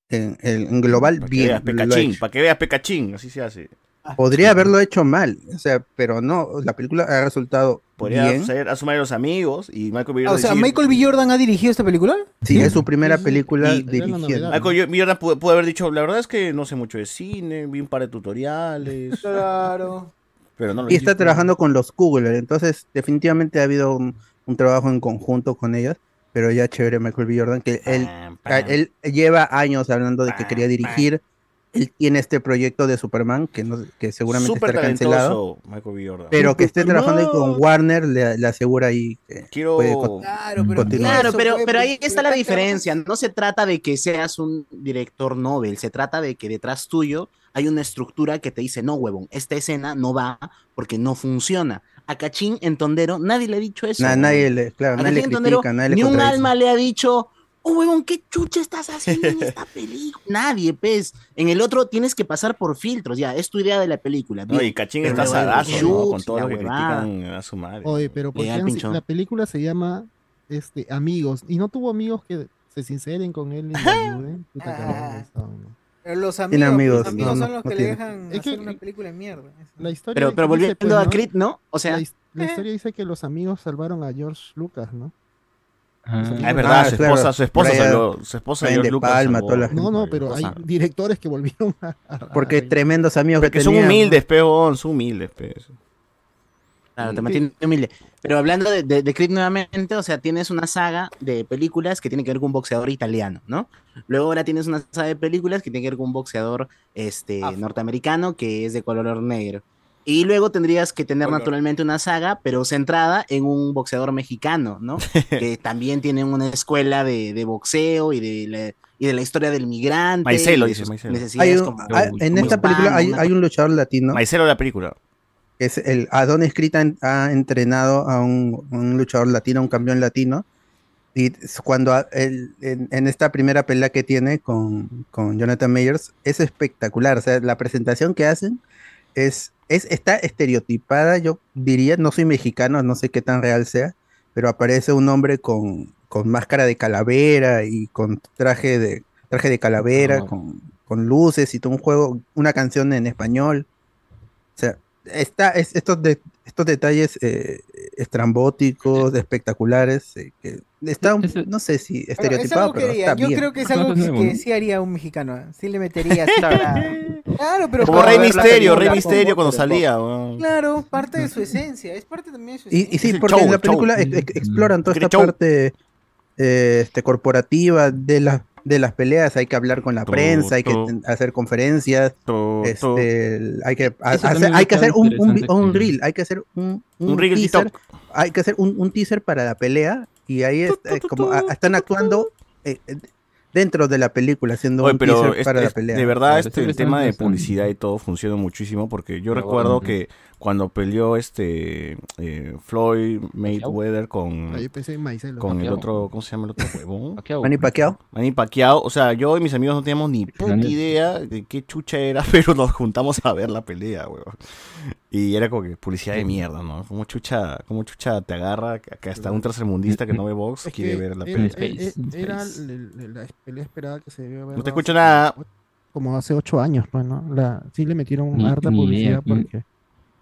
[SPEAKER 4] en, en- en global
[SPEAKER 1] Para que
[SPEAKER 4] bien.
[SPEAKER 1] veas
[SPEAKER 4] lo ha hecho.
[SPEAKER 1] pecachín, para que veas pecachín, así se hace.
[SPEAKER 4] Podría haberlo hecho mal, o sea, pero no, la película ha resultado
[SPEAKER 1] Podría
[SPEAKER 4] bien. Ah,
[SPEAKER 1] ser a sumar a los amigos y Michael B.
[SPEAKER 8] O sea,
[SPEAKER 1] decir-
[SPEAKER 8] Michael B. Jordan ha dirigido esta película.
[SPEAKER 4] Sí, es su primera película dirigiendo.
[SPEAKER 1] Michael Yo- B. Jordan pudo, pudo haber dicho, la verdad es que no sé mucho de cine, vi un par de tutoriales.
[SPEAKER 14] Claro.
[SPEAKER 1] Pero no lo
[SPEAKER 4] Y está
[SPEAKER 1] hizo.
[SPEAKER 4] trabajando con los Googlers, entonces definitivamente ha habido un, un trabajo en conjunto con ellas, pero ya chévere Michael B. Jordan, que él, a- él lleva años hablando de que quería dirigir, él tiene este proyecto de Superman, que, no, que seguramente
[SPEAKER 1] Súper
[SPEAKER 4] está cancelado,
[SPEAKER 1] talentoso, Michael B. Jordan.
[SPEAKER 4] pero que esté trabajando ahí con Warner le, le asegura ahí que
[SPEAKER 1] Quiero-
[SPEAKER 4] puede co- continuar.
[SPEAKER 5] Claro,
[SPEAKER 10] eso
[SPEAKER 5] pero,
[SPEAKER 10] fue,
[SPEAKER 5] pero
[SPEAKER 10] pues,
[SPEAKER 5] ahí está la diferencia. No se trata de que seas un director novel, se trata de que detrás tuyo hay una estructura que te dice, no, huevón, esta escena no va porque no funciona. A Cachín en Tondero nadie le ha dicho eso.
[SPEAKER 4] Na-
[SPEAKER 5] huevón.
[SPEAKER 4] nadie le, claro,
[SPEAKER 5] A
[SPEAKER 4] nadie le
[SPEAKER 5] Cachín en Tondero,
[SPEAKER 4] critica, nadie le
[SPEAKER 5] ni un
[SPEAKER 4] contradice.
[SPEAKER 5] alma le ha dicho, oh, huevón, ¿qué chucha estás haciendo en esta película? Nadie, pez. En el otro tienes que pasar por filtros, ya, es tu idea de la película.
[SPEAKER 1] No,
[SPEAKER 5] bien.
[SPEAKER 1] y Cachín
[SPEAKER 5] Pero
[SPEAKER 1] está
[SPEAKER 5] luego el
[SPEAKER 1] sadazo, ¿no?
[SPEAKER 5] shoot,
[SPEAKER 1] Con todo
[SPEAKER 5] la
[SPEAKER 1] lo que
[SPEAKER 5] huevada.
[SPEAKER 1] critican a su madre.
[SPEAKER 14] Oye, pero ¿por
[SPEAKER 5] Le
[SPEAKER 14] qué
[SPEAKER 5] da el
[SPEAKER 14] han-
[SPEAKER 5] pinchón.
[SPEAKER 14] la película se llama este, Amigos? Y no tuvo amigos que se sinceren con él ni le ayuden. Puta, cagada, eso, ¿no?
[SPEAKER 15] Pero los amigos,
[SPEAKER 14] Tiene
[SPEAKER 15] los
[SPEAKER 14] amigos,
[SPEAKER 15] amigos
[SPEAKER 14] no, no,
[SPEAKER 15] son los
[SPEAKER 14] no
[SPEAKER 15] que le
[SPEAKER 14] tiene.
[SPEAKER 15] dejan
[SPEAKER 14] Es que- eh,
[SPEAKER 15] hacer una película de mierda.
[SPEAKER 14] La historia pues,
[SPEAKER 5] Pero-
[SPEAKER 14] dice-
[SPEAKER 5] pero
[SPEAKER 14] dice,
[SPEAKER 5] volviendo a Creed, ¿no? O sea-
[SPEAKER 14] la, his- la historia dice que los amigos salvaron a George Lucas, ¿no?
[SPEAKER 1] Ah,
[SPEAKER 14] Los amigos-
[SPEAKER 1] es verdad, su esposa, su esposa
[SPEAKER 4] Brian-
[SPEAKER 1] salvó, su esposa
[SPEAKER 4] Brian
[SPEAKER 1] George
[SPEAKER 4] De
[SPEAKER 1] Lucas
[SPEAKER 4] Palma,
[SPEAKER 1] salvó.
[SPEAKER 4] toda la gente.
[SPEAKER 14] No, no, pero hay directores que volvieron a. a-
[SPEAKER 4] Porque tremendos amigos
[SPEAKER 1] Que son humildes, peón, son humildes, pe.
[SPEAKER 5] Claro, te mantiene humilde. Pero hablando de, de, de Creed nuevamente, o sea, tienes una saga de películas que tiene que ver con un boxeador italiano, ¿no? Luego ahora tienes una saga de películas que tiene que ver con un boxeador este,
[SPEAKER 4] Ah.
[SPEAKER 5] norteamericano que es de color negro. Y luego tendrías que tener naturalmente una saga, pero centrada en un boxeador mexicano, ¿no? que también tiene una escuela de, de boxeo y de, la, y de la historia del migrante.
[SPEAKER 1] Maicelo,
[SPEAKER 5] y de
[SPEAKER 1] dice,
[SPEAKER 5] sus
[SPEAKER 1] Maicelo.
[SPEAKER 5] necesidades
[SPEAKER 4] Hay un-
[SPEAKER 5] como-
[SPEAKER 4] hay- en
[SPEAKER 5] como
[SPEAKER 4] esta película
[SPEAKER 5] hispano,
[SPEAKER 4] hay,
[SPEAKER 5] una
[SPEAKER 4] hay un luchador latino.
[SPEAKER 1] Maicelo la película.
[SPEAKER 4] que es el Adonis Creed han- ha entrenado a un, un luchador latino, un campeón latino. Y es cuando a- el- en, en esta primera pelea que tiene con, con Jonathan Meyers es espectacular. O sea, la presentación que hacen es, es está estereotipada. Yo diría, no soy mexicano, no sé qué tan real sea, pero aparece un hombre con, con máscara de calavera y con traje de traje de calavera, con, con luces y todo un juego, una canción en español. O sea, está, es- estos, de, estos detalles eh, estrambóticos, espectaculares, eh, que está, un- no sé si
[SPEAKER 15] Bueno, es
[SPEAKER 4] este, estereotipado,
[SPEAKER 15] algo que
[SPEAKER 4] pero
[SPEAKER 15] haría.
[SPEAKER 4] está
[SPEAKER 15] Yo
[SPEAKER 4] bien.
[SPEAKER 15] creo que es algo que, que sí haría un mexicano. ¿eh? Sí le metería. así para- Claro, pero.
[SPEAKER 1] Como
[SPEAKER 15] para
[SPEAKER 1] Rey
[SPEAKER 15] ver la
[SPEAKER 1] Misterio, Rey
[SPEAKER 15] película como-
[SPEAKER 1] Misterio cuando salía. weón.
[SPEAKER 15] Claro, parte de su esencia. Es parte también de su esencia.
[SPEAKER 4] Y, y sí,
[SPEAKER 1] el
[SPEAKER 4] porque
[SPEAKER 1] show,
[SPEAKER 4] en la
[SPEAKER 1] el
[SPEAKER 4] película
[SPEAKER 1] show.
[SPEAKER 4] ex- ex- exploran toda
[SPEAKER 1] Quiere
[SPEAKER 4] esta
[SPEAKER 1] show.
[SPEAKER 4] parte eh, este, corporativa de, las de las peleas. Hay que hablar con la
[SPEAKER 1] Tu,
[SPEAKER 4] prensa, hay que
[SPEAKER 1] tu.
[SPEAKER 4] ten- hacer conferencias,
[SPEAKER 1] Tu, tu.
[SPEAKER 4] este, el- hay que, ha-
[SPEAKER 1] Eso
[SPEAKER 4] hacer,
[SPEAKER 1] también
[SPEAKER 4] hay que
[SPEAKER 1] está
[SPEAKER 4] hacer un, un, vi-
[SPEAKER 1] interesante
[SPEAKER 4] un
[SPEAKER 1] que-
[SPEAKER 4] reel, hay que hacer un,
[SPEAKER 1] Un reel de
[SPEAKER 4] teaser,
[SPEAKER 1] TikTok.
[SPEAKER 4] hay que hacer un, un teaser para la pelea y ahí es- eh, como a- están actuando eh, eh, dentro de la película, haciendo
[SPEAKER 1] Oye,
[SPEAKER 4] un
[SPEAKER 1] pero
[SPEAKER 4] teaser
[SPEAKER 1] es-
[SPEAKER 4] para la
[SPEAKER 1] es-
[SPEAKER 4] pelea.
[SPEAKER 1] de verdad
[SPEAKER 4] Claro,
[SPEAKER 1] este
[SPEAKER 4] eso
[SPEAKER 1] el
[SPEAKER 4] es
[SPEAKER 1] tema de
[SPEAKER 4] interesante.
[SPEAKER 1] publicidad y todo funciona muchísimo porque yo
[SPEAKER 4] Pero
[SPEAKER 1] recuerdo
[SPEAKER 4] bueno.
[SPEAKER 1] que cuando peleó este eh, Floyd Mayweather con
[SPEAKER 14] Ah, yo pensé en Maicelo.
[SPEAKER 1] con el
[SPEAKER 14] Pacquiao.
[SPEAKER 1] otro ¿cómo se llama el otro huevón?
[SPEAKER 4] Manny Pacquiao.
[SPEAKER 1] Manny Pacquiao, o sea, yo y mis amigos no teníamos ni puta idea de qué chucha era, pero nos juntamos a ver la pelea, huevón. Y era como que publicidad de mierda, ¿no? Como chucha, como chucha te agarra que que hasta un tercermundista que no ve box
[SPEAKER 14] Es
[SPEAKER 1] quiere
[SPEAKER 14] que
[SPEAKER 1] ver la
[SPEAKER 14] era-
[SPEAKER 1] pelea.
[SPEAKER 15] eh,
[SPEAKER 14] era- Era la- la la pelea esperada que se debió haber
[SPEAKER 1] No te
[SPEAKER 14] dado
[SPEAKER 1] escucho
[SPEAKER 14] hace
[SPEAKER 1] nada.
[SPEAKER 14] Como hace ocho años, pues, ¿no? La, sí le metieron
[SPEAKER 1] Mm,
[SPEAKER 7] Ni-
[SPEAKER 14] harta
[SPEAKER 7] ni
[SPEAKER 14] publicidad
[SPEAKER 7] idea, ni-
[SPEAKER 14] porque.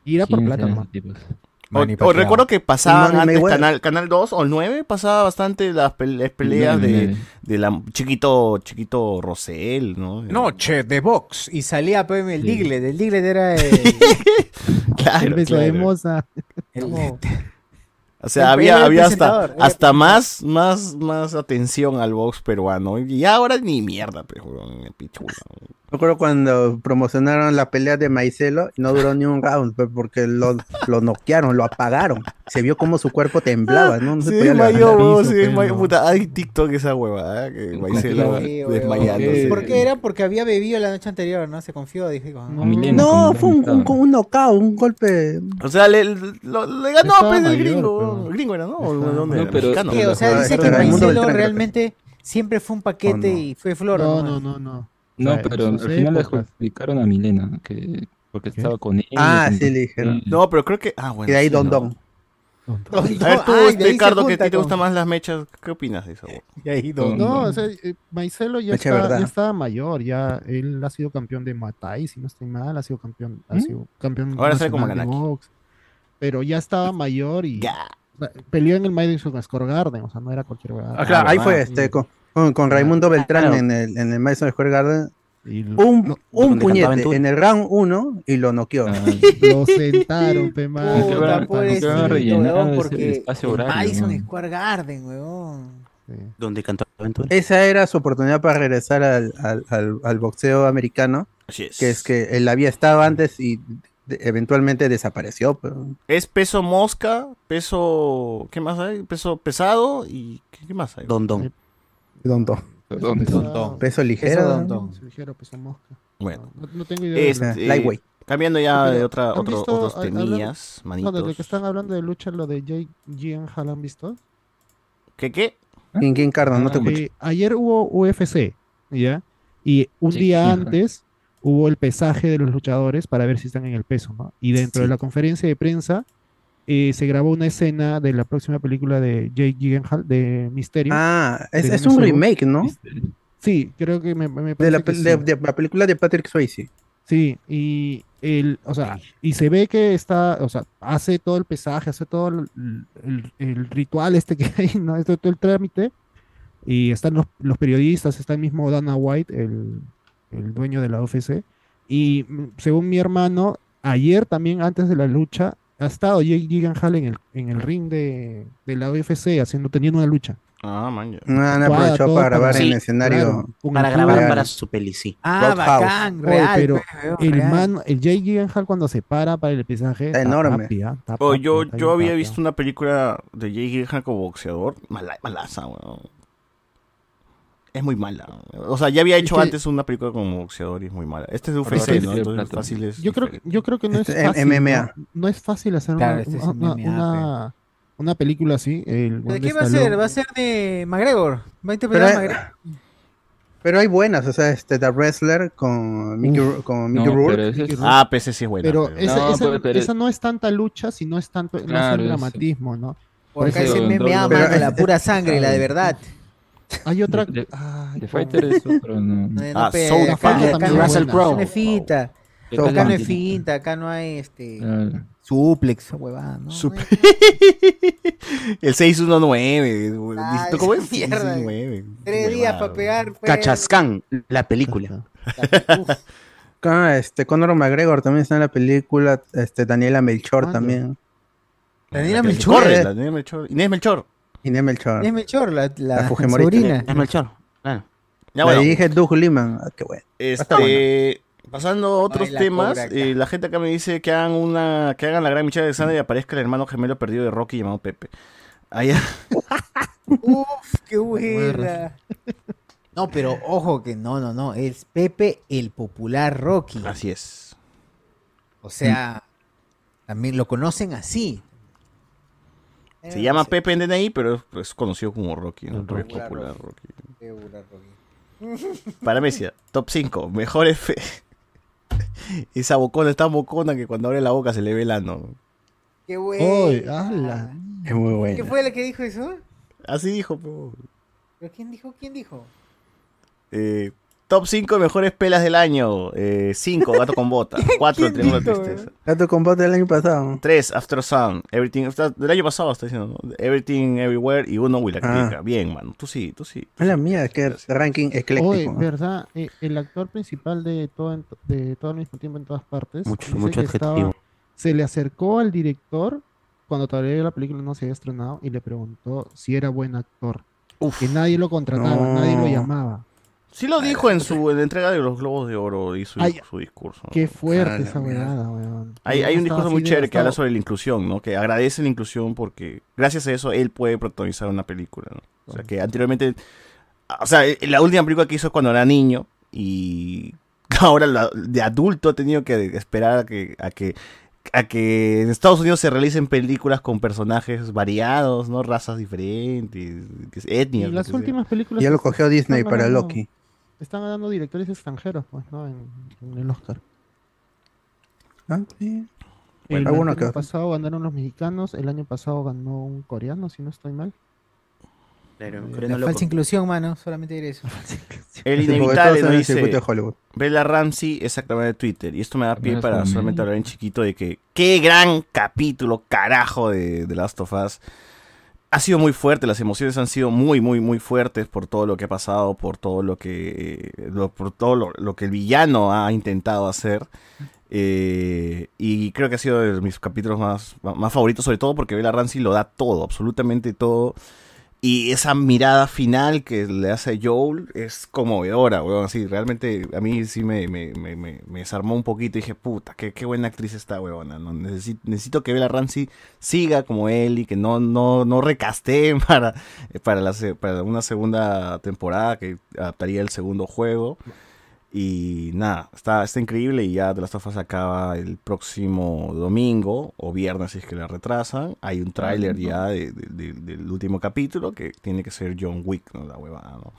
[SPEAKER 14] Y era por
[SPEAKER 7] ¿Quiénes
[SPEAKER 14] plata,
[SPEAKER 7] eran
[SPEAKER 14] man.
[SPEAKER 7] esos tipos?
[SPEAKER 1] O,
[SPEAKER 7] Manny
[SPEAKER 1] o
[SPEAKER 7] Pacquiao.
[SPEAKER 1] recuerdo que pasaban
[SPEAKER 7] Manny
[SPEAKER 1] antes
[SPEAKER 7] Mayweather.
[SPEAKER 1] canal, canal 2 o el 9, pasaba bastante las pel- las peleas
[SPEAKER 7] El 9, el
[SPEAKER 1] de, de la chiquito chiquito Rosel, ¿no?
[SPEAKER 10] Noche de box. Y salía PM el
[SPEAKER 1] Sí.
[SPEAKER 10] Diglett. El Diglett era el.
[SPEAKER 1] Claro,
[SPEAKER 14] el beso de
[SPEAKER 1] claro.
[SPEAKER 14] moza.
[SPEAKER 1] O sea,
[SPEAKER 10] El
[SPEAKER 1] había,
[SPEAKER 10] primer
[SPEAKER 1] había hasta,
[SPEAKER 10] presentador, era
[SPEAKER 1] hasta más, más, más atención al box peruano. Y ahora ni mierda, pero pichula.
[SPEAKER 4] Me acuerdo cuando promocionaron la pelea de Maicelo y no duró ni un round pues, porque lo, lo noquearon, lo apagaron. Se vio como su cuerpo temblaba, ¿no? No se
[SPEAKER 1] Sí,
[SPEAKER 4] podía
[SPEAKER 1] desmayó,
[SPEAKER 4] levantar.
[SPEAKER 1] huevón, sí, desmayó. Puta, hay TikTok esa huevada, ¿eh? que Maicelo
[SPEAKER 15] Sí, weón.
[SPEAKER 1] desmayándose.
[SPEAKER 15] ¿Por qué era? Porque había bebido la noche anterior, ¿no? Se confió, dije. como, "Mm,
[SPEAKER 4] No, No, fue un, un, un knockout, un golpe.
[SPEAKER 1] O sea, le, lo- le ganó
[SPEAKER 4] Estaba
[SPEAKER 1] pues, el
[SPEAKER 4] mayor,
[SPEAKER 1] gringo.
[SPEAKER 4] pero-
[SPEAKER 1] El gringo era, ¿no? ¿O
[SPEAKER 4] Estaba-
[SPEAKER 1] dónde
[SPEAKER 4] No,
[SPEAKER 1] era?
[SPEAKER 4] pero-
[SPEAKER 1] Mexicano.
[SPEAKER 15] ¿Qué? O sea,
[SPEAKER 4] Pero-
[SPEAKER 15] dice que
[SPEAKER 4] pero el mundo del
[SPEAKER 15] Marcelo
[SPEAKER 4] tren, creo.
[SPEAKER 15] realmente siempre fue un paquete
[SPEAKER 4] Oh, no.
[SPEAKER 15] y fue flor.
[SPEAKER 14] No,
[SPEAKER 15] nomás.
[SPEAKER 14] no, no, no.
[SPEAKER 7] No,
[SPEAKER 14] Bueno,
[SPEAKER 7] pero
[SPEAKER 14] en
[SPEAKER 7] al
[SPEAKER 14] sus
[SPEAKER 7] final le
[SPEAKER 9] pues.
[SPEAKER 14] épocas.
[SPEAKER 7] explicaron a Milena que porque estaba con él.
[SPEAKER 4] Ah,
[SPEAKER 7] con-
[SPEAKER 4] sí, le dijeron.
[SPEAKER 1] No, pero creo que. Ah, bueno.
[SPEAKER 4] Y de ahí
[SPEAKER 1] sí,
[SPEAKER 4] Don
[SPEAKER 1] no.
[SPEAKER 4] Don.
[SPEAKER 1] A ver, tú, este, Ricardo, que a ti te gustan más las mechas, ¿qué opinas de eso?
[SPEAKER 10] Y ahí
[SPEAKER 14] No, o sea, eh, Maicelo ya,
[SPEAKER 4] Echa
[SPEAKER 14] está-
[SPEAKER 4] verdad.
[SPEAKER 14] ya estaba mayor, ya él ha sido campeón de Matai, si no estoy mal, ha sido campeón, ha
[SPEAKER 7] ¿Mm?
[SPEAKER 14] sido campeón
[SPEAKER 1] Ahora sale como
[SPEAKER 14] nacional de
[SPEAKER 1] Ganaki.
[SPEAKER 14] box, pero ya estaba mayor y ba- peleó en el Madison Square Garden, o sea, no era cualquier huevada.
[SPEAKER 4] Ah, claro, ahí fue este, con, con, con Raimundo Beltrán
[SPEAKER 14] Claro.
[SPEAKER 4] en, el, en el Madison Square Garden.
[SPEAKER 14] lo-
[SPEAKER 4] Un,
[SPEAKER 14] lo-
[SPEAKER 4] un
[SPEAKER 14] donde cantaba
[SPEAKER 4] puñete
[SPEAKER 14] en Ah, tu-
[SPEAKER 4] en el round 1 y lo noqueó. pues.
[SPEAKER 14] Lo sentaron, pe madre.
[SPEAKER 7] Aunque van-
[SPEAKER 5] Pues,
[SPEAKER 7] aunque van a rellenar Ah, ese espacio horario,
[SPEAKER 15] Madison
[SPEAKER 7] ¿no?
[SPEAKER 15] Square Garden, weón.
[SPEAKER 5] Donde cantó Aventura.
[SPEAKER 4] Esa era su oportunidad para regresar al, al- al- al boxeo americano.
[SPEAKER 1] Así es.
[SPEAKER 4] Que es que él había estado antes y de- eventualmente desapareció. pero-
[SPEAKER 1] Es peso mosca, peso. ¿Qué más hay? Peso pesado y. ¿Qué, qué más hay?
[SPEAKER 5] Don Don.
[SPEAKER 4] Don Don.
[SPEAKER 7] Don
[SPEAKER 14] Don.
[SPEAKER 4] Peso ligero.
[SPEAKER 14] Peso
[SPEAKER 4] ¿no?
[SPEAKER 14] Peso ligero, peso mosca.
[SPEAKER 1] Bueno.
[SPEAKER 14] pues, No, no tengo idea. de-
[SPEAKER 1] Este,
[SPEAKER 4] Eh, lightweight.
[SPEAKER 1] Cambiando ya
[SPEAKER 14] Pero,
[SPEAKER 1] de otra,
[SPEAKER 14] ¿han
[SPEAKER 1] otro-
[SPEAKER 14] visto-
[SPEAKER 1] otros
[SPEAKER 14] ha- hablando-
[SPEAKER 1] temillas,
[SPEAKER 14] No, desde
[SPEAKER 1] manitos.
[SPEAKER 14] que están hablando de lucha, lo de Jake Gyllenhaal, ¿han visto?
[SPEAKER 1] ¿Qué qué?
[SPEAKER 4] ¿Quién, quién Carlos? No te
[SPEAKER 14] Eh,
[SPEAKER 4] escucho.
[SPEAKER 14] ayer hubo UFC, ¿ya? Y un
[SPEAKER 4] Sí.
[SPEAKER 14] día
[SPEAKER 4] Ajá.
[SPEAKER 14] antes hubo el pesaje de los luchadores para ver si están en el peso, ¿no? Y dentro de la conferencia de prensa eh, se grabó una escena de la próxima película de Jake Gyllenhaal, de Misterio.
[SPEAKER 4] Ah, es,
[SPEAKER 14] de
[SPEAKER 4] es un
[SPEAKER 14] MCU.
[SPEAKER 4] remake, ¿no?
[SPEAKER 14] Sí, creo que me, me
[SPEAKER 4] De
[SPEAKER 14] parece
[SPEAKER 4] la,
[SPEAKER 14] que
[SPEAKER 4] pel-
[SPEAKER 14] sí.
[SPEAKER 4] de- de la película de Patrick Swayze.
[SPEAKER 14] Sí, y el, o sea, y se ve que está, o sea, hace todo el pesaje, hace todo el, el- el ritual este que hay, ¿no? Este- todo el trámite. Y están los, los periodistas, está el mismo Dana White, el, el dueño de la UFC. Y mm, según mi hermano, ayer también, antes de la lucha, ha estado Jake Gyllenhaal en el, en el ring de, de la UFC, haciendo, teniendo una lucha.
[SPEAKER 1] Ah, man, ya.
[SPEAKER 4] No, han
[SPEAKER 14] Actuada,
[SPEAKER 4] aprovechado
[SPEAKER 14] todo
[SPEAKER 4] para grabar
[SPEAKER 14] para-
[SPEAKER 4] en
[SPEAKER 14] Sí,
[SPEAKER 4] el escenario.
[SPEAKER 14] claro, con Para el grabar público. para su
[SPEAKER 5] peli, sí.
[SPEAKER 4] Ah, bacán,
[SPEAKER 14] Oye,
[SPEAKER 4] real,
[SPEAKER 14] pero
[SPEAKER 4] pe, weón,
[SPEAKER 14] el
[SPEAKER 4] real.
[SPEAKER 14] man, el Jake Gyllenhaal cuando se para para el pesaje
[SPEAKER 4] Está enorme.
[SPEAKER 14] papi, ¿ah? Está
[SPEAKER 1] Oh,
[SPEAKER 14] papi,
[SPEAKER 1] yo,
[SPEAKER 14] está
[SPEAKER 1] yo
[SPEAKER 14] bien
[SPEAKER 1] había
[SPEAKER 14] papi,
[SPEAKER 1] visto una película de Jake Gyllenhaal como boxeador. Mala, malaza, weón. Es muy mala. O sea, ya había
[SPEAKER 14] Es
[SPEAKER 1] hecho
[SPEAKER 14] que-
[SPEAKER 1] antes una película como boxeador y es muy mala. Este es de UFC,
[SPEAKER 14] Perdón,
[SPEAKER 1] ¿no?
[SPEAKER 14] sí,
[SPEAKER 1] Entonces
[SPEAKER 14] plato.
[SPEAKER 1] fácil es
[SPEAKER 14] Yo creo, que- yo creo que no es
[SPEAKER 4] Este,
[SPEAKER 14] fácil.
[SPEAKER 4] MMA.
[SPEAKER 14] ¿no? No es fácil hacer una-
[SPEAKER 4] Claro, este es
[SPEAKER 14] una,
[SPEAKER 4] MMA,
[SPEAKER 14] una- una película así. El,
[SPEAKER 8] ¿De
[SPEAKER 14] donde
[SPEAKER 8] qué va a
[SPEAKER 14] Stallone-
[SPEAKER 8] ser? ¿Va a ser de McGregor? ¿Va a
[SPEAKER 4] Pero,
[SPEAKER 10] eh,
[SPEAKER 8] interpretar a
[SPEAKER 4] hay-
[SPEAKER 8] McGregor?
[SPEAKER 4] pero hay buenas, o sea, este The Wrestler con Mickey, Ro- con Mickey
[SPEAKER 14] no,
[SPEAKER 4] Rourke.
[SPEAKER 14] pero ese es-
[SPEAKER 1] Ah, pues ese sí es bueno.
[SPEAKER 14] Pero, esa,
[SPEAKER 7] No,
[SPEAKER 14] esa-
[SPEAKER 7] pero- pero-
[SPEAKER 14] esa no es tanta lucha, sino es tanto no es el
[SPEAKER 7] Claro, sí.
[SPEAKER 14] dramatismo, ¿no?
[SPEAKER 7] Por acá ese meme
[SPEAKER 14] MMA,
[SPEAKER 7] ama, Pero-
[SPEAKER 9] la pura sangre, la de verdad.
[SPEAKER 14] Hay otra.
[SPEAKER 7] The,
[SPEAKER 14] The
[SPEAKER 7] Fighter es otro, no.
[SPEAKER 9] No,
[SPEAKER 1] Ah,
[SPEAKER 9] pe, acá, acá no,
[SPEAKER 7] Russell
[SPEAKER 9] acá
[SPEAKER 7] Crowe.
[SPEAKER 9] no es finta.
[SPEAKER 7] Wow.
[SPEAKER 9] Acá no es
[SPEAKER 7] Wow.
[SPEAKER 9] finta, acá no hay este.
[SPEAKER 10] Ah,
[SPEAKER 7] Claro.
[SPEAKER 9] Suplex, esa huevada, ¿no?
[SPEAKER 1] El 619. güey.
[SPEAKER 9] Ah,
[SPEAKER 1] ¿Tú ¿Cómo es?
[SPEAKER 9] esa mierda.
[SPEAKER 1] 619.
[SPEAKER 9] Tres
[SPEAKER 1] Qué
[SPEAKER 9] días
[SPEAKER 1] huevada,
[SPEAKER 9] para
[SPEAKER 1] güey.
[SPEAKER 9] pegar. pues.
[SPEAKER 4] Cachascán, la película. Ah, este, Conor McGregor también está en la película. Este, Daniela Melchor también.
[SPEAKER 9] Daniela
[SPEAKER 1] Que
[SPEAKER 9] Melchor. eh.
[SPEAKER 1] corre, Ah, la Daniela Melchor. Inés Melchor.
[SPEAKER 4] Inés Melchor.
[SPEAKER 9] Es Melchor, la, la,
[SPEAKER 4] La Fujimorita.
[SPEAKER 9] sobrina.
[SPEAKER 4] Es Melchor, claro.
[SPEAKER 1] Ya,
[SPEAKER 4] la
[SPEAKER 1] bueno.
[SPEAKER 4] dirige Doug Liman. Ah, qué bueno.
[SPEAKER 1] Este,
[SPEAKER 4] Está bueno.
[SPEAKER 1] pasando a otros
[SPEAKER 4] Baila
[SPEAKER 1] temas,
[SPEAKER 4] cobra acá.
[SPEAKER 1] eh, la gente acá me dice que hagan una, que hagan la gran Michelle Alexander y aparezca el hermano gemelo perdido de Rocky llamado Pepe. Allá.
[SPEAKER 9] Uf, qué buena.
[SPEAKER 10] No, pero ojo que no, no, no. Es Pepe el popular Rocky.
[SPEAKER 1] Así es.
[SPEAKER 10] O sea, también lo conocen así.
[SPEAKER 1] Se llama Pepe en DNI, pero es, es conocido como Rocky, ¿no? Porque es
[SPEAKER 10] Rocky.
[SPEAKER 1] popular Rocky.
[SPEAKER 9] Rocky.
[SPEAKER 1] Para Messi, top 5, mejores fe. Esa bocona está bocona que cuando abre la boca se le ve el ano.
[SPEAKER 9] Qué buena.
[SPEAKER 1] Oy,
[SPEAKER 4] Es muy
[SPEAKER 9] ¿Qué fue la que dijo eso?
[SPEAKER 1] Así dijo, po.
[SPEAKER 9] ¿Pero quién dijo? ¿Quién dijo?
[SPEAKER 1] Eh, top 5 mejores pelas del año. 5, gato con bota. 4, triángulo de tristeza.
[SPEAKER 4] Gato combate del año pasado.
[SPEAKER 1] 3, After Sun, Everything, está- del año pasado está diciendo, ¿no? Everything, Everywhere y uno Will
[SPEAKER 4] Ah.
[SPEAKER 1] Actica. Bien, mano, tú sí, tú sí.
[SPEAKER 4] A la mía, qué ranking
[SPEAKER 14] Oye,
[SPEAKER 4] ecléctico.
[SPEAKER 14] verdad, Eh, el actor principal de todo, en- de todo al mismo tiempo en todas partes.
[SPEAKER 4] Mucho-
[SPEAKER 14] dice
[SPEAKER 4] mucho
[SPEAKER 14] que estaba-
[SPEAKER 4] adjetivo.
[SPEAKER 14] se le acercó al director cuando todavía la película no se había estrenado y le preguntó si era buen actor. Que nadie lo contrataba,
[SPEAKER 1] No.
[SPEAKER 14] nadie lo llamaba.
[SPEAKER 1] Sí lo dijo en su en la entrega de los Globos de Oro y su,
[SPEAKER 14] Ah, Ay,
[SPEAKER 1] su discurso. ¿no?
[SPEAKER 14] Qué fuerte esa huevada, weón.
[SPEAKER 1] Hay, hay un
[SPEAKER 14] Estaba
[SPEAKER 1] discurso
[SPEAKER 14] así
[SPEAKER 1] muy
[SPEAKER 14] de
[SPEAKER 1] chévere que habla
[SPEAKER 14] gastado.
[SPEAKER 1] sobre la inclusión, ¿no? Que agradece la inclusión porque gracias a eso él puede protagonizar una película, ¿no? O sea, que anteriormente... O sea, eh, la última película que hizo es cuando era niño y ahora la- de adulto ha tenido que esperar a que, a que a que en Estados Unidos se realicen películas con personajes variados, ¿no? Razas diferentes,
[SPEAKER 14] Y
[SPEAKER 1] etnias. lo
[SPEAKER 14] las
[SPEAKER 1] que sea.
[SPEAKER 14] últimas películas...
[SPEAKER 4] Ya lo cogió Disney
[SPEAKER 14] están
[SPEAKER 4] para
[SPEAKER 14] ganando-
[SPEAKER 4] Loki.
[SPEAKER 14] Están dando directores extranjeros, pues, ¿no? En, en el Oscar.
[SPEAKER 4] Ah, sí.
[SPEAKER 14] El
[SPEAKER 4] Ah, bueno,
[SPEAKER 14] año
[SPEAKER 4] que-
[SPEAKER 14] pasado ganaron los mexicanos, el año pasado ganó un coreano, si no estoy mal. Eh,
[SPEAKER 9] La falsa inclusión, mano. Ah, Solamente diré eso.
[SPEAKER 1] El
[SPEAKER 4] Sí, porque todos
[SPEAKER 1] inevitable nos
[SPEAKER 4] en el
[SPEAKER 1] dice
[SPEAKER 4] circuito de Hollywood.
[SPEAKER 1] Bella Ramsey es aclamada de Twitter y esto me da pie
[SPEAKER 4] Buenas
[SPEAKER 1] para
[SPEAKER 4] familias.
[SPEAKER 1] solamente hablar en chiquito de que qué gran capítulo carajo de, de Last of Us ha sido muy fuerte, las emociones han sido muy, muy, muy fuertes por todo lo que ha pasado, por todo lo que, eh, lo- por todo lo, lo que el villano ha intentado hacer. Eh, y creo que ha sido de mis capítulos más, más favoritos, sobre todo porque Bella Ramsey lo da todo, absolutamente todo. Y esa mirada final que le hace Joel es conmovedora, weón. Así, realmente a mí sí me, me, me- me- me desarmó un poquito y dije, puta, qué, qué buena actriz está, weona. ¿no? Necesi- Necesito, que Bella Ramsey siga como él y que no, no, no recaste para, para, la se- para una segunda temporada que adaptaría el segundo juego. Y nada, está, está increíble y ya The Last of Us acaba el próximo domingo o viernes si es que la retrasan. Hay un tráiler ya de- de- de- del último capítulo que tiene que ser John Wick, ¿no? La huevada, ¿no?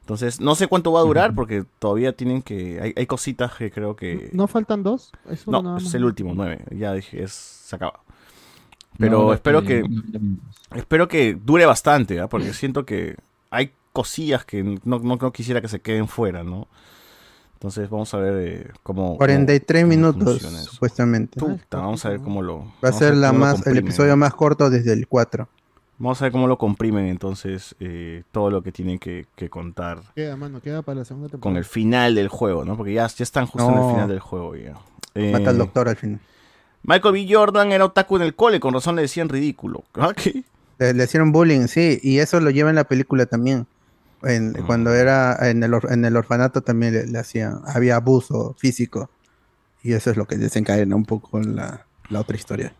[SPEAKER 1] Entonces, no sé cuánto va a durar porque todavía tienen que... Hay, hay cositas que creo que...
[SPEAKER 14] ¿No faltan dos? Es uno
[SPEAKER 1] No,
[SPEAKER 14] nada
[SPEAKER 1] es
[SPEAKER 14] más.
[SPEAKER 1] el último, 9. Ya dije, es, se acaba.
[SPEAKER 7] No,
[SPEAKER 1] Pero
[SPEAKER 7] no,
[SPEAKER 1] espero
[SPEAKER 7] eh,
[SPEAKER 14] este,
[SPEAKER 1] que espero que dure bastante, ¿ah? porque siento que hay cosillas que no, no- no quisiera que se queden fuera, ¿no? Entonces vamos a ver eh, cómo...
[SPEAKER 4] 43
[SPEAKER 1] cómo- cómo
[SPEAKER 4] minutos,
[SPEAKER 1] funciona eso.
[SPEAKER 4] supuestamente.
[SPEAKER 1] Puta, vamos a ver cómo lo...
[SPEAKER 4] Va a
[SPEAKER 1] vamos ver
[SPEAKER 4] ser la
[SPEAKER 1] cómo lo
[SPEAKER 4] más, el
[SPEAKER 1] comprimen.
[SPEAKER 4] episodio más corto desde el 4.
[SPEAKER 1] Vamos a ver cómo lo comprimen entonces eh, todo lo que tienen que, que contar
[SPEAKER 14] Queda, mano, queda para la segunda temporada.
[SPEAKER 1] con el final del juego, ¿no? Porque ya, ya están justo en
[SPEAKER 4] No.
[SPEAKER 1] el final del juego ya. Eh,
[SPEAKER 4] Mata al doctor al final.
[SPEAKER 1] Michael B. Jordan era otaku en el cole, con razón le decían ridículo. ¿Ah, qué?
[SPEAKER 4] Le, le hicieron bullying, sí, y eso lo lleva en la película también. En- Cuando era en el, or- en el orfanato también le, le hacían, había abuso físico. Y eso es lo que desencadena un poco la, la otra historia.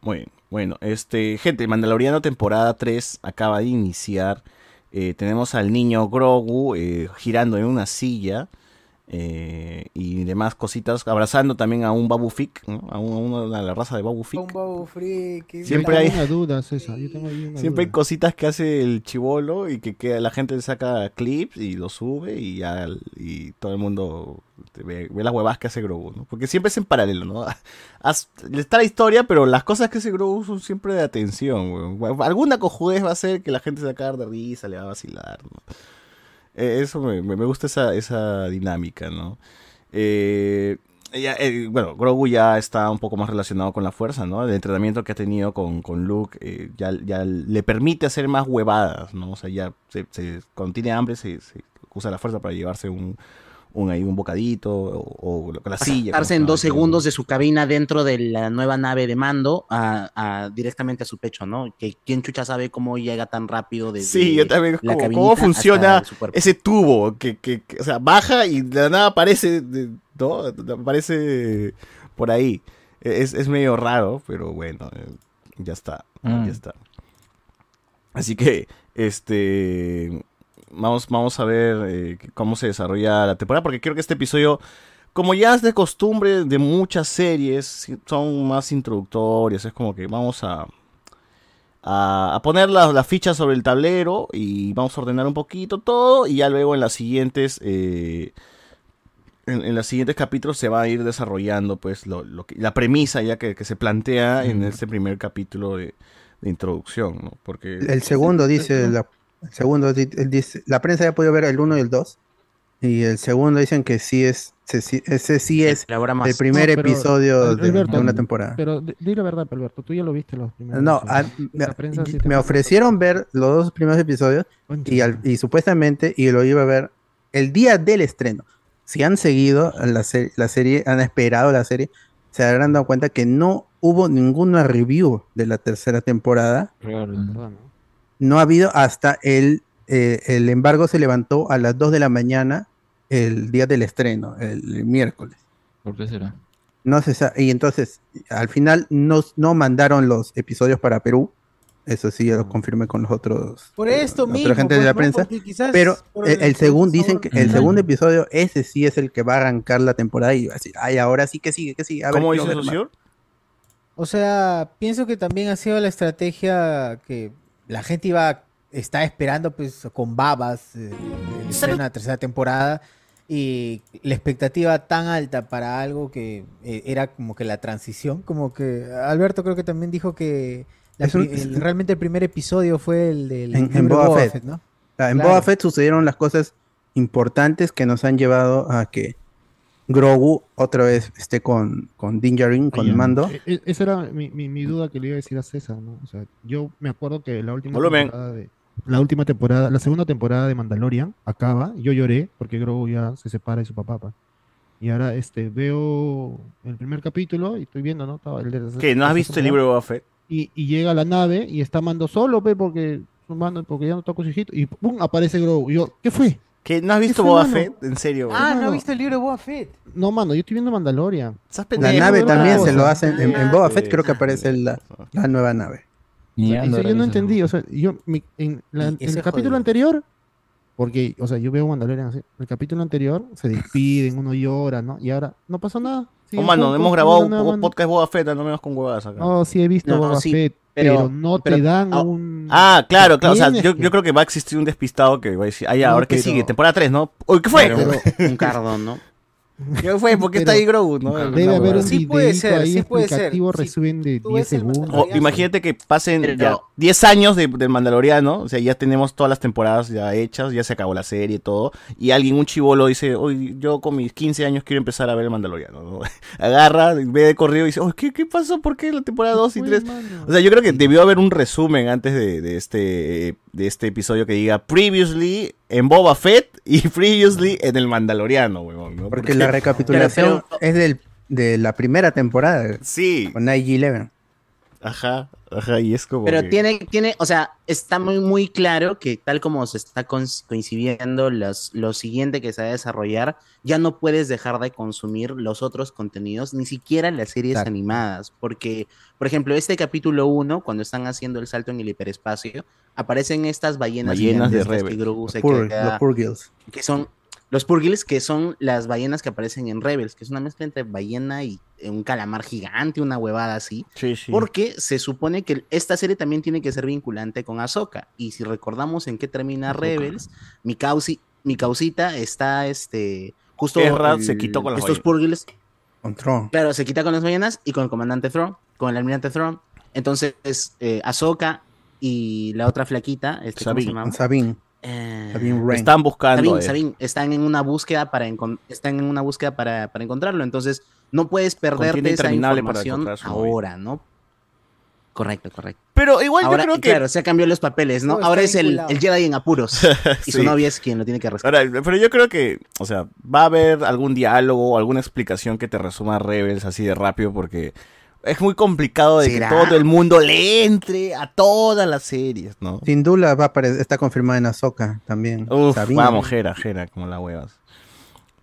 [SPEAKER 1] Muy bien. Bueno, este, gente, Mandaloriano temporada 3 acaba de iniciar. Eh, tenemos al niño Grogu eh, girando en una silla eh, y demás cositas, abrazando también a un Babu Fick, ¿no? a, un- a uno de la raza de Babu Fick. Siempre
[SPEAKER 14] Yo
[SPEAKER 1] hay-
[SPEAKER 14] tengo una duda, César. Yo tengo ahí una
[SPEAKER 1] Siempre hay
[SPEAKER 14] duda.
[SPEAKER 1] cositas que hace el chivolo y que, queda- la gente saca clips y lo sube y ya y todo el mundo este, ve, ve las huevas que hace Grogu, ¿no? Porque siempre es en paralelo, ¿no? Haz- Está la historia, pero las cosas que hace Grogu son siempre de atención, weón. Alguna cojudez va a hacer que la gente se va a cagar de risa, le va a vacilar, ¿no? Eh, Eso me, me- me gusta esa, esa dinámica, ¿no? Eh, ya, eh, bueno, Grogu ya está un poco más relacionado con la fuerza, ¿no? El entrenamiento que ha tenido con, con Luke eh, ya, ya le permite hacer más huevadas, ¿no? O sea, ya se, se- cuando tiene hambre se, se usa la fuerza para llevarse un, un, ahí un bocadito o, o lo- la silla.
[SPEAKER 5] Darse
[SPEAKER 1] como
[SPEAKER 5] en dos
[SPEAKER 1] estaba
[SPEAKER 5] segundos de su cabina dentro de la nueva nave de mando a, a- directamente a su pecho, ¿no? Que quién chucha sabe cómo llega tan rápido desde
[SPEAKER 1] Sí, yo también.
[SPEAKER 5] la
[SPEAKER 1] ¿Cómo,
[SPEAKER 5] cabinita
[SPEAKER 1] cómo funciona
[SPEAKER 5] hasta su cuerpo.
[SPEAKER 1] ese tubo? Que, que- que, o sea, baja y de la nada aparece, de- ¿no? Aparece por ahí. E-, Es, es medio raro, pero bueno, eh, ya está.
[SPEAKER 7] Mm.
[SPEAKER 1] Ya está. Así que, este. Vamos, vamos a ver eh, cómo se desarrolla la temporada, porque creo que este episodio, como ya es de costumbre de muchas series, son más introductorias. Es como que vamos a, a, a poner las las fichas sobre el tablero y vamos a ordenar un poquito todo y ya luego en las siguientes eh, en, en los siguientes capítulos se va a ir desarrollando pues lo, lo que, la premisa ya que, que se plantea en este primer capítulo de, de introducción ¿no? porque
[SPEAKER 4] El segundo dice, la, el segundo di- él dice, la prensa ya podido ver el 1 y el 2. Y el segundo dicen que sí es, se- sí- ese sí es el primer
[SPEAKER 14] No, pero,
[SPEAKER 4] episodio de,
[SPEAKER 14] Alberto,
[SPEAKER 4] de una temporada.
[SPEAKER 14] Pero di di la verdad, Alberto, tú ya lo viste los primeros.
[SPEAKER 4] No,
[SPEAKER 14] episodios.
[SPEAKER 4] a- me,
[SPEAKER 14] La prensa sí te
[SPEAKER 4] me
[SPEAKER 14] mandó-
[SPEAKER 4] ofrecieron ver los dos primeros episodios y, al- y supuestamente y lo iba a ver el día del estreno. Si han seguido la, se- la serie, han esperado la serie, se habrán dado cuenta que no hubo ninguna review de la tercera temporada. No ha habido hasta el, eh, el embargo se levantó a las 2 de la mañana el día del estreno, el miércoles.
[SPEAKER 7] ¿Por qué será?
[SPEAKER 4] No se sa- Y entonces, al final no, no mandaron los episodios para Perú. Eso sí, ya lo confirmé con los otros.
[SPEAKER 9] Por esto
[SPEAKER 4] la
[SPEAKER 9] mismo,
[SPEAKER 4] otra gente
[SPEAKER 9] pues,
[SPEAKER 4] de la
[SPEAKER 9] ¿no?
[SPEAKER 4] prensa.
[SPEAKER 9] Porque quizás
[SPEAKER 4] Pero
[SPEAKER 9] por
[SPEAKER 4] el,
[SPEAKER 9] el-
[SPEAKER 4] segundo, dicen que el
[SPEAKER 9] Ujú.
[SPEAKER 4] segundo episodio, ese sí es el que va a arrancar la temporada y va a decir, ay, ahora sí que sigue, que sigue. A ver,
[SPEAKER 1] ¿Cómo
[SPEAKER 4] quiero
[SPEAKER 1] dice
[SPEAKER 4] ver
[SPEAKER 1] eso,
[SPEAKER 4] más".
[SPEAKER 1] señor?
[SPEAKER 9] O sea, pienso que también ha sido la estrategia que la gente iba, está esperando pues con babas eh, el estreno de la tercera temporada y la expectativa tan alta para algo que eh, era como que la transición, como que Alberto creo que también dijo que la
[SPEAKER 4] Es un-
[SPEAKER 9] pri- el- realmente el primer episodio fue el del
[SPEAKER 4] En, en
[SPEAKER 9] libro de
[SPEAKER 4] Boba Fett.
[SPEAKER 9] ¿no?
[SPEAKER 4] Ah, en
[SPEAKER 9] Claro.
[SPEAKER 4] Boba Fett sucedieron las cosas importantes que nos han llevado a que Grogu otra vez esté con, con Din Djarin, con
[SPEAKER 14] Oye,
[SPEAKER 4] Mando.
[SPEAKER 1] eh,
[SPEAKER 14] e- e- Esa era mi, mi- mi duda que le iba a decir a César, ¿no? O sea, yo me acuerdo que la última
[SPEAKER 1] Volumen.
[SPEAKER 14] temporada de- la última temporada, la segunda temporada de Mandalorian acaba, yo lloré porque Grogu ya se separa de su papá. pa. Y ahora este veo el primer capítulo y estoy viendo, ¿no? Estaba el de-
[SPEAKER 1] ¿Qué, no has visto el libro de Boba Fett?
[SPEAKER 14] Y, y llega a la nave y está Mando solo, pe, porque Mando porque ya no está con su hijito y pum, aparece Grogu. Y yo, ¿qué fue?
[SPEAKER 1] ¿Qué no has visto Boba Fett? En serio, weón.
[SPEAKER 9] Ah, no he visto el libro de Boba Fett.
[SPEAKER 14] No, mano, yo estoy viendo Mandalorian.
[SPEAKER 1] eh,
[SPEAKER 14] Ah,
[SPEAKER 4] La nave también se lo hacen. En, en Boba Fett creo que aparece la,
[SPEAKER 1] eh.
[SPEAKER 4] la nueva nave.
[SPEAKER 14] O sea, eso yo no entendí, o sea, yo mi- en, la-
[SPEAKER 4] Y
[SPEAKER 14] en
[SPEAKER 4] eso
[SPEAKER 14] el
[SPEAKER 4] es
[SPEAKER 14] capítulo
[SPEAKER 4] jodido.
[SPEAKER 14] anterior, Porque, o sea, yo veo Mandalorian así. El capítulo anterior se despiden, uno llora, ¿no? Y ahora no pasó nada.
[SPEAKER 1] No,
[SPEAKER 14] Siguen
[SPEAKER 1] mano,
[SPEAKER 14] juntos,
[SPEAKER 1] hemos grabado
[SPEAKER 14] no, no, no.
[SPEAKER 1] un podcast Boba Fett, no me vas con huevadas acá.
[SPEAKER 14] No, sí he visto
[SPEAKER 1] No, no,
[SPEAKER 14] Boba
[SPEAKER 1] sí,
[SPEAKER 14] Fett,
[SPEAKER 1] pero-
[SPEAKER 14] pero, no te
[SPEAKER 1] pero-
[SPEAKER 14] dan
[SPEAKER 1] ah,
[SPEAKER 14] un.
[SPEAKER 1] Ah, claro, claro. O sea,
[SPEAKER 14] Tienes
[SPEAKER 1] yo,
[SPEAKER 14] que-
[SPEAKER 1] yo creo que va a existir un despistado que va a decir, ah, ya,
[SPEAKER 14] No,
[SPEAKER 1] ahora que
[SPEAKER 14] pero-
[SPEAKER 1] sigue, temporada 3, ¿no? Uy, ¿qué fue?
[SPEAKER 5] un cardo, ¿no?
[SPEAKER 1] ¿Qué fue? ¿Por qué está ahí Grogu? No,
[SPEAKER 14] Debe
[SPEAKER 1] No,
[SPEAKER 14] haber
[SPEAKER 1] bueno.
[SPEAKER 14] un
[SPEAKER 1] Sí
[SPEAKER 14] sí
[SPEAKER 1] puede ser,
[SPEAKER 14] ahí
[SPEAKER 1] sí puede ser.
[SPEAKER 14] explicativo, resumen de 10 segundos.
[SPEAKER 1] O imagínate que pasen
[SPEAKER 14] Pero-
[SPEAKER 1] ya 10 años de, del Mandaloriano, o sea, ya tenemos todas las temporadas ya hechas, ya se acabó la serie y todo, y alguien, un chivolo, dice, hoy yo con mis 15 años quiero empezar a ver el Mandaloriano, ¿no? Agarra, ve de corrido y dice, "Oye, ¿qué, ¿qué pasó? ¿Por qué la temporada 2 y 3? O sea, yo creo que debió haber un resumen antes de, de este, de este episodio que diga, previously en Boba Fett y previously en el Mandaloriano, huevón, ¿no?
[SPEAKER 4] Porque la recapitulación es del, de la primera temporada.
[SPEAKER 1] Sí.
[SPEAKER 4] Con IG-11.
[SPEAKER 1] Ajá, ajá, y es como...
[SPEAKER 5] Pero
[SPEAKER 1] que-
[SPEAKER 5] tiene, tiene, o sea, está muy, muy claro que tal como se está cons- coincidiendo los, lo siguiente que se va a desarrollar, ya no puedes dejar de consumir los otros contenidos, ni siquiera las series
[SPEAKER 9] Exacto.
[SPEAKER 5] animadas, porque, por ejemplo, este capítulo 1, cuando están haciendo el salto en el hiperespacio, aparecen estas ballenas,
[SPEAKER 4] Ballenas de
[SPEAKER 5] gigantescas
[SPEAKER 4] Rebels.
[SPEAKER 5] que Grogu se
[SPEAKER 4] Los Purg-
[SPEAKER 5] queda-
[SPEAKER 4] los Purgils.
[SPEAKER 5] que son los purgils, que son las ballenas que aparecen en Rebels, que es una mezcla entre ballena y eh, un calamar gigante, una huevada así. Porque se supone que esta serie también tiene que ser vinculante con Ahsoka. Y si recordamos en qué termina
[SPEAKER 1] Ahsoka.
[SPEAKER 5] Rebels, mi, causi- mi causita está este. Justo
[SPEAKER 1] Ezra
[SPEAKER 5] el-
[SPEAKER 1] se quitó con las
[SPEAKER 5] estos
[SPEAKER 1] ballenas.
[SPEAKER 5] purgils.
[SPEAKER 4] Con Tron.
[SPEAKER 5] Claro, se quita con las ballenas y con el comandante Thrawn, con el almirante Thrawn. Entonces, eh, Ahsoka y la otra flaquita, este, ¿cómo se
[SPEAKER 4] Sabine.
[SPEAKER 5] llamaba?
[SPEAKER 4] Sabine. Sabine Wren.
[SPEAKER 1] Están buscando
[SPEAKER 5] Sabine,
[SPEAKER 1] a él.
[SPEAKER 5] Sabine, están en una búsqueda para encon- están en una búsqueda para, para encontrarlo. Entonces, no puedes perderte esa
[SPEAKER 1] interminable para
[SPEAKER 5] información
[SPEAKER 1] encontrar su
[SPEAKER 5] ahora, ¿no? Correcto, correcto.
[SPEAKER 1] Pero igual yo
[SPEAKER 5] Ahora,
[SPEAKER 1] creo
[SPEAKER 5] y
[SPEAKER 1] que
[SPEAKER 5] Claro, se ha cambiado los papeles, ¿no?
[SPEAKER 1] Todo está
[SPEAKER 5] ahora es el,
[SPEAKER 1] vinculado.
[SPEAKER 5] el Jedi en apuros. Y su
[SPEAKER 1] Sí.
[SPEAKER 5] novia es quien lo tiene que rescatar.
[SPEAKER 1] Ahora, pero yo creo que, o sea, va a haber algún diálogo, alguna explicación que te resuma Rebels así de rápido, porque es muy complicado de
[SPEAKER 4] ¿Será?
[SPEAKER 1] que todo el mundo le entre a todas las series, ¿no?
[SPEAKER 4] Sin duda va a aparecer, está confirmada en Ahsoka también.
[SPEAKER 1] Uf,
[SPEAKER 4] Sabine.
[SPEAKER 1] vamos, Jera, Jera, como la huevas.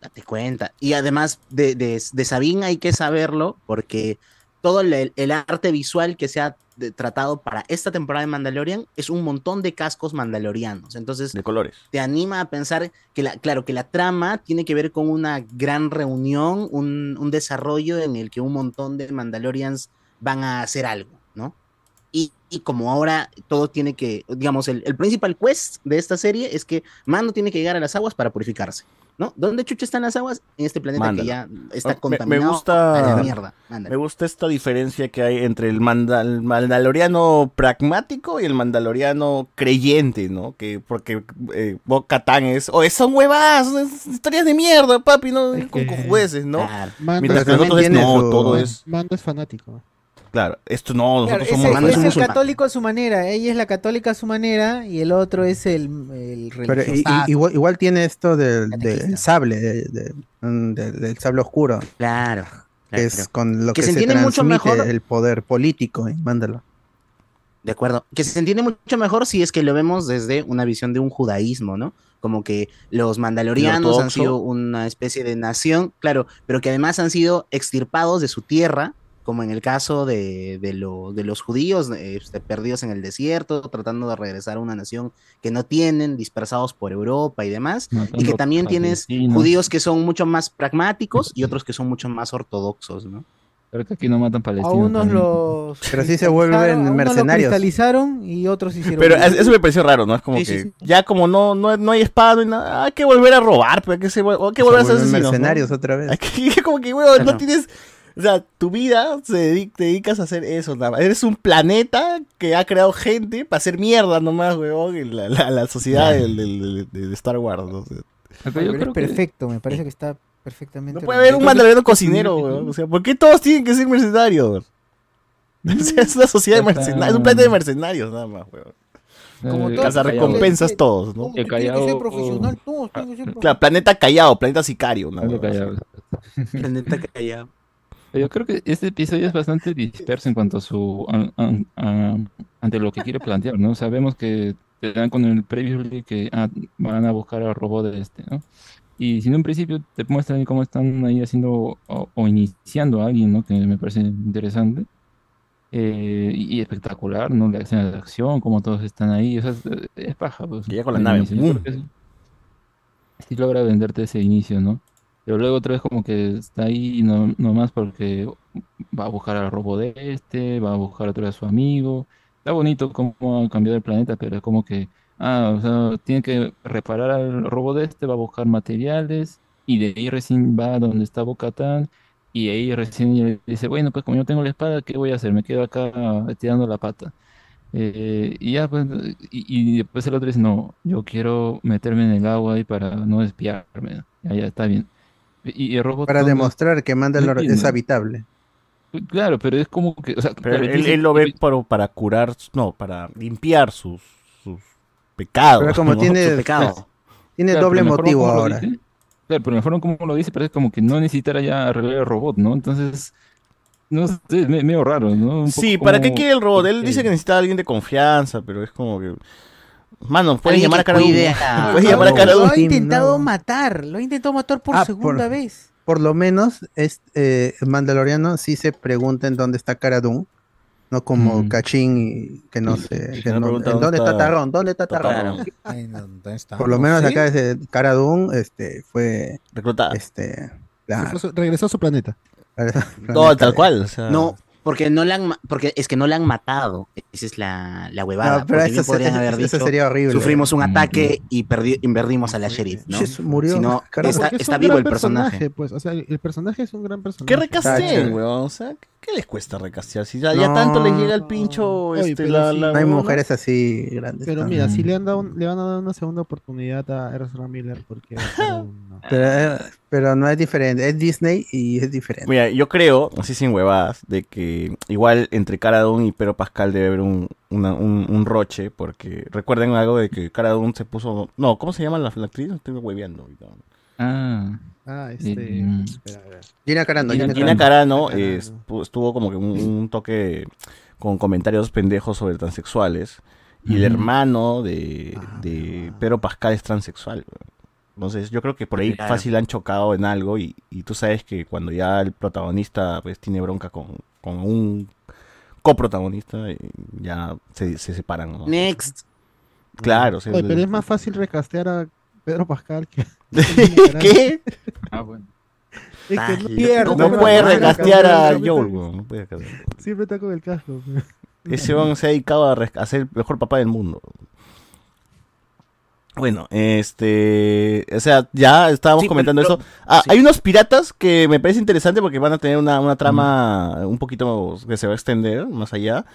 [SPEAKER 5] Date cuenta. Y además de, de, de Sabine hay que saberlo porque todo el, el arte visual que se ha de- tratado para esta temporada de Mandalorian es un montón de cascos mandalorianos. Entonces,
[SPEAKER 1] De colores.
[SPEAKER 5] te anima a pensar que la, claro, que la trama tiene que ver con una gran reunión, un, un desarrollo en el que un montón de Mandalorians van a hacer algo, ¿no? Y, y como ahora todo tiene que, digamos, el, el principal quest de esta serie es que Mando tiene que llegar a las aguas para purificarse, ¿no? ¿Dónde chucha están las aguas? En este planeta que ya
[SPEAKER 1] Mándalo.
[SPEAKER 5] está
[SPEAKER 1] Me- me
[SPEAKER 5] contaminado
[SPEAKER 1] gusta-
[SPEAKER 5] a la mierda. Mándalo.
[SPEAKER 1] Me gusta esta diferencia que hay entre el, manda- el mandaloriano pragmático y el mandaloriano creyente, ¿no? Que porque eh, Bo-Katan es, oh, son huevas, son historias de mierda, papi, no con cojudeces, ¿no?
[SPEAKER 14] Mando-
[SPEAKER 1] Mientras que
[SPEAKER 14] Pero
[SPEAKER 1] nosotros es,
[SPEAKER 14] también
[SPEAKER 1] no,
[SPEAKER 14] tiene su-
[SPEAKER 1] todo es,
[SPEAKER 14] Mando es fanático.
[SPEAKER 1] claro, esto no,
[SPEAKER 8] Claro,
[SPEAKER 1] nosotros
[SPEAKER 8] ese-
[SPEAKER 1] somos
[SPEAKER 8] ese es el
[SPEAKER 1] musulmanes.
[SPEAKER 8] católico a su manera, ella es la católica a su manera y el otro es el, el
[SPEAKER 4] Pero i- i-
[SPEAKER 8] religiosazo.
[SPEAKER 4] Ah, igual, igual tiene esto del, del sable, de- de- mm, de- del sable oscuro.
[SPEAKER 5] Claro.
[SPEAKER 4] Que es con lo
[SPEAKER 5] Que
[SPEAKER 4] que,
[SPEAKER 5] se
[SPEAKER 4] se,
[SPEAKER 5] entiende mucho
[SPEAKER 4] transmite
[SPEAKER 5] mejor-
[SPEAKER 4] el poder político. eh, Mándalo.
[SPEAKER 5] De acuerdo. Que se entiende mucho mejor si es que lo vemos desde una visión de un judaísmo, ¿no? Como que los mandalorianos han
[SPEAKER 9] Ortodoxo.
[SPEAKER 5] sido una especie de nación, claro, pero que además han sido extirpados de su tierra, como en el caso de, de lo- de los judíos, eh, este, perdidos en el desierto, tratando de regresar a una nación que no tienen, dispersados por Europa y demás. Y que
[SPEAKER 9] Matando
[SPEAKER 5] también tienes
[SPEAKER 9] argentinos.
[SPEAKER 5] judíos que son mucho más pragmáticos y otros que son mucho más ortodoxos, ¿no?
[SPEAKER 7] Pero que aquí no matan
[SPEAKER 8] A
[SPEAKER 7] palestinos.
[SPEAKER 8] unos
[SPEAKER 7] también.
[SPEAKER 8] los
[SPEAKER 4] Pero sí se
[SPEAKER 8] cristalizaron,
[SPEAKER 4] vuelven
[SPEAKER 8] a unos
[SPEAKER 4] mercenarios.
[SPEAKER 8] Lo cristalizaron y otros hicieron.
[SPEAKER 1] Pero es- eso me pareció raro, ¿no? Es como
[SPEAKER 8] Sí,
[SPEAKER 1] que
[SPEAKER 8] sí, sí.
[SPEAKER 1] ya como no, no, no hay espada, no hay nada, hay que volver a robar, pero hay que, se, hay que volver a ser
[SPEAKER 4] vuelven
[SPEAKER 1] asesinos, ¿no?
[SPEAKER 4] mercenarios otra vez.
[SPEAKER 1] Hay que- es como que, weón, no
[SPEAKER 4] Claro.
[SPEAKER 1] tienes... O sea, tu vida se dedi- te dedicas a hacer eso, nada más. Eres un planeta que ha creado gente para hacer mierda nomás, weón, en la, la- la sociedad del- del- del- de Star Wars. ¿no? O sea,
[SPEAKER 8] Pero es perfecto, me parece que está perfectamente.
[SPEAKER 1] no puede haber un
[SPEAKER 8] organizado.
[SPEAKER 1] mandaloriano cocinero, weón. O sea, ¿por qué todos tienen que ser mercenarios? O sea, es una sociedad de
[SPEAKER 7] Mm, Ya está.
[SPEAKER 1] mercenarios, es un planeta de mercenarios nada más, weón.
[SPEAKER 7] Como
[SPEAKER 1] Como
[SPEAKER 7] todo
[SPEAKER 1] recompensas
[SPEAKER 7] callado.
[SPEAKER 1] todos, ¿no?
[SPEAKER 7] El callado- oh.
[SPEAKER 8] Tiene que ser profesional, todos tienen que ser profesional.
[SPEAKER 1] Claro, planeta callado, planeta sicario, ¿no?
[SPEAKER 7] Planeta Callao. Yo creo que este episodio es bastante disperso en cuanto a su an- an- an- ante lo que quiere plantear, ¿no? Sabemos que te dan con el previously que ah, van a buscar al robot de este, ¿no? Y si en un principio te muestran cómo están ahí haciendo o, o iniciando a alguien, ¿no? Que me parece interesante eh, y y espectacular, ¿no? La escena de acción, como todos están ahí, o sea, es, es paja, pues.
[SPEAKER 1] Llega con la
[SPEAKER 7] Al
[SPEAKER 1] nave,
[SPEAKER 7] inicio. Yo
[SPEAKER 1] ¡boom!
[SPEAKER 7] creo que es- sí logra venderte ese inicio, ¿no? Pero luego otra vez como que está ahí no- nomás porque va a buscar al robo de este, va a buscar otra vez a su amigo. Está bonito cómo ha cambiado el planeta, pero es como que, ah, o sea, tiene que reparar al robo de este, va a buscar materiales y de ahí recién va a donde está Bo-Katan y ahí recién le dice, bueno, pues como yo tengo la espada, ¿qué voy a hacer? Me quedo acá tirando la pata. Eh, y ya, pues, y, y después el otro dice, no, yo quiero meterme en el agua ahí para no desviarme. Ya, ya, está bien. Y, y el robot
[SPEAKER 4] Para
[SPEAKER 7] no- no-
[SPEAKER 4] demostrar que Mandalore
[SPEAKER 7] entiendo.
[SPEAKER 4] es habitable.
[SPEAKER 7] Claro, pero es como que, o sea,
[SPEAKER 1] Pero
[SPEAKER 7] claro,
[SPEAKER 1] él,
[SPEAKER 7] dice-
[SPEAKER 1] él lo ve para, para curar, no, para limpiar sus, sus pecados.
[SPEAKER 4] Pero como
[SPEAKER 1] ¿no?
[SPEAKER 4] tiene-
[SPEAKER 1] Sus pecados.
[SPEAKER 4] claro, tiene
[SPEAKER 7] Claro,
[SPEAKER 4] doble
[SPEAKER 7] pero la forma
[SPEAKER 4] motivo
[SPEAKER 7] como lo
[SPEAKER 4] ahora.
[SPEAKER 7] dice- claro, pero la forma como lo dice parece como que no necesitara ya arreglar el robot, ¿no? Entonces, no sé, me- medio raro, ¿no? Un
[SPEAKER 1] Sí,
[SPEAKER 7] poco
[SPEAKER 1] ¿para qué
[SPEAKER 7] como-
[SPEAKER 1] quiere el robot? Él dice
[SPEAKER 7] Ok.
[SPEAKER 1] que necesita a alguien de confianza, pero es como que. Mano, puedes
[SPEAKER 9] Alguien
[SPEAKER 1] llamar a
[SPEAKER 9] que
[SPEAKER 1] Cara Dune.
[SPEAKER 9] cuide a-
[SPEAKER 1] Puedes llamar a Cara
[SPEAKER 9] Lo
[SPEAKER 1] Dune.
[SPEAKER 9] ha intentado matar, lo ha intentado matar por
[SPEAKER 4] Ah,
[SPEAKER 9] segunda
[SPEAKER 4] por-
[SPEAKER 9] vez.
[SPEAKER 4] Por lo menos, este eh, Mandaloriano sí se pregunta en dónde está Cara Dune, no como Cachín y que no sé. que
[SPEAKER 1] no
[SPEAKER 4] no-
[SPEAKER 1] pregunta
[SPEAKER 4] ¿en ¿Dónde
[SPEAKER 1] dónde está
[SPEAKER 4] está Tarrón? ¿Dónde está Tarrón? Por lo menos acá ese Cara Dune este, fue.
[SPEAKER 1] Reclutada. pues.
[SPEAKER 4] Este,
[SPEAKER 14] Se fue
[SPEAKER 4] claro.
[SPEAKER 14] a su- regresó a su planeta.
[SPEAKER 1] No, tal cual. o sea.
[SPEAKER 5] No, porque no la han ma- porque es que no la han matado. Esa es la, la huevada.
[SPEAKER 4] No, pero
[SPEAKER 5] porque bien
[SPEAKER 4] eso
[SPEAKER 5] podrían
[SPEAKER 4] se-
[SPEAKER 5] haber
[SPEAKER 4] eso
[SPEAKER 5] dicho,
[SPEAKER 4] sería horrible.
[SPEAKER 5] Sufrimos
[SPEAKER 7] Mm,
[SPEAKER 5] un ataque y, perdi- y perdimos a la sheriff, ¿no?
[SPEAKER 4] Jesús, murió.
[SPEAKER 5] Si
[SPEAKER 14] Ah,
[SPEAKER 5] no,
[SPEAKER 4] Carajo.
[SPEAKER 5] está,
[SPEAKER 4] Porque es
[SPEAKER 5] está
[SPEAKER 4] un
[SPEAKER 5] vivo
[SPEAKER 4] gran
[SPEAKER 5] el personaje.
[SPEAKER 14] Pues, o sea, el, el personaje es un gran personaje.
[SPEAKER 1] ¿Qué recastean,
[SPEAKER 4] Exacto.
[SPEAKER 1] weón? O sea, ¿qué- ¿qué les cuesta recastear? Si ya, ya tanto les llega el pincho.
[SPEAKER 14] Oye,
[SPEAKER 1] este,
[SPEAKER 14] pero
[SPEAKER 1] la,
[SPEAKER 14] sí.
[SPEAKER 1] la
[SPEAKER 4] No hay
[SPEAKER 1] huevona.
[SPEAKER 4] mujeres así grandes.
[SPEAKER 14] Pero
[SPEAKER 4] ¿no?
[SPEAKER 14] mira, si le han dado, un- le van a dar una segunda oportunidad a Ezra Miller porque no.
[SPEAKER 4] Pero, eh, pero no es diferente. Es Disney y es diferente.
[SPEAKER 1] Mira, yo creo, así sin huevadas, de que igual entre Cara Dune y Pedro Pascal debe haber un, una- un, un roche, porque recuerden algo de que Cara Dune se puso. No, ¿cómo se llama la, la actriz? Estoy hueveando. ahorita.
[SPEAKER 7] Ah,
[SPEAKER 14] Ah, este.
[SPEAKER 7] Mm.
[SPEAKER 14] espera, a ver.
[SPEAKER 4] Gina Carano. Gina
[SPEAKER 1] Gina
[SPEAKER 4] Carano.
[SPEAKER 1] Carano eh, estu- estuvo como que un, un toque con comentarios pendejos sobre transexuales. Y el
[SPEAKER 7] Ujú.
[SPEAKER 1] hermano de, de Pedro Pascal es transexual. weón. Entonces yo creo que por ahí
[SPEAKER 5] Claro.
[SPEAKER 1] fácil han chocado en algo y, y tú sabes que cuando ya el protagonista pues tiene bronca con, con un coprotagonista eh, ya se, se separan. ¿no?
[SPEAKER 5] Next.
[SPEAKER 1] Claro. se-
[SPEAKER 14] Oye, pero es más fácil recastear a Pedro Pascal que.
[SPEAKER 1] ¿Qué?
[SPEAKER 3] Ah, bueno.
[SPEAKER 14] Es
[SPEAKER 5] Ah,
[SPEAKER 14] que no
[SPEAKER 5] loco.
[SPEAKER 14] pierde,
[SPEAKER 1] No
[SPEAKER 14] pero
[SPEAKER 1] puede
[SPEAKER 14] bueno,
[SPEAKER 1] recastear a
[SPEAKER 14] siempre
[SPEAKER 1] Joel,
[SPEAKER 14] está-
[SPEAKER 1] weón, no puede recastear.
[SPEAKER 14] Siempre está con el casco. pues.
[SPEAKER 1] Ese hombre se ha dedicado a, res- a ser el mejor papá del mundo. Bueno, este. O sea, ya estábamos
[SPEAKER 5] Sí,
[SPEAKER 1] comentando
[SPEAKER 5] pero-
[SPEAKER 1] eso. Ah,
[SPEAKER 5] sí.
[SPEAKER 1] hay unos piratas que me parece interesante porque van a tener una, una trama un poquito que se va a extender más allá.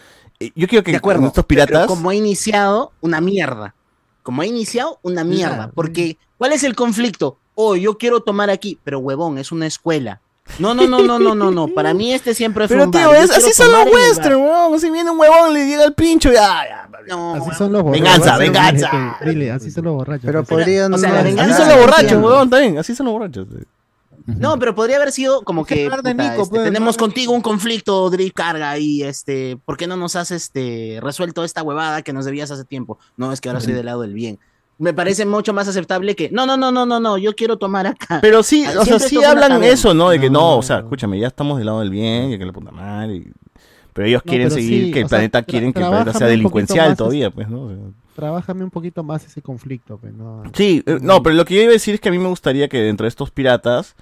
[SPEAKER 1] Eh, Yo quiero que
[SPEAKER 5] De acuerdo.
[SPEAKER 1] con estos
[SPEAKER 5] Pero
[SPEAKER 1] piratas.
[SPEAKER 5] como ha iniciado, una mierda. Como ha iniciado, una mierda.
[SPEAKER 14] Claro,
[SPEAKER 5] porque, ¿cuál es el conflicto? Oh, yo quiero tomar aquí, pero huevón, es una escuela. No, no, no, no, no, no, no. Para mí este siempre fue
[SPEAKER 1] Pero
[SPEAKER 5] un
[SPEAKER 1] tío,
[SPEAKER 5] bar. Yo
[SPEAKER 1] es-
[SPEAKER 5] quiero
[SPEAKER 1] así son los
[SPEAKER 5] tomar en el bar.
[SPEAKER 1] westerns, weón. Si viene un huevón, le llega el pincho. Ya, ya.
[SPEAKER 5] No,
[SPEAKER 14] Así
[SPEAKER 5] huevón.
[SPEAKER 14] son los borrachos.
[SPEAKER 1] Venganza,
[SPEAKER 14] Dile,
[SPEAKER 1] venganza.
[SPEAKER 14] Dile, así son los borrachos.
[SPEAKER 4] Pero
[SPEAKER 14] Así-
[SPEAKER 4] podrían.
[SPEAKER 5] o sea,
[SPEAKER 4] no
[SPEAKER 5] la
[SPEAKER 4] estar.
[SPEAKER 1] Así
[SPEAKER 5] venganza
[SPEAKER 1] son los borrachos,
[SPEAKER 5] entiendo.
[SPEAKER 1] huevón, también. Así son los borrachos.
[SPEAKER 5] No, pero podría haber sido como que
[SPEAKER 9] Hablar de
[SPEAKER 5] puta,
[SPEAKER 9] Nico,
[SPEAKER 5] este,
[SPEAKER 9] pues,
[SPEAKER 5] tenemos
[SPEAKER 9] ¿no?
[SPEAKER 5] contigo un conflicto, Drift Carga, y este, ¿por qué no nos has este, resuelto esta huevada que nos debías hace tiempo? No, es que ahora soy del lado del bien. Me parece mucho más aceptable que, no, no, no, no, no, no, yo quiero tomar acá.
[SPEAKER 1] Pero sí,
[SPEAKER 5] Ah,
[SPEAKER 1] o sea,
[SPEAKER 5] siempre
[SPEAKER 1] sí
[SPEAKER 5] esto fue una
[SPEAKER 1] hablan
[SPEAKER 5] cadena.
[SPEAKER 1] eso, ¿no? De que no, o sea,
[SPEAKER 14] No.
[SPEAKER 1] escúchame, ya estamos del lado del bien, y que la puta madre. y- Pero ellos
[SPEAKER 14] No,
[SPEAKER 1] quieren
[SPEAKER 14] pero
[SPEAKER 1] seguir,
[SPEAKER 14] sí,
[SPEAKER 1] que el
[SPEAKER 14] o sea,
[SPEAKER 1] planeta
[SPEAKER 14] tra-
[SPEAKER 1] quieren que el planeta sea
[SPEAKER 14] trabájame un poquito
[SPEAKER 1] delincuencial
[SPEAKER 14] más
[SPEAKER 1] todavía, pues, ¿no? O sea,
[SPEAKER 14] Trabájame un poquito más ese conflicto. pues, no.
[SPEAKER 1] sí, eh, no, pero lo que yo iba a decir es que a mí me gustaría que dentro de estos piratas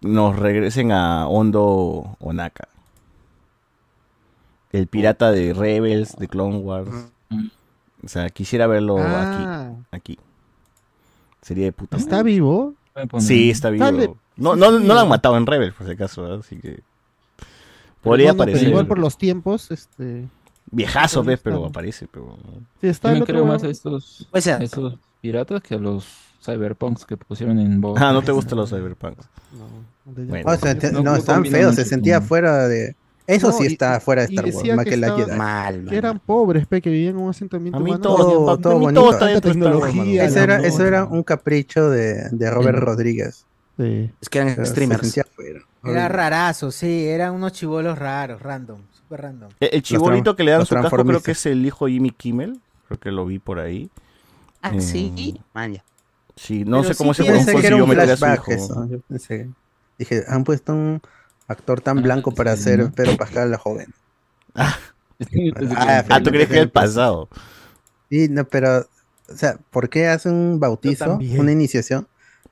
[SPEAKER 1] nos regresen a Hondo Onaka. El pirata de Rebels, de Clone Wars. O sea, quisiera verlo
[SPEAKER 14] Ah,
[SPEAKER 1] aquí. Aquí. Sería de puta
[SPEAKER 14] ¿Está
[SPEAKER 1] madre.
[SPEAKER 14] vivo?
[SPEAKER 7] Pueden poner-
[SPEAKER 1] Sí, está vivo.
[SPEAKER 14] Dale.
[SPEAKER 1] No,
[SPEAKER 14] Sí,
[SPEAKER 1] no,
[SPEAKER 14] sí.
[SPEAKER 1] no lo han matado en Rebel, por si acaso, ¿eh? así que. Podría
[SPEAKER 14] Bueno, pero
[SPEAKER 1] aparecer.
[SPEAKER 14] igual por los tiempos, este.
[SPEAKER 1] Viejazo,
[SPEAKER 14] Podría
[SPEAKER 1] ¿ves? Pero
[SPEAKER 14] estar.
[SPEAKER 1] aparece. Pero...
[SPEAKER 14] Sí, está
[SPEAKER 7] Yo
[SPEAKER 14] el
[SPEAKER 7] me
[SPEAKER 14] otro
[SPEAKER 7] creo más a
[SPEAKER 14] huevón.
[SPEAKER 7] estos,
[SPEAKER 14] Pues
[SPEAKER 5] Puede ser.
[SPEAKER 7] a esos piratas que a los cyberpunks que pusieron en Bo.
[SPEAKER 1] Ah, no te gustan los cyberpunks.
[SPEAKER 14] No, no te-
[SPEAKER 1] Bueno.
[SPEAKER 4] O sea, te-
[SPEAKER 7] No,
[SPEAKER 4] no,
[SPEAKER 7] no
[SPEAKER 4] estaban
[SPEAKER 7] combina
[SPEAKER 4] feos.
[SPEAKER 7] mucho
[SPEAKER 4] Se sentía
[SPEAKER 7] con-
[SPEAKER 4] fuera de. Eso
[SPEAKER 14] No,
[SPEAKER 4] sí
[SPEAKER 14] y-
[SPEAKER 4] está fuera de
[SPEAKER 14] y
[SPEAKER 4] Star Wars,
[SPEAKER 14] decía
[SPEAKER 4] más
[SPEAKER 14] que
[SPEAKER 4] que la
[SPEAKER 14] estaba-
[SPEAKER 4] Jedi.
[SPEAKER 5] Mal,
[SPEAKER 14] Que
[SPEAKER 5] man.
[SPEAKER 14] eran pobres, pe, que vivían en un asentamiento
[SPEAKER 1] A mí
[SPEAKER 14] humano.
[SPEAKER 1] todo,
[SPEAKER 4] todo-
[SPEAKER 1] bien, pa-
[SPEAKER 4] Oh, todo
[SPEAKER 1] a mí
[SPEAKER 4] bonito.
[SPEAKER 1] todo está dentro de Star Wars, mano.
[SPEAKER 14] tecnología,
[SPEAKER 4] Eso
[SPEAKER 14] la
[SPEAKER 4] era,
[SPEAKER 14] moda.
[SPEAKER 4] eso era un capricho de, de Robert
[SPEAKER 7] Sí.
[SPEAKER 4] Rodríguez.
[SPEAKER 14] Sí.
[SPEAKER 5] Es que eran
[SPEAKER 4] pero se
[SPEAKER 5] streamers.
[SPEAKER 4] sentía fuera.
[SPEAKER 9] Era rarazo, sí, eran unos chivolos raros, random, super random.
[SPEAKER 1] El, el chibolito que le dan
[SPEAKER 4] los
[SPEAKER 1] su casco creo
[SPEAKER 4] transformistas.
[SPEAKER 1] que es el hijo Jimmy Kimmel. Creo que lo vi por ahí. Eh,
[SPEAKER 5] Ah, sí, man, ya. Ah,
[SPEAKER 1] Sí, no
[SPEAKER 9] Pero
[SPEAKER 1] sé
[SPEAKER 9] sí
[SPEAKER 1] cómo ese
[SPEAKER 9] tiene
[SPEAKER 1] huevón
[SPEAKER 4] Pensé que era
[SPEAKER 1] consiguió
[SPEAKER 4] un
[SPEAKER 1] meter a su
[SPEAKER 4] flashback
[SPEAKER 1] hijo.
[SPEAKER 4] eso. yo pensé. Dije, han puesto un actor tan
[SPEAKER 7] Ah,
[SPEAKER 4] blanco para
[SPEAKER 7] sí,
[SPEAKER 4] hacer
[SPEAKER 7] ¿no?
[SPEAKER 4] Pedro Pascal la joven.
[SPEAKER 1] Ah, ¿tú crees que era el
[SPEAKER 4] Pensé-
[SPEAKER 1] pasado?
[SPEAKER 4] Sí, no, pero, o sea, ¿por qué hace un bautizo, una iniciación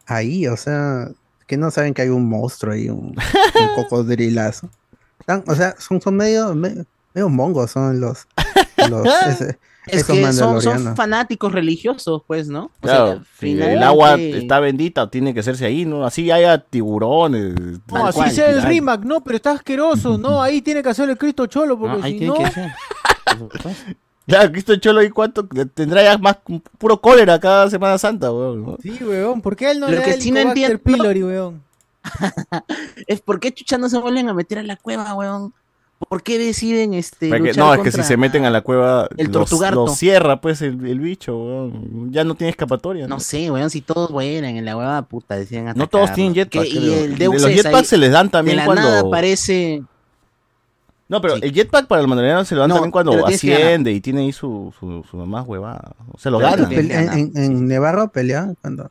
[SPEAKER 4] ahí, o sea, que no saben que hay un monstruo ahí, un, un cocodrilazo. Tan- o sea, son, son medio, me- medio mongos, son los, los ese-
[SPEAKER 5] Es
[SPEAKER 4] esos
[SPEAKER 5] que son, son
[SPEAKER 4] mandalorianos.
[SPEAKER 5] fanáticos religiosos, pues, ¿no? O sea,
[SPEAKER 1] Claro,
[SPEAKER 5] que
[SPEAKER 1] si
[SPEAKER 5] finalmente-
[SPEAKER 1] el agua está bendita, tiene que hacerse ahí, ¿no? Así haya tiburones.
[SPEAKER 8] No, así sea el
[SPEAKER 5] Ah,
[SPEAKER 8] Rimac, no, pero está asqueroso. No, ahí tiene que hacer el Cristo Cholo, porque
[SPEAKER 1] ahí
[SPEAKER 8] si
[SPEAKER 1] tiene
[SPEAKER 8] no.
[SPEAKER 1] que hacer. Claro, Cristo Cholo, ¿y cuánto? Tendrá ya más puro cólera cada Semana Santa, weón. ¿no?
[SPEAKER 8] Sí, weón, ¿por qué a él no
[SPEAKER 5] Lo
[SPEAKER 8] le
[SPEAKER 5] que
[SPEAKER 8] da el
[SPEAKER 5] sí no
[SPEAKER 8] Cobacter
[SPEAKER 5] entiendo-
[SPEAKER 8] Pillory, weón?
[SPEAKER 5] es por qué chucha no se vuelven a meter a la cueva, weón. ¿Por qué deciden este
[SPEAKER 1] Para que-
[SPEAKER 5] luchar
[SPEAKER 1] no, es que si
[SPEAKER 5] contra-
[SPEAKER 1] se meten a la cueva,
[SPEAKER 5] el
[SPEAKER 1] los-
[SPEAKER 5] Tortugarto.
[SPEAKER 1] lo cierra, pues, el, el bicho, weón. Ya no tiene escapatoria.
[SPEAKER 5] No sé, weón, si todos mueren en la hueva puta, decían
[SPEAKER 1] No todos tienen jetpack,
[SPEAKER 5] Y
[SPEAKER 1] creo.
[SPEAKER 5] el
[SPEAKER 1] De
[SPEAKER 5] Deus
[SPEAKER 1] los
[SPEAKER 5] Ex
[SPEAKER 1] jetpacks
[SPEAKER 5] ahí,
[SPEAKER 1] se les dan también
[SPEAKER 5] de la
[SPEAKER 1] cuando-
[SPEAKER 5] nada aparece...
[SPEAKER 1] No, pero el jetpack para el mandaloriano se lo dan
[SPEAKER 5] No, te lo
[SPEAKER 1] también cuando
[SPEAKER 5] tienes que
[SPEAKER 1] asciende y tiene ahí su, su, su mamá huevada. O sea, lo
[SPEAKER 4] Claro,
[SPEAKER 1] gana.
[SPEAKER 4] pele- en, en- en Nevarro peleaban cuando,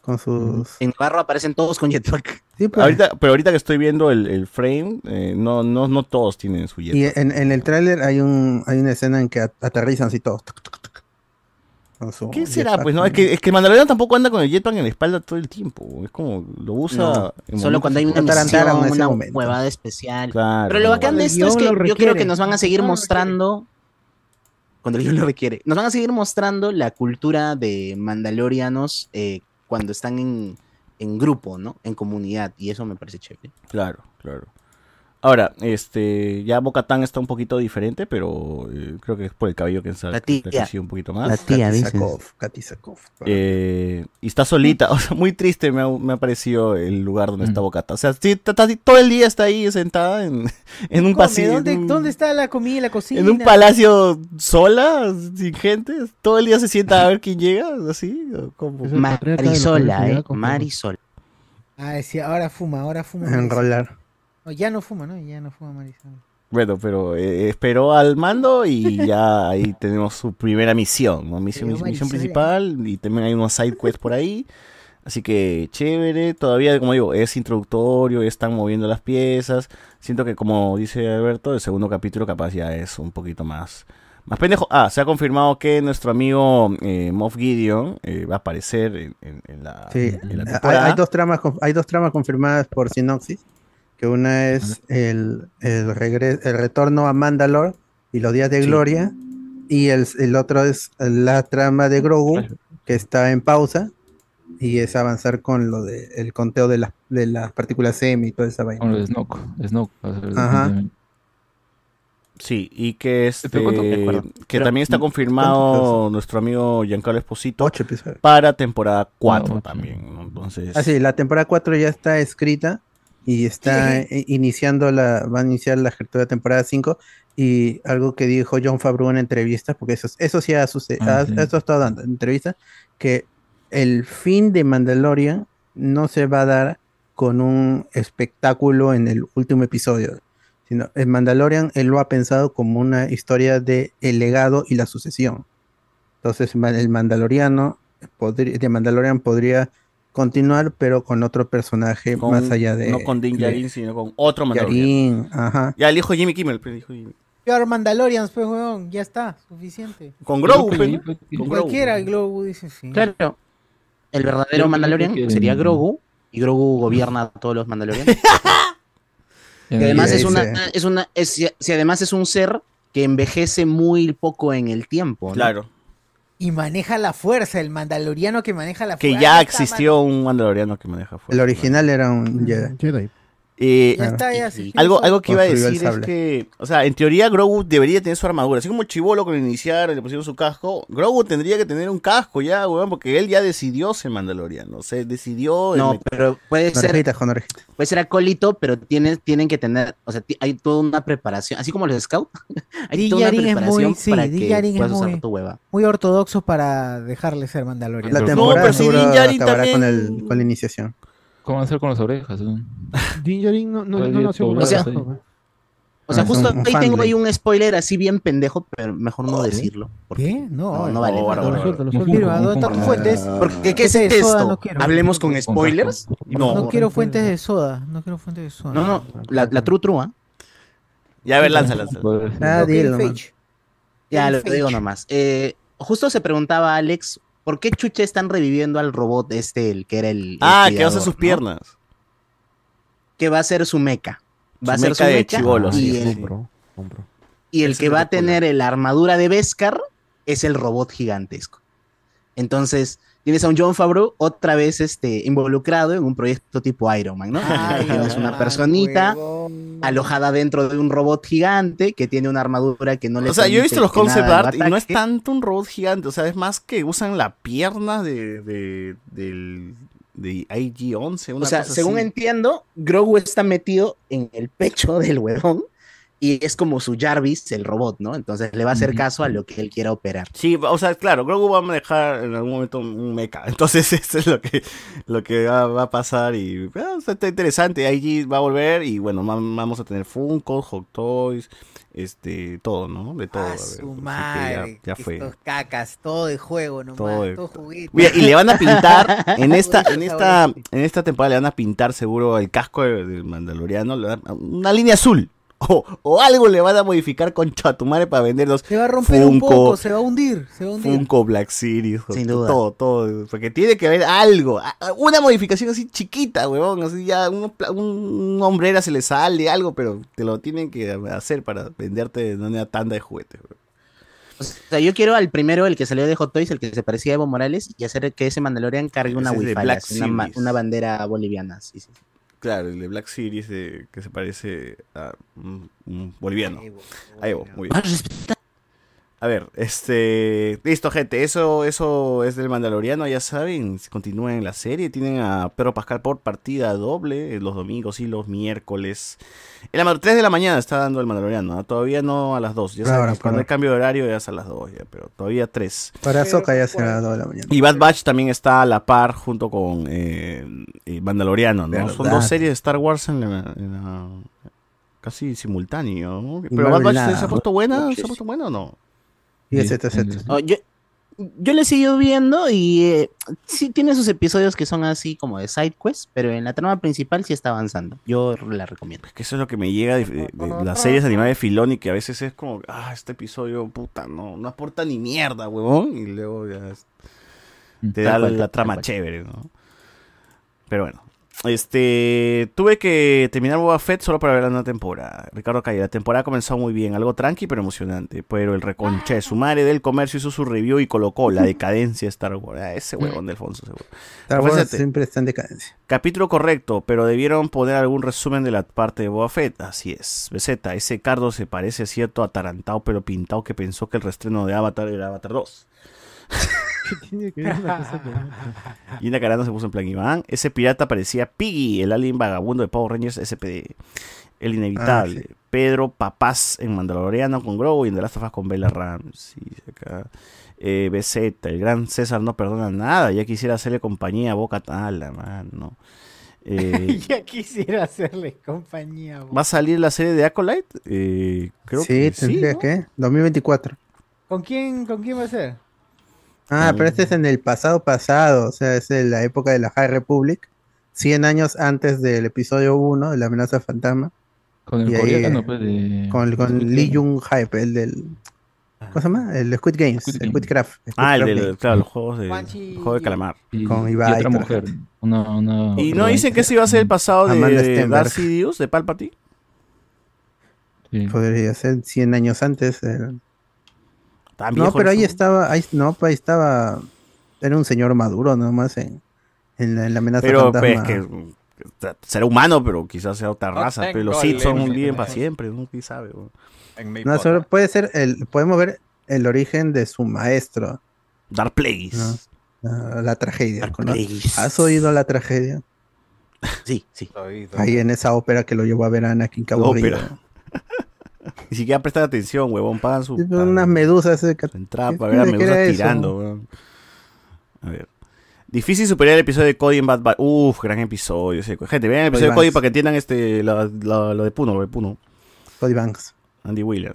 [SPEAKER 4] con sus...
[SPEAKER 5] En Barro aparecen todos con jetpack.
[SPEAKER 4] Sí, pues.
[SPEAKER 1] Ahorita, pero ahorita que estoy viendo el, el frame, eh, no, no, no todos tienen su jetpack.
[SPEAKER 4] Y en, en el tráiler hay un hay una escena en que at- aterrizan así todos. tuc, tuc, tuc, con su
[SPEAKER 1] ¿Qué será?
[SPEAKER 4] jetpack,
[SPEAKER 1] Pues no, es que, es que el mandaloriano tampoco anda con el jetpack en la espalda todo el tiempo. Es como lo usa.
[SPEAKER 5] No,
[SPEAKER 1] en
[SPEAKER 5] solo
[SPEAKER 1] momentos
[SPEAKER 5] cuando hay una
[SPEAKER 1] importantes.
[SPEAKER 5] misión, una huevada especial.
[SPEAKER 1] Claro.
[SPEAKER 5] Pero lo bacán de
[SPEAKER 1] Cuando
[SPEAKER 5] esto
[SPEAKER 1] el
[SPEAKER 5] es
[SPEAKER 1] guión
[SPEAKER 5] que
[SPEAKER 1] lo
[SPEAKER 5] yo creo
[SPEAKER 1] requiere.
[SPEAKER 5] que nos van a seguir mostrando... Cuando el guión lo requiere. Nos van a seguir mostrando la cultura de mandalorianos eh, cuando están en, en grupo, ¿no? En comunidad. Y eso me parece chévere.
[SPEAKER 1] Claro, claro. Ahora, este, ya Bocatán está un poquito diferente, pero eh, creo que es por el cabello que se ha
[SPEAKER 4] La tía.
[SPEAKER 1] crecido un poquito más.
[SPEAKER 4] La tía, Katy dices. Sakoff, Katy Sakoff.
[SPEAKER 1] Eh, y está solita, o sea, muy triste me ha, me ha parecido el lugar donde
[SPEAKER 5] Mm.
[SPEAKER 1] está Bocatán. O sea, sí, está- está- todo el día está ahí sentada en, en un
[SPEAKER 8] Come,
[SPEAKER 1] pasillo.
[SPEAKER 8] ¿dónde,
[SPEAKER 1] en un-
[SPEAKER 8] dónde está la comida y la cocina?
[SPEAKER 1] en un palacio sola, sin gente, todo el día se sienta a ver quién llega, así, o como
[SPEAKER 5] Es el patriarca de los Marisola, jefes, ¿eh? ya, con- Marisola.
[SPEAKER 8] Ah, decía, ahora fuma, ahora fuma.
[SPEAKER 1] Enrolar.
[SPEAKER 8] No, ya no fuma, ¿no? Ya no fuma Marisol.
[SPEAKER 1] Bueno, pero eh, esperó al mando y ya ahí tenemos su primera misión, ¿no? Misión,
[SPEAKER 8] Pero Marisol,
[SPEAKER 1] misión principal y también hay unos side quests por ahí. Así que chévere, todavía como digo, es introductorio, están moviendo las piezas. Siento que como dice Alberto, el segundo capítulo capaz ya es un poquito más más pendejo. Ah, se ha confirmado que nuestro amigo eh, Moff Gideon eh, va a aparecer en, en- en la,
[SPEAKER 4] Sí,
[SPEAKER 1] en la
[SPEAKER 4] hay-
[SPEAKER 1] temporada.
[SPEAKER 4] Hay, dos tramas, conf- hay dos tramas confirmadas por Sinopsis, que una es el, el, regre- el retorno a Mandalore y los días de
[SPEAKER 5] Sí.
[SPEAKER 4] gloria, y el, el otro es la trama de Grogu, que está en pausa, y es avanzar con lo de el conteo de las, de las partículas M y toda esa vaina.
[SPEAKER 7] Con lo de Snoke. Snoke. va a ser el-
[SPEAKER 4] Ajá.
[SPEAKER 1] Sí, y que este,
[SPEAKER 7] Pero ¿cuánto? Me acuerdo.
[SPEAKER 1] que
[SPEAKER 7] Pero-
[SPEAKER 1] también está
[SPEAKER 7] ¿cuánto
[SPEAKER 1] confirmado nuestro amigo Giancarlo Esposito para temporada 4 también. ¿no? Entonces,
[SPEAKER 4] Ah, sí, la temporada 4 ya está escrita y está eh, iniciando la, va a iniciar la escritura de temporada 5 y algo que dijo John Favreau en entrevistas, porque eso, eso sí ha sucedido,
[SPEAKER 5] Ah, sí.
[SPEAKER 4] eso ha estado dando en entrevistas, que el fin de Mandalorian no se va a dar con un espectáculo en el último episodio, sino el Mandalorian él lo ha pensado como una historia de el legado y la sucesión. Entonces ma- el Mandaloriano, podri- de Mandalorian podría continuar, pero con otro personaje
[SPEAKER 1] con-
[SPEAKER 4] más allá de...
[SPEAKER 1] No con Din
[SPEAKER 4] de-
[SPEAKER 1] Djarin, sino con otro Mandalorian.
[SPEAKER 4] Yarin, ajá.
[SPEAKER 1] Ya el hijo de Jimmy Kimmel. pues, dijo Jimmy.
[SPEAKER 8] Yo are Mandalorians, pues, weón, ya está, suficiente.
[SPEAKER 1] Con Grogu, pues, ¿no? Con Grogu.
[SPEAKER 8] Cualquiera, el Grogu dice sí.
[SPEAKER 5] Claro. El
[SPEAKER 8] Yo
[SPEAKER 5] verdadero
[SPEAKER 8] creo
[SPEAKER 5] Mandalorian
[SPEAKER 8] que-
[SPEAKER 5] sería Grogu. Y Grogu gobierna a todos los Mandalorianos. y además
[SPEAKER 4] Y
[SPEAKER 5] es una,
[SPEAKER 4] dice-
[SPEAKER 5] es una, es- si- si además es un ser que envejece muy poco en el tiempo. ¿no?
[SPEAKER 1] Claro.
[SPEAKER 8] Y maneja la fuerza, el mandaloriano que maneja la
[SPEAKER 1] Que
[SPEAKER 8] fuerza.
[SPEAKER 1] ya Ah, existió un Mandaloriano que maneja fuera.
[SPEAKER 4] El original era un Mm, Jedi.
[SPEAKER 1] Eh,
[SPEAKER 8] Ya está, ya se
[SPEAKER 1] algo,
[SPEAKER 8] hizo.
[SPEAKER 1] algo que iba a
[SPEAKER 4] Construyó el
[SPEAKER 1] decir es
[SPEAKER 4] sable.
[SPEAKER 1] que, o sea, en teoría Grogu debería tener su armadura. Así como Chivolo cuando iniciaron le pusieron su casco, Grogu tendría que tener un casco ya, weón, porque él ya decidió ser Mandaloriano. O sea, decidió.
[SPEAKER 5] No, pero puede ser-
[SPEAKER 4] Orejitas con orejitas.
[SPEAKER 5] Puede ser acólito, pero tienen, tienen que tener, o sea, ti- hay toda una preparación, así como los scouts, hay toda una
[SPEAKER 8] Din Djarin es
[SPEAKER 5] preparación
[SPEAKER 8] muy- sí,
[SPEAKER 5] para
[SPEAKER 8] Din
[SPEAKER 5] que
[SPEAKER 8] Djarin es
[SPEAKER 5] puedas
[SPEAKER 8] muy-
[SPEAKER 5] usar tu hueva.
[SPEAKER 8] Muy ortodoxo para dejarle ser mandaloriano.
[SPEAKER 4] La temporada duró
[SPEAKER 7] Din
[SPEAKER 4] hasta
[SPEAKER 7] Djarin
[SPEAKER 4] ahora con,
[SPEAKER 7] también-
[SPEAKER 4] el- con la iniciación.
[SPEAKER 7] ¿Cómo van a hacer con las orejas? weón?
[SPEAKER 14] Din Djarin no, no, no
[SPEAKER 7] Todavía
[SPEAKER 14] nació
[SPEAKER 7] todo
[SPEAKER 14] con
[SPEAKER 7] o sea,
[SPEAKER 14] orejas, weón.
[SPEAKER 5] O sea,
[SPEAKER 4] Ah, es
[SPEAKER 5] justo
[SPEAKER 4] un- un
[SPEAKER 5] ahí
[SPEAKER 4] fanboy.
[SPEAKER 5] tengo ahí un spoiler así bien pendejo, pero mejor no decirlo.
[SPEAKER 8] ¿Qué? No,
[SPEAKER 5] No, no vale. nada.
[SPEAKER 8] fuentes.
[SPEAKER 5] Porque, ¿Qué es
[SPEAKER 8] Fuentes de soda
[SPEAKER 5] esto?
[SPEAKER 8] no quiero.
[SPEAKER 5] ¿Hablemos con spoilers?
[SPEAKER 8] No, quiero fuentes de soda, no quiero fuentes de soda.
[SPEAKER 5] No, no, la, la tru tru, ¿ah?
[SPEAKER 1] Ya, a ver, lanza, lanza.
[SPEAKER 4] Ah, dilo,
[SPEAKER 5] Ya, lo digo nomás. Eh, justo se preguntaba Alex ¿por qué chucha están reviviendo al robot este, el que era el. el
[SPEAKER 1] Ah, que hace
[SPEAKER 5] cuidador,
[SPEAKER 1] sus
[SPEAKER 5] ¿no?
[SPEAKER 1] piernas.
[SPEAKER 5] Que va a ser su meca. Va a
[SPEAKER 1] Su
[SPEAKER 5] ser
[SPEAKER 1] meca
[SPEAKER 5] su
[SPEAKER 1] de
[SPEAKER 5] meca.
[SPEAKER 1] chibolo,
[SPEAKER 5] y
[SPEAKER 1] sí,
[SPEAKER 5] el-
[SPEAKER 1] compro,
[SPEAKER 5] y el que va a tener el- la armadura de Beskar es el robot gigantesco. Entonces, tienes a un John Favreau otra vez este, involucrado en un proyecto tipo Iron Man, ¿no? En el que tienes una personita alojada dentro de un robot gigante que tiene una armadura que no le
[SPEAKER 1] O sea, yo he
[SPEAKER 5] permite
[SPEAKER 1] visto los
[SPEAKER 5] que
[SPEAKER 1] concept
[SPEAKER 5] nada lo
[SPEAKER 1] art y no es
[SPEAKER 5] ataque.
[SPEAKER 1] tanto un robot gigante, o sea, es más que usan la pierna de, de, del- de IG-11.
[SPEAKER 5] O sea, según entiendo, Grogu está metido en el pecho del huevón y es como su Jarvis, el robot, ¿no? Entonces le va a hacer caso a lo que él quiera operar.
[SPEAKER 1] Sí, o sea, claro, Grogu va a manejar en algún momento un mecha. Entonces, eso es lo que, lo que va, va a pasar. Y ah, o sea, está interesante. IG va a volver. Y bueno, va- vamos a tener Funko, Hot Toys, este, todo, ¿no? De
[SPEAKER 5] Ah,
[SPEAKER 1] todo. a ver, así que
[SPEAKER 15] Su
[SPEAKER 1] ya-
[SPEAKER 15] madre.
[SPEAKER 1] ya
[SPEAKER 15] que
[SPEAKER 1] fue.
[SPEAKER 15] Estos cacas, todo de juego nomás,
[SPEAKER 1] Todo
[SPEAKER 15] todo,
[SPEAKER 1] de-
[SPEAKER 15] juguete.
[SPEAKER 1] Mira, y le van a pintar en esta, en
[SPEAKER 15] Ahorita,
[SPEAKER 1] esta, en esta temporada le van a pintar seguro el casco de- del Mandaloriano, le van a- una línea azul. O, o algo le van a modificar con chatumare para venderlos. Se va a
[SPEAKER 8] Pero un poco, se va a hundir, se va a hundir.
[SPEAKER 1] Funko Black Series,
[SPEAKER 8] Sin
[SPEAKER 1] to-
[SPEAKER 8] duda.
[SPEAKER 1] todo, todo, porque tiene que haber algo, a- a- una modificación así chiquita, huevón, así ya unos pla- un, una hombrera se le sale algo, pero te lo tienen que hacer para venderte de una tanda de juguetes. huevón.
[SPEAKER 5] O sea, yo quiero al primero, el que salió de Hot Toys, el que se parecía a Evo Morales, y hacer que ese Mandalorian cargue una
[SPEAKER 1] Ese es de
[SPEAKER 5] wifi,
[SPEAKER 1] Black
[SPEAKER 5] así, una, ma-
[SPEAKER 1] Series.
[SPEAKER 5] una bandera boliviana. sí, sí.
[SPEAKER 1] Claro, el de Black Series eh, que se parece a un, un boliviano. A Evo, muy bien. A ver, este. Listo, gente. Eso, eso es del Mandaloriano, ya saben. Continúen la serie. Tienen a Pedro Pascal por partida doble eh, los domingos y los miércoles. En la ma- 3 de la mañana está dando el Mandaloriano. ¿ah? Todavía no a las 2. Ya
[SPEAKER 4] Claro,
[SPEAKER 1] saben, cuando
[SPEAKER 4] claro.
[SPEAKER 1] hay cambio de horario ya es a las 2, ya, pero todavía 3.
[SPEAKER 4] Para Soca ya será dos de la mañana.
[SPEAKER 1] Y Bad Batch también está a la par junto con eh, eh, Mandaloriano, ¿no?
[SPEAKER 4] ¿Verdad?
[SPEAKER 1] Son dos series de Star Wars en la- en la- casi simultáneo. ¿no? Pero
[SPEAKER 4] Marvel
[SPEAKER 1] Bad Batch
[SPEAKER 4] nada.
[SPEAKER 1] ¿se ha puesto buena? ¿Se ha puesto buena o no?
[SPEAKER 4] Y etcétera, etcétera.
[SPEAKER 5] Oh, yo, yo le sigo viendo y eh, sí tiene sus episodios que son así como de side quest, pero en la trama principal sí está avanzando. Yo la recomiendo.
[SPEAKER 1] Es que eso es lo que me llega de, de- de las series animadas de Filoni, que a veces es como, ah, este episodio, puta, no, no aporta ni mierda, huevón. Y luego ya es- te da
[SPEAKER 5] Tal cual,
[SPEAKER 1] la trama chévere, ¿no? Pero bueno. Este, tuve que terminar Boba Fett solo para ver la nueva temporada. Ricardo Calle, la temporada comenzó muy bien, algo tranqui pero emocionante. Pero el reconcha de su madre del comercio hizo su review y colocó la decadencia de Star Wars. Ah, ese huevón de Alfonso, seguro.
[SPEAKER 4] Star Wars
[SPEAKER 1] Ofrécete.
[SPEAKER 4] siempre está en decadencia.
[SPEAKER 1] Capítulo correcto, pero debieron poner algún resumen de la parte de Boba Fett. Así es. BZ, ese cardo se parece a cierto atarantado pero pintado que pensó que el restreno de Avatar era Avatar 2.
[SPEAKER 14] Tiene que ver una cosa con otra.
[SPEAKER 1] Y una carana se puso en plan Iván. Ese pirata parecía Piggy, el alien vagabundo de Power Rangers SPD. El
[SPEAKER 4] Ah,
[SPEAKER 1] inevitable. Pedro Papaz en Mandaloriano con Grogu y en The Last of Us con Bella Ramsey. dice acá. Eh, BZ, el gran César no perdona nada. Ya quisiera hacerle compañía a Boca Tala, mano. Eh,
[SPEAKER 15] ya quisiera hacerle compañía. bo-
[SPEAKER 1] ¿Va a salir la serie de Acolyte? Eh, creo
[SPEAKER 4] sí,
[SPEAKER 1] que
[SPEAKER 4] tendría
[SPEAKER 1] ¿no?
[SPEAKER 4] que. ¿eh? 2024.
[SPEAKER 8] ¿Con quién, ¿Con quién va a ser?
[SPEAKER 4] Ah,
[SPEAKER 1] Mm.
[SPEAKER 4] pero este es en el pasado pasado, o sea, es en la época de la High Republic, 100 años antes del episodio 1 de la amenaza fantasma.
[SPEAKER 7] Con el
[SPEAKER 4] Y ahí,
[SPEAKER 7] coreano,
[SPEAKER 4] eh,
[SPEAKER 7] pues, de-
[SPEAKER 4] Con, con Lee Jung Hype, el del... ¿Cómo se llama? El Squid Games, el Squidcraft. el
[SPEAKER 1] Ah, el
[SPEAKER 4] Squidcraft
[SPEAKER 1] de
[SPEAKER 4] Games.
[SPEAKER 1] claro, los juegos de, juego de calamar.
[SPEAKER 7] Y,
[SPEAKER 4] Con
[SPEAKER 7] y
[SPEAKER 4] Ibai,
[SPEAKER 7] otra
[SPEAKER 4] otra
[SPEAKER 7] mujer. Una, una-
[SPEAKER 1] ¿Y no
[SPEAKER 7] otra-
[SPEAKER 1] dicen que ese iba a ser el pasado de,
[SPEAKER 4] Amanda
[SPEAKER 1] de
[SPEAKER 4] Stenberg.
[SPEAKER 1] Darth Sidious, de Palpatine?
[SPEAKER 4] Podría ser 100 años antes. el-
[SPEAKER 1] Tan
[SPEAKER 4] No,
[SPEAKER 1] viejo
[SPEAKER 4] pero
[SPEAKER 1] eres
[SPEAKER 4] ahí
[SPEAKER 1] tú.
[SPEAKER 4] estaba, ahí, no, pues ahí estaba, era un señor maduro nomás en, en la, en la amenaza
[SPEAKER 1] Pero pues,
[SPEAKER 4] fantasma.
[SPEAKER 1] que que será humano, pero quizás sea otra raza. pero los
[SPEAKER 4] tengo
[SPEAKER 1] Sith son un
[SPEAKER 4] lentes.
[SPEAKER 1] bien para siempre, ¿no? ¿Quién sabe? bro?
[SPEAKER 4] No, solo puede ser, el, podemos ver el origen de su maestro.
[SPEAKER 1] Dark Plagueis.
[SPEAKER 4] Ah, La tragedia. ¿no?
[SPEAKER 1] Plagueis.
[SPEAKER 4] ¿Has oído la tragedia?
[SPEAKER 5] Sí, sí.
[SPEAKER 4] Ahí en esa ópera que lo llevó a ver a Anakin que aburrido.
[SPEAKER 1] Ópera. Ni siquiera prestan atención, huevón. Pagan su
[SPEAKER 4] Es Unas medusas. ese cat-
[SPEAKER 1] entrada
[SPEAKER 4] ¿qué-
[SPEAKER 1] para ver a
[SPEAKER 4] qué era
[SPEAKER 1] Medusa
[SPEAKER 4] eso?
[SPEAKER 1] tirando, weón. A ver. Difícil superar el episodio de Cody en Bad Batch. Uf, gran episodio. ese. Gente, vean el
[SPEAKER 4] Cody
[SPEAKER 1] episodio de Cody
[SPEAKER 4] Banks.
[SPEAKER 1] para que entiendan este, la- la- lo de Puno, lo de Puno.
[SPEAKER 4] Cody Banks.
[SPEAKER 1] Andy Wheeler.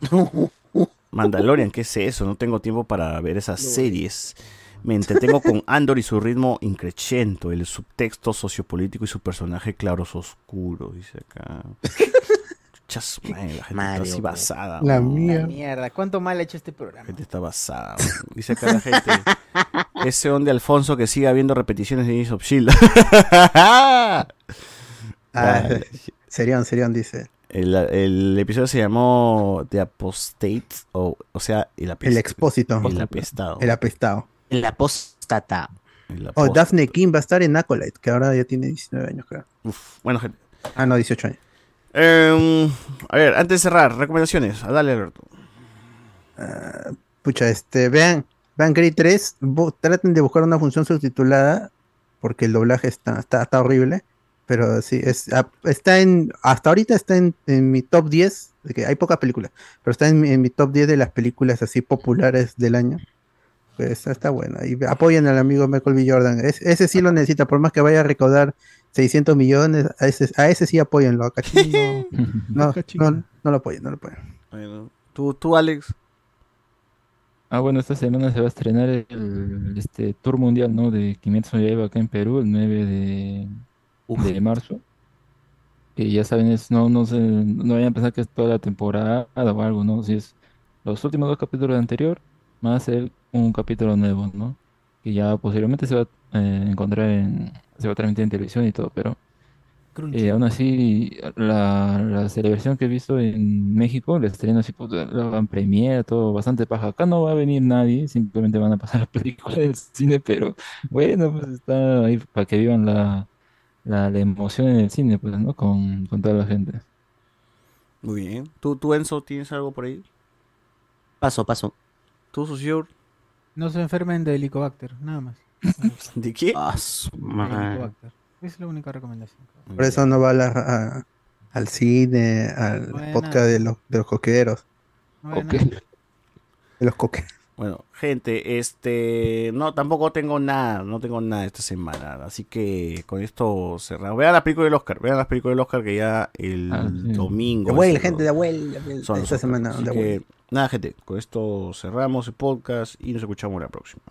[SPEAKER 1] Mandalorian, ¿qué es eso? No tengo tiempo para ver esas series. Me entretengo con Andor y su ritmo increchento, el subtexto sociopolítico y su personaje claros oscuro, dice acá. Chucha su madre, la gente
[SPEAKER 5] Mario,
[SPEAKER 1] está así
[SPEAKER 5] weón.
[SPEAKER 1] basada.
[SPEAKER 8] La
[SPEAKER 1] weón.
[SPEAKER 8] mierda. ¿Cuánto mal ha hecho este
[SPEAKER 1] La
[SPEAKER 8] programa?
[SPEAKER 1] gente está basada. weón. Dice acá la gente. Ese don de Alfonso que sigue habiendo repeticiones de Ace of Shield.
[SPEAKER 4] Ah, Serión, Serión dice.
[SPEAKER 1] El, el episodio se llamó The Apostate, o, o sea, el
[SPEAKER 4] El
[SPEAKER 1] apestado.
[SPEAKER 4] expósito.
[SPEAKER 1] El apestado.
[SPEAKER 4] El apestado.
[SPEAKER 5] El apóstata.
[SPEAKER 1] El
[SPEAKER 4] Oh,
[SPEAKER 1] apóstol.
[SPEAKER 4] Daphne King va a estar en Acolyte, que ahora ya tiene 19 años, creo.
[SPEAKER 1] Uf, bueno, gente.
[SPEAKER 4] Ah, no, 18 años.
[SPEAKER 1] Em, a ver, antes de cerrar, recomendaciones. Ah, Dale, Alberto.
[SPEAKER 4] Pucha, este, vean, vean Grey 3, bu- traten de buscar una función subtitulada, porque el doblaje está, está, está horrible, pero sí, es, a- está en, hasta ahorita está en, en mi top 10, de que hay pocas películas, pero está en, mi- en mi top 10 de las películas así populares del año. Pues está, está bueno. Y apoyen al amigo Michael B. Jordan. Es- ese sí lo necesita, por más que vaya a recaudar 600 millones, a ese, a ese sí apóyenlo. A Cachín no, no, no, no lo apoyen, no lo apoyen.
[SPEAKER 1] Bueno, tú, tú, Alex.
[SPEAKER 7] Ah, bueno, esta semana se va a estrenar el este, tour mundial, ¿no? De Kimetsu no Yaiba acá en Perú, el 9 de, de marzo. Que ya saben, es, no, no sé, no vayan a pensar que es toda la temporada o algo, ¿no? Si es los últimos dos capítulos del anterior, más el, un capítulo nuevo, ¿no? Que ya posteriormente se va a eh, encontrar en, se va a transmitir en televisión y todo, pero eh, aún así, la, la celebración que he visto en México, la estreno así, puta, la van premier, todo bastante paja. Acá no va a venir nadie, simplemente van a pasar las películas del cine, pero bueno, pues está ahí para que vivan la, la, la emoción en el cine, pues, ¿no? Con, con toda la gente.
[SPEAKER 1] Muy bien. ¿Tú, tú, Enzo, tienes algo por ahí?
[SPEAKER 5] Paso, paso.
[SPEAKER 1] ¿Tú, Susur?
[SPEAKER 8] No se enfermen de Helicobacter, nada más.
[SPEAKER 1] ¿De qué?
[SPEAKER 8] Helicobacter. Es la única recomendación.
[SPEAKER 4] Por eso no va a la- a- al cine, al
[SPEAKER 8] Buena.
[SPEAKER 4] podcast de los, de los coqueros.
[SPEAKER 8] Buena.
[SPEAKER 4] Coque- De los coqueros.
[SPEAKER 1] Bueno, gente, este, no, tampoco tengo nada, no tengo nada esta semana, así que con esto cerramos. Vean la película del Oscar, vean la película del Oscar que ya el domingo.
[SPEAKER 4] De Abuel,
[SPEAKER 1] es el-
[SPEAKER 4] gente, de Abuel. de Abuel,
[SPEAKER 1] son los
[SPEAKER 4] Esta
[SPEAKER 1] Oscars.
[SPEAKER 4] semana,
[SPEAKER 1] Así
[SPEAKER 4] de
[SPEAKER 1] que,
[SPEAKER 4] Abuel.
[SPEAKER 1] nada, gente, con esto cerramos el podcast y nos escuchamos la próxima.